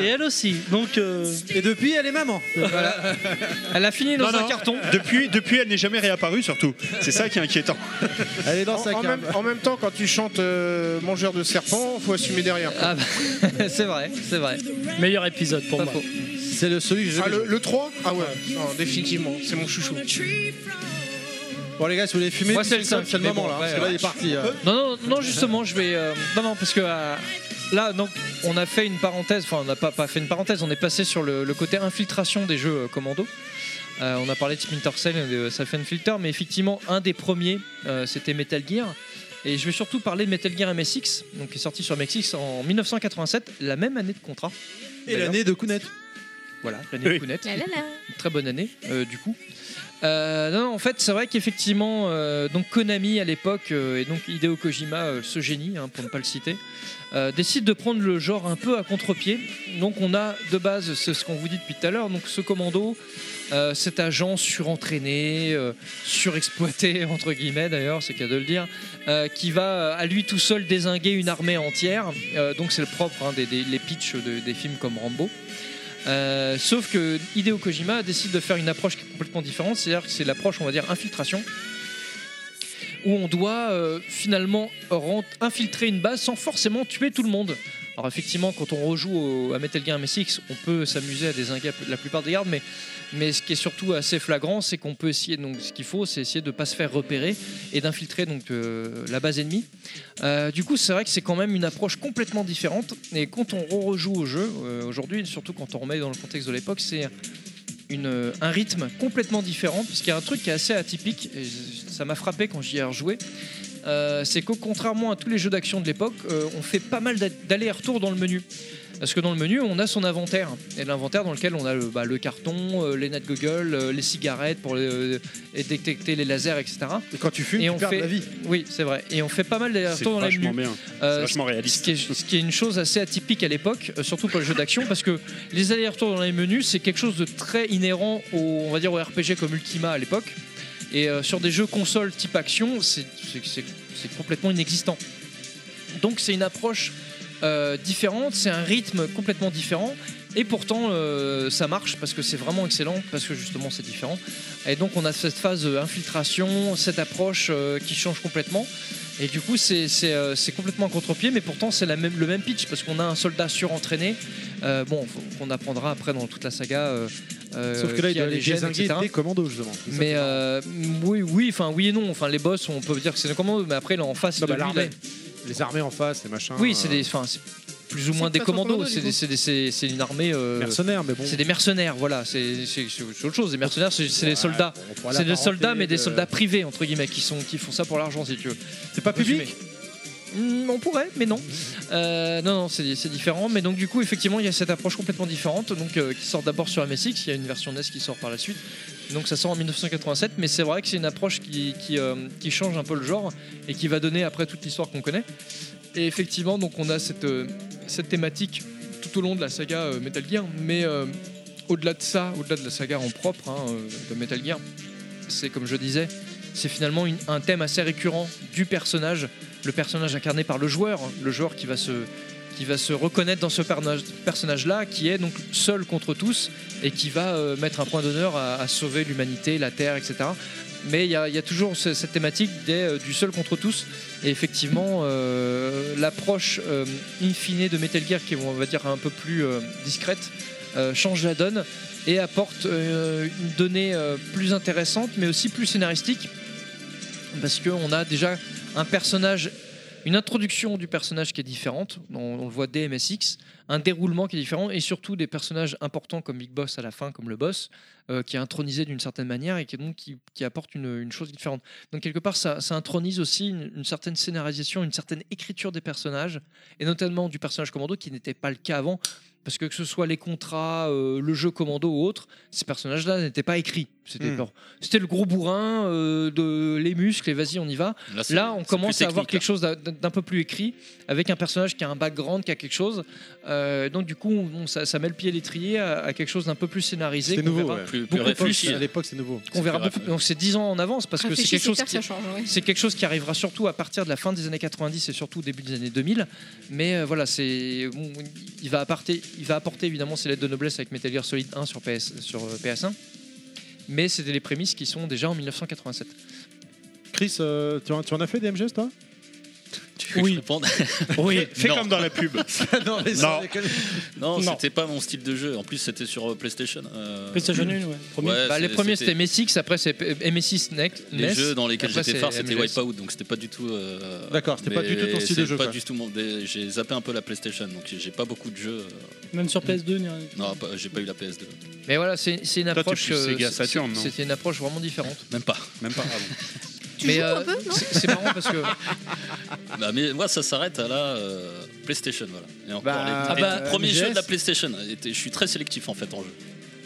et elle aussi. Donc, euh, Et depuis elle est maman. *laughs* *laughs* Elle a fini dans Non, un non. carton. Depuis, depuis, elle n'est jamais réapparue surtout. C'est ça qui est inquiétant. Elle est dans En, sa en cave. même, en même temps, quand tu chantes euh, Mangeur de serpent, faut assumer derrière. Ah bah, *laughs* c'est vrai, c'est vrai. meilleur épisode pour Pas moi. faux. C'est le celui que j'ai. Ah, le, le 3 Ah ouais, non, définitivement, c'est mon chouchou. Bon, les gars, si vous voulez fumer, Moi, c'est le seul 5. c'est le moment là, parce que là, il est parti. euh. Non, non, non, justement, je vais. euh, non, non, parce que euh, là, donc, on a fait une parenthèse. Enfin, on n'a pas, pas fait une parenthèse. On est passé sur le, le côté infiltration des jeux euh, commando. Euh, on a parlé de Splinter Cell et de Siphon Filter, mais effectivement, un des premiers, euh, c'était Metal Gear. Et je vais surtout parler de Metal Gear MSX, donc, qui est sorti sur MSX en 1987, la même année de contrat. Et l'année de Kounet. Voilà, l'année de Kounet. Une très bonne année euh, du coup. Euh, non, non, en fait, c'est vrai qu'effectivement, euh, donc Konami à l'époque euh, et donc Hideo Kojima, euh, ce génie, hein, pour ne pas le citer, euh, décide de prendre le genre un peu à contre-pied. Donc, on a de base, c'est ce qu'on vous dit depuis tout à l'heure, donc ce commando, euh, cet agent surentraîné, euh, surexploité *laughs* entre guillemets d'ailleurs, c'est qu'à de le dire, euh, qui va euh, à lui tout seul désinguer une armée entière. Euh, donc, c'est le propre hein, des, des- les pitchs de- des films comme Rambo. Euh, sauf que Hideo Kojima décide de faire une approche qui est complètement différente, c'est-à-dire que c'est l'approche, on va dire, infiltration, où on doit euh, finalement rent- infiltrer une base sans forcément tuer tout le monde. Alors effectivement, quand on rejoue au- à Metal Gear MSX, on peut s'amuser à désinguer la plupart des gardes, mais, mais ce qui est surtout assez flagrant, c'est qu'on peut essayer, donc ce qu'il faut, c'est essayer de ne pas se faire repérer et d'infiltrer donc euh, la base ennemie. Euh, du coup, c'est vrai que c'est quand même une approche complètement différente, et quand on rejoue au jeu, euh, aujourd'hui, surtout quand on remet dans le contexte de l'époque, c'est une, euh, un rythme complètement différent, puisqu'il y a un truc qui est assez atypique, et je- ça m'a frappé quand j'y ai rejoué, euh, c'est que contrairement à tous les jeux d'action de l'époque, euh, on fait pas mal d'a- d'allers-retours dans le menu. Parce que dans le menu, on a son inventaire. Et l'inventaire dans lequel on a le, bah, le carton, euh, les nattes Google, euh, les cigarettes pour euh, et détecter les lasers, etc. Et quand tu fumes, tu perds de la vie. Oui, c'est vrai. Et on fait pas mal C'est d'allers-retours dans les vachement menus. bien. C'est vachement Euh, ce- réaliste. Ce qui, est, ce qui est une chose assez atypique à l'époque, euh, surtout pour les jeux d'action, parce que les allers-retours dans les menus, c'est quelque chose de très inhérent au, on va dire, au RPG comme Ultima à l'époque. Et euh, sur des jeux consoles type action, c'est- c'est c'est- c'est complètement inexistant. Donc c'est une approche euh, différente, c'est un rythme complètement différent. Et pourtant, euh, ça marche parce que c'est vraiment excellent, parce que justement c'est différent. Et donc on a cette phase euh, infiltration, cette approche euh, qui change complètement. Et du coup, c'est c'est, euh, c'est complètement à contre-pied, mais pourtant c'est la même, le même pitch parce qu'on a un soldat surentraîné. euh, bon, faut- qu'on apprendra après dans toute la saga. euh, euh, Sauf que là, il qui a doit les les gènes, désinguer etc. des commandos, justement. C'est ça Mais qui est marrant. euh, oui, oui, enfin oui et non. Enfin, les boss, on peut dire que c'est des commandos, mais après, là, en face, Non, de bah, lui, l'armée. là- Les armées en face, les machins. oui, c'est euh, des, enfin, c'est plus ou C'est moins des pas trop commandos. commando, du C'est des- coup. c'est des- c'est- c'est une armée euh, Mercenaires, mais bon. C'est des mercenaires, voilà. C'est c'est- c'est autre chose. Des mercenaires, c'est c'est des soldats. on pourrait C'est des l'apparenter soldats, mais des de- soldats privés entre guillemets qui sont qui font ça pour l'argent, si tu veux. C'est pas public. Mm, on pourrait, mais non. Euh, non, non, c'est c'est différent. Mais donc, du coup, effectivement, il y a cette approche complètement différente donc, euh, qui sort d'abord sur MSX. Il y a une version NES qui sort par la suite. Donc, ça sort en 1987. Mais c'est vrai que c'est une approche qui, qui, euh, qui change un peu le genre et qui va donner après toute l'histoire qu'on connaît. Et effectivement, donc, on a cette, euh, cette thématique tout au long de la saga euh, Metal Gear. Mais euh, au-delà de ça, au-delà de la saga en propre hein, euh, de Metal Gear, c'est comme je disais, c'est finalement une- un thème assez récurrent du personnage, le personnage incarné par le joueur, le joueur qui va se qui va se reconnaître dans ce perna- personnage-là, qui est donc seul contre tous et qui va euh, mettre un point d'honneur à, à sauver l'humanité, la terre, etc. Mais il y, a- il y a toujours ce- cette thématique des, euh, du seul contre tous. Et effectivement, euh, l'approche euh, in fine de Metal Gear, qui est, on va dire, un peu plus euh, discrète, euh, change la donne et apporte euh, une donnée euh, plus intéressante mais aussi plus scénaristique parce qu'on a déjà un personnage une introduction du personnage qui est différente on, on le voit dès MSX un déroulement qui est différent et surtout des personnages importants comme Big Boss à la fin comme le boss euh, qui est intronisé d'une certaine manière et qui, donc, qui, qui apporte une, une chose différente donc quelque part ça, ça intronise aussi une, une certaine scénarisation une certaine écriture des personnages et notamment du personnage commando qui n'était pas le cas avant parce que que ce soit les contrats, euh, le jeu commando ou autre, ces personnages-là n'étaient pas écrits. C'était Mm. leur- c'était le gros bourrin, euh, de les muscles, et vas-y, on y va. Là, Là, c'est- on c'est commence plus à avoir technique, quelque chose d'un- d'un peu plus écrit, avec un personnage qui a un background, qui a quelque chose. Euh, donc du coup, on- on- ça, ça met le pied à l'étrier à, à quelque chose d'un peu plus scénarisé. C'est qu'on nouveau. verra ouais. beaucoup Beaucoup de plus. fois, À l'époque, c'est nouveau. On verra beaucoup. Donc c'est 10 ans en avance parce que c'est quelque chose Réfléchissez, qui ça change, oui. c'est quelque chose qui arrivera surtout à partir de la fin des années 90 et surtout au début des années 2000. Mais euh, voilà, c'est bon, il va apporter il va apporter évidemment ses lettres de noblesse avec Metal Gear Solid 1 sur PS sur euh, PS1. Mais c'était les prémices qui sont déjà en 1987. Chris, euh, tu, en, tu en as fait des MGS, toi que je réponde Oui. Fais Non. comme dans *laughs* *laughs* la pub. non, mais sans déconner. Non, Non. c'était pas mon style de jeu. En plus, c'était sur euh, PlayStation. euh, PlayStation 1, ouais. Premier. ouais, Bah, les c'est- premiers c'était MSX, après c'est MSX Next. Les jeux dans lesquels après, j'étais c'est phare, c'était MGS. Wipeout, donc c'était pas du tout. euh, D'accord, c'était pas mais du tout ton style de c'est jeu, pas quoi. du tout mon- des- J'ai zappé un peu la PlayStation, donc j'ai- j'ai pas beaucoup de jeux. euh, Même sur PS2, ni rien. Non, pas- j'ai pas eu la PS2. Mais voilà, c'est c'est une Toi, t'es approche. plus euh, Sega c'est- Saturn, c'est- non C'était une approche vraiment différente. Même pas, même pas. Ah *laughs* Tu Mais, joues un euh, peu, non c'est- c'est marrant parce que. Bah, mais moi, ça s'arrête à la euh, PlayStation, voilà. Et encore, Bah, les, ah les bah, tout premiers MGS. jeux de la PlayStation. Et Je suis très sélectif en fait en jeu.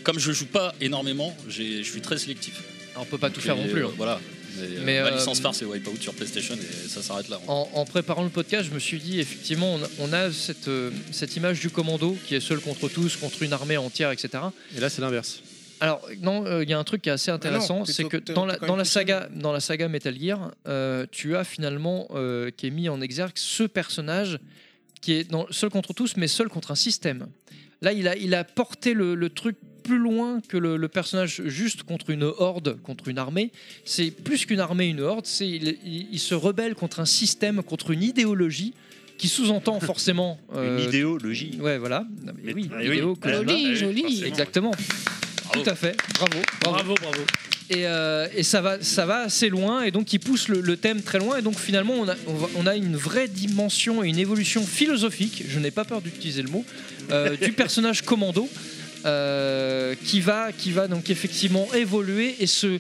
Comme je joue pas énormément, j'ai- je suis très sélectif. On peut pas Donc, tout faire et, non plus, euh, hein. Voilà. Mais, euh, Mais, ma euh, licence phare, c'est Wipeout sur PlayStation et ça s'arrête là. En, en préparant le podcast, je me suis dit, effectivement, on, on a cette, euh, cette image du commando qui est seul contre tous, contre une armée entière, etc. Et là, c'est l'inverse. Alors non, euh, il y a un truc qui est assez intéressant, Ah non, c'est plutôt que que t'es- dans la, t'es quand dans même la plus saga dans la saga Metal Gear, euh, tu as finalement euh, qui est mis en exergue ce personnage qui est dans- seul contre tous, mais seul contre un système. Là, il a il a porté le, le truc plus loin que le, le personnage juste contre une horde, contre une armée. C'est plus qu'une armée, une horde. C'est il, il- il se rebelle contre un système, contre une idéologie qui sous-entend forcément Euh, euh, Une idéologie. Ouais, voilà. Non, mais oui, Ah oui. idéo, Ah, colonna. joli, joli. Forcément. Exactement. Bravo. Tout à fait. Bravo. Bravo, bravo. Et, euh, et ça, va, ça va assez loin, et donc il pousse le, le thème très loin, et donc finalement on a, on va- on a une vraie dimension et une évolution philosophique, je n'ai pas peur d'utiliser le mot, *laughs* euh, du personnage commando, euh, qui, va, qui va donc effectivement évoluer et se,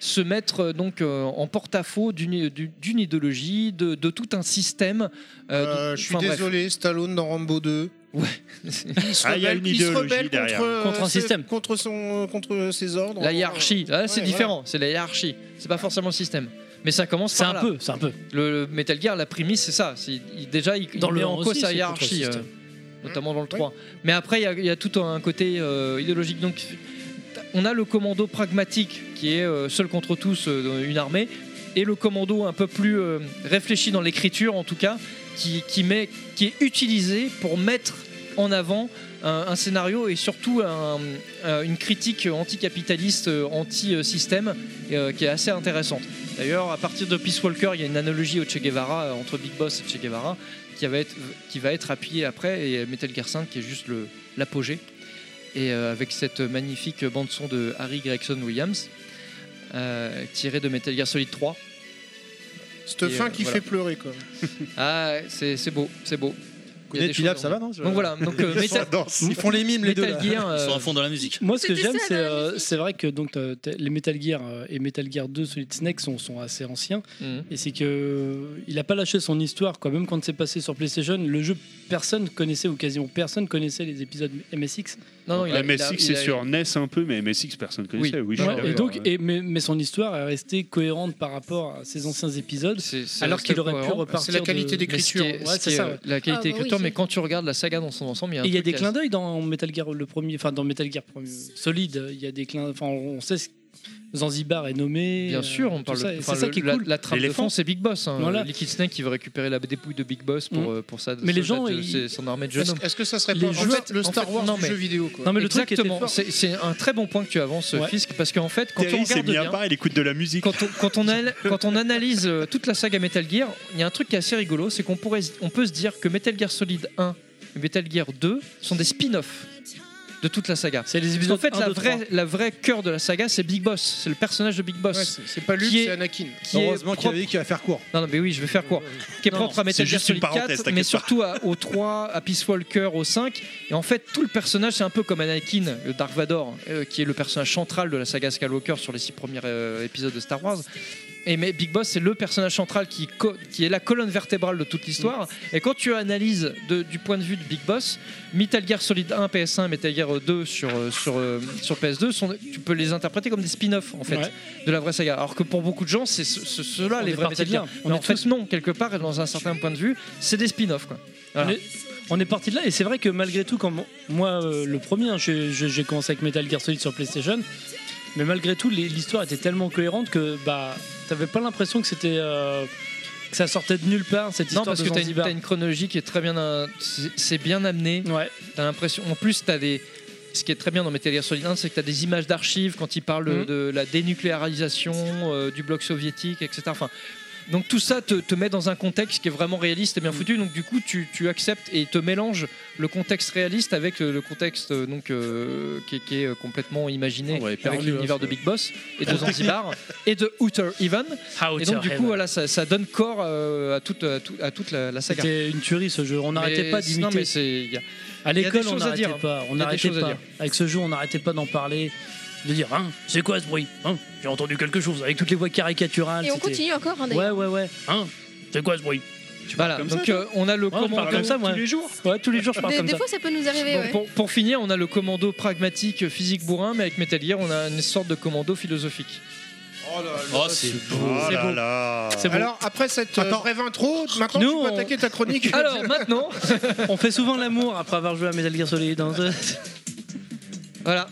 se mettre euh, donc euh, en porte-à-faux d'une d'une- d'une idéologie, de, de tout un système. euh, de- Euh, je suis enfin, bref. désolé, Stallone dans Rambo 2. Ouais. *laughs* Il se Ah, il y a rebelle, une il se idéologie rebelle contre, derrière. euh, Contre un ses- système. Contre, son, contre ses ordres. La hiérarchie, là c'est Ouais, différent, voilà. c'est la hiérarchie, c'est pas forcément le système. Mais ça commence C'est par un là. peu, c'est un peu. Le, le Metal Gear, la prémisse, c'est ça. C'est- il- déjà, il, il Dans le met en 1 cause aussi, sa c'est hiérarchie, contre le système. euh, notamment Mmh. dans le 3. Mais après, il y a- il y, a tout un côté euh, idéologique. Donc, on a le commando pragmatique qui est euh, seul contre tous, euh, dans une armée, et le commando un peu plus euh, réfléchi dans l'écriture, en tout cas, qui, qui met, qui est utilisé pour mettre en avant un, un scénario et surtout un- un- une critique anticapitaliste, euh, anti-système, euh, qui est assez intéressante. D'ailleurs, à partir de Peace Walker, il y a une analogie au Che Guevara, euh, entre Big Boss et Che Guevara, qui, va être, qui va être appuyée après, et Metal Gear 5, qui est juste le- l'apogée, et euh, avec cette magnifique bande-son de Harry Gregson Williams, euh, tirée de Metal Gear Solid 3. Cette Et, fin euh, qui voilà. fait pleurer, quoi. Ah, c'est c'est beau, c'est beau. Il y a Connaître des Pilaf, choses- ça va, non Donc voilà, donc euh, *laughs* Ils sont Metal- dans- Ils font les mimes, les deux. Metal là. Gear, euh, Ils sont à fond dans la musique. Moi, ce que j'aime, c'est euh, c'est vrai que donc t'as- t'as- les Metal Gear euh, et Metal Gear 2 Solid Snake sont, sont assez anciens, Mhm. et c'est que euh, il a pas lâché son histoire. Quoi. Même quand c'est passé sur PlayStation, le jeu personne connaissait ou quasiment personne connaissait les épisodes MSX. MSX, Euh, c'est sur NES un peu, mais MSX, personne ne connaissait. Oui, je suis Ouais, et d'accord. donc, et, mais, mais son histoire est restée cohérente par rapport à ses anciens épisodes, c'est alors resté qu'il aurait pu cohérent. repartir. C'est la qualité de- d'écriture. Mais ce qui est- Ouais, ce qui c'est est, ça, euh, ouais. La qualité d'écriture, mais quand tu regardes la saga dans son ensemble, il y a un Et il y a truc des qui clins d'œil dans Metal Gear le premier, enfin dans Metal Gear premier, solide. Il y a des clins, enfin on sait ce Zanzibar est nommé. Bien euh, sûr, on tout parle. ça, et enfin, c'est ça le- qui est la, cool. la trappe de fond, c'est Big Boss. hein. Voilà. Liquid Snake qui veut récupérer la dépouille de Big Boss pour, Mm. euh, pour ça. Mais les gens, ils- son armée de Est-ce- jeunes hommes. est-ce que ça serait Les pas, en joueurs- fait, le Star Wars non, du mais- jeu vidéo, quoi. Non, mais le truc qui était Exactement. fort- C'est c'est un très bon point que tu avances, Ouais. Fisk, parce qu'en fait, quand Terry on s'est regarde mis à bien- part, il écoute de la musique. Quand on, quand on al- quand on analyse euh, toute la saga Metal Gear, il y a un truc qui est assez rigolo, c'est qu'on pourrait, on peut se dire que Metal Gear Solid 1 et Metal Gear 2 sont des spin-offs de toute la saga. C'est les épisodes En fait, 1, la 2, vraie, 3. la vraie cœur de la saga, c'est Big Boss, c'est le personnage de Big Boss. Ouais, c'est- c'est pas Luke, Qui est- c'est Anakin. qui est Heureusement qu'il y avait dit qu'il va faire court. Non, non, mais oui, je vais faire court. Qui est Non, propre non, à c'est Metal Gear juste une Solid parenthèse, 4, t'inquiète mais pas. surtout à- au 3, à Peace Walker, au 5. Et en fait, tout le personnage, c'est un peu comme Anakin, le Dark Vador, euh, qui est le personnage central de la saga Skywalker sur les six premiers euh, épisodes de Star Wars. Et mais Big Boss, c'est le personnage central qui, co- qui est la colonne vertébrale de toute l'histoire. Mm. Et quand tu analyses de- du point de vue de Big Boss, Metal Gear Solid 1 PS1 et Metal Gear 2 sur, euh, sur, euh, sur PS2, sont- tu peux les interpréter comme des spin-offs en fait, Ouais. de la vraie saga. Alors que pour beaucoup de gens, c'est ce- ce- ceux-là On les est vrais parti Metal de là. Gear. On Mais est en fait, tous- non, quelque part, et dans un certain point de vue, c'est des spin-offs. quoi. On Voilà. est- On est parti de là et c'est vrai que malgré tout, quand mon- moi euh, le premier, hein, j'ai- j'ai j'ai commencé avec Metal Gear Solid sur PlayStation, mais malgré tout les- l'histoire était tellement cohérente que bah t'avais pas l'impression que c'était euh, que ça sortait de nulle part cette Non, histoire parce de que t'as une, Zanzibar. t'as une chronologie qui est très bien. euh, c'est- C'est bien amené. Ouais. T'as l'impression. En plus, t'as des. Ce qui est très bien dans Metal Gear Solid 1, c'est que t'as des images d'archives quand il parle Mhm. de la dénucléarisation euh, du bloc soviétique, etc. Enfin, Donc tout ça te, te met dans un contexte qui est vraiment réaliste Mhm. et bien foutu. Donc du coup, tu, tu acceptes et te mélanges le contexte réaliste avec euh, le contexte euh, donc euh, qui, est- qui est euh, complètement imaginé avec perdu, l'univers hein, de Big Boss *laughs* et de Zanzibar et de Outer Heaven. Ah, et donc du Heaven. coup, voilà, ça, ça donne corps euh, à toute, à tout- à toute la, la saga. C'était une tuerie ce jeu. On n'arrêtait Mais- pas non, mais d'imiter. c'est- il y a- À il y a des l'école, on choses à n'arrêtait dire. pas. On Il y a des n'arrêtait choses à pas. dire. Avec ce jeu, on n'arrêtait pas d'en parler, de dire hein, c'est quoi ce bruit Hein, J'ai entendu quelque chose avec toutes les voix caricaturales. Et on c'était- continue encore, hein, Ouais, d'ailleurs. ouais, ouais. Hein, c'est quoi ce *laughs* bruit Voilà, donc euh, on a le comment commando comme ça, moi. Ouais, tous les jours, je parle Des, comme des ça. fois, ça peut nous arriver, Bon, ouais. pour, pour finir, on a le commando pragmatique euh, physique bourrin, mais avec Metal Gear, on a une sorte de commando philosophique. Oh, c'est beau. C'est beau. C'est beau. Alors après cette euh, Attends. brève intro, maintenant Nous, tu peux on- attaquer ta chronique. Alors, maintenant- *laughs* On fait souvent l'amour après avoir joué à Metal Gear Solid. hein. Voilà.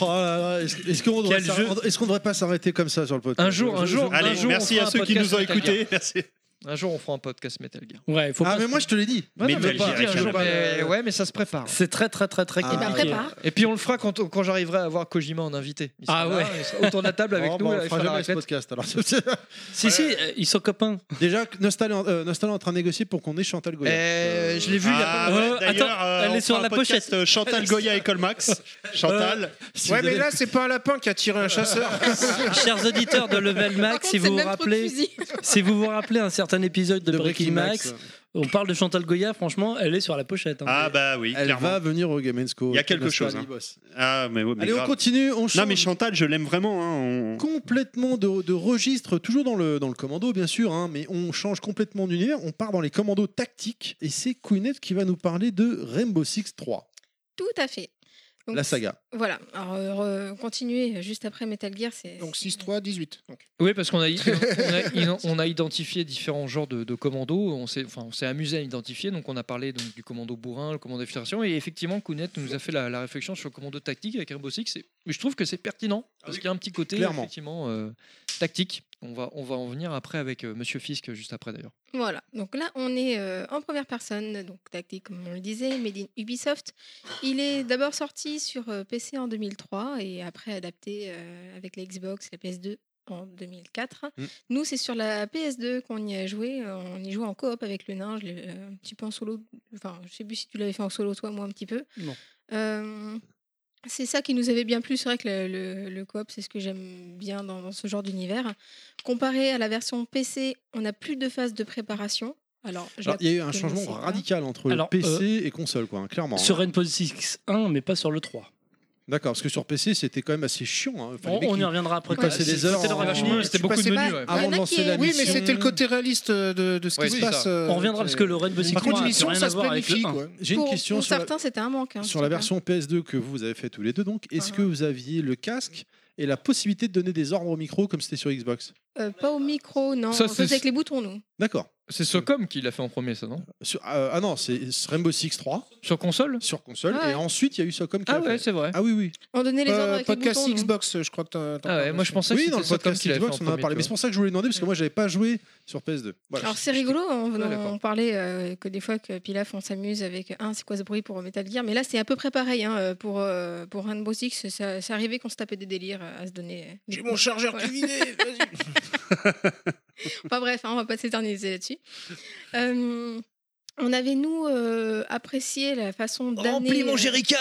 Oh là là, est-ce est-ce qu'on devrait, Quel s'arr- jeu est-ce qu'on devrait pas s'arrêter comme ça sur le podcast Un jour, un Je- je- jour, un jour, on fera un podcast Metal Gear. *laughs* Merci. Un jour, on fera un podcast Metal Gear. Ouais, faut Ah pas. mais moi je te l'ai dit. Ouais, non, mais Metal pas- Gear, un jour, Metal mais- Gear. ouais, mais ça se prépare. C'est très, très, très, très Ah, compliqué. ok. Et puis on le fera quand, on- quand j'arriverai à avoir Kojima en invité. Il sera Ah là, ouais. il sera autour de la table avec Oh, nous. bah, il on fera fera la jamais ce raclette. *laughs* podcast alors. Si, si, euh, ils sont copains. Déjà, Nostal est, en, euh, Nostal est en train de négocier pour qu'on ait Chantal Goya. Euh, je l'ai vu il y a Ah pas ouais, longtemps. d'ailleurs, euh, on fera un podcast, euh, Chantal Goya et Colmax. Chantal. si ouais, vous mais avez- là, c'est pas un lapin qui a tiré un chasseur. Chers auditeurs de Level Par Max, si contre, c'est vous le vous même trou de rappelez, *laughs* fusil. si vous vous rappelez un certain épisode de, Breaking Max, Max. on parle de Chantal Goya. Franchement, elle est sur la pochette. hein. Ah bah oui, Elle clairement. va venir au Game Sco. Il y a quelque Nostal, chose. hein. il bosse. Ah, mais ouais, mais Allez, on grave. continue, on Non, change. mais Chantal, je l'aime vraiment. hein, on- Complètement de, de registre, toujours dans le, dans le commando bien sûr, hein, mais on change complètement d'univers, on part dans les commandos tactiques et c'est Kouinet qui va nous parler de Rainbow Six 3, Tout à fait. Donc, la saga. Voilà. Alors, euh, re- continuer juste après Metal Gear, c'est. Donc 6-3, 18. Donc. Oui, parce qu'on a, on a- on a identifié différents genres de, de commandos. On s'est, enfin, on s'est amusé à identifier. Donc, on a parlé donc, du commando bourrin, le commando infiltration. Et effectivement, Kounet nous a fait la, la réflexion sur le commando tactique avec Rainbow Six. Et- mais je trouve que c'est pertinent parce qu'il y a un petit côté Clairement. effectivement euh, tactique. On va, on va en venir après avec euh, Monsieur Fisk euh, juste après d'ailleurs. Voilà, donc là on est euh, en première personne, donc tactique comme on le disait, Made in Ubisoft. Il est d'abord sorti sur euh, PC en 2003 et après adapté euh, avec la Xbox, la PS2 en 2004. Mm. Nous c'est sur la PS2 qu'on y a joué, euh, on y joue en coop avec le nain, je l'ai, euh, un petit peu en solo, enfin je sais plus si tu l'avais fait en solo toi, moi un petit peu. Non. Euh, c'est ça qui nous avait bien plu. C'est vrai que le, le, le coop, c'est ce que j'aime bien dans, dans ce genre d'univers. Comparé à la version PC, on n'a plus de phase de préparation. Alors, je Alors, la il y a eu un connaissais changement pas. radical entre Alors, euh, PC et console, quoi, hein, clairement. Sur hein. Rainbow Six 1, mais pas sur le 3. D'accord, parce que sur PC c'était quand même assez chiant. hein. Enfin, les On- mecs, on y ils- reviendra après. ils passaient C'était des heures. leur en- vachement mieux, c'était tu beaucoup de passais menus, pas ouais. Avant de lancer la Oui, mais mission. c'était le côté réaliste euh, de, de ce qui Oui, se c'est passe. ça. euh, On reviendra parce que le Rainbow Six Par contre, 3 a mission, rien ça à se voir avec planifie. le quoi. 1. J'ai une Pour, question pour sur la- certains, c'était un manque. hein, Sur je la sais pas. version PS2 que vous avez fait tous les deux, donc, est-ce que vous aviez le casque et la possibilité de donner des ordres au micro comme c'était sur Xbox Euh, pas au micro, non. Ça, on c'est- faisait avec les boutons, nous. D'accord. C'est Socom qui l'a fait en premier, ça non Sur- euh, ah non, c'est Rainbow Six 3 Sur console sur console. Ah ouais. Et ensuite, il y a eu Socom qui Ah l'a ouais, fait. c'est vrai. Ah oui, oui. On donnait les ordres Euh, avec les podcast boutons. nous. Xbox, je crois que t'en t'en Ah ouais, parles moi je aussi. pensais que oui, dans c'était le Socom podcast qui l'avait fait Xbox, en on en a premier, parlé. tu Mais c'est pour ça que je voulais demander, parce que moi, j'avais pas joué sur PS2. Voilà. Alors c'est rigolo, hein, on, Ah, d'accord. on parlait euh, que des fois que Pilaf on s'amuse avec un c'est quoi ce bruit pour Metal Gear, mais là c'est à peu près pareil hein, euh, pour euh, pour Rainbow Six, ça- c'est arrivé qu'on se tapait des délires euh, à se donner. euh, des J'ai coups. mon chargeur Voilà. qui est vidé, vas-y. Enfin bref, hein, on va pas s'éterniser là-dessus. Euh, on avait nous euh, apprécié la façon d'amener. Remplis mon euh, jerrycan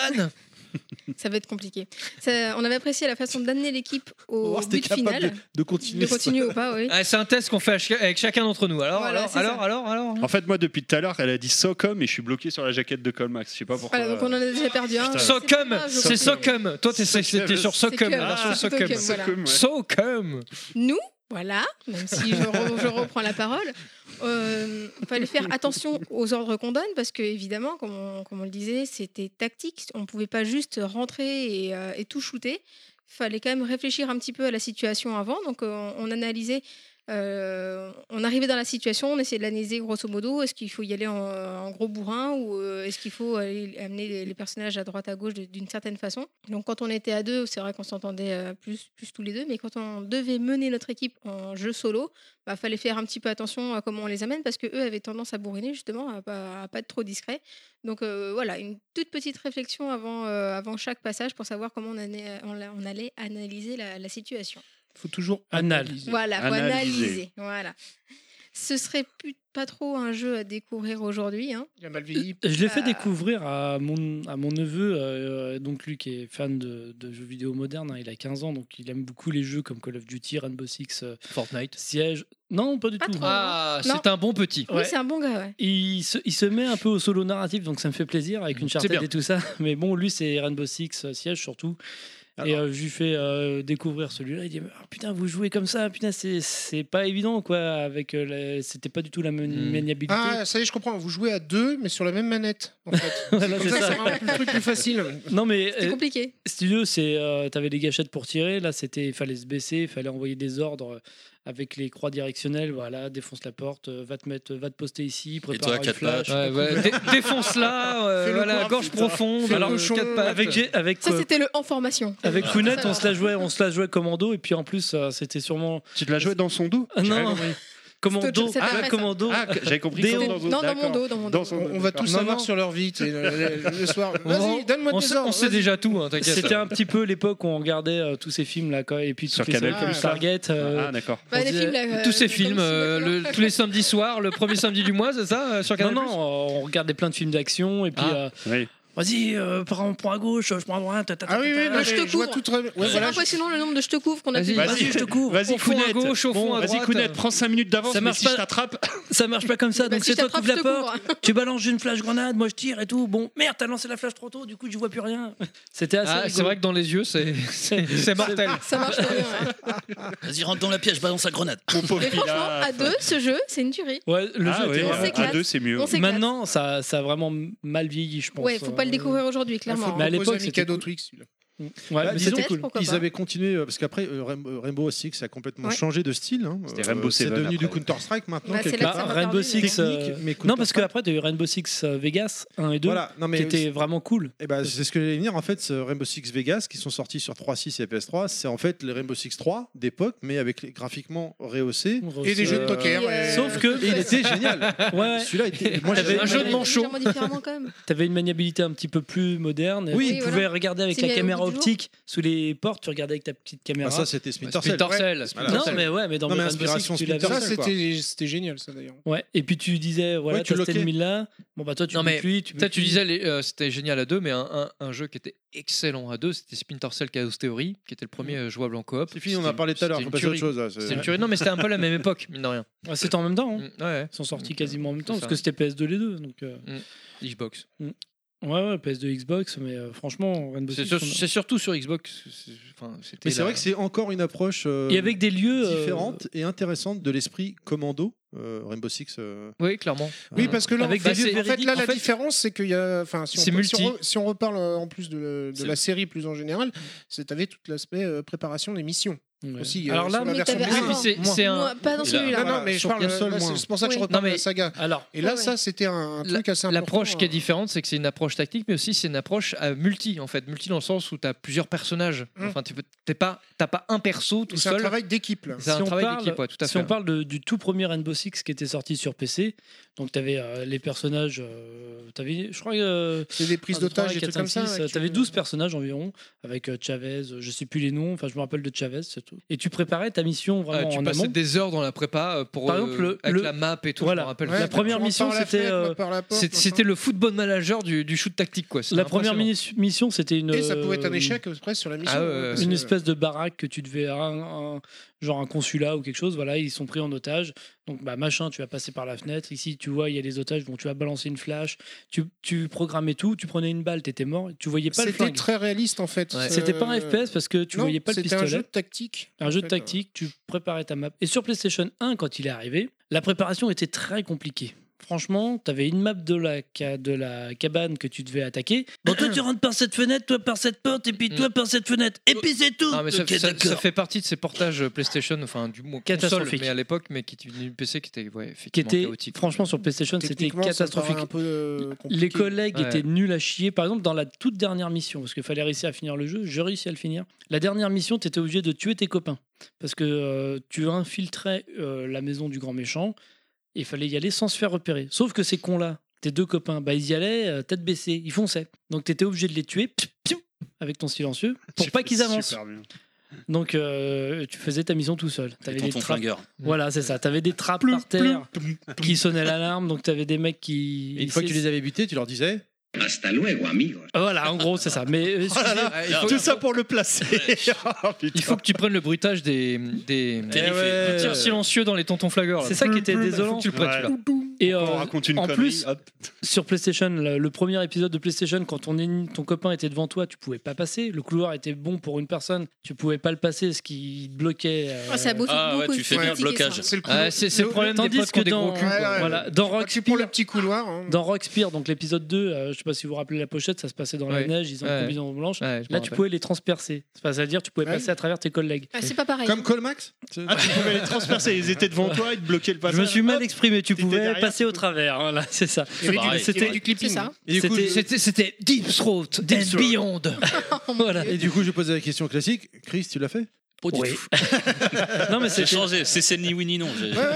Ça va être compliqué. Ça- on avait apprécié la façon d'amener l'équipe au si t'es but capable final. de- de continuer. De continuer ou pas, *laughs* oui. Ah, c'est un test qu'on fait à ch- avec chacun d'entre nous. Alors, Voilà, alors, c'est alors, ça. alors, alors, En fait, moi, depuis tout à l'heure, elle a dit Socom et je suis bloqué sur la jaquette de Colmax. Je sais pas pourquoi. Bah, Voilà, Ah, donc on en a déjà perdu un. Putain. C'est pas Socom, grave, je c'est comprends. Socom. Toi, t'es c'était sur Socom, Socom. la version Ah, Socom. Socom, voilà. Socom, ouais. Socom. Nous, voilà, même si je, re- je reprends la parole, euh, il fallait faire attention aux ordres qu'on donne parce que, évidemment, comme on, comme on le disait, c'était tactique. On ne pouvait pas juste rentrer et, euh, et tout shooter. fallait quand même réfléchir un petit peu à la situation avant. Donc, euh, on analysait. euh, on arrivait dans la situation, on essayait de l'analyser grosso modo. Est-ce qu'il faut y aller en, en gros bourrin ou euh, est-ce qu'il faut aller amener les, les personnages à droite à gauche de- d'une certaine façon Donc quand on était à deux, c'est vrai qu'on s'entendait euh, plus, plus tous les deux, mais quand on devait mener notre équipe en jeu solo, bah, fallait faire un petit peu attention à comment on les amène parce que eux avaient tendance à bourriner justement, à pas, à pas être trop discret. Donc euh, voilà, une toute petite réflexion avant, euh, avant chaque passage pour savoir comment on allait, on allait analyser la- la situation. faut toujours Anal. Voilà, faut analyser. Voilà. Ce serait plus- pas trop un jeu à découvrir aujourd'hui. Hein. Il a mal vieilli. Je l'ai fait Bah, découvrir à mon, à mon neveu, euh, donc lui qui est fan de, de jeux vidéo modernes, hein, il a 15 ans, donc il aime beaucoup les jeux comme Call of Duty, Rainbow Six, euh, Fortnite. Siège. Non, pas du tout. Ah, Non. c'est un bon petit. Oui, c'est un bon gars, ouais. Il se, il se met un peu au solo narratif, donc ça me fait plaisir avec une charte bien. et tout ça. *laughs* Mais bon, lui, c'est Rainbow Six, euh, Siège surtout. Et euh, je lui fais euh, découvrir celui-là. Il dit Ah, Putain, vous jouez comme ça, putain, c'est- c'est pas évident, quoi. Avec euh, la- C'était pas du tout la man- maniabilité. Ah, ça y est, je comprends. Vous jouez à deux, mais sur la même manette, en fait. *laughs* Voilà, Comme c'est ça, ça. ça rend le truc plus facile. Non, mais. C'est euh, compliqué. Studio, c'est euh, t'avais des gâchettes pour tirer. Là, c'était fallait se baisser, il fallait envoyer des ordres euh, avec les croix directionnelles. Voilà, défonce la porte, euh, va te mettre, va te poster ici, prépare toi, une quatre flash. pages. Ouais, *laughs* ouais, dé- défonce-la, euh, Fais le voilà, corps, gorge putain. profonde, Fais le euh, cochon. quatre pattes. Avec, j'ai- avec Ça, euh, c'était le en formation. avec Ah, Kounet, ça, on se la jouait, on se la jouait commando. Et puis en plus, euh, c'était sûrement. Tu te la jouais dans son dos Ah, J'ai rien Non. compris. C'est autre *laughs* Commando, chose, c'est après ça. commando. Ah, que- j'avais compris Déo. commando. Non, dans mon dos, dans mon dos. On va tous Non, savoir non. sur leur vie. tu sais, Le, *laughs* le- le soir. On- Vas-y, donne-moi on tes sait- ordres. on sait vas-y. déjà tout, hein, t'inquiète. C'était un petit peu l'époque où on regardait euh, tous ces films là, quoi, et puis Sur toutes les Canal+, séries comme ça. Stargate. euh, Ah, d'accord. Bah, on les disait- films, là, euh, Tous ces comme films, si- euh, le- tous les samedis soirs, le premier samedi du mois, c'est ça euh, Sur Canal Non, non, euh, on regardait plein de films d'action et puis. Ah, euh, Vas-y, euh, par- on prend à gauche, je prends à droite. Ah oui, oui, non, je te je vois couvre. tout très bien. Ouais, c'est voilà, je- impressionnant le nombre de je te couvre qu'on a pu Vas-y, vas-y, je te couvre. Vas-y, Au fond à Kounet. gauche, au fond à Vas-y, droite. Kounet, prends 5 minutes d'avance, Ça mais marche si je pas. t'attrape. *laughs* Ça marche pas comme ça, Bah, donc si c'est je toi qui ouvre la t'attrape, je te porte. tu balances une flash grenade, moi je tire et tout. Bon, merde, t'as lancé la flash trop tôt, du coup je vois plus rien. *laughs* C'était assez. Ah, c'est vrai que dans les yeux, c'est *laughs* c'est- c'est mortel. Ça marche très bien. hein. *laughs* Vas-y, rentre dans la piège, balance la grenade. Mais franchement, à deux, ce jeu, c'est une tuerie. Ouais, le Ah jeu ouais, était- On à s'éclate. deux, c'est mieux. On s'éclate. Maintenant, ça, ça a vraiment mal vieilli, je pense. Euh, Ouais, faut pas le découvrir Bah, aujourd'hui, clairement. Mais à l'époque, c'était c'était cadeau cool. Twix. celui-là. Ouais, Bah, mais disons c'était que cool. pourquoi Ils pas. avaient continué euh, parce qu'après euh, Rainbow Rainbow Six a complètement Ouais. changé de style. hein. C'était Euh, Rainbow C'est Seven devenu du après. Counter Strike maintenant. Bah, c'est quelque là que ça part. m'a Rainbow perdu, mais- Six. euh, Technique, mais Non, parce qu'après, t'as eu Rainbow Six euh, Vegas 1 et 2 Voilà, non, mais qui était c'est- vraiment cool. Eh ben, c'est ce que j'allais dire. En fait, ce Rainbow Six Vegas qui sont sortis sur 3.6 et PS3, c'est en fait les Rainbow Six 3 d'époque, mais avec les- graphiquement rehaussés. Et des jeux de poker. Euh, et- Sauf que. Et *laughs* il était génial. Ouais, Celui-là était. Moi, T'avais j'avais un jeu de manchot. Légèrement différemment, quand même. T'avais une maniabilité un petit peu plus moderne. Oui, tu voilà. pouvais regarder avec C'est la mis à caméra l'autre du optique sous les portes. Tu regardais avec ta petite caméra. Ah, ça, c'était Splinter Cell. Splinter Cell, Ouais. Splinter Voilà. non, mais ouais, mais dans Non, mais Rainbow Six, inspiration tu l'avais Splinter Ça, Cell, quoi. c'était c'était génial, ça d'ailleurs. Ouais. Et puis tu disais voilà, Ouais, tu tu t'as cette loquais. ennemie là. Bon bah toi tu Non, mais butes lui, tu peut-être tu butes lui. disais, les- euh, c'était génial à deux, mais un, un- un jeu qui était excellent à deux, c'était Splinter Cell Chaos Theory, qui était le premier euh, jouable en coop. C'est fini, on en C'était a parlé une- tout à l'heure, c'était faut une passer à autre tuerie. chose, là, c'est- C'était une tuerie. Non, mais c'était un peu *laughs* la même époque, mine de rien. Ouais, c'était en même temps. hein. Mm, Ouais. Ils sont sortis quasiment en même temps c'est parce que ça. Mm. c'était PS2 les deux. Donc euh, ouais. Xbox. ouais Mm. ouais PS2 Xbox, mais euh, franchement Rainbow C'est Six. sur- on a- c'est surtout sur Xbox. c'est- enfin, c'était Mais c'est la- vrai que c'est encore une approche euh, Et avec des lieux euh, différente et intéressante de l'esprit commando euh, Rainbow Six. euh, Oui, clairement. Oui, parce que là, Avec en fait, des lieux en fait, véridiques. là En la fait- différence, c'est qu'il y a. Enfin, si on, C'est peut- si multi. on re- si on reparle euh, en plus de, de C'est- la série plus en général, c'est t'avais tout l'aspect euh, préparation des missions. Ouais. Aussi, euh, Alors là, sur la mais version t'avais PC. avant. Ah, Oui, puis c'est- c'est un- Moi, pas dans Il a- celui-là. Non, non, mais je Sur parle. console, là, moins. C'est c'est pour ça que je Oui. reparle Non, mais- de la saga. Alors Et là, Ah, Ouais, ouais. ça, c'était un, un La- truc assez important. L'approche qui est euh, différente, c'est que c'est une approche tactique, mais aussi c'est une approche à multi, en fait. Multi dans le sens où tu as plusieurs personnages. Mm. Enfin, tu n'as pas, t'as pas un perso tout C'est un seul. travail d'équipe, là. C'est un si on travail parle- d'équipe, ouais, tout à si fait. on parle de- du tout premier Rainbow Six qui était sorti sur PC, donc tu avais les personnages, tu avais, je crois, euh, C'est des prises d'otages et trucs comme ça. ouais, que Tu avais tu- 12 euh, personnages environ, avec euh, Chavez, euh, je sais plus les noms, enfin je me rappelle de Chavez, c'est tout. Et tu préparais ta mission Ah, vraiment tu en passais amont. des heures dans la prépa euh, pour Par euh, exemple, le- avec le- la map et tout. voilà. je me rappelle. Ouais, la première tu rentres mission, par la c'était, fenêtre, euh, moi, par la porte, C'est- machin. C'était le football manager du, du shoot tactique, quoi. C'était La première impressionnant. mini- mission, c'était une, Et ça pouvait être un euh, échec après sur la mission. hein, Ah, ouais, parce une que- espèce de baraque que tu devais à un, un- genre un consulat ou quelque chose voilà ils sont pris en otage donc bah machin tu vas passer par la fenêtre ici tu vois il y a les otages bon tu vas balancer une flash tu, tu programmais tout tu prenais une balle t'étais mort tu voyais pas le C'était flingue très réaliste en fait. Ouais. Euh, c'était pas un FPS parce que tu non, voyais pas le C'était un jeu pistolet de tactique. un en jeu de fait. hein. tactique tu préparais ta map et sur PlayStation 1 quand il est arrivé la préparation était très compliquée Franchement, t'avais une map de la, ca- de la cabane que tu devais attaquer. Bon, toi, tu rentres par cette fenêtre, toi par cette porte, et puis toi par cette fenêtre, et puis c'est tout. Ah, Mm. mais ça, Ok, ça- ça d'accord. fait partie de ces portages euh, PlayStation, enfin du mot console, Catastrophique. mais à l'époque, mais qui était du PC qui était, ouais, qui effectivement était chaotique. franchement sur PlayStation c'était Techniquement, ça me paraît catastrophique un peu, euh, les compliqué. collègues Ouais. étaient nuls à chier par exemple dans la toute dernière mission parce qu'il fallait réussir à finir le jeu j'ai réussi à le finir la dernière mission t'étais obligé de tuer tes copains parce que euh, tu infiltrais euh, la maison du grand méchant et il fallait y aller sans se faire repérer sauf que ces cons là tes deux copains bah ils y allaient euh, *laughs* tête baissée ils fonçaient donc t'étais obligé de les tuer piou, piou, avec ton silencieux pour pas qu'ils avancent Super bien. Donc euh, tu faisais ta mission tout seul. T'avais tonton trappes. flingueur. Voilà, c'est ça. T'avais des trappes par terre qui sonnaient l'alarme. Donc t'avais des mecs qui. une fois que tu les avais butés, tu leur disais Hasta luego, amigo. Voilà, en gros, c'est ça. Mais euh, Oh là là, excusez- tout ça pour le placer. *laughs* Oh, Il faut que tu prennes le bruitage des, des, Terrifié. des tirs silencieux dans les tontons flaggeurs. là. Eh C'est ça qui était Faut que désolant. tu le prennes, celui-là. Et On euh, raconte une en connerie, plus, hop. sur PlayStation, le, le premier épisode de PlayStation, quand ton, ennemi- ton copain était devant toi, tu pouvais pas passer. Le couloir était bon pour une personne, tu pouvais pas le passer, ce qui te bloquait. euh, Ah, ça a beaucoup- Ah ouais, beaucoup tu fais bien le critiqué, blocage. ça. C'est le, Ah, couloir- c'est- c'est le problème des Tandis potes qui que ont des dans, gros culs, quoi. Ouais, ouais. voilà, dans Rockspire, le petit hein. couloir. Dans Rockspire, donc l'épisode 2, euh, je sais pas si vous vous rappelez la pochette, ça se passait dans la Ouais. neige, ils ont Ouais. une combinaison blanche. Ouais, je me Là, tu rappelle. pouvais les transpercer. Enfin, C'est-à-dire, tu pouvais Ouais. passer à travers tes collègues. Ah, c'est pas pareil. Comme Colmax Ah, tu pouvais les transpercer, ils étaient devant toi, ils te bloquaient le Je me suis mal exprimé, tu pouvais passer au travers, voilà, *laughs* c'est ça. Il y avait du- Pareil. il y avait du clipping. hein. C'est ça. Et du coup, C'était- je- C'était c'était Deep Throat, Deep Throat. *laughs* Beyond. Oh, Voilà. Et du coup, j'ai posé la question classique. Chris, tu l'as fait Oui. non, mais c'est c'était- changé. C'est c'est ni oui ni non. J'ai- j'ai- *laughs* j'ai- j'ai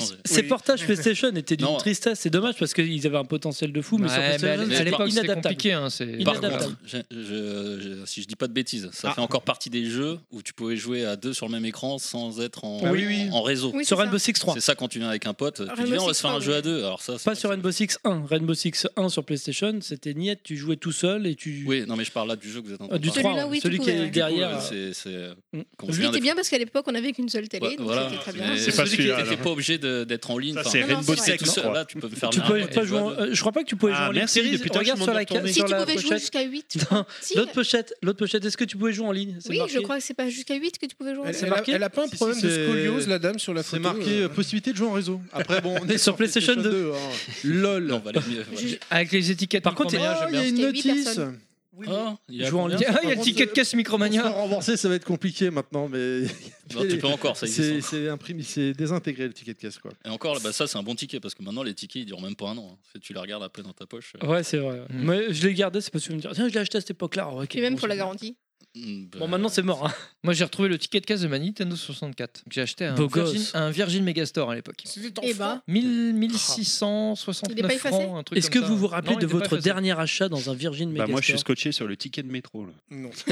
changé. *laughs* Ces *laughs* portages PlayStation étaient d'une Non. tristesse, c'est dommage parce qu'ils avaient un potentiel de fou, mais sur Ouais, mais à PlayStation, à l'époque, c'était inadaptable. compliqué. hein, c'est- Par Inadaptable. contre, je- je- je- si je dis pas de bêtises, ça Ah. fait encore partie des jeux où tu pouvais jouer à deux sur le même écran sans être en, Ah oui, oui. en réseau. Oui, Sur c'est Rainbow ça. Six 3. C'est ça quand tu viens avec un pote, tu dis Rainbow viens, on va Six se faire un 3, jeu oui. à deux. Alors ça, c'est- Pas sur Rainbow Six 1. Rainbow Six 1 sur PlayStation, c'était niette, tu jouais tout seul et tu. Oui, non mais je parle là du jeu que vous êtes en train Ah, de du parler. 3, Celui-là, oui, tu celui qui pouvais, est ouais. derrière, Du coup, euh, C'est. c'est- quand tu Lui viens était de- bien parce qu'à l'époque on avait qu'une seule télé, donc voilà, c'était très mais bien. c'est pas pas celui-là, T'étais alors. pas obligé de- d'être en ligne. Ça, enfin, c'est non, non, Rainbow c'est vrai. Six, Tout seul, je crois. Là, tu peux faire Tu le pouvais lien et pas le jouer en- jouer à deux. euh, je crois pas que tu pouvais Ah, jouer en ligne. merci, Series, depuis tard, Regarde je m'en sur la, ai retourné. ca- Si, sur tu la pouvais jouer pochette. jusqu'à 8. Non, Si, L'autre pochette, l'autre pochette, est-ce que tu pouvais jouer en ligne C'est Oui, marqué. je crois que c'est pas jusqu'à 8 que tu pouvais jouer. Elle, C'est elle a, marqué elle a pas un Si, si, problème de c'est- scoliose, la dame, sur la C'est photo marqué euh. euh, possibilité de jouer en réseau. Après, bon, *laughs* on est Sur PlayStation hein. 2. LOL. hein. Non, voilà, mieux, voilà. Avec les étiquettes. Par contre, il y a- Micromania, il y a j'aime une bien. notice. Ah, il y a Jouer en combien euh, ligne. Ah, il y a le ticket de caisse Micromania. Rembourser, ça va être compliqué maintenant, mais. *laughs* Non, tu peux encore, ça existe hein. C'est c'est imprimé, c'est désintégré le ticket de caisse, quoi. Et encore, bah, ça, c'est un bon ticket parce que maintenant, les tickets, ils durent même pas un an. hein. Si tu les regardes après dans ta poche. euh, Ouais, c'est vrai. ouais. Mais je l'ai gardé, c'est parce que je me dire, tiens, je l'ai acheté à cette époque-là. Oh, ok, Et même bon, pour la c'est- garantie. Hmm. mm, bah, Bon, maintenant c'est mort. hein. Moi, j'ai retrouvé le ticket de caisse de ma Nintendo 64. que J'ai acheté à un Beau Virgin, gosse. à un Virgin Megastore à l'époque. Et ben, bah, 1000 Il est pas 1669 effacé francs, un truc Est-ce que comme ça. vous vous rappelez Non, il de était pas votre effacé. dernier achat dans un Virgin Bah, Megastore moi, je suis scotché sur le ticket de métro. Là, Non. *laughs*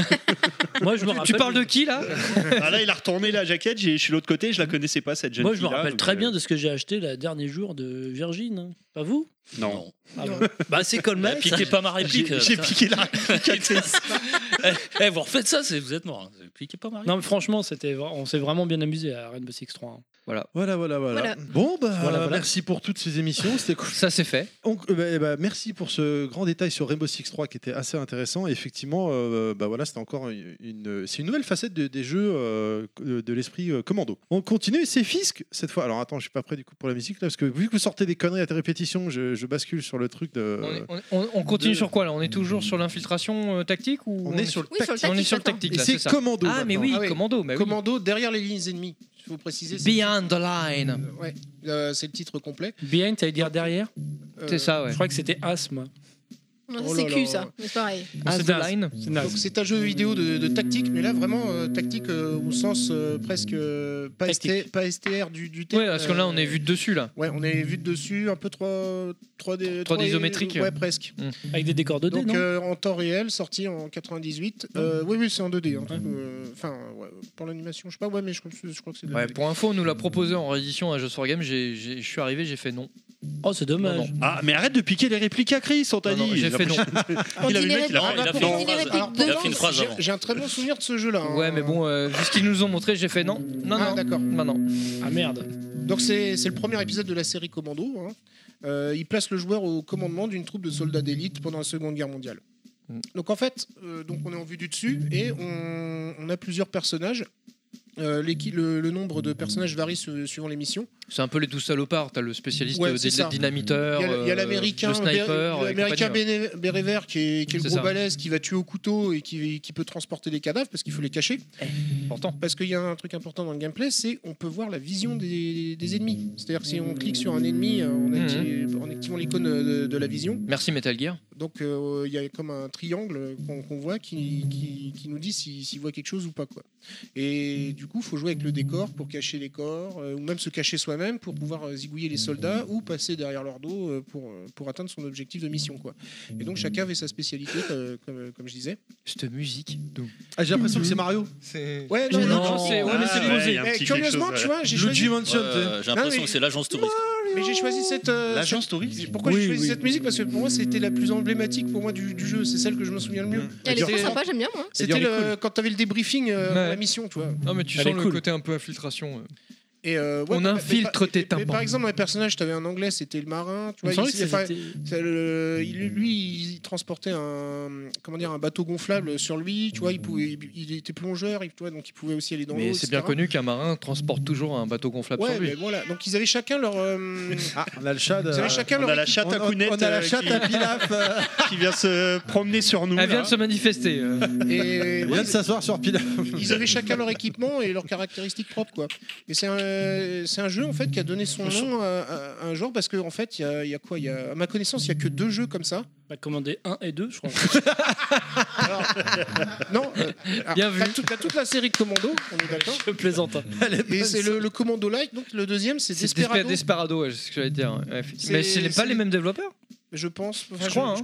Moi, je me rappelle. Tu parles de qui là *laughs* Ah, là il a retourné la jaquette, j'ai- je suis de l'autre côté, je la connaissais pas, cette jeune Moi, je me fille-là, rappelle donc, très euh, bien de ce que j'ai acheté le dernier jour de Virgin. hein. Pas vous Non. Ah bon. Bah, *laughs* c'est Colmax. bah, piquez pas ma réplique. euh, J'ai ça. piqué la *laughs* Eh, vous refaites ça, c'est- vous êtes mort. hein. Piquez pas ma Ah, réplique. Non, mais franchement, c'était, vra- on s'est vraiment bien amusé à Rainbow Six 3. hein. Voilà. Voilà, voilà, voilà. Voilà. Bon, bah, Voilà, voilà. merci pour toutes ces émissions. C'était cool. Ça, c'est fait. On- euh, bah, eh bah, merci pour ce grand détail sur Rainbow Six 3 qui était assez intéressant. Et effectivement, euh, bah, voilà, c'était encore une, une- c'est une nouvelle facette de- des jeux euh, de l'esprit euh, commando. On continue, c'est Fisk cette fois. Alors attends, je suis pas prêt du coup pour la musique là parce que vu que vous sortez des conneries à répétition, je, je bascule sur le truc de. On, est- on est- on- on continue sur quoi là On est toujours sur l'infiltration euh, tactique ou On est sur le Oui, sur le tactique. On est sur le maintenant. tactique. Et là, c'est ça. commando, Ah mais maintenant. oui, Ah oui. commando. Mais oui. Commando derrière les lignes ennemies. Il faut préciser. c'est- Beyond the line. Ouais, euh, c'est le titre complet. Behind, t'allais dire derrière Euh, Je crois que c'était Asthme. non, Oh c'est là cul là. ça, mais c'est pareil. Ah, C'est the naze. line. C'est naze. Donc c'est un jeu vidéo de, de tactique, mais là vraiment euh, tactique euh, au sens euh, presque euh, pas, ST pas STR du, du terme. Ouais, parce que là on est vu de dessus là. euh, Ouais, on est vu de dessus, un peu 3 3D, 3D isométrique. Ouais, presque. Mm. Avec des décors 2D, Donc non Ah. euh, en temps réel, sorti en 98. Euh, oui, oui, c'est en 2D. hein, donc, euh, Enfin, ouais, pour l'animation, je sais pas. Ouais, mais je, crois que c'est- je crois que c'est. 2D. Ouais, pour info, on nous l'a proposé en réédition à Just for Game. j'ai- j'ai- Je suis arrivé, j'ai fait non. Oh, c'est dommage. Non, Ah, mais arrête de piquer les répliques à Chris, on t'a Non, non, dit. j'ai fait non. On Il a dit vu les le mec, il il a a fait- répliques- Ah, fait pour une dire phrase. les répliques Il a devant, fait une phrase j'ai- avant. J'ai un très bon souvenir de ce jeu-là. hein. Ouais, mais bon, euh, vu ce qu'ils nous ont montré, j'ai fait non. Non, Ah, non. d'accord. Non, non. Ah merde. Donc c'est c'est le premier épisode de la série Commando. hein. Euh, il place le joueur au commandement d'une troupe de soldats d'élite pendant la Seconde Guerre mondiale. Mm. Donc en fait, euh, donc on est en vue du dessus et on, on a plusieurs personnages. Euh, l'équi- le, le nombre de personnages varie su- suivant les missions. C'est un peu les douze salopards. T'as le spécialiste Ouais, euh, c'est des ça. dynamiteur, euh, Il y a- il y a l'américain, le sniper, Bé- et l'américain compagnie, ouais. Béné- béret vert qui est, qui est le C'est gros ça. balèze qui va tuer au couteau et qui, qui peut transporter des cadavres parce qu'il faut les cacher. Important. Parce qu'il y a un truc important dans le gameplay, c'est on peut voir la vision des, des ennemis. C'est-à-dire que si on clique sur un ennemi euh, en, acti- Mmh. en activant l'icône euh, de, de la vision, Merci Metal Gear. donc euh, il y a comme un triangle qu'on qu'on voit qui, qui, qui nous dit si- s'il voit quelque chose ou pas. Quoi. Et du coup, il faut jouer avec le décor pour cacher les corps euh, ou même se cacher soi-même. soi-même pour pouvoir euh, zigouiller les soldats ou passer derrière leur dos euh, pour, euh, pour atteindre son objectif de mission. Quoi. Et donc chacun avait sa spécialité, euh, comme, comme je disais. Cette musique. Ah, j'ai l'impression que c'est Mario. Ouais, non, Non, non, c'est- ouais, mais c'est Ah ouais, posé. il y a un Eh, petit curieusement, quelque chose, tu ouais. euh, vois, j'ai Luigi choisi- Mansion, Ouais, tu Ah sais. j'ai Non, l'impression mais- que c'est l'agence touriste. Mais j'ai choisi cette. euh, L'agence cette- touriste Pourquoi Oui, j'ai choisi oui. cette musique Parce que pour moi, c'était la plus emblématique pour moi du, du jeu. C'est celle que je me souviens le mieux. Elle est C'était- euh, trop sympa, j'aime bien moi. C'était le- quand t'avais le débriefing euh, avant Ouais. la mission, tu vois. Non, mais tu Elle sens est le cool. côté un peu infiltration. euh. Et euh, ouais, On mais- infiltre mais- tes mais- Mais tympans. par exemple, dans les personnages, t'avais un anglais, c'était le marin. Tu Il me vois, semblait il- que il- enfin, c'était- c'est le- il- lui, il transportait un, comment dire, un bateau gonflable sur lui. Tu vois, il, pouvait, il, il était plongeur, il- tu vois, donc il pouvait aussi aller dans l'eau. Mais c'est bien etc. connu qu'un marin transporte toujours un bateau gonflable Ouais, sur lui. mais voilà. Donc ils avaient chacun leur. euh, Ah, On a le chat. Vous avez chacun on leur a la équipe. chatte à euh, On- on- Counette, on a la euh, qui- chatte à Pilaf, euh. qui vient se promener sur nous. Elle vient là. de se manifester. euh. Et- Il vient de s'asseoir sur Pilaf. Ils avaient chacun leur équipement et leurs caractéristiques propres, quoi. Et c'est un, c'est un jeu en fait qui a donné son nom à, à- à un genre parce que en fait, il y a, il y a quoi Il y a- à ma connaissance, il y a que deux jeux comme ça. Bah, commander 1 et 2, je crois. non. euh, alors, T'as tout- t'as toute la série de Commando, on est d'accord. Je plaisante. hein. Et c'est le, le Commando Light, donc le deuxième, c'est C'est Desperado, Desperado. Desperado ouais, c'est ce que j'allais dire. ouais, effectivement. Mais C'est- c'est les- pas c'est- les mêmes développeurs Je pense. Enfin, Je crois, hein.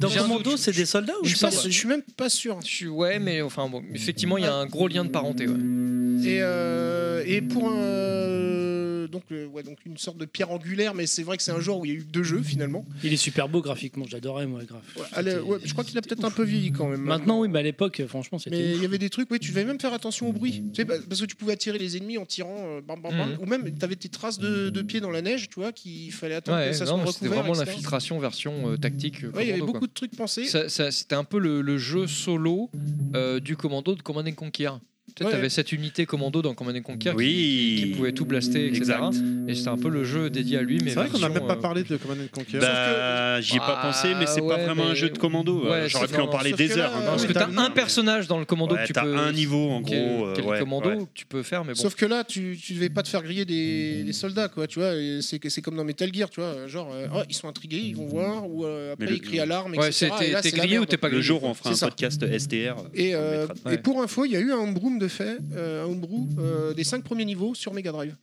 Dans J'ai un Commando, doute. c'est des soldats ou Je sais pas, je suis même pas sûr. Je suis, ouais, mais enfin bon, effectivement, il y a un gros lien de parenté. ouais. Et, euh, et pour un- donc, euh, ouais, donc une sorte de pierre angulaire, mais c'est vrai que c'est un genre où il y a eu deux jeux finalement. Il est super beau graphiquement, j'adorais moi, graph. Allez, ouais, je crois qu'il a peut-être un peu vieilli quand même. Maintenant, oui, mais à l'époque, franchement, c'était. Mais il y avait des trucs, oui, tu devais même faire attention au bruit. Tu sais, pa- parce que tu pouvais attirer les ennemis en tirant, euh, bam, bam, bam. Mhm. ou même tu avais tes traces de, de pieds dans la neige, tu vois, qu'il fallait attendre Ouais, que ça non, mais soit c'était recouvert. vraiment etc. l'infiltration version euh, tactique. euh, Ouais, il y avait commando, beaucoup quoi. de trucs pensés. Ça- ça- C'était un peu le, le jeu solo euh, du commando de Command and Conquer. Tu Ouais, avais ouais. cette unité commando dans Command and Conquer qui- Oui. qui, pouvait tout blaster, etc. Exact. Et c'était un peu le jeu dédié à *laughs* lui. mais C'est vrai qu'on n'a version, même euh, pas parlé de Command and Conquer. Bah, j'y ai pas Ah, pensé, mais c'est pas ouais, vraiment un mais- jeu de commando. euh, Ouais, J'aurais c'est- pu en non, parler sauf des que là, heures. hein. euh, Parce que t'as un personnage dans le commando Ouais, que tu t'as peux. un niveau, en qui est- gros, euh, qui est le ouais, commando ouais. que tu peux faire, mais bon. Sauf que là, tu, tu devais pas te faire griller des, des soldats, quoi, tu vois. et C'est que- c'est comme dans Metal Gear, tu vois. Genre, euh, Oh, ils sont intrigués, ils vont voir, ou euh, après Mais le- ils crient alarme, Ouais, etc. c'est- et là, t'es c'est la grillé ou merde. t'es pas grillé, quoi. C'est ça. STR. Et, euh, mettra- et Ouais. pour info, il y a eu un homebrew de fait, euh, un homebrew euh, des 5 premiers niveaux sur Mega Drive.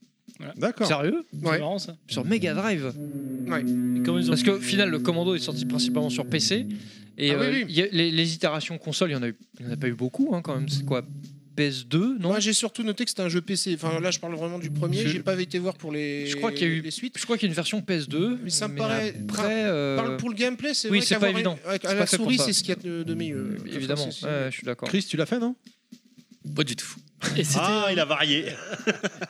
D'accord. Sérieux Ouais. Sur Mega Drive Ouais. Parce que au final, le commando est sorti principalement sur PC. Et Ah oui, euh, oui. il y a- les, les itérations console, il n'y en, a eu- il y en a pas eu beaucoup hein, quand même. C'est quoi PS2 Non Moi, j'ai surtout noté que c'était un jeu PC. Enfin, là, je parle vraiment du premier. Je- J'ai pas été voir pour les. Je crois qu'il y a eu. les suites. Je crois qu'il y a une version PS2. Mais Ça me paraît. par- Après, euh, par- pour le gameplay, c'est oui, vrai c'est pas qu'avoir évident. une- avec- C'est à pas la fait pour souris, ça. c'est ce qu'il y a de, de euh, mieux. Enfin, Évidemment, c'est- c'est- ouais, je suis d'accord. Chris, tu l'as fait, non Pas du tout. Et c'était- Ah, il a varié.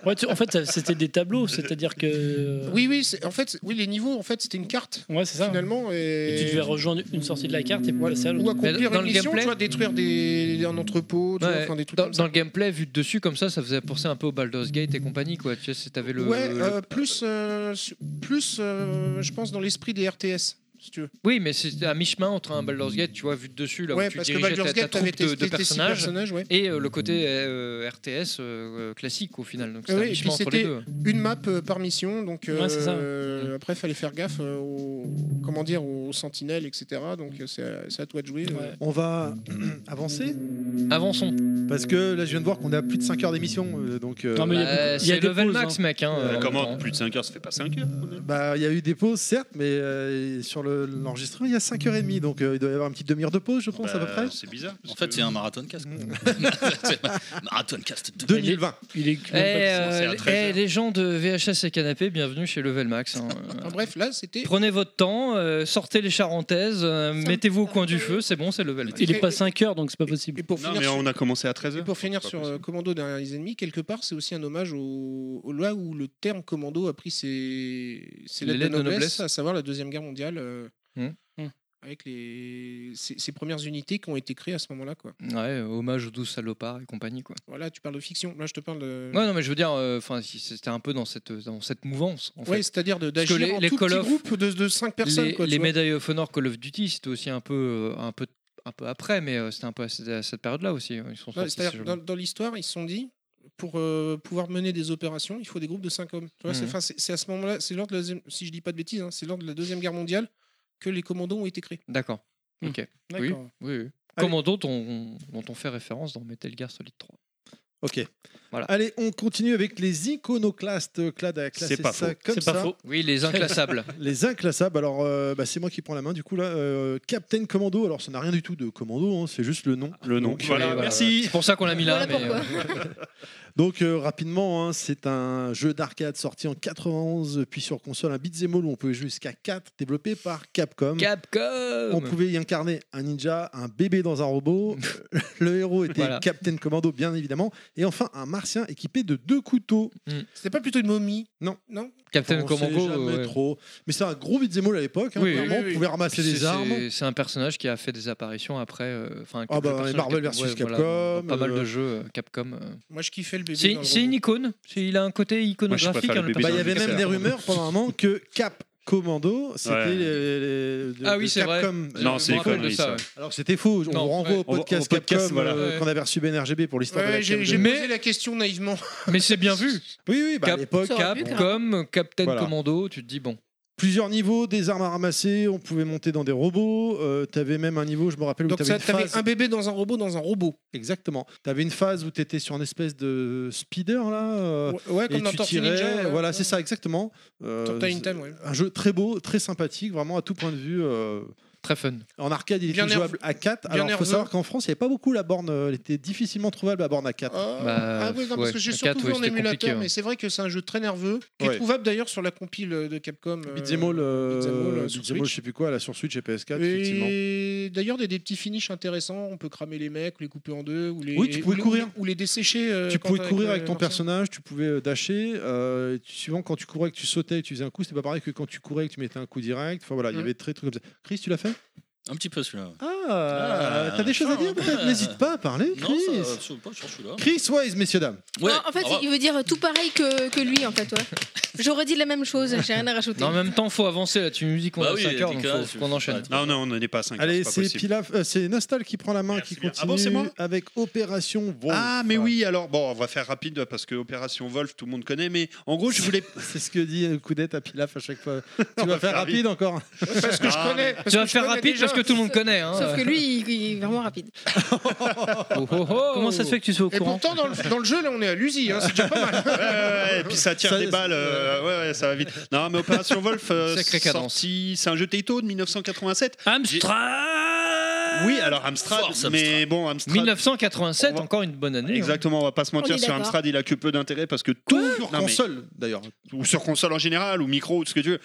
Ouais, tu- en fait, ça- c'était des tableaux, c'est-à-dire que. *laughs* Oui, oui, c'est- en fait, oui, les niveaux, en fait, c'était une carte. Ouais, c'est ça. Finalement, et... Et tu devais rejoindre une sortie de la carte et puis passer à l'autre. Ou accomplir dans une le mission, gameplay- tu vois, détruire des, un entrepôt, tu vois, Ouais, enfin, des trucs dans, comme dans le gameplay, vu de dessus comme ça, ça faisait penser un peu au Baldur's Gate et compagnie. Quoi. Tu sais, c'est- t'avais le, ouais, le- euh, plus, euh, su- plus euh, je pense, dans l'esprit des RTS, si tu veux. Oui, mais c'est à mi-chemin entre un Baldur's Gate, tu vois, vu de dessus, là Ouais, où tu parce que dirigeais Baldur's ta, ta Gate, troupe t'avais de, de tes- tes six personnages, personnages, ouais. et euh, le côté euh, RTS euh, classique au final. Donc c'est Ah à oui, et puis mi-chemin entre les c'était deux. une map euh, par mission, donc euh, Ouais, c'est ça. euh, après fallait faire gaffe euh, aux, comment dire, aux sentinelles, etc. Donc euh, c'est à, c'est à toi de jouer. euh. *clears throat* On va avancer Avançons. Parce que là, je viens de voir qu'on a plus de 5 heures d'émission. euh, Donc, euh, Non, mais il y a Bah, beaucoup- il y a c'est des level pauses, max, hein. mec, hein, Euh, en comment Comment Plus de 5 heures, ça fait pas 5 heures. Bah, il y a eu des pauses, certes, mais euh, sur le- l'enregistrement, il y a 5h30, donc euh, il doit y avoir une petite demi-heure de pause, je pense, à peu près. Bah, C'est bizarre. En fait, c'est un marathon cast. *laughs* marathon cast 2. 2020. Il est Eh, euh, eh, les gens de VHS et Canapé, bienvenue chez Level Max. hein. Enfin, bref, là c'était. Prenez votre temps, euh, sortez les charentaises, euh, mettez-vous au coin du feu, c'est bon, c'est Level Max. Il est pas 5 heures, donc c'est pas possible. Et pour finir sur- a commencé à 13h. Et pour finir sur euh, Commando derrière les ennemis, quelque part, c'est aussi un hommage au, au- là où le terme Commando a pris ses, ses Les lettres, lettres de, de noblesse, noblesse. à savoir la Deuxième Guerre mondiale, euh, Hum. avec les, ces, ces premières unités qui ont été créées à ce moment-là. quoi. Ouais, euh, hommage aux douze salopards et compagnie, quoi. Voilà, tu parles de fiction. Là, je te parle de. Ouais, non, mais je veux dire, euh, enfin, c'était un peu dans cette, dans cette mouvance. En fait. Ouais, c'est-à-dire de- Parce que d'agir en tout Call petit of- groupe de, de 5 personnes. les, quoi, tu les vois. médailles of Honor Call of Duty, c'était aussi un peu, euh, un peu, un peu après, mais euh, c'était un peu à cette, à cette période-là aussi. euh, Ils sont Ouais, sortis, ces c'est-à-dire, jeux-là. dans, dans l'histoire, ils se sont dit, pour euh, pouvoir mener des opérations, il faut des groupes de 5 hommes. Tu vois, c'est- Mhm. 'fin, c'est c'est à ce moment-là, c'est lors de la deuxième- si je dis pas de bêtises, hein, c'est lors de la Deuxième Guerre mondiale que les commandos ont été créés. D'accord. Mm. Ok. Oui. D'accord. oui, oui. Commando dont, dont on fait référence dans Metal Gear Solid 3. Ok. Allez, on continue avec les iconoclastes. euh, Clad a classé C'est pas ça faux. comme C'est pas ça. faux. Oui, les inclassables. *laughs* les inclassables. Alors, euh, bah, c'est moi qui prends la main. Du coup, là, euh, Captain Commando. Alors, ça n'a rien du tout de Commando. hein, c'est juste le nom. euh, Le nom. Voilà, merci. C'est pour ça qu'on l'a mis là. Voilà mais, euh, pourquoi. Donc euh, rapidement, hein, c'est un jeu d'arcade sorti en 91, puis sur console, un beat'em all où on pouvait jouer jusqu'à 4, développé par Capcom. Capcom On pouvait y incarner un ninja, un bébé dans *laughs* un robot, le héros était Voilà. Captain Commando bien évidemment, et enfin un martien équipé de deux couteaux. C'était pas plutôt une momie Non. Non Hmm. Captain Enfin, on sait Commando, jamais ouais. trop. Mais c'est un gros beat'em all à l'époque, hein, Oui, clairement, oui, oui. on pouvait ramasser Puis des c'est- armes. c'est- C'est un personnage qui a fait des apparitions après. euh, Enfin, Ah quelques bah, personnages Marvel Capcom, versus voilà, Capcom, pas mal euh, de jeux euh, Capcom. euh. Moi, je kiffais le bébé. C'est dans le c'est une icône. c'est- Il a un côté iconographique. hein, le Bah, il y personnage avait de même des Capcom. rumeurs pendant un moment que Cap Commando, c'était Ouais. les- les- de- Ah oui, de c'est vrai. Capcom. Non, Je c'est des me rappelle conneries, de ça, ouais. Alors que c'était faux. On Non, vous renvoie ouais. au On- au podcast podcast, Capcom voilà. euh, Ouais. qu'on avait reçu Ben RGB pour l'histoire de Ouais, la j'ai Capcom. j'ai Mais- posé la question naïvement. Mais c'est bien vu. Oui, oui, bah, à Cap- l'époque, Capcom, Captain Voilà. Commando, tu te dis bon. Plusieurs niveaux, des armes à ramasser, on pouvait monter dans des robots. euh, t'avais même un niveau, je me rappelle, où Donc t'avais ça, une t'avais phase. un bébé dans un robot dans un robot. Exactement. T'avais une phase où t'étais sur une espèce de speeder là. euh, Ouais, ouais, comme et dans tu Tortue tirais. Ninja, ouais. Voilà, c'est ça exactement. Euh, Tortue Ninja, ouais. Un jeu très beau, très sympathique, vraiment à tout point de vue. euh, Très fun. En arcade, il Bien était nerveux. jouable à 4. Bien Alors, il faut nerveux. savoir qu'en France, il n'y avait pas beaucoup la borne. euh, Elle était difficilement trouvable, la borne à 4. Bah, ah oui, non, parce que j'ai surtout vu en émulateur, mais c'est vrai que c'est un jeu très nerveux, qui Ouais. est trouvable d'ailleurs sur la compile euh, de Capcom. euh, Beat'em all, euh, Beat'em all, euh, sur Beat'em all, je Switch. sais plus quoi, là, sur Switch et PS4, effectivement. Et d'ailleurs, des, des petits finishes intéressants. On peut cramer les mecs, ou les couper en deux, ou les, Oui, tu pouvais ou les- courir. ou les dessécher. euh, Tu quand pouvais t'as- courir euh, avec ton Martial. personnage, tu pouvais euh, dasher. euh, et tu- souvent, quand tu courais et que tu sautais et que tu faisais un coup, c'était pas pareil que quand tu courais et que tu mettais un coup direct. Enfin voilà, il y Mhm. avait très trucs comme ça. Chris, tu l'as fait Un petit peu celui-là. Ah, Ah, t'as des choses à dire peut-être ah. N'hésite pas à parler, Non, Chris. ça, euh, je sais pas, je suis là. Chris Wise, messieurs, dames. Ouais. Non, en fait, Au revoir. il veut dire tout pareil que, que lui, en fait. Ouais. J'aurais dit la même chose, j'ai rien à rajouter. Non, en même temps, faut avancer là. Tu nous dis qu'on Bah a oui, 5 heures, donc Nicolas, je- faut qu'on enchaîne. Non, non, on n'en est pas à 5 Allez, c'est pas c'est possible. Pilaf- euh, c'est Nostal qui prend la main, qui continue bien. Ah bon, c'est moi avec Opération Wolf. Ah mais oui alors bon on va faire rapide parce que Opération Wolf tout le monde connaît mais en gros je voulais *laughs* C'est ce que dit euh, Coudette à Pilaf à chaque *laughs* fois. On tu va vas faire faire rapide vite. encore. parce que je Ah, connais, mais- Tu vas faire rapide parce que tout le monde connaît. hein. Sauf que lui, il, il est vraiment rapide. Oh, oh, oh. Comment ça se fait que tu sois au Et courant pourtant, dans le, dans le jeu, là, on est à l'usine, hein, *laughs* c'est déjà pas mal. Ouais, ouais, ouais, et puis ça tire des balles euh, ouais, ouais, ça va vite non mais Opération Wolf *laughs* euh, Sacrée cadence. sorti c'est un jeu Taito de 1987 Amstrad oui alors Amstrad Force Amstrad. mais bon Amstrad 1987, encore une bonne année. hein. Exactement, on va pas se On est mentir sur d'accord. Amstrad, il a que peu d'intérêt parce que tout sur console, d'ailleurs, ou sur console en général ou micro ou ce que tu veux.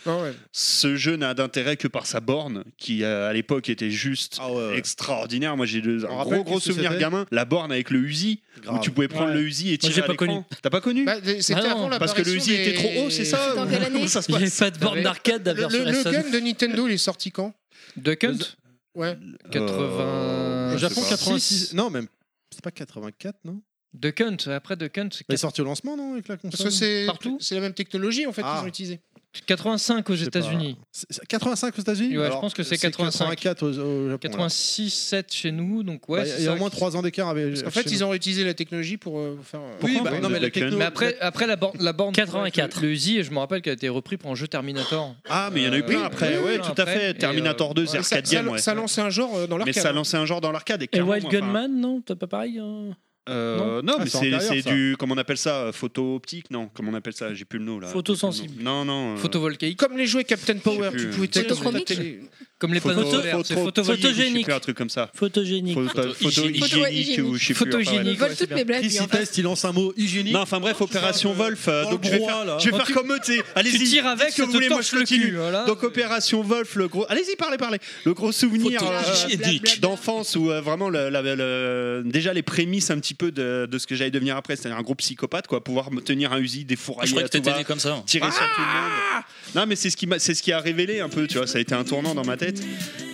Ce jeu n'a d'intérêt que par sa borne qui euh, à l'époque était juste extraordinaire. Moi j'ai de- un rappelle gros gros qu'est-ce que souvenir c'était gamin, la borne avec le Uzi Grave. où tu pouvais prendre Ouais. le Uzi et Moi, tirer j'ai à pas l'écran. connu. T'as pas connu Ah Bah, c'était avant parce que le Uzi l'apparition était trop haut, c'est ça *laughs* des- Dans quelle année Comment ça se Il n'y passe avait pas de borne Ouais. d'arcade Le, d'ailleurs sur le, la le Sun. gun de Nintendo, il est sorti quand Duck Hunt Ouais. 80. Euh, Euh, Au Japon, 86. Non, même. C'est pas 84, non Duck Hunt, après Duck Hunt, Bah, Il est c'est sorti au lancement, non Avec la Parce console que c'est Partout c'est la même technologie en fait Ah. qu'ils ont utilisée. 85 aux Je sais pas. États-Unis. C'est- c'est 85 aux États-Unis Ouais, je Alors, pense que c'est 85. 84 au, au Japon. 86, 7 chez nous, donc là. ouais. Bah, c'est il y a ça au moins qui- 3 ans d'écart avec. En fait, ils ont réutilisé la technologie pour euh, faire. euh, Pourquoi bah, non, mais la techno- Mais après, après la borne, la borne 84. Le Uzi, je me rappelle qu'elle a été repris pour un jeu Terminator. Ah mais il y en a eu Euh, plein oui, après, oui, ouais, oui, tout à après. Et, fait. euh, Terminator 2, c'est ouais, ça, ça, arcadien, ouais. ça lançait un genre euh, dans Mais l'arcade. ça hein. lançait un genre dans l'arcade. Et clairement, Wild enfin, Gunman, non T'as pas pareil hein Euh, non, Ah, mais c'est c'est antérieur, c'est ça. du comment on appelle ça, euh, photo optique, non Comment on appelle ça J'ai plus le nom là. Photosensible. Non, non. euh, Photovoltaïque. Comme les jouets Captain Power, plus, tu euh, pouvais tirer sur ta Photochromique télé. Comme les panneaux photo- solaires, c'est photo- photogénique. Je sais plus, un truc comme ça. Photogénique. Photo- Photo hygiénique ou je sais plus. enfin, ouais. Ils volent toutes mes blagues. lui, en fait. teste, il lance un mot hygiénique. Non, enfin bref, opération Wolf. euh, dans donc le je vais brouhaha, faire, là. je vais Quand faire tu- comme eux, tu sais. Allez-y. tu tires dites avec, ce que ça vous te voulez, moi torche je le continue. cul, voilà. Donc opération Wolf, le gros. Allez-y, parlez, parlez. Le gros souvenir Photo euh, hygiénique. d'enfance où euh, vraiment la- la- la- déjà les prémices un petit peu de, de ce que j'allais devenir après, c'est-à-dire un gros psychopathe, quoi, pouvoir me tenir un Uzi, Je défourailler croyais à que tout t'étais va, né comme ça. hein. Ah tirer sur tout le monde. Non, mais c'est ce qui m'a- c'est ce qui a révélé un peu, tu vois. Ça a été un tournant dans ma tête.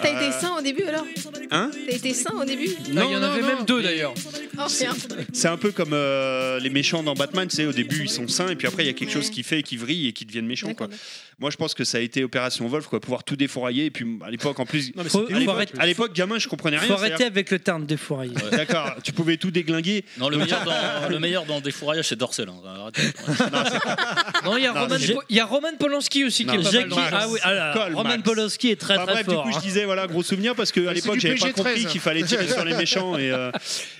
T'as été Euh, sain au début alors Hein T'as été sain au début Non, il y en avait non, même non. deux d'ailleurs. Oh, merde. C'est un peu comme euh, les méchants dans Batman, tu sais, au début ils sont sains et puis après il y a quelque chose qui fait qui vrille et qui deviennent méchants quoi. Moi je pense que ça a été opération Wolf quoi, pouvoir tout défourailler et puis à l'époque en plus Non, mais Faut- à faut l'époque- arrêter- à l'époque gamin je comprenais rien. Faut arrêter c'est-à-dire- avec le tarn des fourrailles. D'accord, tu pouvais tout déglinguer. Non, le Donc, meilleur *laughs* dans, le meilleur dans des fourraillages, c'est Dorcel. hein. Arrêtez. Non, il y a Non, Roman j'ai- Po- il y a Roman Polanski aussi qui Non. est pas mal Jackie, Max. ah oui, alors, Colle, Roman Max. Polanski est très Enfin, très hein. Ah, bref, du coup, je disais, voilà, gros souvenir, parce que à C'est l'époque, du j'avais pas PG-13, compris hein. qu'il fallait tirer sur les méchants et, euh,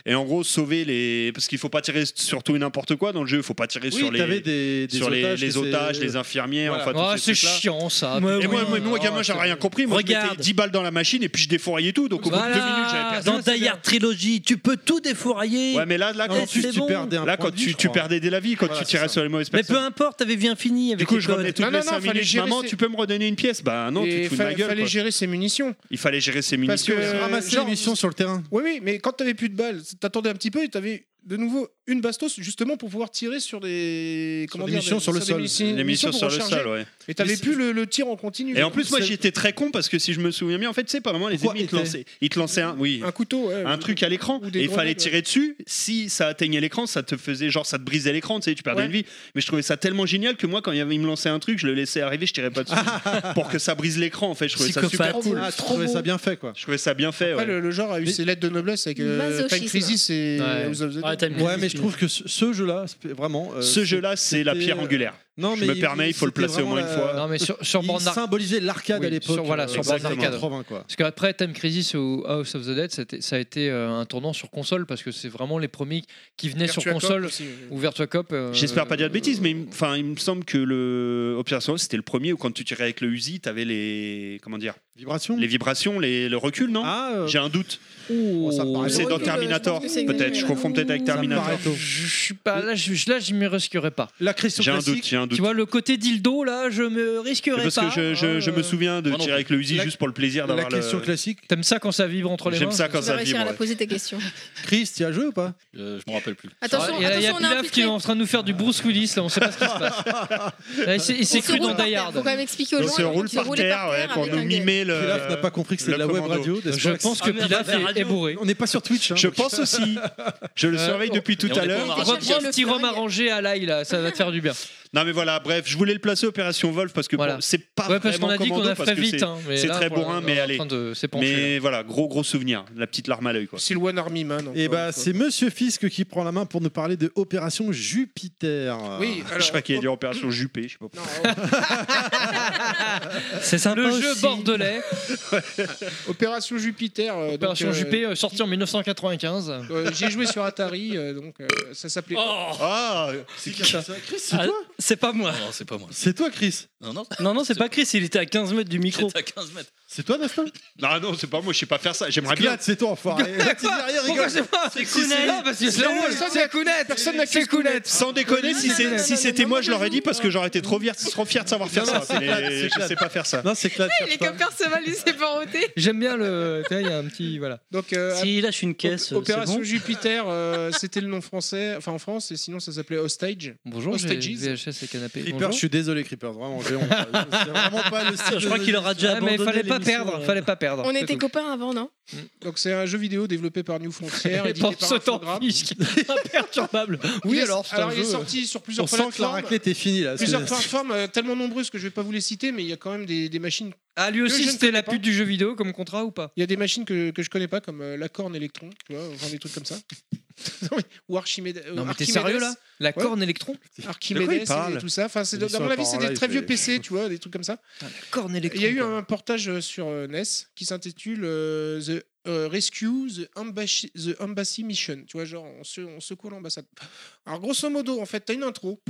et en gros, sauver les. Parce qu'il faut pas tirer surtout n'importe quoi dans le jeu, il faut pas tirer Oui, sur les. t'avais des- des sur les otages les qui otages, s'est- les infirmières, Voilà. enfin, tous Oh, Ah, ces c'est trucs-là. chiant, ça. Et Putain. moi, moi, moi, Ah, gamin, j'avais c'est- rien compris. Moi, je Regarde. mettais 10 balles dans la machine et puis je défouraillais tout. Donc, au bout de Voilà. deux minutes, j'avais perdu. Dans Die Hard Trilogy, tu peux tout défourailler. Ouais, mais là, là, quand tu, c'est tu bon. perdais un Là, quand tu, tu perdais des la vie, quand tu tirais sur les mauvaises *laughs* Mais personnes. peu importe, t'avais bien fini avec Du coup, les je codes. revenais toutes les 5 minutes. Maman, tu peux me redonner une pièce Bah non, tu Et te fous de fa- ma gueule. fallait quoi. gérer ses munitions. Il fallait gérer ses Parce munitions. que, aussi. euh, genre- sur le terrain. Oui, oui, mais quand t'avais plus de balles, t'attendais un petit peu et t'avais de nouveau une bastos justement pour pouvoir tirer sur des comment des dire, missions sur le sol. des missi- Les missions pour sur le recharger. sol, ouais. Et t'avais Mais plus le, le tir en continu. Et en plus, moi, C'est- j'étais très con parce que si je me souviens bien, en fait, c'est pas vraiment les Pourquoi ennemis ils te était- lançaient. Ils te lançaient un, oui, un couteau, ouais, un ou- truc à l'écran ou des et il fallait grenades, tirer dessus. Si ça atteignait l'écran, ça te faisait genre ça te brisait l'écran, tu sais, tu perdais Ouais. une vie. Mais je trouvais ça tellement génial que moi, quand il y avait- il me lançait un truc, je le laissais arriver, je tirais pas *laughs* dessus pour que ça brise l'écran. En fait, je trouvais ça super Psychopathe. cool. Ah, trop Je trouvais ça beau. bien fait, quoi. Je trouvais ça bien fait. Après, ouais. le, le genre a eu ses lettres de noblesse avec euh, Masochisme. Time Crisis et Ouais. House of the Ouais, Dead. mais je trouve que ce, ce jeu-là, c'est- vraiment. euh, Ce jeu-là, c'est la c'était- euh, pierre angulaire. Non, Je mais me permets, il faut le c'était placer au moins vraiment une fois. la- Non, mais sur- sur il borne d'ar- symbolisait l'arcade Oui, à l'époque. Sur, voilà, euh, sur exactement. borne d'arcade. 80, quoi. Parce qu'après Time Crisis ou House of the Dead, c'était- ça a été euh, un tournant sur console parce que c'est vraiment les premiers qui venaient sur Virtua Cop console aussi, oui. ou Virtua Cop. euh, J'espère pas dire de bêtises, mais il me- enfin, il me semble que le Opération Oasis, c'était le premier où quand tu tirais avec le Uzi, t'avais les comment dire vibrations, Ah, euh. les vibrations, les- le recul, non J'ai un doute. Oh, ça me Ou paraît- c'est dans Terminator, peut-être. Je confonds peut-être avec Terminator. Je suis pas là, je, là, je m'y risquerais pas. La Christo J'ai un doute, classique. j'ai un doute. Tu vois le côté dildo là, je me risquerais Parce pas. Euh, que je, je- je me souviens de tirer avec le Uzi juste pour le plaisir d'avoir le. classique. T'aimes ça quand ça vibre entre les mains J'aime ça quand Tu vas ça réussir vibre. à la ouais. poser tes questions. *laughs* Chris, tu as joué ou pas Euh, je me rappelle plus. Attention, Ah, il y a, il y a attention, on a Pilaf qui est en train de nous faire du Bruce Willis, là, on sait pas ce qui se *laughs* passe. Là, il s'est- il s'est On se cru roule dans par Die terre, Hard. faut quand même expliquer aux gens, il se roule par terre avec un gun. Pilaf n'a pas compris que c'est le de la web commando. radio. n'est-ce Je pas pense que Ah, merde, Pilaf la est- radio. est bourré. On n'est pas sur Twitch. hein, Je donc- pense aussi. Je Euh, le surveille depuis oh. tout à l'heure. Reprends le petit rhum arrangé à l'ail, là, ça va te faire du bien. Non mais voilà, bref, je voulais le placer Opération Wolf parce que bon, c'est pas Ouais, parce vraiment qu'on a dit qu'on commando a parce fait que vite, c'est- hein, mais c'est là, très pour la- bourrin, on mais est en allez. train de s'épancher, mais voilà, gros gros souvenir, la petite larme à l'œil quoi. C'est le One Army Man. encore Et une bah, fois. c'est Monsieur Fisk qui prend la main pour nous parler de Opération Jupiter. Oui, je crois qu'il y a dit Opération Jupé, je sais pas. oh. C'est sympa Le jeu *laughs* bordelais, Opération Jupiter. euh, Opération donc, euh, Juppé, euh, sorti en 1995. euh, J'ai joué sur Atari, euh, donc euh, ça s'appelait. Oh. Ah, c'est qui ça Chris, c'est Ah, toi C'est pas moi. Non, c'est pas moi. C'est toi, Chris Non, non. Non, non, c'est pas Chris, il était à 15 mètres du micro. J'étais à 15 mètres. C'est toi, Dastin Non non, c'est pas moi, je sais pas faire ça. J'aimerais bien. C'est toi, enfoiré. Là, tu dis rien, Pourquoi rigole. c'est moi Si, si, C'est Kounet. si. Non, parce que c'est Non, moi. personne C'est n'a- Kounet. personne n'a C'est que Kounet. Sans déconner, si, c'est- Non, non, si non, c'était non, moi, non, je l'aurais dit parce que j'aurais été trop fier, trop fier de savoir faire Non, ça. non, c'est mais Clad, c'est je Clad. sais pas faire ça. Non, *laughs* c'est Clad. Il est comme Perceval, il s'est pas roté. J'aime bien le. tu vois, Il y a un petit. Voilà. Donc, euh, S'il lâche une caisse, euh, c'est Opération bon. *laughs* Jupiter, euh, c'était le nom français, enfin en France, et sinon ça s'appelait Hostage. Bonjour, j'ai Hostages. VHS et canapé. Creeper, Bonjour. je suis désolé, Creeper. Vraiment, j'ai honte. C'est vraiment *laughs* pas le *laughs* style. Je crois de- qu'il aura déjà Ouais, Ah, mais abandonné fallait pas l'émission, perdre, euh. fallait pas perdre. On était copains avant, non Donc c'est un jeu vidéo développé par New Frontier, *laughs* Et édité par par ce temps Infogrames. imperturbable. Il Oui, est- alors, c'est un il jeu. est sorti sur plusieurs On sent plateformes. que la raclette est finie là. Plusieurs C'est- plateformes euh, tellement nombreuses que je vais pas vous les citer, mais il y a quand même des, des machines. Ah, lui que je aussi, ne c'était la connais pas. pute du jeu vidéo comme contrat ou pas Il y a des machines que, que je connais pas, comme euh, la corne électron, tu vois, enfin des trucs *laughs* comme ça. Ou Archimède. Non, euh, mais t'es Archimedes. sérieux là La Ouais. corne électron Archimedes et tout ça. Enfin, c'est, Ils à sont mon avis, encore c'est là, des il très fait- vieux PC, tu vois, des trucs comme ça. corne Il y a eu un portage euh, sur euh, NES qui s'intitule euh, The euh, Rescue the Embassy, the Embassy Mission. Tu vois, genre, on, se- on secoue l'ambassade. Alors, grosso modo, en fait, tu as une intro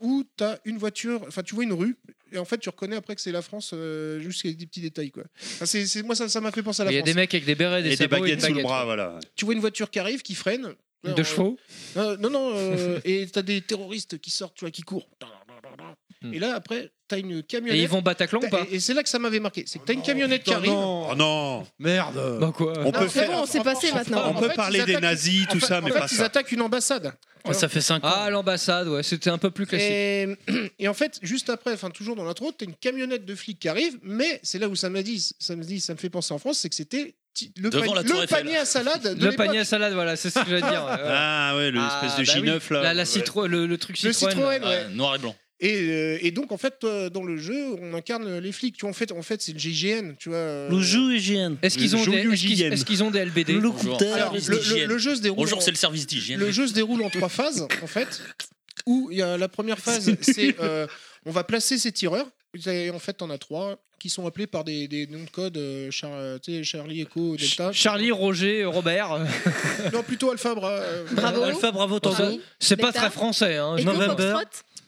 où tu as une voiture, enfin, tu vois une rue, et en fait, tu reconnais après que c'est la France, euh, juste avec des petits détails, quoi. Enfin, c'est, c'est- moi, ça, ça m'a fait penser à la Il y a France. des mecs avec des bérets, des Et des sabots baguettes et sous des le bras, ouais. voilà. Tu vois une voiture qui arrive, qui freine. De chevaux euh, Non, non, euh, et t'as des terroristes qui sortent, tu vois, qui courent. Et là, après, t'as une camionnette. Hmm. Et ils vont Bataclan ou T'as- pas Et c'est là que ça m'avait marqué. C'est que t'as une camionnette qui Oh, Putain, arrive. Euh, non. Oh non Merde Bah quoi On peut faire. on s'est passé maintenant. On peut parler des nazis, tout ça, mais en fait, pas ils ça. attaquent une ambassade. ça fait 5 ans. Ah, l'ambassade, ouais, c'était un peu plus classique. Et, et *clears throat* en fait, juste après, enfin toujours dans l'intro, t'as une camionnette de flics qui arrive, mais c'est là où ça m'a dit, ça me dit, ça me fait penser en France, c'est que c'était ti- le, Devant panier- la Tour le Eiffel. panier à salade. de Le l'époque. panier à salade, voilà, c'est ce que j'allais dire. ouais, ouais. Ah ouais, le espèce de bah oui. J9 là. La, la citro- le, le truc Le Citroën. Citroën, ouais. Ah, noir et blanc. Et, euh, et donc en fait, euh, dans le jeu, on incarne les flics. Tu vois, en fait, en fait, c'est le GIGN, tu vois. euh, Le jeu IGN. Est-ce qu'ils ont, des- est-ce qu'ils- est-ce qu'ils ont des LBD Le Bonjour. Coupteur. Alors, le- le- le jeu se déroule Bonjour, en- c'est le service d'hygiène. Le jeu se déroule en trois phases, en fait, *laughs* où il y a la première phase, c'est euh, on va placer ses tireurs. Et En fait, on a trois. qui- qui sont appelés par des, des noms de code, euh, Char- euh, tu sais, Charlie, Echo, Delta. Charlie, Roger, Robert. non, plutôt Alpha, Bra- euh, *laughs* Alpha, bravo, Tango. C'est pas très français, hein. November.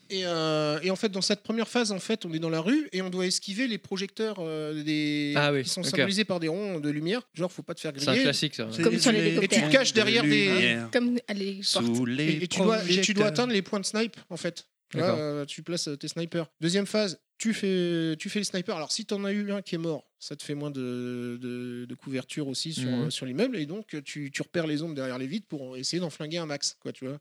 Et, euh, et en fait, dans cette première phase, en fait, on est dans la rue et on doit esquiver les projecteurs euh, des... Ah oui, qui sont ok. symbolisés par des ronds de lumière. Genre, faut pas te faire griller. C'est un classique, ça. Comme sur Et tu l'hélicoptère. te caches derrière des. Comme à l'hélicoptère. Et, et tu dois, et tu dois atteindre les points de snipe, en fait. Tu vois, D'accord. euh, tu places euh, tes snipers. Deuxième phase, tu fais, tu fais les snipers. Alors, si t'en as eu un qui est mort, ça te fait moins de, de- de couverture aussi sur, Mhm. Mmh. euh, sur l'immeuble. Et donc, tu, tu repères les ombres derrière les vitres pour essayer d'en flinguer un max. Quoi, tu vois.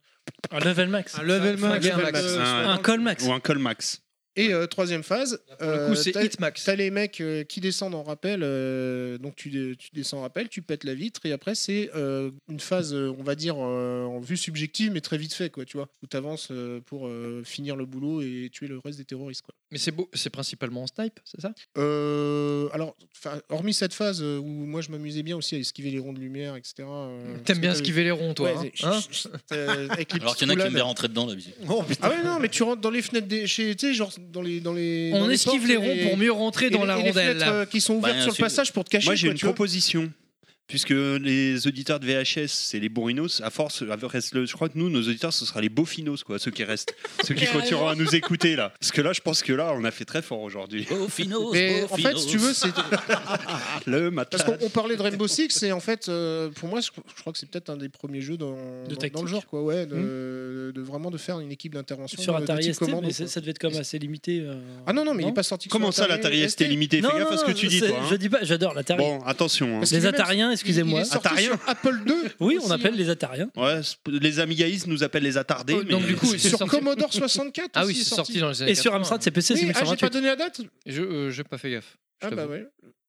Un level max. Un level max. Flinguer un Level max. euh, Un- un col max. Ou un Colmax. Et euh, troisième phase, le coup, euh, c'est t'as- Hitmax. T'as les mecs euh, qui descendent en rappel, euh, donc tu, dé- tu descends en rappel, tu pètes la vitre, et après c'est euh, une phase, euh, on va dire, euh, en vue subjective, mais très vite fait, quoi, tu vois, où t'avances euh, pour euh, finir le boulot et tuer le reste des terroristes, quoi. Mais c'est beau, c'est principalement en snipe, c'est ça Euh, alors, 'fin, hormis cette phase euh, où moi je m'amusais bien aussi à esquiver les ronds de lumière, etc. euh, parce que bien t'avais- esquiver les ronds, toi, Ouais, hein c'est- euh, avec les Alors qu'il y en a qui aiment bien rentrer dedans, la vie. ah ouais non mais tu rentres dans les fenêtres des chez tu sais genre dans les dans les On dans esquive portes les et ronds pour mieux rentrer et dans les- la et les rondelle, fenêtres, là. euh, qui sont ouvertes Bah, sur le si vous- passage pour te cacher Moi, j'ai quoi, une tu vois. proposition. Puisque les auditeurs de VHS, c'est les bourrinos, à force, à reste le- je crois que nous, nos auditeurs, ce sera les bofinos, quoi, ceux qui restent, ceux qui Carrément. continueront à nous écouter, là. Parce que là, je pense que là, on a fait très fort aujourd'hui. Bofinos, mais en fait si tu veux c'est *laughs* Le matin. parce qu'on on parlait de Rainbow Six et en fait euh, pour moi je, je crois que c'est peut-être un des premiers jeux dans, dans- dans, tactique. le genre quoi ouais de, de vraiment de faire une équipe d'intervention Sur euh, de Atari type ST, commando, mais quoi. c'est- ça devait être quand même assez limité. euh. ah non non mais il est pas sorti que Comment sur ça, l'Atari ST est limité Fais gaffe à ce que tu dis, c'est- toi, hein. Je dis pas, j'adore l'Atari. Bon, attention. hein. Parce Les qu'il est même- Atariens, excusez-moi. il est sorti Atariens. sur Apple 2 Oui, on aussi, appelle hein. les Atariens. Ouais, c'est- les amigaïstes nous appellent les attardés. Oh, donc, mais- du coup, c'est sur sorti- Commodore 64 Ah oui, aussi est c'est sorti dans les années Et sur 80, Amstrad CPC, oui, c'est ah, j'ai 1928. pas donné la date Je euh, j'ai pas fait gaffe. je ah bah t'avoue. ouais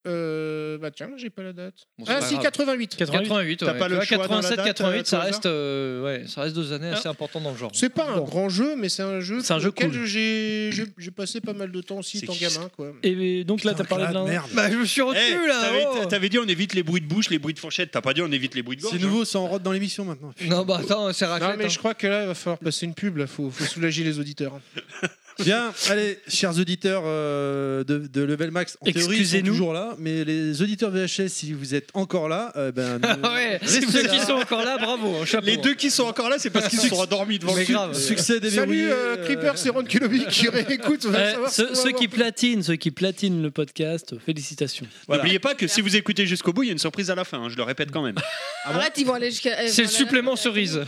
euh, bah tiens j'ai pas la date Bon, c'est ah pas si grave. 88 88, ouais. Tu vois, 87, 88, ça reste, euh, Ah. euh, ouais, ça reste deux années assez importantes dans le genre. c'est pas un grand jeu, mais c'est un jeu C'est un pour jeu lequel cool. j'ai j'ai- j'ai passé pas mal de temps aussi, étant gamin. Quoi. Et donc là, t'as parlé de l'un. Bah, je me suis Eh, retenu là. t'avais- oh. T'avais dit on évite les bruits de bouche, les bruits de fourchette. T'as pas dit on évite les bruits de gorge. hein. C'est nouveau, ça en rôde dans l'émission maintenant. Non, bah attends, c'est raclette. Non, mais je crois que là, il va falloir passer une pub. Il faut, faut soulager les auditeurs. hein. Bien, allez, chers auditeurs euh, de, de Level Max, en théorie, ils sont Excusez-nous. toujours là, mais les auditeurs VHS, si vous êtes encore là, *laughs* euh, ben, Ah ouais, Restez ceux là. qui sont encore là, bravo. un chapeau. Les deux qui sont encore là, c'est parce qu'ils se sont endormis devant Mais le grave. Succès des Salut euh, Creeper, c'est Ron Kulobi *laughs* *laughs* qui réécoute. on va Ouais, savoir ceux, ce qu'on va Euh, ceux qui avoir. platinent, ceux qui platinent le podcast, euh, félicitations. N'oubliez pas que si vous écoutez jusqu'au bout, il y a une surprise à la fin. hein, je le répète quand Ah, même. Arrête, ils vont aller jusqu'à. euh, eh, C'est le voilà. *laughs* supplément cerise.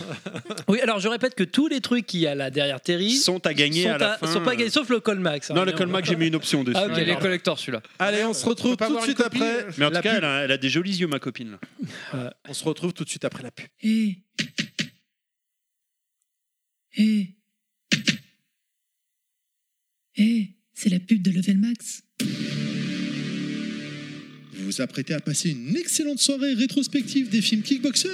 oui, alors je répète que tous les trucs qu'il y a là derrière Terry Sont à gagner sont à la fin, sont pas à gagner, sauf le Colmax. hein, non, le mais on- Colmac, j'ai mis une option dessus. Ah, ok, les collectors, celui-là. Allez, on se retrouve tout de suite après. Mais en la tout cas, pub. elle a, elle a des jolis yeux, ma copine. là. On se retrouve tout de suite après la pub. Eh. Eh, c'est la pub de Level Max. Vous vous apprêtez à passer une excellente soirée rétrospective des films Kickboxer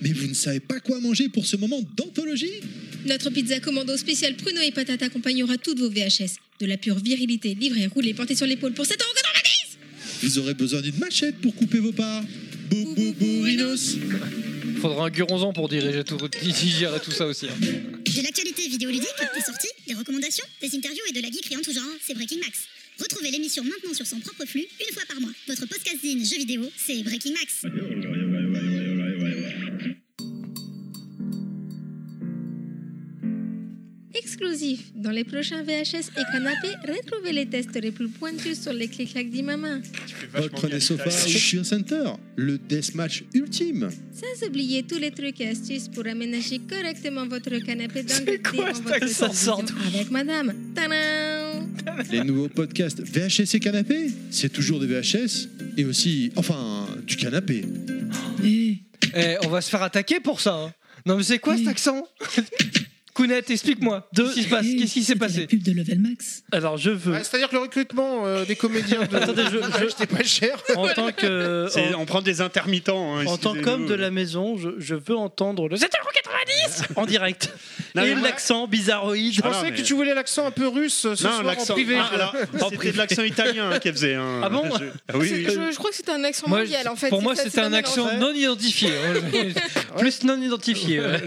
Mais vous ne savez pas quoi manger pour ce moment d'anthologie Notre pizza commando spéciale pruneau et patate accompagnera toutes vos VHS. De la pure virilité, livrée, roulée, portée sur l'épaule pour 7,90€. Vous aurez besoin d'une machette pour couper vos parts. Bou bou bourrinos Faudra un Guronzan pour diriger tout, *laughs* digérer tout ça aussi. hein. De l'actualité vidéoludique, des sorties, des recommandations, des interviews et de la geekerie en tout genre, c'est Breaking Max. Retrouvez l'émission maintenant sur son propre flux, une fois par mois. Votre podcasting jeux vidéo, c'est Breaking Max. Exclusif, dans les prochains VHS et canapés, retrouvez les tests les plus pointus sur les clics-clacs d'Imama. Poltron et Sofa au Fear Center. Le deathmatch *laughs* ultime. Sans oublier tous les trucs et astuces pour aménager correctement votre canapé dans le quoi dans cet votre accent télévision sordide avec madame. Tadam Les nouveaux podcasts VHS et canapé. C'est toujours des VHS. Et aussi, enfin, du canapé. Eh, on va se faire attaquer pour ça. hein. Non, mais c'est quoi cet accent *laughs* Kounet, explique-moi. Qu'est-ce qui se passe Qu'est-ce qui s'est passé de Level Max. Alors je veux. Ah, C'est-à-dire que le recrutement euh, des comédiens de Attendez, je- je- c'était pas cher. *laughs* En tant que. C'est- en- On prend des intermittents. hein, En tant excusez-nous. qu'homme de la maison, je, je veux entendre le. 7,90€ 90 en direct. Non, mais Et moi- l'accent bizarroïde. Je pensais Ah, mais- que tu voulais l'accent un peu russe euh, ce Non, soir en l'accent- privé. Ah, *laughs* alors, c'était de l'accent italien hein, qu'elle faisait. hein. Ah bon Je- Ah oui, oui. Je, je crois que c'était un accent Moi, mondial en fait. Pour moi, ça, c'était un mélange. accent non *laughs* identifié. hein. Plus non identifié. ouais.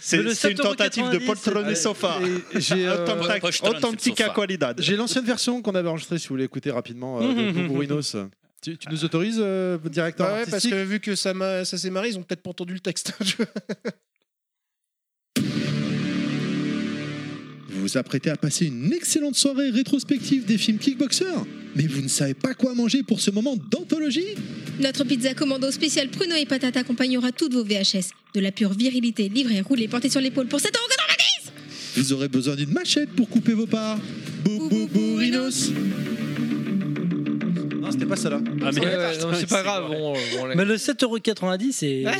C'est- Mais le c'est une 7,90, tentative de poltronner euh, sofa. et- J'ai, et j'ai, *laughs* euh, euh, Authentic- authentica qualidad. J'ai l'ancienne version qu'on avait enregistrée, si vous voulez écouter rapidement, euh, de Mhm, mhm, Bourrinos. Tu, tu nous autorises, euh, directeur Bah ouais, parce artistique que vu que ça, m'a- ça s'est marré, ils ont peut-être pas entendu le texte. hein, Vous vous apprêtez à passer une excellente soirée rétrospective des films Kickboxer Mais vous ne savez pas quoi manger pour ce moment d'anthologie *laughs* Notre pizza commando spéciale pruneau et patate accompagnera toutes vos VHS. De la pure virilité, livrée, roulée, portée sur l'épaule pour 7,90€ Vous aurez besoin d'une machette pour couper vos parts. Bou bou bourrinos Non, c'était pas ça là. Ah, mais- Ouais, ouais, non, c'est pas grave, Mais le 7,90€ c'est. Ah,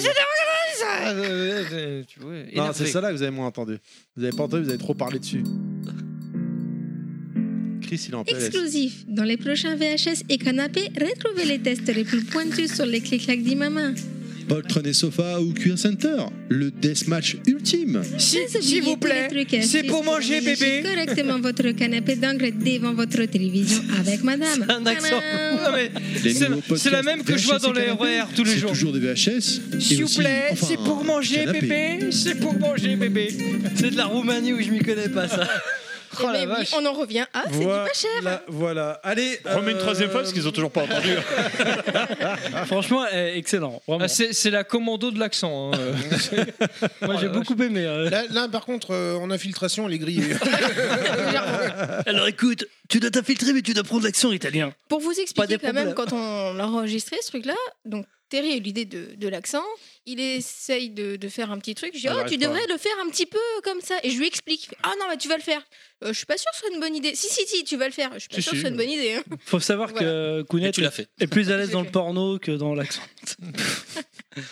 Ah, Non, c'est ça là que vous avez moins entendu. Vous avez pas entendu, vous avez trop parlé dessus. Chris, il est en PLS. Exclusif Dans les prochains VHS et canapés, retrouvez les tests les plus pointus sur les clics-clacs d'Imama. Poltron et Sofa ou Queer Center, le deathmatch ultime. Sans oublier s'il vous tous les plaît, trucs et c'est astuces pour manger, privilégier bébé. correctement votre canapé d'engrais devant votre télévision avec *laughs* madame. un accent. Tadam. Non, mais Les C'est nouveaux c'est la même que je vois podcasts dans les canapés, RER tous les c'est jours. toujours des VHS. et S'il vous aussi, plaît, enfin, c'est pour manger canapé. bébé, c'est pour manger bébé. C'est de la Roumanie où je m'y connais pas ça. Oh Eh ben oui, on en revient à c'est du pas cher. Voilà, allez. euh, Remets une troisième fois parce qu'ils ont toujours pas entendu. *laughs* Franchement, eh, excellent. Ah, c'est c'est la commando de l'accent. hein. Moi, j'ai beaucoup aimé. euh. Là, là, par contre, euh, en infiltration, elle *laughs* est grillée. Alors écoute, tu dois t'infiltrer mais tu dois prendre l'accent italien. Pour vous expliquer des quand même, problèmes. quand on l'a enregistré ce truc-là, donc Terry a eu l'idée de, de l'accent, il essaye de, de faire un petit truc. Je dis, Elle oh, arrive tu pas. devrais le faire un petit peu comme ça. Et je lui explique. Il fait, Ah non, mais tu vas le faire. Euh, je suis pas sûre que ce soit une bonne idée. Si, si, si, tu vas le faire. Je suis pas Si, sûre que si. ce soit une bonne idée. hein. Faut savoir euh, que Kounet tu l'as fait. est plus à l'aise dans le porno que dans l'accent.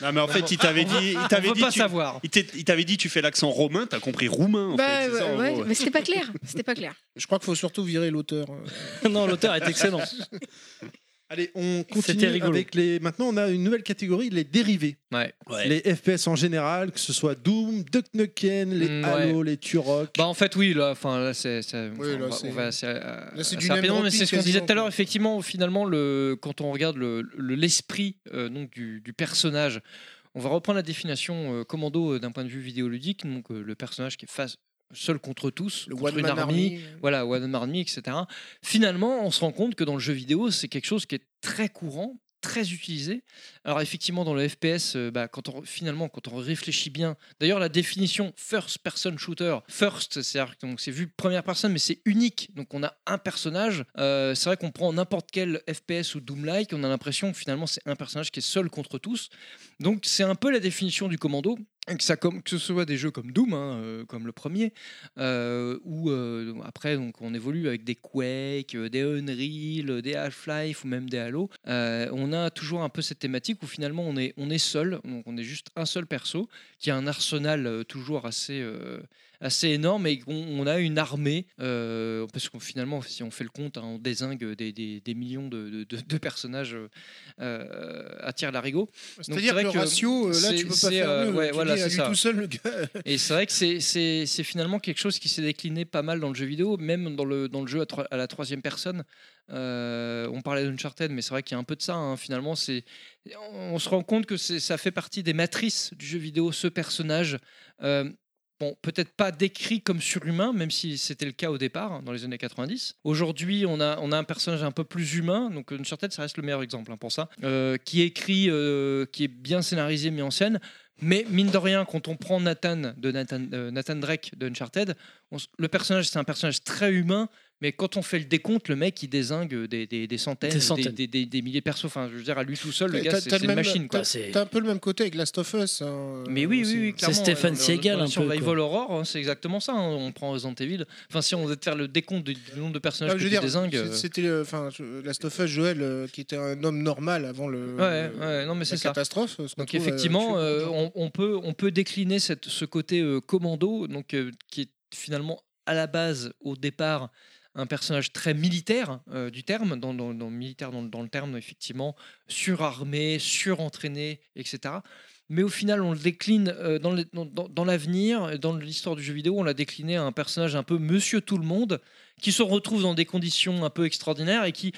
Non, mais en fait, il t'avait On va- dit. Il on t'avait veut dit. pas tu- savoir. Il t'est- il t'avait dit, tu fais l'accent romain, t'as compris roumain. En bah fait, c'est ouais, ça, en ouais, gros. mais c'était pas clair. C'était pas clair. Je crois qu'il faut surtout virer l'auteur. euh. non, Oh, l'auteur est excellent. *laughs* Allez, on C'était continue rigolo. avec les. Maintenant, on a une nouvelle catégorie, les dérivés. Les FPS en général, que ce soit Doom, Duck Nukem, les Mm, Halo, ouais. les Turok. Bah en fait oui là, enfin là c'est, c'est- Oui, enfin, là, on va- c'est- on va assez, euh, c'est assez du rapidement, name mais c'est ce qu'on dropping disait quasiment, tout à l'heure effectivement finalement le quand on regarde le, le- l'esprit euh, donc du, du personnage, on va reprendre la définition euh, commando euh, d'un point de vue vidéoludique donc euh, le personnage qui est face seul contre tous, contre one une man armée, army. voilà one man army etc. Finalement on se rend compte que dans le jeu vidéo c'est quelque chose qui est très courant très utilisé. Alors effectivement dans le FPS, euh, bah, quand on, finalement quand on réfléchit bien, d'ailleurs la définition first person shooter, first c'est-à-dire que donc, c'est vu première personne mais c'est unique, donc on a un personnage. Euh, c'est vrai qu'on prend n'importe quel FPS ou Doom-like, on a l'impression que finalement c'est un personnage qui est seul contre tous. Donc c'est un peu la définition du commando. Que, ça, comme, que ce soit des jeux comme Doom, hein, euh, comme le premier, euh, ou euh, après donc, on évolue avec des Quake, euh, des Unreal, euh, des Half-Life ou même des Halo, euh, on a toujours un peu cette thématique où finalement on est, on est seul, donc on est juste un seul perso qui a un arsenal euh, toujours assez, euh, assez énorme et on, on a une armée, euh, parce que finalement si on fait le compte, hein, on désingue des, des- des millions de, de- de- de personnages euh, euh, à tir larigot. Donc, C'est-à-dire vrai que le ratio, euh, là, c'est- tu peux pas c'est, faire euh, mieux. ouais, Tu voilà, dis à c'est lui ça. tout seul, le gars. Et c'est vrai que c'est- c'est c'est finalement quelque chose qui s'est décliné pas mal dans le jeu vidéo, même dans le, dans le jeu à, tro- à la troisième personne. Euh, on parlait d'Uncharted, mais c'est vrai qu'il y a un peu de ça. hein. Finalement, c'est on se rend compte que c'est- ça fait partie des matrices du jeu vidéo, ce personnage. Euh, Bon, peut-être pas décrit comme surhumain, même si c'était le cas au départ, hein, dans les années 90. Aujourd'hui, on a, on a un personnage un peu plus humain, donc Uncharted, ça reste le meilleur exemple hein, pour ça, euh, qui est écrit, euh, qui est bien scénarisé, mis en scène. Mais mine de rien, quand on prend Nathan de Nathan, euh, Nathan Drake de Uncharted, on s- le personnage, c'est un personnage très humain, mais quand on fait le décompte, le mec, il désingue euh, des, des- des centaines, Des centaines. des, des- des milliers de persos. Enfin, je veux dire, à lui tout seul, le T'as- gars, t'as c'est le c'est une même- machine. quoi. t'as- T'as un peu le même côté avec Last of Us. hein, Mais oui, aussi. oui, oui, clairement, Stéphane euh, dans- Seagal, dans un peu, Survival quoi. Horror, hein, c'est exactement ça. hein, On prend Resident Evil. Enfin, si on veut faire le décompte du, du nombre de personnages Ah, que je veux tu dire, désingues, c'est- euh, c'était euh, enfin je- Last of Us, Joël, euh, qui était un homme normal avant le. Ouais, le- ouais, non, mais la c'est ça. catastrophe. ce qu'on Donc trouve, euh, effectivement, chez- euh, on, on peut, on peut décliner cette, ce côté euh, commando, donc, euh, qui est finalement à la base, au départ, un personnage très militaire euh, du terme, dans, dans, dans- militaire dans, le- dans le terme, effectivement, surarmé, surentraîné, etc. mais au final on le décline euh, dans le- dans- dans- dans l'avenir, dans l'histoire du jeu vidéo, on l'a décliné à un personnage un peu monsieur tout le monde, qui se retrouve dans des conditions un peu extraordinaires et qui,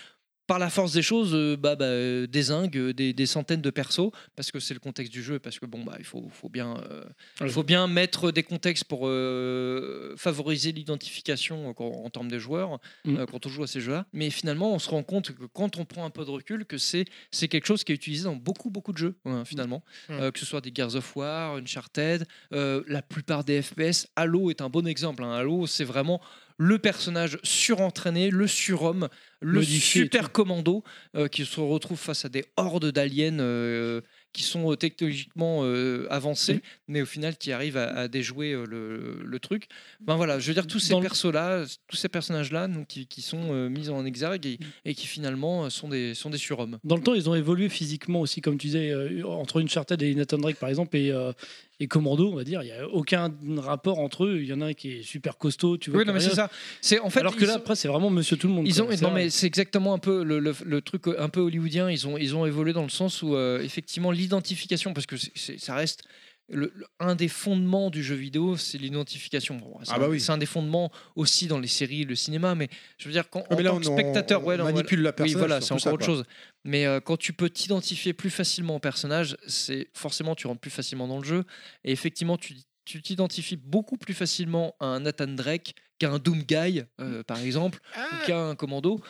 par la force des choses, euh, bah, bah, euh, désingue euh, des, des centaines de persos, parce que c'est le contexte du jeu, et parce que bon, bah, il faut, faut bien, euh, il faut bien mettre des contextes pour euh, favoriser l'identification euh, quand- en, termes de joueurs, Mm. euh, quand on joue à ces jeux-là. Mais finalement, on se rend compte que quand on prend un peu de recul, que c'est c'est quelque chose qui est utilisé dans beaucoup, beaucoup de jeux, euh, finalement. Mm. Euh, que ce soit des Gears of War, Uncharted, euh, la plupart des FPS. Halo est un bon exemple. hein. Halo, c'est vraiment le personnage surentraîné, le surhomme, le Modifié et super commando euh, qui se retrouve face à des hordes d'aliens euh, qui sont euh, technologiquement euh, avancés, mais au final qui arrivent à, à déjouer euh, le, le truc. Ben voilà, je veux dire tous ces persos là, tous ces personnages là, qui, qui sont euh, mis en exergue et, et qui finalement euh, sont des sont des surhommes. Dans le temps, ils ont évolué physiquement aussi, comme tu disais, euh, entre Uncharted et Nathan Drake, par exemple, et, euh, et Commando, on va dire. Il n'y a aucun rapport entre eux. Il y en a un qui est super costaud, tu vois. Oui, qui non, mais rien. c'est ça. C'est en fait Alors que ils là, ont- après, c'est vraiment Monsieur Tout le Monde. Ils quoi. ont, C'est non vrai. mais c'est exactement un peu le, le- le truc euh, un peu hollywoodien. Ils ont, ils ont évolué dans le sens où euh, effectivement l'identification, parce que c'est- c'est- ça reste le- le- un des fondements du jeu vidéo, c'est l'identification. Bon, c'est Ah un- bah oui. C'est un des fondements aussi dans les séries, le cinéma, mais je veux dire quand Ah, mais en là, tant que on- on spectateur, ouais, non, manipule voilà. la personne, Oui, voilà, c'est c'est surtout encore ça, autre chose. quoi. Mais euh, quand tu peux t'identifier plus facilement au personnage, c'est forcément tu rentres plus facilement dans le jeu. Et effectivement, tu tu t'identifies beaucoup plus facilement à un Nathan Drake qu'à un Doom Guy, Mm. euh, par exemple, Ah. ou qu'à un Commando,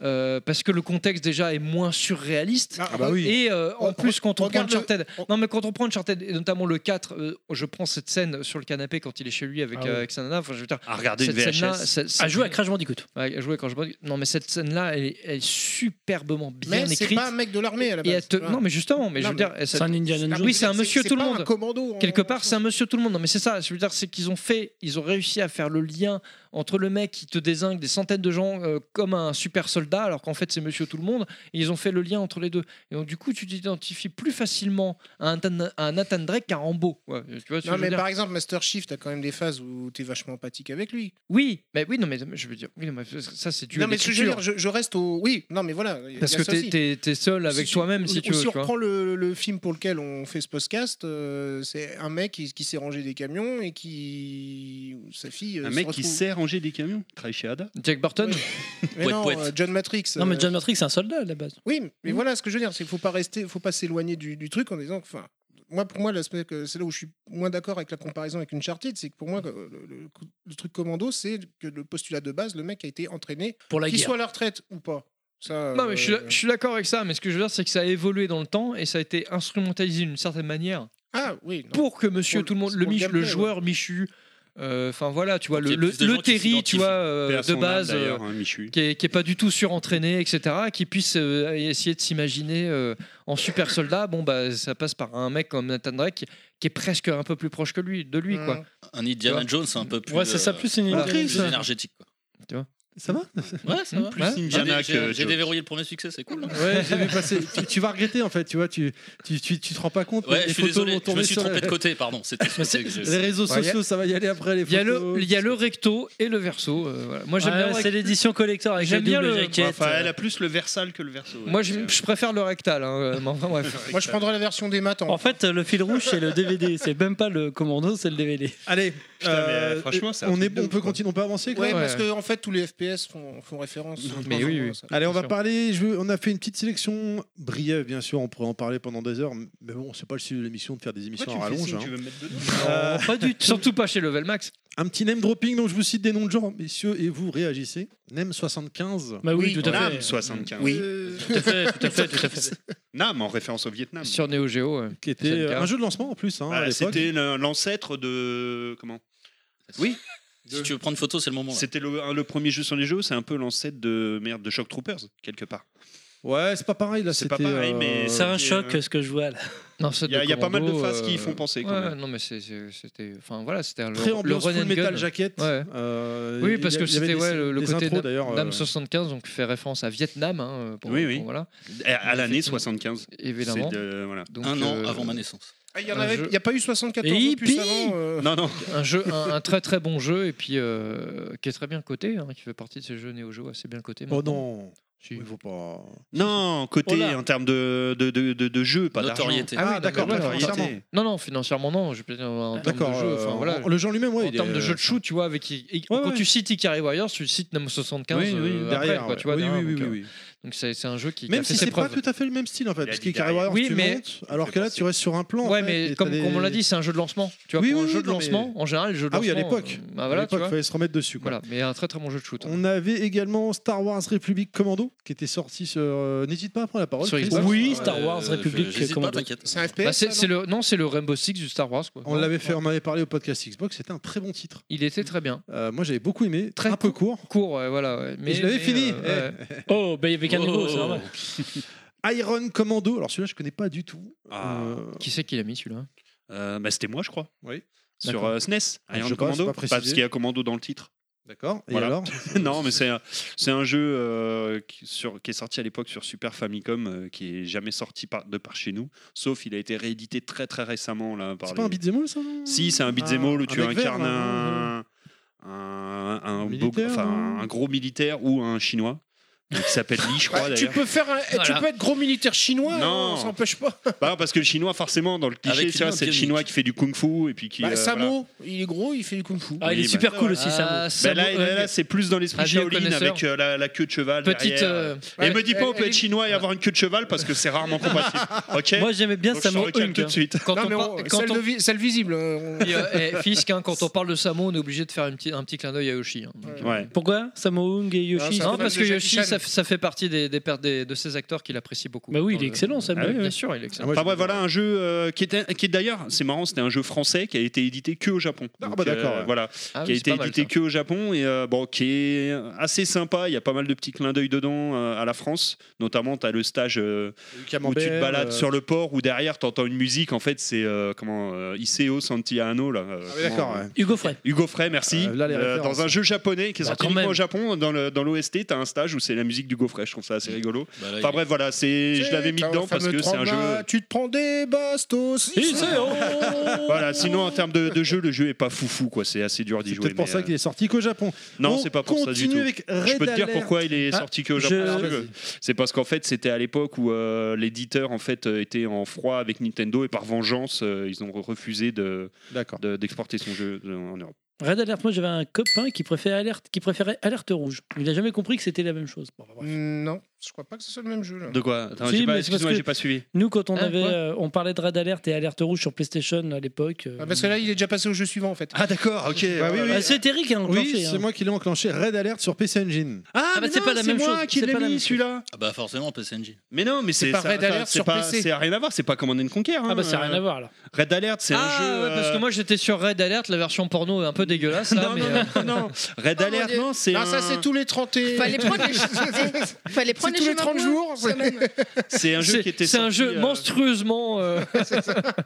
euh, parce que le contexte déjà est moins surréaliste. Ah, bah oui. Et euh, en plus, quand on prend regarde le- Uncharted, non mais quand on prend Uncharted, et notamment le 4, euh, je prends cette scène sur le canapé quand il est chez lui avec, Ah oui. euh, avec sa nana. Enfin, je veux dire, À regarder cette une scène-là, VHS. c'est- Ah, c'est- À jouer à Crash Bandicoot. Ouais, à jouer à Crash Bandicoot. Non, mais cette scène-là, elle, est- elle est superbement euh, bien Mais c'est écrite. pas un mec de l'armée à la Et elle base. te- tu vois. Non, mais justement, mais Non, je veux dire, mais elle- Ah c'est un Indiana Jones. Oui, c'est un C'est- monsieur c'est tout le pas un monde. commando, hein, en- Quelque part, c'est un monsieur tout le monde. Non, mais c'est ça. Je veux dire, c'est qu'ils ont fait, ils ont réussi à faire le lien entre le mec qui te désingue des centaines de gens euh, comme un super soldat, alors qu'en fait c'est monsieur tout le monde. Et ils ont fait le lien entre les deux. Et donc du coup, tu t'identifies plus facilement à un, Tan- à un Nathan Drake qu'à Rambo. Ouais, tu vois ce que Non, je veux mais dire par exemple, Master Chief, t'as quand même des phases où t'es vachement empathique avec lui. Oui, mais oui, non, mais je veux dire, oui, non, mais ça c'est dû non, à mais ce que je, veux l'écriture. dire, je, je reste au. Oui, non, mais voilà. il y a Parce que ça t'es- aussi. t'es t'es seul avec Si- toi-même ou- si ou tu veux. Si tu on vois. reprend le, le film pour lequel on fait ce podcast, euh, c'est un mec qui, qui s'est rangé des camions et qui. Sa fille. euh, Un se mec qui retrouve- sait ranger des camions Travaille chez Ada Jack Burton *laughs* Mais non, euh, John Matrix. Non, mais euh, John Matrix, c'est un soldat à la base. Oui, mais voilà ce que je veux dire, c'est qu'il faut pas rester, faut pas s'éloigner du, du truc en disant, que, enfin, moi pour moi l'aspect que c'est là où je suis moins d'accord avec la comparaison avec une Uncharted, c'est que pour moi euh, le, le- le truc commando, c'est que le postulat de base, le mec a été entraîné Pour la qu'il guerre. soit à la retraite ou pas. Ça, Non, mais je suis euh, d'ac- je suis d'accord avec ça, mais ce que je veux dire, c'est que ça a évolué dans le temps et ça a été instrumentalisé d'une certaine manière Ah oui. non. pour que monsieur Pour- tout le monde, c'est le, pour le Mich- le gameplay, joueur Michu, euh, enfin voilà, tu vois, Pour le, qu'il y ait le, plus de le gens qui Terry, tu s'identifient. vois, euh, Paix à de son âme, base, d'ailleurs, euh, hein, Michu. qui, est, qui est pas du tout surentraîné, etc., qui puisse euh, essayer de s'imaginer euh, en super soldat, bon, bah ça passe par un mec comme Nathan Drake qui, qui est presque un peu plus proche que lui, de lui, quoi. Un Indiana Tu vois hein. Jones, c'est un peu plus. euh, Ouais, c'est ça, plus une voilà, Indiana plus Jones. énergétique. Mmh, quoi. Tu vois Ça va *laughs* Ouais, ça va. Plus Ouais. Indiana J'ai- que euh, J'ai j'ai Jones. déverrouillé le premier succès, c'est cool. hein. Ouais, *laughs* j'ai *laughs* vu passer. tu, tu vas regretter en fait, tu vois, tu, tu, tu, tu te rends pas compte. mais Ouais, les je suis photos désolé, vont je tomber me suis sur la- trompé de *laughs* côté, pardon. C'était ce côté que j'ai- Les réseaux Ouais, y a- sociaux, ça va y aller après les Il y, a photos. le, il y a le recto et le verso. euh, voilà. Moi j'aime Ouais, bien le c'est rec- l'édition collector avec J'aime la bien double le- jaquette. Enfin, elle a plus le versal que le verso. Moi je, je préfère le rectal. hein, euh, mais enfin, bref. Moi je prendrais la version des maths. En fait, le fil rouge, c'est *laughs* le DVD. C'est même pas le commando, c'est le DVD. Allez, euh, franchement, on, est, on peut continuer, on peut avancer quoi Ouais, parce que en fait tous les FPS font, font référence. Mais oui, oui. Allez, on va parler. Je veux- on a fait une petite sélection brève, bien sûr. On pourrait en parler pendant des heures, mais bon, c'est pas le style de l'émission de faire des émissions Pourquoi à tu me fais rallonge. signe, tu hein. veux me mettre Euh, pas du tout. Surtout pas chez *laughs* Level Max. Un petit name dropping, donc je vous cite des noms de gens, messieurs, et vous réagissez. Name 75. Bah oui, Oui, tout à NAM 75. Tout à fait, tout à fait, tout à fait. *laughs* NAM en référence au Vietnam. Sur Neo Geo. ouais. Qui était C'est le euh, cas. un jeu de lancement en plus. hein, Bah, à l'époque. C'était l'un- l'ancêtre de. Comment Oui Si tu veux prendre photo, c'est le moment. là. C'était le, un- le premier jeu sur les jeux, c'est un peu l'ancêtre de merde de Shock Troopers quelque part. Ouais, c'est pas pareil là. C'est pas c'était, pareil, euh, mais C'est un c'était, choc euh, ce que je vois là. Non, c'est Il y a- de il y a pas mal de Commando, phases qui y euh, font penser, quand ouais, même. Non mais c'est- c'est- c'était, enfin voilà, c'était Très le, le ambiance run full and metal gun. jaquette. Ouais. Euh, oui, il y parce a- que il y avait c'était des- ouais, le le des côté intros, Na- d'ailleurs, euh, Nam 75 donc fait référence à Vietnam. hein, pour- Oui, pour- oui. voilà. À, à l'année 75. Évidemment. C'est de- voilà. Donc, Un an euh, avant ma naissance. Ah, Il n'y Un jeu- a pas eu 74 Et ans plus hippie avant. euh, Non, non. un jeu, un, un *laughs* très très bon jeu et puis euh, qui est très bien coté, hein, qui fait partie de ces jeux Neo Geo assez bien coté. Oh non. Il faut pas. Non, côté en termes de, de, de, de- de jeu, pas d'argent. Notoriété. Oh Ah oui, d'accord, Voilà, notoriété. notoriété. Non, non, financièrement, non. Je plaisante en termes D'accord, de jeu. euh, Enfin, en- voilà. le genre lui-même, ouais, En il est- euh, termes de jeu de shoot, tu vois, avec. et- et- Ouais, quand ouais. tu cites Ikari Warriors, tu cites Namo 75 Oui, oui, euh, après, derrière, quoi, ouais. tu vois, Oui, derrière, oui, donc, oui, euh, oui. Donc c'est c'est un jeu qui. qui a Même fait si ses c'est pas preuves. tout à fait le même style en fait, Il a parce dit qu'Ikari derrière. Warriors Oui, tu mais- montes, alors que là tu restes sur un plan. en Ouais, fait, mais et t'as comme, des- comme on l'a dit, c'est un jeu de lancement. Tu vois, Oui, pour oui, un jeu oui, de non, mais- lancement, en général, le jeu de Ah oui, à lancement, l'époque. euh, bah À voilà, l'époque, tu vois. fallait se remettre dessus. Quoi. Voilà, mais un très très bon jeu de shoot. hein. On avait également Star Wars République Commando qui était sorti sur. euh, N'hésite pas à prendre la parole. Sur Chris. Xbox. Oui, Star Wars Euh, République j'hésite Commando. pas, t'inquiète. C'est un FPS, Bah, c'est- ça, c'est le- non, c'est le Rainbow Six du Star Wars. Quoi. On l'avait fait, on en avait parlé au podcast Xbox. C'était un très bon titre. Il était très bien. Euh, moi j'avais beaucoup aimé. Très un peu court. Court, ouais, voilà. ouais. je l'avais fini. euh, Eh. ouais. Oh, bah, il y avait qu'un niveau, c'est normal. Oh. *laughs* Iron Commando. Alors celui-là je connais pas du tout. Euh, Qui c'est qui l'a mis celui-là Ah. Euh, bah, C'était moi, je crois. Oui. Sur D'accord. euh, SNES, Ah, je Iron sais pas, Commando. c'est pas Pas précisé. parce qu'il y a Commando dans le titre. D'accord. Et Voilà. *laughs* alors Non, mais c'est un- c'est un jeu euh, qui, sur- qui est sorti à l'époque sur Super Famicom, euh, qui est jamais sorti par- de par chez nous, sauf il a été réédité très très récemment là. par C'est les- pas un beat'em all ça non Si, c'est un beat'em all où Un tu mec vert, incarnes là, un, un, un beau- militaire, enfin, non Bah, un gros militaire ou un chinois euh, qui s'appelle Li, je crois. Tu d'ailleurs. peux, faire un- tu Voilà. peux être gros militaire chinois, hein, Non. on s'empêche pas. *laughs* Bah, parce que le chinois, forcément, dans le cliché, Avec tu vois, une c'est le autre chinois qui fait du kung-fu et puis qui. Bah, euh, Samo, voilà. il est gros, il fait du kung fu. Ah, Ah, Oui, bah, ça. Bah, là, là, là, c'est plus dans l'esprit Avis aux Shaolin connaisseurs. avec euh, la, la queue de cheval. Petite, derrière. euh, Et ouais, me dis pas, elle- on peut elle être est- chinois et avoir une queue de cheval parce que c'est rarement *laughs* compatible. Ok Moi, j'aimais bien Donc, je te Samo recale Hung, tout de hein. suite. Quand on par- quand celle, on- de vi- celle visible. euh, on- Puis, euh, eh, Fisk, hein, quand on parle de Samo, on est obligé de faire une petite- un petit clin d'œil à Yoshi. hein. Donc, Ouais. Pourquoi Samo Hung et Yoshi Non, parce que Yoshi, ça, ça fait partie des, des per- des- de ces acteurs qu'il apprécie beaucoup. Bah oui, il Dans est le- excellent, Sam. Ah oui, Ouais, bien ouais. sûr, il est excellent. Enfin bref, voilà un jeu euh, qui est, qui est d'ailleurs, c'est marrant, c'était un jeu français qui a été édité que au Japon. Donc, euh, bah d'accord, ouais. Voilà, Ah qui oui, a c'est été pas mal, édité ça. que au Japon et euh, bon, qui est assez sympa. Il y a pas mal de petits clins d'œil dedans euh, à la France, notamment t'as le stage euh, où tu te camembert, balades euh, sur le port où derrière t'entends une musique. En fait, c'est euh, comment euh, Iseo Santiano là. Ah euh, Ah oui, d'accord, comment- ouais. Hugo Frey. Hugo Frey, merci. Euh, là, les Euh, références. dans un jeu japonais qui est Bah, sorti quand uniquement même. au Japon, dans le- dans l'OST, t'as un stage où c'est la musique d'Hugo Frey. Je trouve ça assez rigolo. Bah, là, enfin il- bref, voilà, c'est je l'avais mis T'as un dedans parce fameux que c'est un jeu. trauma, Tu te prends des bastos. oh *laughs* Voilà, sinon en termes de, de jeu, le jeu est pas foufou quoi, c'est assez dur d'y jouer. C'est pour mais, ça euh, qu'il est sorti qu'au Japon. Non, On c'est pas pour ça du continue tout. avec je Red peux te dire Alert. pourquoi il est Ah, sorti que au je- Japon. si tu vas-y. veux. C'est parce qu'en fait, c'était à l'époque où euh, l'éditeur en fait euh, était en froid avec Nintendo et par vengeance, euh, ils ont refusé de de- d'exporter son jeu euh, en Europe. Red Alert, moi j'avais un copain qui préférait Alerte, qui préférait Alerte Rouge. Il a jamais compris que c'était la même chose. Bon, bah, Mm. bref. Non, je crois pas que ce soit le même jeu. Là. De quoi Attends, Si, mais c'est j'ai pas, parce excuse-moi, que j'ai pas suivi. Nous, quand Hein, on Ah, avait, ouais. euh, on parlait de Red Alert et Alerte Rouge sur PlayStation à l'époque. euh, Ah, parce que là, il est déjà passé au jeu suivant en fait. Ah d'accord, ok. Bah oui, oui. Ah, c'est Terry qui a enclenché. Oui, c'est hein. moi qui l'ai enclenché. Red Alert sur PC Engine. Ah, bah, c'est pas la même chose. C'est pas la même chose. celui-là. Ah bah forcément, PSNJ. Mais non, mais C'est c'est pas ça- Red attends, Alert c'est sur pas- PC. C'est rien à voir, c'est pas Command and Conquer. Ah, bah, hein, c'est rien à euh, voir, là. Red Alert, c'est un Ah, jeu. ouais, parce que euh, moi j'étais sur Red Alert, la version porno un peu dégueulasse. là, non, mais, non, euh, non, non, Red Alert, non, c'est. Ah, ça, un- c'est tous les 30 et. Fallait *laughs* prendre les, *laughs* Fallait prendre C'est tous les 30 chemins jours. roulants, quand même. C'est un jeu qui était C'est un sorti, jeu euh, monstrueusement. euh,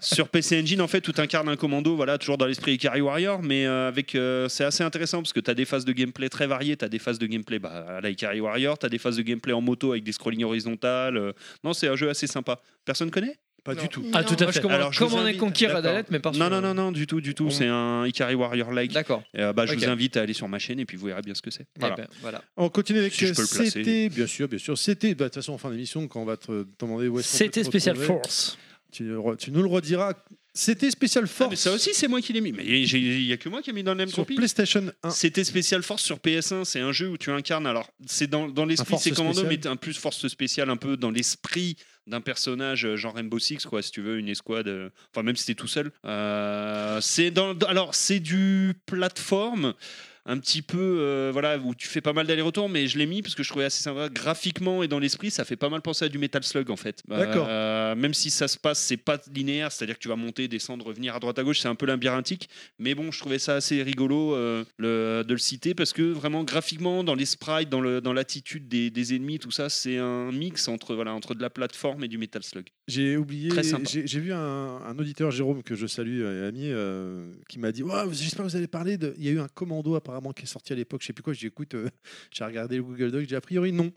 sur PC Engine en fait où t'incarnes un commando voilà toujours dans l'esprit Ikari Warrior mais euh, avec euh, c'est assez intéressant parce que t'as des phases de gameplay très variées t'as des phases de gameplay bah, à la Ikari Warrior t'as des phases de gameplay en moto avec des scrollings horizontales euh. non c'est un jeu assez sympa personne connaît pas du tout Ah, tout à fait. Alors, je vous Comment on est invite- conquis Red D'accord. Alert, mais par non non non non du tout du tout c'est un Ikari Warrior like d'accord bah, je Ok. vous invite à aller sur ma chaîne et puis vous verrez bien ce que c'est Eh voilà. ben, voilà. On continue avec Si je peux le placer. c'était bien sûr bien sûr c'était bah, de toute façon en fin d'émission quand on va te te demander où est-ce qu'on peut C'était te Special retrouver, Force. Tu, le re- tu nous le rediras. C'était Special Force. Ah, mais ça aussi c'est moi qui l'ai mis mais il y a que moi qui ai mis dans le même sur copie. PlayStation 1. C'était Special Force sur PS1, c'est un jeu où tu incarnes. Alors, c'est dans, dans Un l'esprit, force c'est commando, spéciale. mais t'es un plus force spéciale, un peu dans l'esprit d'un personnage euh, genre Rainbow Six, quoi, si tu veux, une escouade. euh, Enfin, même si t'es tout seul. Euh, c'est dans, dans- alors, c'est du plateforme. Un petit peu, euh, voilà, où tu fais pas mal d'allers-retours, mais je l'ai mis parce que je trouvais assez sympa graphiquement et dans l'esprit, ça fait pas mal penser à du Metal Slug en fait. D'accord. Euh, même si ça se passe, c'est pas linéaire, c'est-à-dire que tu vas monter, descendre, revenir à droite à gauche, c'est un peu labyrinthique. Mais bon, je trouvais ça assez rigolo euh, le- de le citer parce que vraiment graphiquement, dans les sprites, dans le- dans l'attitude des, des ennemis, tout ça, c'est un mix entre, voilà, entre de la plateforme et du Metal Slug. Ah, J'ai oublié, Très sympa. j'ai j'ai vu un, un auditeur, Jérôme, que je salue, euh, ami, euh, qui m'a dit Waouh, J'espère que vous allez parler de. Il y a eu un commando apparemment qui est sorti à l'époque, je sais plus quoi. J'ai dit Écoute, euh, *laughs* j'ai regardé le Google Doc, j'ai dit, a priori non.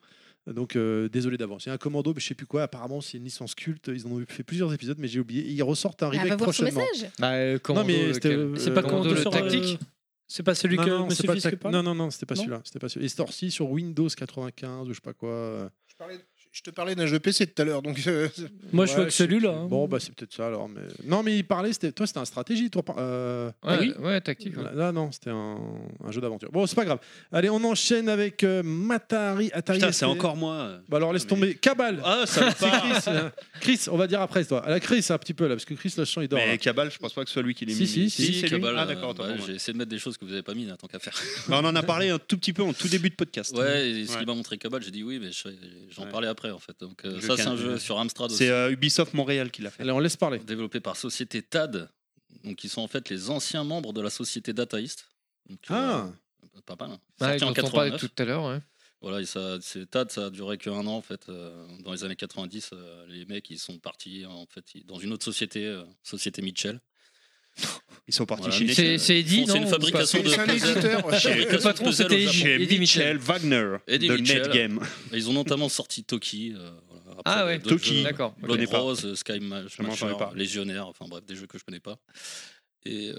Donc euh, désolé d'avance. Il y a un commando, mais je sais plus quoi. Apparemment, c'est une licence culte. Ils en ont fait plusieurs épisodes, mais j'ai oublié. Ils ressortent un Ah, remake va voir son prochainement. message. Bah, euh, Commando, mais lequel c'était, euh, C'est pas Commando, Commando le sort, euh, tactique C'est pas celui Non, que non, c'est Monsieur pas Fisk tac- parle Non, non, non, c'était pas Non celui-là. C'était pas celui-là. Il est sorti sur Windows 95 ou je sais pas quoi. euh. Je te parlais d'un jeu PC tout à l'heure, donc. euh, *laughs* Moi, je vois que sais celui-là, plus. hein. Bon, bah, c'est peut-être ça alors. Mais... Non, mais il parlait, c'était... toi, c'était un stratégie. Toi, par- euh, Ouais, Ah Oui. ouais, tactique, ouais. Là, là, non, c'était un... un jeu d'aventure. Bon, c'est pas grave. Allez, on enchaîne avec euh, Matari. Atari Putain, ST. c'est encore euh. moi. Bah, alors, laisse tomber. Cabal Ah, ça me *laughs* C'est parle. Chris, euh, Chris, on va dire après, toi. À la Chris, un petit peu, là, parce que Chris, le chant, il dort. là. Mais Cabal, je pense pas que ce soit lui qui l'ait Si, mis. si, si, c'est lui. Cabal, Ah, euh, d'accord, ouais, autant pour moi. J'ai essayé de mettre des choses que vous avez pas mis, hein, tant qu'à faire. Bah, on en a parlé un tout petit peu en tout début de podcast. Ouais, et ce Ouais. qu'il m'a montré Cabal, j'ai dit oui, mais je- j'en Ouais. parlais après en fait. Donc euh, Je ça, c'est un calme. jeu sur Amstrad aussi. C'est euh, Ubisoft Montréal qui l'a fait. Allez, on laisse parler. Développé par Société TAD, donc ils sont en fait les anciens membres de la Société Dataist. Donc, Ah. euh, Pas mal. hein. Ouais, Sorti ils en en sont parlé 89. tout à l'heure. ouais. Voilà, et ça, c'est TAD, ça a duré qu'un an en fait. euh, Dans les années 90, euh, les mecs ils sont partis en fait ils- dans une autre société, euh, société Mitchell. Ils sont partis Voilà, chez mais Mitchell. c'est- c'est Eddie, Ils font- non, ou pas C'est- c'est un *laughs* éditeur. Chez- Le patron, c'était puzzle Eddie- chez Eddie Mitchell. Mitchell Wagner Eddie de Mitchell. NetGame. Et Ils ont notamment sorti Toki. euh, voilà, après, Ah ouais, d'autres Toki, jeux, d'accord, Blood ok. Rose, euh, Sky Ma- Je m'en souviens Smasher, pas. Légionnaire, enfin bref, des jeux que je connais pas. Et, euh,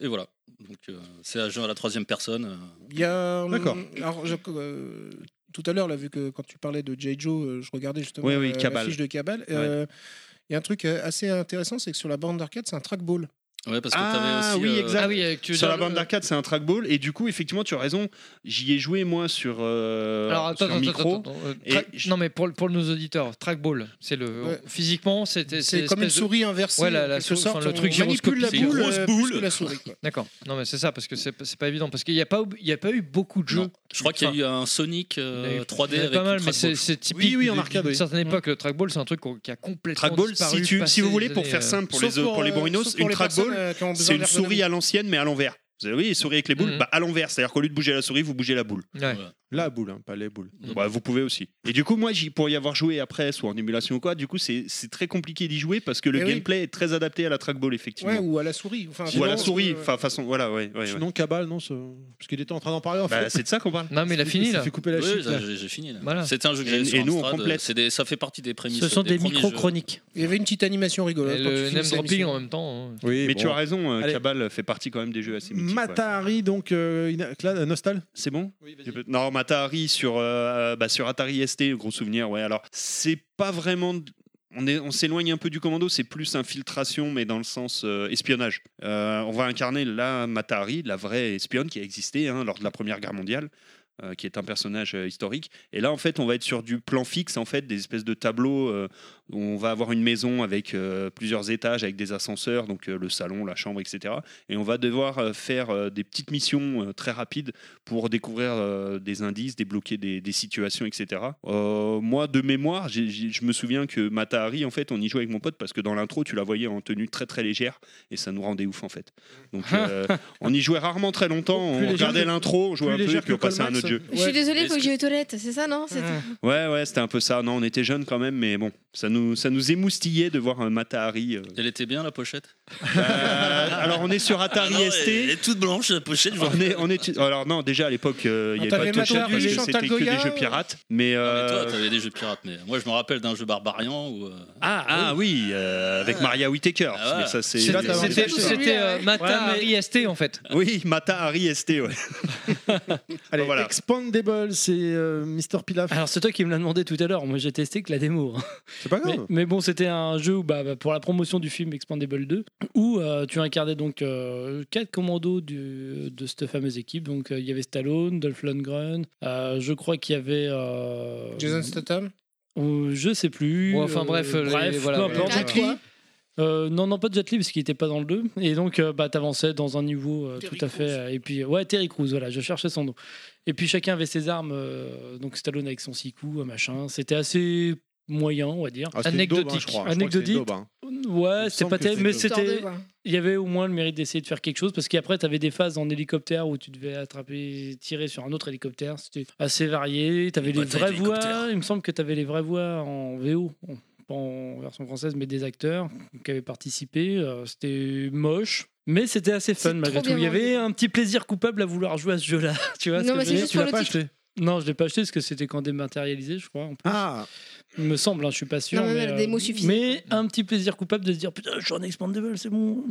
et voilà. Donc euh, c'est un jeu à la troisième personne. euh, Il y a. hum, D'accord. Alors, je- euh, tout à l'heure, là, vu que quand tu parlais de J. Joe, euh, je regardais justement Oui, oui, euh, la Cabal. fiche de Cabal. euh, Il y a un truc euh, assez intéressant, c'est que sur la bande d'arcade, c'est un trackball. Ouais, parce que t'avais aussi, Oui, euh, exact. Ah oui, avec- tu veux sur dire la bande le- d'arcade, c'est un trackball. Et du coup, effectivement, tu as raison. J'y ai joué, moi, sur, euh, Alors attends, sur attends, micro. attends, attends, euh, Et tra- Non mais pour, pour nos auditeurs, trackball, c'est le Ouais. physiquement c'était C'est une comme une espèce de- souris inversée, Ouais, la, la en quelque sou- enfin, sorte, le on truc manipule la gyroscopique. boule, Grosse euh, plus boule. que la souris, quoi. D'accord. Non mais c'est ça parce que c'est c'est pas évident parce qu'il n'y a pas ob- il y a pas eu beaucoup de jeux. Je crois qu'il y a eu un Sonic euh, 3D Il y en a avec pas une mal, mais trackball. c'est c'est typique. d'une- d'une certaine époque, le trackball, c'est un truc qu'on- qui a complètement Trackball, si, disparu. tu, passé si vous les voulez, pour années, faire euh, simple pour les, pour les bourrinos, une trackball, euh, c'est une souris à l'ancienne mais à l'envers. Vous savez, les souris avec les boules, Mhm. bah, à l'envers. C'est-à-dire qu'au lieu de bouger la souris, vous bougez la boule. La boule, hein, pas les boules. Mm. Bah, vous pouvez aussi. Et du coup, moi, j'y- pour y avoir joué après, soit en émulation ou quoi, du coup, c'est c'est très compliqué d'y jouer parce que le Eh oui. gameplay est très adapté à la trackball, effectivement. Ouais, ou à la souris. Enfin, ou à la sinon, souris, euh, enfin, façon, voilà, ouais. ouais, ouais. Sinon, Cabal, non, ce- parce qu'il était en train d'en parler. en Bah, fait. c'est de ça qu'on parle. Non, mais il a fini, s'est là. fait couper la Oui, chic, Ça, là. J'ai j'ai fini là. Voilà. C'était un jeu que Et- j'avais et sur nous, on Amstrad, complète. c'est des- ça fait partie des prémices. Ce sont des premiers jeux. micro-chroniques. Il y avait une petite animation rigolote. Et quand tu le finissais name dropping l'émission. en même temps. hein. Oui, mais bon. tu as raison, euh, Allez. Cabal fait partie quand même des jeux assez mythiques. ouais. Matari, donc, euh, Ina- Cla- Nostal C'est bon Je peux- Non, mais Atari sur, euh, bah, sur Atari ST, le gros souvenir, ouais. Alors, c'est pas vraiment. On est- on s'éloigne un peu du commando, c'est plus infiltration, mais dans le sens euh, espionnage. Euh, on va incarner la Matari, la vraie espionne qui a existé hein, lors de la Première Guerre mondiale. euh, qui est un personnage euh, historique. Et là, en fait, on va être sur du plan fixe, en fait, des espèces de tableaux. euh, où on va avoir une maison avec euh, plusieurs étages, avec des ascenseurs, donc euh, le salon, la chambre, etc. Et on va devoir euh, faire euh, des petites missions euh, très rapides pour découvrir euh, des indices, débloquer des, des situations, etc. Euh, moi, de mémoire, j'ai- j'ai- je me souviens que Matahari, en fait, on y jouait avec mon pote parce que dans l'intro, tu la voyais en tenue très très légère et ça nous rendait ouf, en fait. Donc, euh, on y jouait rarement très longtemps. On légère regardait que- l'intro, on jouait plus un peu, légère puis on que Colmax. passait à un autre jeu. Je suis désolée, Est-ce faut que j'aille aux toilettes, c'est ça, non C'est- Ouais, ouais, c'était un peu ça. Non, on était jeunes quand même, mais bon, ça nous, ça nous émoustillait de voir un Matahari. euh. Elle était bien la pochette Ah, Euh, alors, on est sur Atari Ah non, ST. Elle est toute blanche la pochette. je vois. On est, on est- alors non, déjà à l'époque, euh, Ah, il n'y avait t'avais pas de pochette Matahari, parce que Chantal c'était que Goya, des jeux ou- pirates. Mais, Mais euh, toi, t'avais des jeux pirates, mais moi je me rappelle d'un jeu Barbarian où. euh, ah, ah oui, euh, avec Maria Whittaker. Ah ouais. mais ça, c'est- C'est là, t'as envie C'était d'acheter, hein. c'était, euh, Ouais, Mata mais- Harry ST en fait. Oui, Mata Harry ST, ouais. Allez, Expandable, c'est euh, Mr. Pilaf. Alors c'est toi qui me l'as demandé tout à l'heure, moi j'ai testé que la démo. C'est pas Mais, grave. mais bon, c'était un jeu où, bah, bah, pour la promotion du film Expandable 2, où euh, tu incarnais donc euh, quatre commandos du- de cette fameuse équipe. Donc euh, il y avait Stallone, Dolph Lundgren, euh, je crois qu'il y avait euh, Jason Statham ou je sais plus. euh, Ouais, enfin, bref, les- bref, voilà, peu les- importe. Jet Li Toi Euh, non, non, pas de Jet Li, parce qu'il n'était pas dans le 2. Et donc, euh, bah, t'avançais dans un niveau euh, tout à fait. euh, et puis, euh, ouais, Terry Crews, voilà, je cherchais son nom. Et puis, chacun avait ses armes. euh, donc, Stallone avec son six coups, un machin. C'était assez moyen, on va dire. Ah, c'était une daube, hein, je crois. Je crois que c'était une Anecdotique. daube, hein. Ouais, c'était semble pas terrible, que c'était mais une daube. c'était. Histoire de, Il y avait au moins le mérite d'essayer de faire quelque chose, parce qu'après, t'avais des phases en hélicoptère où tu devais attraper, tirer sur un autre hélicoptère. C'était assez varié. T'avais Bah, les bataille vraies voix. Il me semble que t'avais les vraies voix en VO. en- pas en version française, mais des acteurs qui avaient participé. Euh, c'était moche, mais c'était assez fun malgré trop tout. Il y bien avait un petit plaisir coupable à vouloir jouer à ce jeu-là. *laughs* tu vois Non, ce que mais je c'est veux juste dire pour Tu l'as le pas titre. Non, je l'ai pas acheté parce que c'était quand dématérialisé, je crois. Ah Il me semble, hein, je suis pas sûr. Non, mais mais, la démo suffisait. mais un petit plaisir coupable de se dire putain, je suis en expandable, c'est bon.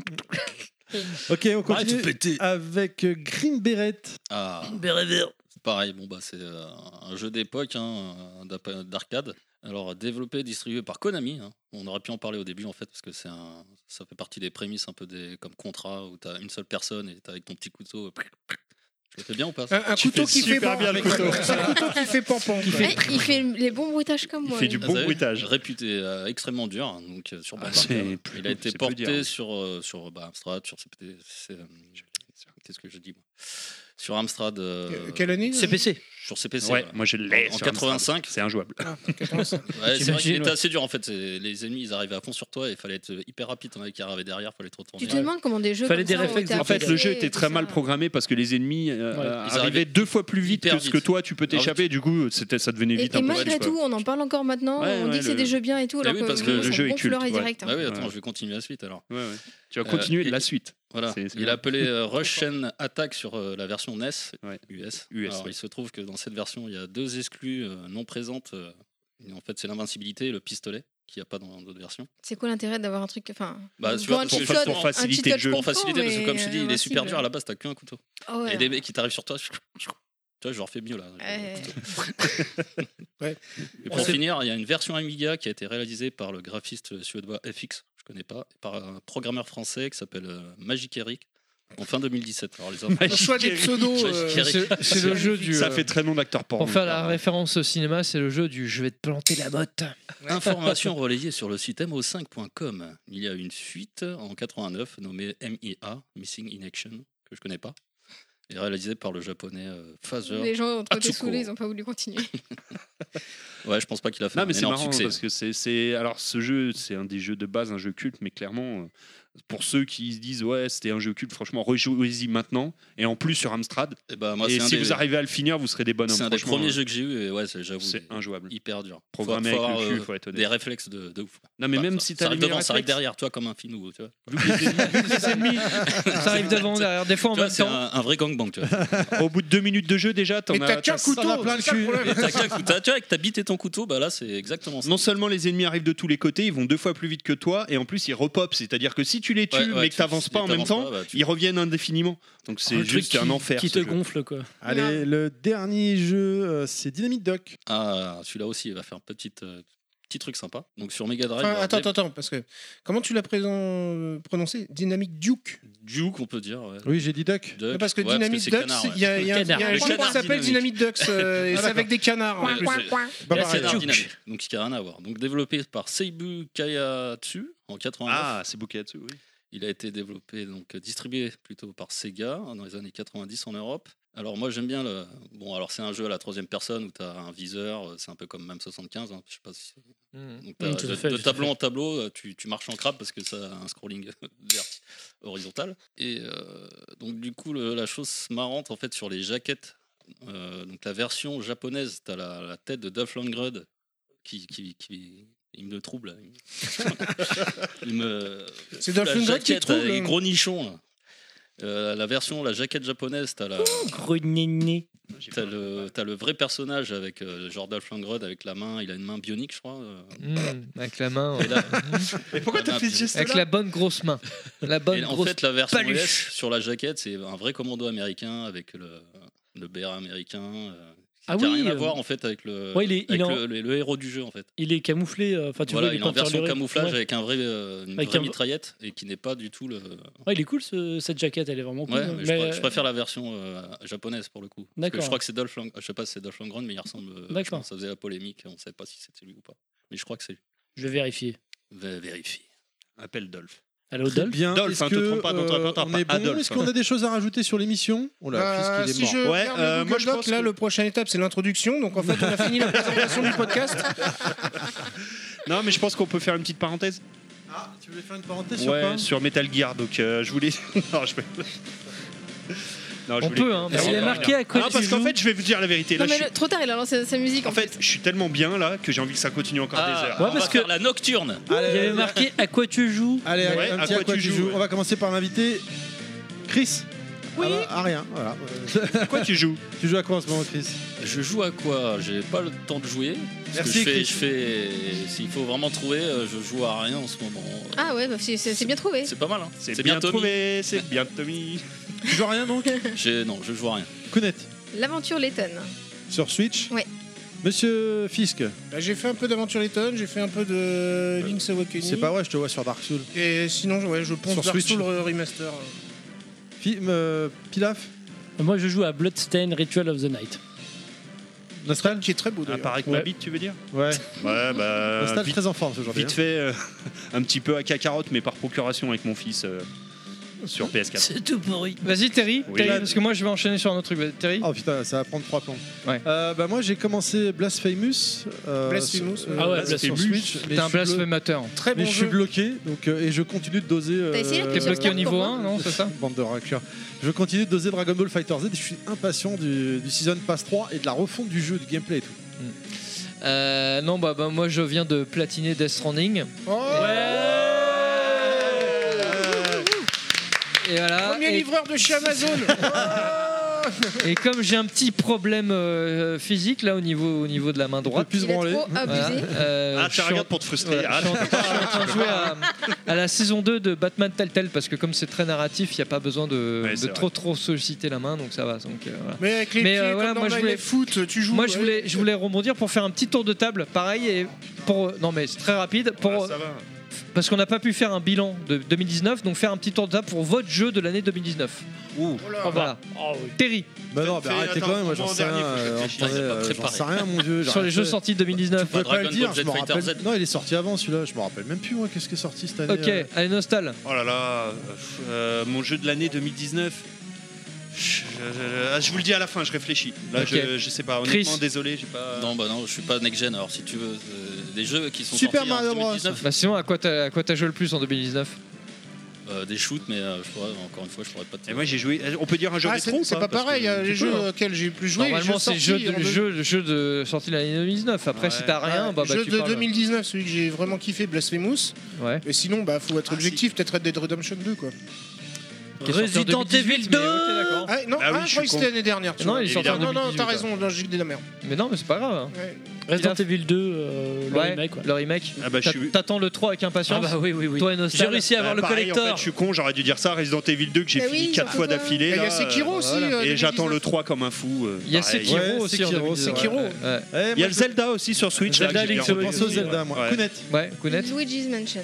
Ok, on Arrête de continue péter. avec Green Beret. Ah. C'est Pareil, bon bah c'est euh, un jeu d'époque hein, euh, d'ap- d'arcade. Alors développé, et distribué par Konami. hein. On aurait pu en parler au début en fait parce que c'est un, ça fait partie des prémices un peu des comme contrat où t'as une seule personne et t'as avec ton petit couteau. euh, Je le fais bien ou pas ça Un, un Tu couteau fais qui fait super pan. bien le couteau. C'est un couteau qui fait pan-pan. Qui fait- Eh, Il fait les bons bruitages comme moi. lui. Ah, bah ça y est, Réputé euh, extrêmement dur, hein, donc euh, sur Bombardier. Ah, c'est plus- il a été c'est plus porté dire. sur euh, sur bah, Amstrad, sur CPT, c'est, euh, qu'est-ce que je dis moi Sur Amstrad. euh, Que- quelle année, euh CPC. Sur CPC. Ouais, voilà. moi je l'ai. En sur Amstrad. 85. C'est injouable. Ah, Ouais, c'est vrai qu'il J'imagine, était ouais. assez dur en fait. C'est- Les ennemis ils arrivaient à fond sur toi et il fallait être hyper rapide. T'en avais qui arrivaient derrière, fallait te retourner. Tu te demandes comment des jeux. comme ça ont été En fait, le jeu appréciés, était tout très ça. mal programmé parce que les ennemis euh, Ouais. Ils arrivaient arrivaient deux fois plus vite hyper que ce que vite. toi tu peux Alors, t'échapper. Du coup, c'était, ça devenait vite Et, et malgré impossible. tout, on en parle encore maintenant. Ouais, on ouais, dit que c'est le- des jeux bien et tout, Bah Eh alors oui, que, parce que nous, le ils sont jeu est culte, gonfleurs et ouais. direct. hein. Bah oui, attends, Ouais. je vais continuer la suite alors. Tu vas continuer Euh, et- la suite. Voilà. C'est- c'est il bien. a appelé *laughs* euh, Rush and Attack sur euh, la version NES US. US, Alors, ouais. il se trouve que dans cette version, il y a deux exclus euh, non présentes. euh, et en fait, c'est l'invincibilité et le pistolet qu'il n'y a pas dans d'autres versions. C'est quoi l'intérêt d'avoir un truc. Enfin, Bah, tu pour vois, un pour cheat fa- code, pour un cheat faciliter code, je le jeu. Pour comprends, faciliter, parce que mais comme je te dis, il est super invincible. dur à la base, t'as qu'un couteau. Ah ouais. Et les mecs qui t'arrivent sur toi, tu vois, je leur fais mieux là. Euh, Ouais. Et pour finir, il y a une version Amiga qui a été réalisée par le graphiste suédois FX, je connais pas, et par un programmeur français qui s'appelle euh, Magic Eric. En fin 2017. Alors, les enfants- Le choix des pseudos, euh, Magic Eric. C'est c'est le jeu du. Ça euh, fait très nom d'acteur porno. Pour faire la référence au cinéma, c'est le jeu du je vais te planter la motte. Information relayée sur le site mo5.com. Il y a une suite en 89 nommée MIA, Missing in Action, que je connais pas, et réalisée par le japonais euh, Phaser. Les gens ont trop été Atsuko. saoulés, ils n'ont pas voulu *laughs* continuer. Ouais, je pense pas qu'il a fait Non, un mais c'est énorme marrant succès. parce que c'est, c'est- alors ce jeu, c'est un des jeux de base, un jeu culte, mais clairement euh, pour ceux qui se disent ouais c'était un jeu culte, franchement rejouez-y maintenant et en plus sur Amstrad. Et, Eh ben, moi, c'est un si des- vous arrivez à le finir, vous serez des bonhommes. C'est un des franchement. euh, premiers jeux que j'ai eu et ouais, c'est- j'avoue. C'est injouable. Hyper dur. Programmé Faut- faut avec le avoir, cul, euh, faut être honnête. Des réflexes de, de ouf. Non, mais même ça- si ça t'as arrive les devant, meilleurs ça arrive réflexes. derrière toi comme un finou, tu vois. Les *laughs* ennemis. Ça arrive devant, derrière, des fois en Tu vois, même c'est temps. un, un vrai gangbang, tu vois. Au bout de euh. *laughs* deux minutes de jeu déjà, t'en Et t'as as qu'un couteau, ça en a plein le c'est ça le cul. problème. Et t'as qu'un *laughs* coup- t'as- tu vois, avec ta bite et ton couteau, bah là, c'est exactement ça. Non seulement les ennemis arrivent de tous les côtés, ils vont deux fois plus vite que toi, et en plus ils repopent. C'est-à-dire que si tu les tues, Ouais, ouais, mais tu- que t'avances si pas en même t'avances temps, pas, bah, tu- ils reviennent indéfiniment. Donc c'est Le truc juste qui- un enfer. Qui ce te jeu. gonfle, quoi. Allez, le dernier jeu, euh, c'est Dynamite Duck. Ah, celui-là aussi, il va faire un petit, euh, petit truc sympa. Donc sur Mega Drive. Enfin, euh, attends, Dave- attends, attends, parce que comment tu l'as présent- euh, prononcé Dynamic Duke. Duke, on peut dire. ouais. Oui, j'ai dit Duck. Duck, Parce que euh, ouais, Dynamic c'est Ducks, canard, il y a, il y a- il y a un Le jeu qui canard s'appelle Dynamic dynamique. Ducks, euh, et Ah, c'est avec d'accord. des canards. en plus. hein. Il y a pareil. Canard Dynamique, donc ce qui n'a rien à voir. Donc développé par Seibu Kayatsu en 89. Ah, c'est Bukatsu, oui. Il a été développé, donc euh, distribué plutôt par Sega dans les années 90 en Europe. Alors moi j'aime bien le... Bon alors c'est un jeu à la troisième personne où tu as un viseur, euh, c'est un peu comme même 75, hein, je sais pas si... Mmh. Donc, t'as- Oui, tout à de, fait, de tout à tableau fait. en tableau, euh, tu, tu marches en crabe parce que ça a un scrolling *laughs* verti- horizontal. Et euh, donc du coup le- la chose marrante en fait sur les jaquettes, euh, donc la version japonaise, tu as la, la tête de Duff Lundgren qui... qui, qui il me trouble. *laughs* Il me... C'est Dolph La Lundgren qui jaquette, trouble, euh, hein. Gros nichon. là. Euh, la version, la jaquette japonaise, t'as la. Gros néné. T'as le, t'as le vrai personnage avec euh, genre Dolph Lundgren avec la main, il a une main bionique, je crois. euh. Hmm, Mmh, *laughs* avec la main. *laughs* Et là- Mais pourquoi t'as fait ce geste-là Avec la bonne grosse main. La bonne Et en grosse fait, la version paluche. US sur la jaquette, c'est un vrai commando américain avec le, le BR américain. euh, Ah qui a oui, rien à euh, voir en fait avec le, ouais, il est- avec il est en- le, le- le héros du jeu en fait. Il est camouflé. euh, Enfin, tu voilà, vois, il est en version peinturluré. camouflage Ouais. avec un vrai, euh, une Avec vraie un- mitraillette et qui n'est pas du tout le. Ouais, il est cool ce- cette jaquette, elle est vraiment cool. Ouais, mais je, pr- Mais, euh, je préfère la version euh, japonaise pour le coup. Parce que D'accord. Je crois que c'est Dolph Lundgren. Je sais pas si c'est Dolph Lundgren, mais il ressemble. euh, D'accord. je pense que Ça faisait la polémique. On ne savait pas si c'était lui ou pas. Mais je crois que c'est lui. je vais vérifier. Va- Vérifie. Appelle Dolph. Allô, Très Dolph bien. Dolph, Est-ce hein, te que, trompe pas, dans ton euh, appart, on est pas bon Adolphe. Est-ce hein. qu'on a des choses à rajouter sur l'émission Oh là, Bah, puisqu'il si est je mort. regarde le Google Doc, là, le prochain étape, c'est l'introduction. Donc, en fait, on a fini la présentation du podcast. Non, mais je pense qu'on peut faire une petite parenthèse. Ah, tu voulais faire une parenthèse sur Ouais, quoi sur Metal Gear. Donc euh, je voulais. *laughs* non, je peux. Non, je On voulais- peut, hein, mais Non, il est non, marqué non. à quoi Non, tu parce qu'en joues fait, je vais vous dire la vérité. non, Là, je mais suis- le- trop tard, il a lancé sa musique en, En fait, je suis tellement bien là que j'ai envie que ça continue encore des heures. ouais, parce que la nocturne. Allez, Il y avait marqué à quoi tu joues Allez, Ouais, un petit à quoi tu joues. ouais. On va commencer par l'invité Chris. Oui. à rien, voilà. quoi tu joues Tu joues à quoi en ce moment, Chris Je joue à quoi J'ai pas le temps de jouer. Parce que Merci, je fais, Chris. je fais- S'il faut vraiment trouver, euh, je joue à rien en ce moment. Ah ouais, bah, c'est- c'est c'est bien trouvé. C'est pas mal, hein C'est bien Tommy. trouvé, c'est bien *laughs* Tommy. Tu joues à rien *laughs* donc J'ai- Non, je joue à rien. Kounet, L'aventure Letton. sur Switch Ouais. Monsieur Fisk, Bah, j'ai fait un peu d'Aventure Layton, j'ai fait un peu de Link's Awakening. c'est pas vrai, je te vois sur Dark Souls. Et sinon, ouais, je pense Sur Dark Switch. Souls Remaster. Film, euh, Pilaf Moi, je joue à Bloodstained Ritual of the Night. Nostal Qui est très beau Ah, d'ailleurs. pareil que ma bite, tu veux dire Ouais. Ouais, bah. Nostal vite- très en forme aujourd'hui. hein. Vite fait, euh, *laughs* un petit peu à cacarotte, mais par procuration avec mon fils euh, sur PS4. tout pourri. Vas-y Terry, Oui. Terry, parce que moi je vais enchaîner sur un autre truc. Vas-y, Terry Oh putain, ça va prendre trois plombs. Euh, bah moi j'ai commencé Blasphemous. euh, Blasphemous, sur- ouais. euh, Ah ouais, sur Blasphemous. Switch. mais T'es un je suis blo- blasphémateur. Très Mais je suis bloqué, donc euh, et je continue de doser. T'as essayé la euh, T'es bloqué au niveau un, non, c'est ça *laughs* Bande de rancœurs. Je continue de doser Dragon Ball Fighter Z. Je suis impatient du, du season pass 3 et de la refonte du jeu, du gameplay et tout. Mm. Euh, non, bah, bah, moi je viens de platiner Death Stranding. Oh. Et Ah, voilà. Premier Et- livreur de *laughs* chez Amazon. *laughs* Et comme j'ai un petit problème euh, physique là au niveau, au niveau de la main droite. Il est branler. trop Voilà, abusé. euh, Ah, je tu suis en- regardes pour te frustrer. voilà, Ah, je suis en- je suis en train de jouer à, à la saison 2 de Batman Telltale parce que comme c'est très narratif, il n'y a pas besoin de, Ouais, de c'est trop trop solliciter la main donc ça va. Donc, euh, voilà. Mais avec les Mais, pieds, euh, voilà, comme dans moi, je Line voulais- Foot, tu joues. Moi, je ouais. voulais, je voulais rebondir pour faire un petit tour de table, pareil, et pour non mais c'est très rapide, pour Ah, ça va. parce qu'on n'a pas pu faire un bilan de 2019, donc faire un petit tour de table pour votre jeu de l'année 2019. Ouh. Oh voilà. Terry, Bah non, bah Ah, Fais- arrêtez attends, quand même, moi j'en moment sais rien. dernier, faut que je euh, réfléchisse, attendez, il a pas euh, J'en préparé. sais rien, mon vieux. sur les j'arrête. jeux sortis 2019. Je pouvais pas Bah, Dragon le dire, Ball je me Z Fighter rappelle. Z. Non, il est sorti avant celui-là, je me rappelle même plus moi qu'est-ce qui est sorti cette année. Ok, euh. allez Nostal. Oh là là, euh, euh, mon jeu de l'année 2019. Je, je- je- je vous le dis à la fin, je réfléchis. Là, Ok. je, je sais pas. Honnêtement, Chris. désolé, j'ai pas. Non, bah non, je suis pas next-gen, alors si tu veux, euh, des jeux qui sont Super sortis Mario en Bros. 2019, Bah sinon, à quoi t'as à quoi t'as joué le plus en 2019 euh, des shoots, mais euh, je pourrais, encore une fois, je pourrais pas te Et moi, j'ai joué. On peut dire un jeu Ah, rétro c'est c'est ou pas Parce pareil, que- euh, les tu peux, jeux hein. auxquels j'ai plus joué. les Normalement, c'est sortis jeu de en deux- jeu, le jeu de sortie l'année 2019. Après, Ouais. si t'as rien, bah, bah Ah, jeu tu de parles. 2019, celui que j'ai vraiment kiffé, Blasphemous. Ouais. Mais sinon, bah faut être Ah, objectif, peut-être Red Dead Redemption 2 quoi. Qui est sorti en Resident 2018, Evil 2. mais ok, d'accord. Ah non, Ah oui, je ah, je suis croyais que c'était con. l'année dernière. tu Non, vois. Ah, il est sorti non, en non, non, 2018, t'as ouais. raison, non, j'ai dit de la merde. Mais non, mais c'est pas grave. hein. Ouais. Resident Evil 2, euh, le Ouais, remake, ouais. le remake. Ah bah, je T'a- suis- T'attends le 3 avec Ah impatience. bah oui, oui, oui. Toi et Nostal. J'ai réussi à avoir Euh, le pareil, en fait, collector. je suis con, j'aurais dû dire ça. Resident Evil 2 que j'ai Bah fini oui, 4 surtout fois pas. d'affilée. Et Bah, il y là, a Sekiro euh, aussi. voilà. euh, Et j'attends le 2019. 3 comme un fou. euh, Il y a pareil. Sekiro Ouais, aussi Sekiro, en 2019. Sekiro. Ouais, ouais. Eh, moi, Il y a je- le Zelda aussi sur Switch. Zelda, là, que j'ai Link's bien Awakening. Je pense au repensé. Zelda, moi. Ouais. Kounet. Ouais, Kounet Luigi's Mansion.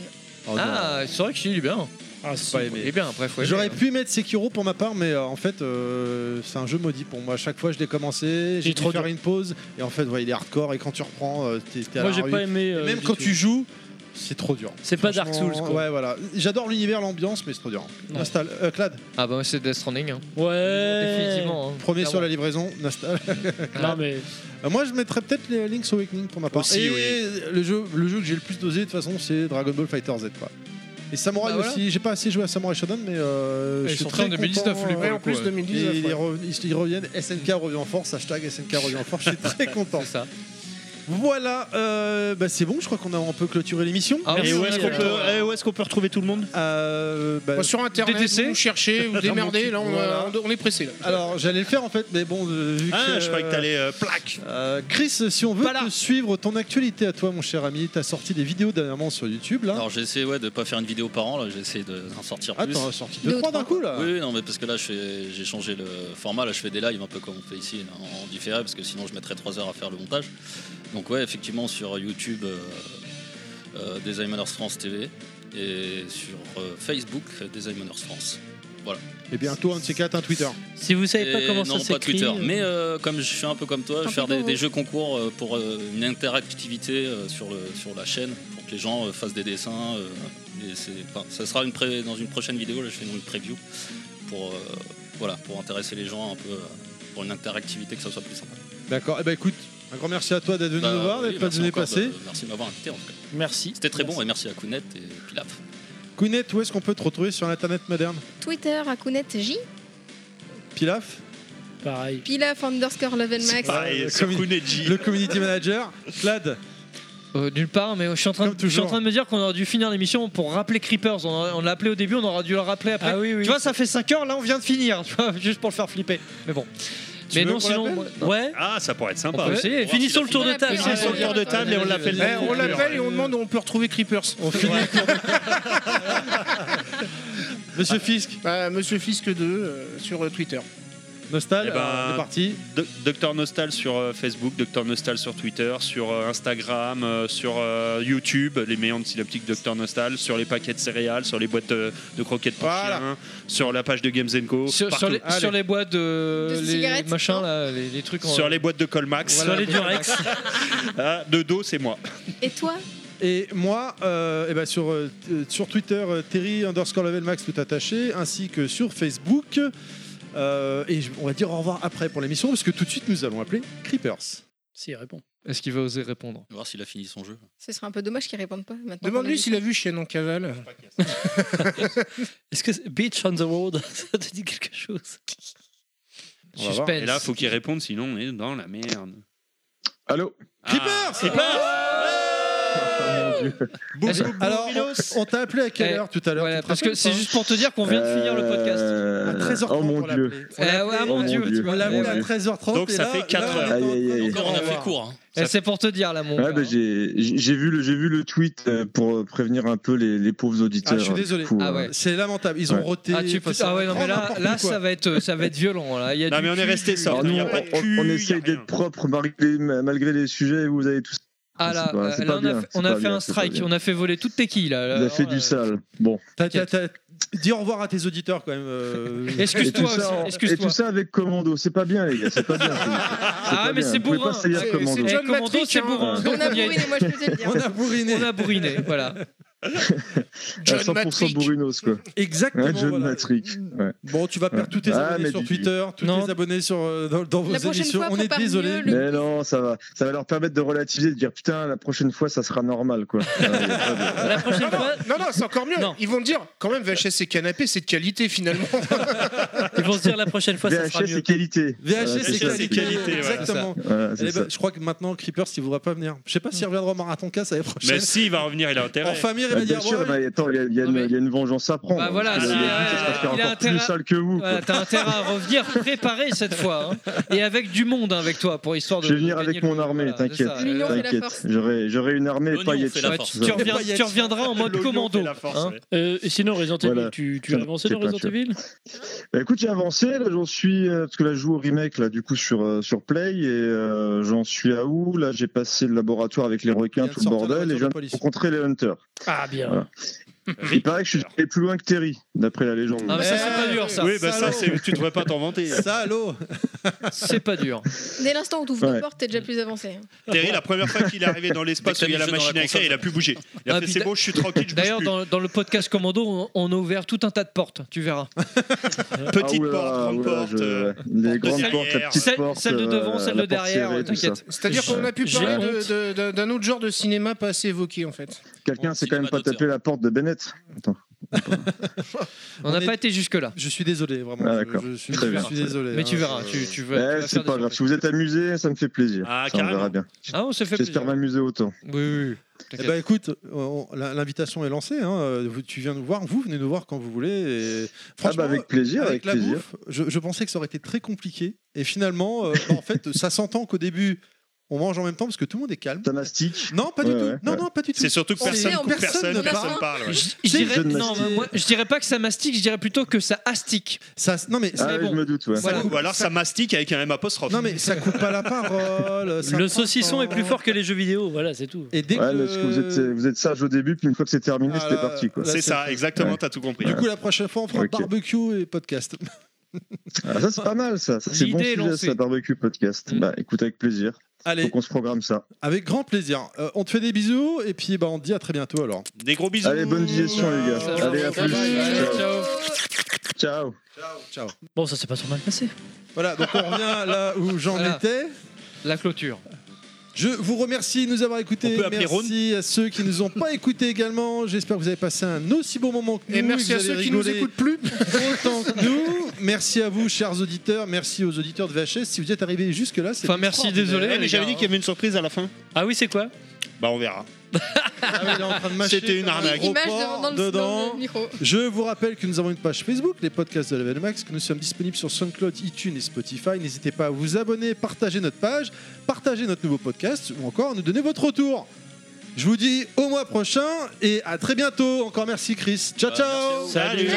Oh, Ah, c'est vrai que je suis bien. Ah, si. pas aimé. Il est bien, après, faut aimer, J'aurais hein. pu mettre Sekiro pour ma part, mais euh, en fait, euh, c'est un jeu maudit pour moi. À chaque fois, je l'ai commencé, j'ai est dû trop faire dur. une pause, et en fait, ouais, il est hardcore. Et quand tu reprends, euh, t'es t'es à Moi, la j'ai rue. pas aimé. Et euh, même du quand tout. tu joues, c'est trop dur. C'est pas Dark Souls, Franchement, quoi. Ouais, voilà. J'adore l'univers, l'ambiance, mais c'est trop dur. Ouais. Nostal, euh, Clad, Ah bah c'est Death Stranding. hein. Ouais. Définitivement. hein. premier sur Clairement. la livraison, Nostal. *laughs* Non, mais Euh, moi, je mettrais peut-être les Link's Awakening pour ma part. Aussi, et oui. le, jeu, le jeu que j'ai le plus dosé, de toute façon, c'est Dragon Ball Fighter Z. Quoi. Et Samurai Bah voilà. aussi. J'ai pas assez joué à Samurai Shodown, mais euh, Ils je suis sont très sortis en 2019, content. lui, pour Ouais, le en coup, plus, ouais. 2019, 2019. ils, re- ils- ils reviennent. SNK revient en force. Hashtag SNK revient en force. Je suis très content. C'est ça. Voilà. euh, bah, c'est bon. Je crois qu'on a un peu clôturé l'émission. Ah, Et oui, où est-ce oui, qu'on oui. peut, eh, où est-ce qu'on peut retrouver tout le monde Euh, bah, Moi, Sur internet, DTC. vous cherchez, *laughs* *laughs* vous démerdez, là on, Voilà. on- on est pressé. là. alors, j'allais le faire en fait, mais bon, euh, vu que. Ah, je croyais que t'allais euh, plaque. Euh, Chris, si on veut Pas là. te suivre ton actualité à toi, mon cher ami, t'as sorti des vidéos dernièrement sur YouTube là. Alors j'ai essayé ouais, de pas faire une vidéo par an, là j'ai essayé de- d'en sortir plus. Attends, sorti Deux deux ou trois d'un coup là. Oui, oui, non, mais parce que là je fais- j'ai changé le format, là je fais des lives un peu comme on fait ici, là, en différé, parce que sinon je mettrais 3 heures à faire le montage. Donc, ouais, effectivement, sur YouTube, euh, euh, Design Manners France TV, et sur euh, Facebook, euh, Design Manners France. Et bientôt Eh un de ces quatre, un Twitter. Si vous savez pas Et comment ça non, pas s'écrit, Twitter, euh, mais euh, comme je suis un peu comme toi, je vais faire des, peu des jeux concours euh, pour euh, une interactivité euh, sur, le, sur la chaîne, pour que les gens euh, fassent des dessins. euh, et c'est, enfin, ça sera une pré- dans une prochaine vidéo, là je fais une preview, pour, euh, voilà, pour intéresser les gens un peu, euh, pour une interactivité que ça soit plus sympa. D'accord. Et bah écoute, un grand merci à toi d'être venu Bah, nous voir, oui, d'être pas merci venu encore passer. de- merci de m'avoir invité en tout cas. merci. C'était très bon et merci à Kounet et Pilaf. Kounet, où est-ce qu'on peut te retrouver sur l'internet moderne Twitter, Akounet J. Pilaf, Euh, Pareil. Pilaf underscore level max. le Pareil, sur commun- Kuneji. le community manager. Clad, Euh, D'une part, mais je suis, en train de, je suis en train de me dire qu'on aurait dû finir l'émission pour rappeler Creepers. On, a- on l'a appelé au début, on aura dû le rappeler après. Ah oui, oui. Tu vois, ça fait 5 heures, là on vient de finir, tu vois, *laughs* juste pour le faire flipper. Mais bon. mais non, sinon. moi- Ouais. Ah, ça pourrait être sympa. On peut essayer. Voir Finissons si le tour de la- table. Finissons le tour de table et on l'appelle. Eh, on l'appelle et on demande où on peut retrouver Creepers. On finit *laughs* Monsieur Fisk Bah, Monsieur Fisk 2 euh, sur euh, Twitter. Nostal, Eh ben, euh, on est parti. Do- Docteur Nostal sur euh, Facebook, Docteur Nostal sur Twitter, sur euh, Instagram, euh, sur euh, YouTube, les méandres synoptiques Docteur Nostal, sur les paquets de céréales, sur les boîtes euh, de croquettes pour chiens, sur la page de Games Co. Sur, partout. sur les, sur les boîtes de. De les cigarettes, machins, là, les, les trucs. en- Sur les boîtes de Colmax. Voilà, Sur les Durex. Ah, de dos, c'est moi. Et toi Et moi, euh, eh ben sur, euh, t- euh, sur Twitter, euh, Terry underscore level max tout attaché, ainsi que sur Facebook. Euh, et je- on va dire au revoir après pour l'émission, parce que tout de suite nous allons appeler Creepers. Si, il répond. Est-ce qu'il va oser répondre On va voir s'il a fini son jeu. Ce serait un peu dommage qu'ils répondent pas maintenant. qu'on a Demande-lui dit s'il a vu Chien en cavale. *laughs* Est-ce que c'est- Beach on the Road, ça te dit quelque chose On va voir. Et là, faut qu'il réponde, sinon on est dans la merde. Ah. Allô Creepers Ah. Est-ce- Alors, on, on t'a appelé à quelle heure tout à l'heure Tu te Eh, Parce rappelles que ou c'est pas juste pour te dire qu'on vient de finir le podcast. Euh, À 13h30, oh mon on l'a dieu. Oh appelé. On l'a Eh ouais, appelé- mon on Dieu, l'a tu vois. appelé Ouais. à 13h30. Donc, et ça là- fait quatre là, heures. on est en Aïe, aïe, aïe. train de- Encore, on a fait court. hein. Eh, C'est pour te dire hein. là, mon Ouais, gars. bah, j'ai j'ai vu le j'ai vu le tweet euh, pour prévenir un peu les, les pauvres auditeurs. Ah, je suis du désolé. coup, Ah euh, ouais. C'est lamentable. Ils ont Ouais. roté. Ah, tu faut peux- ça- ah ouais, non, mais Oh, là, n'importe là quoi. ça, va être, ça va être violent. Là. Il Y a Non, du mais on est cul, resté du- sobre. Alors, nous, Il y a on, pas de on- cul, on il y a essaye rien. d'être propre malgré, malgré les sujets. Vous avez tout ça. Ah là, C'est pas- c'est là, pas on a bien, fait, c'est on a pas fait bien, un c'est pas strike, bien. on a fait voler toutes tes quilles. Là, Il a fait du sale. Bon. T'as- t'as- t'as- Dis au revoir à tes auditeurs quand même. euh, Et tout, Excuse-toi, ça, en- aussi, et excuse-toi. tout ça avec commando, c'est pas bien les gars, c'est pas bien. c'est- c'est *laughs* Ah, pas mais bien. c'est Vous pouvez bourrin. pas se dire C'est- commando. Eh, Commando, c'est bourrin. On a bourriné, moi je peux te le dire. On a bourriné. On a bourriné, *laughs* voilà. À 100% bourrinos quoi. Exactement. Hein, John voilà. Matrix. Ouais. Bon, tu vas perdre tous tes Ah, abonnés mais sur dis- Twitter, tous Non. tes abonnés sur, euh, dans, dans vos La prochaine émissions. fois, On est prépare désolé. mieux le- Mais non, ça va, ça va leur permettre de relativiser, de dire putain, la prochaine fois ça sera normal *laughs* quoi. Voilà, y a pas de- euh, La prochaine fois, Non, non, c'est encore mieux. Non. Ils vont dire, quand même, VHS et canapé, c'est de qualité finalement. *laughs* ils vont se dire la prochaine fois, ça sera VHS mieux. Euh, et qualité. VHS, c'est Voilà, qualité. qualité, voilà. Exactement. Voilà, c'est Eh ben, ça. je crois que maintenant, Creeper, s'il voudra pas venir. Je sais pas s'il reviendra au marathon casse l'année prochaine. Mais si, il va revenir, il a En intérêt. famille, il Ah, va bien dire sûr, ouais, mais attends, il y a- il y, a une- Ouais, mais- il y a une vengeance à prendre. Bah voilà, Parce que c'est- le mec, ça sera faire il a encore intérêt- plus sale que vous. quoi. Voilà, T'as intérêt à revenir préparé cette fois. hein. Et avec du monde hein, avec toi pour histoire de. *laughs* Je vais venir de avec gagner le mon coup, armée, voilà, c'est t'inquiète. ça. L'union fait la T'inquiète, force. j'aurai j'aurai une armée et L'oignon paillettes. fait la ouais, force. c'est Tu, ça. reviens- Paillettes. tu reviendras en mode commando. Fait la force, hein. ouais. Euh, et sinon, Resident Evil, Voilà. tu, tu as avancé J'ai dans pas Resident tué. Evil Bah, écoute, j'ai avancé, là j'en suis, euh, parce que là je joue au remake là du coup sur, euh, sur Play et euh, j'en suis à où Là j'ai passé le laboratoire avec les requins, vient de tout le sortir la bordel et je voiture de viens de police. rencontrer les Hunters. Ah, bien. Voilà. Il paraît que je suis allé plus loin que Terry, d'après la légende. Ah, mais ça, c'est pas dur, ça. Oui, bah ça, c'est- tu devrais pas t'en vanter. Salaud C'est pas dur. Dès l'instant où tu ouvres la Ouais. porte, t'es déjà plus avancé. Terry, la première fois qu'il est arrivé dans l'espace où Dès que il y a t'as la mis le jeu machine dans la à écrire, il a plus bougé. Il a Ah, fait puis c'est d'a- bon, je suis tranquille, *laughs* je bouge D'ailleurs, plus. dans, dans le podcast Commando, on, on a ouvert tout un tas de portes. Tu verras. Petite Ah, oula, porte, grande oula, porte. je- euh, Les porte de grandes derrière, portes, la petite Celle, porte. celle de devant, euh, celle la de porte derrière, serrée, tout ça. t'inquiète. C'est-à-dire qu'on a pu J'ai parler honte. de- de- de- d'un autre genre de cinéma pas assez évoqué en fait. Quelqu'un Bon, s'est quand même pas cinéma tapé la porte de Bennett. Attends. On n'a *laughs* On est- pas été jusque-là. Je suis désolé, vraiment. Ah, je- d'accord. je, suis, Très je bien. suis désolé. Mais tu hein, verras. je- Tu, tu vas- tu vas Eh, faire c'est des pas grave. surprises. Si vous êtes amusé, ça me fait plaisir. Ah, Ça, on carrément. verra bien. Ah, on s'est fait plaisir. J'espère m'amuser autant. Oui, oui, oui. Eh T'inquiète. ben écoute, on- la- l'invitation est lancée. hein, euh, vous- Tu viens nous voir, vous venez nous voir quand vous voulez. et Ah franchement, bah avec plaisir, avec avec la plaisir. bouffe, je, je pensais que ça aurait été très compliqué. Et finalement, euh, bah, en fait, ça s'entend qu'au début, on mange en même temps parce que tout le monde est calme. Ça mastique. Non, pas du Ouais, tout. ouais, non, ouais. non, pas du tout. C'est surtout que On est- personne coupe personne ne personne, personne parle. parle. ouais. hein. Je C'est dirais, jeune non, mastique. mais moi, je dirais pas que ça mastique, je dirais plutôt que ça astique. Ça, non mais, Ah, ça- oui, je me doute, ouais. Voilà. Ou alors ça mastique avec un M apostrophe. non mais ça coupe pas la parole. ça Le prend saucisson le est temps. plus fort que les jeux vidéo, voilà, c'est tout. Et dès Ouais, que... parce que vous êtes, vous êtes sage au début, puis une fois que c'est terminé, Ah, c'était là, parti. Quoi. là, C'est ça, exactement, Ouais. t'as tout compris. Du coup, la prochaine fois, on fera Ok. barbecue et podcast. Ah, ça, c'est pas mal, ça. Ça, c'est bon L'idée est sujet, lancée. ça, barbecue podcast. Mm. Bah, écoute, avec plaisir. Faut Allez, qu'on se programme ça. avec grand plaisir. Euh, on te fait des bisous et puis bah, on te dit à très bientôt alors. Des gros bisous. Allez, bonne digestion, les Ça gars. va, Allez, à ça va, plus. allez, Ciao. ciao. Ciao. Bon, ça s'est pas trop mal passé. Voilà, donc on revient là où j'en Voilà. étais. La clôture. Je vous remercie de nous avoir écoutés. On peut appeler Merci à ceux qui nous ont pas écoutés également. J'espère que vous avez passé un aussi beau moment que nous. Et merci que à vous ceux avez qui nous rigolé écoutent plus. Autant que nous. Merci à vous, chers auditeurs. Merci aux auditeurs de VHS. Si vous êtes arrivés jusque-là, c'est Enfin, merci, extraordinaire. désolé. Eh, mais les j'avais gars, dit qu'il y avait une surprise à la fin. Ah oui, c'est quoi Bah, on verra. Ah oui, il est en train de mâcher C'était une comme Ah, un arnaque. gros Image porc dans le- dans le- dans le micro. Je vous rappelle que nous avons une page Facebook, les podcasts de Level Max, que nous sommes disponibles sur SoundCloud, iTunes et Spotify. N'hésitez pas à vous abonner, partager notre page, partager notre nouveau podcast ou encore nous donner votre retour. Je vous dis au mois prochain et à très bientôt. Encore merci Chris. Ciao ciao. Salut.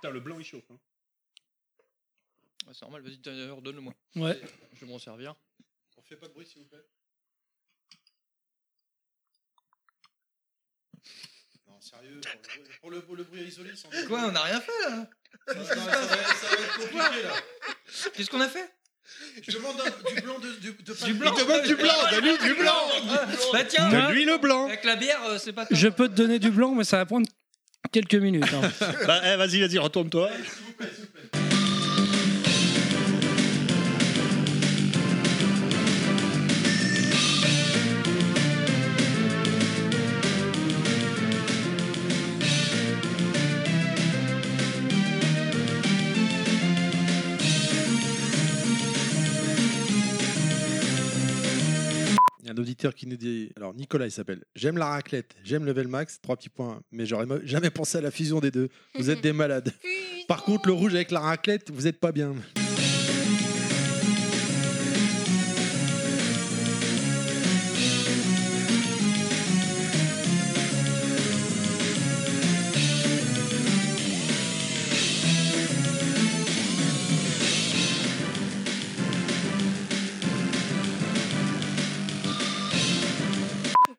Putain, le blanc il chauffe. hein. Ouais, c'est normal, vas-y, d'ailleurs, donne-le-moi. Ouais. Je vais m'en servir. On fait pas de bruit s'il vous plaît. Non, sérieux, pour le, pour le- pour le bruit isolé, sans Quoi, on n'a rien fait là Ça va- ça va- ça va être compliqué, là. Qu'est-ce qu'on a fait Je demande un- du blanc de, du, de Du blanc Il *laughs* demande du blanc, Danu, du blanc. Bah tiens Moi- Lui, le blanc. Avec la bière, euh, c'est pas top. Je peux te donner du blanc, mais ça va prendre quelques minutes. hein. Bah, eh, vas-y, vas-y, retourne-toi. Il y a un auditeur qui nous dit alors Nicolas il s'appelle j'aime la raclette j'aime level max trois petits points mais j'aurais mo- jamais pensé à la fusion des deux vous êtes des malades par contre le rouge avec la raclette vous êtes pas bien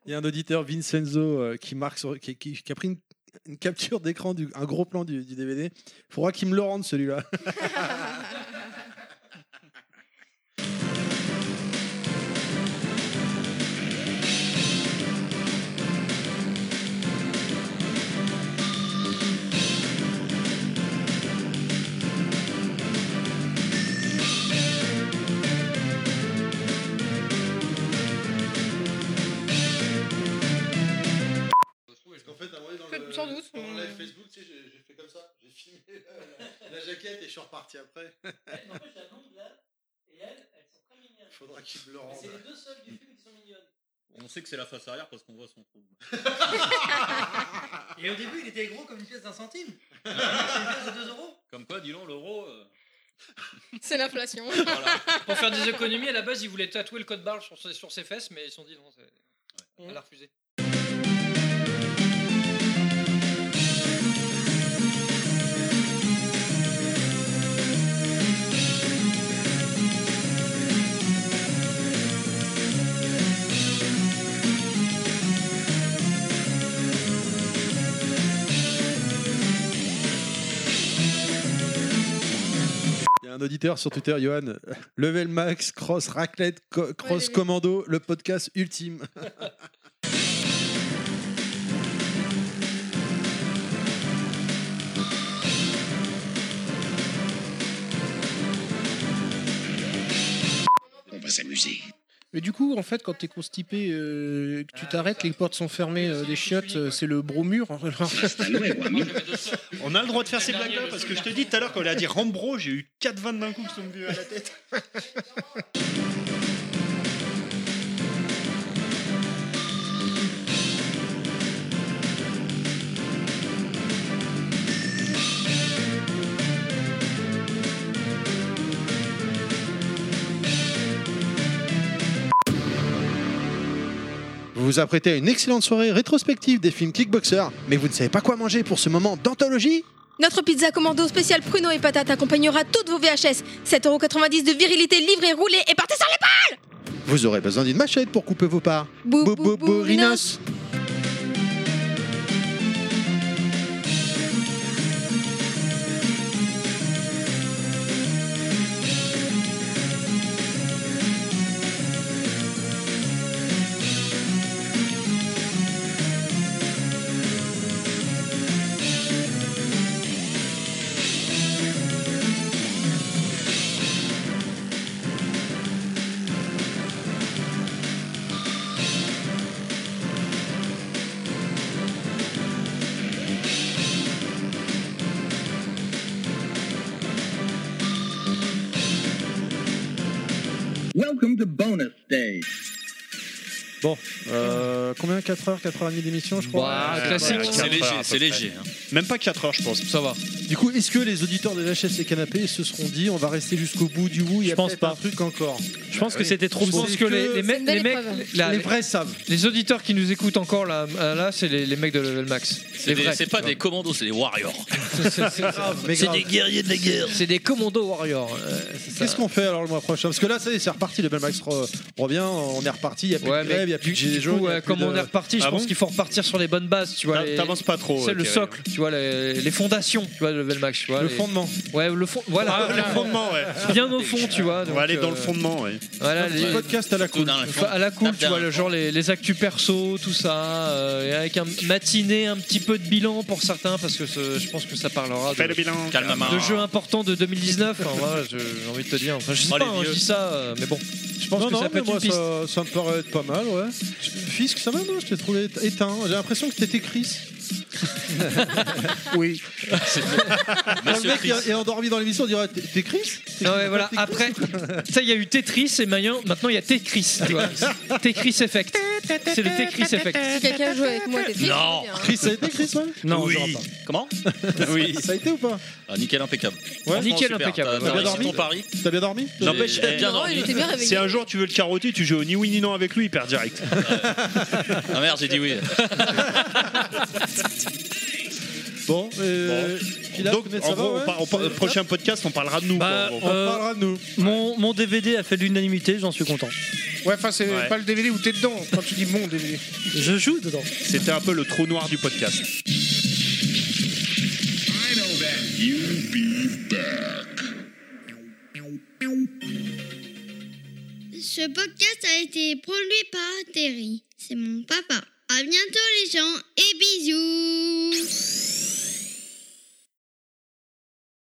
il y a un auditeur Vincenzo euh, qui marque sur- qui, qui- qui a pris une, une capture d'écran du un gros plan du, du DVD faudra qu'il me le rende celui-là Sans doute. on- Facebook j'ai fait comme ça j'ai filmé la, jaquette et je suis reparti après faudra qu'il me le rende deux seuls du film qui sont mignonnes. On sait que c'est la face arrière parce qu'on voit son trou. Et au début, il était gros comme une pièce d'un centime. C'est une pièce de 2 euros. Comme quoi, dis-donc, l'euro. euh, C'est l'inflation. Pour faire des économies, à la base, ils voulaient tatouer le code barre sur ses, sur ses fesses, mais ils se sont dit non, c'est- elle a refusé. Il y a un auditeur sur Twitter, Johan. Level max, cross raclette, co- cross commando, le podcast ultime. On va s'amuser. Mais du coup, en fait, quand t'es constipé, euh, que tu t'arrêtes, les portes sont fermées, euh, des chiottes, euh, c'est le bromure. On a le droit de faire ces blagues-là parce que je te dis tout à l'heure quand il a dit Rambro, j'ai eu 4 vannes d'un coup qui sont venues à la tête. Vous vous apprêtez à une excellente soirée rétrospective des films Kickboxer, mais vous ne savez pas quoi manger pour ce moment d'anthologie Notre pizza commando spéciale pruneaux et patates accompagnera toutes vos VHS. 7,90€ de virilité livrée, roulée et partez sur les pas Vous aurez besoin d'une machette pour couper vos parts. Bou- Bou- bou- bou- bourinos. Welcome to bonus stage. Bon, euh, combien 4 heures, 4 heures et demie d'émission, je crois Bah, Ouais, classique. ouais, C'est quatre léger, heures, à peu c'est près. léger, hein. Même pas 4 heures, je pense. Ça va. Du coup, est-ce que les auditeurs de VHS et Canapé se seront dit on va rester jusqu'au bout du bout Il y a peut-être un truc encore. Je pense que c'était trop Je beau. pense C'est que une les, les, belle mecs- les mecs- épreuve. hein. la- Les vrais savent. Les auditeurs qui nous écoutent encore là, euh, là c'est les, les mecs de level max. C'est Les des- vrais. c'est pas des commandos, c'est des warriors. C'est- c'est- c'est- mais c'est grave. C'est des commandos warriors. euh, c'est ça. Qu'est-ce qu'on fait alors le mois prochain Parce que là, ça y est, c'est reparti. Le Belmax re- revient, on est reparti. Il n'y a plus Ouais, de mais grève, il n'y a plus de du- gilets du jaunes. coup, il y a ouais, plus comme de- on est reparti, je Ah pense bon qu'il faut repartir sur les bonnes bases, tu vois. T'a- les- t'avances pas trop, C'est euh, le Thierry. socle, tu vois, les, les fondations, tu vois, de level max, tu vois. Le les- fondement. Ouais, le fond. Voilà. Ah, le fondement, ouais. Bien au fond, tu vois. On donc, va aller dans euh, le fondement, ouais. Voilà, Un petit les- podcast à la cool. Enfin, à la cool, tu vois, le genre les, les actus perso, tout ça, euh, et avec un matiné, un petit peu de bilan pour certains, parce que ce- je pense que ça parlera de, Fais le bilan. Calme, maman. de jeux importants de Enfin, 2019. voilà, je- j'ai envie de te dire, enfin, je sais Oh, pas, les hein, je vieux. dis ça, euh, mais bon, je pense Non, que non, ça peut mais être moi, une piste. ça, ça me paraît être pas mal, ouais. Fisk, ça va, moi, je t'ai trouvé éte- éteint. J'ai l'impression que t'étais Chris. *laughs* oui. le mec Chris. est- est endormi dans l'émission, on dirait T'es t'es Chris Ah ouais, voilà. Après, ça, il y a eu Tetris et maintenant, maintenant, il y a Tetris. tu vois. Tetris Effect. C'est le Tetris Effect. Si quelqu'un joue avec moi, t'es triste, je veux bien. Oh, Chris, ça a été Chris, ouais Non, Oui. je Comment Oui. Ça a été ou pas Ah, nickel, impeccable. Ouais. Franchement, Nickel, super. impeccable. T'as- T'as T'as bien réussi dormi ton pari. T'as bien dormi N'empêche, J'ai- eh, bien dormi. était bien réveillé. Si un jour tu veux le carotter, tu joues au ni oui ni non avec lui, il perd direct. *laughs* Ah merde, j'ai dit oui. *laughs* Bon, euh, Pilaf, Donc, Kounet, ça en va, gros, ouais on par- on par- prochain podcast, on parlera de nous. Euh, Bah, quoi, en on gros. parlera de nous. Mon, mon DVD a fait l'unanimité, j'en suis content. Ouais, enfin, c'est Ouais. pas le DVD où t'es dedans quand tu dis mon DVD. Je joue dedans. C'était un peu le trou noir du podcast. Ce podcast a été produit par Terry. C'est mon papa. À bientôt les gens et bisous.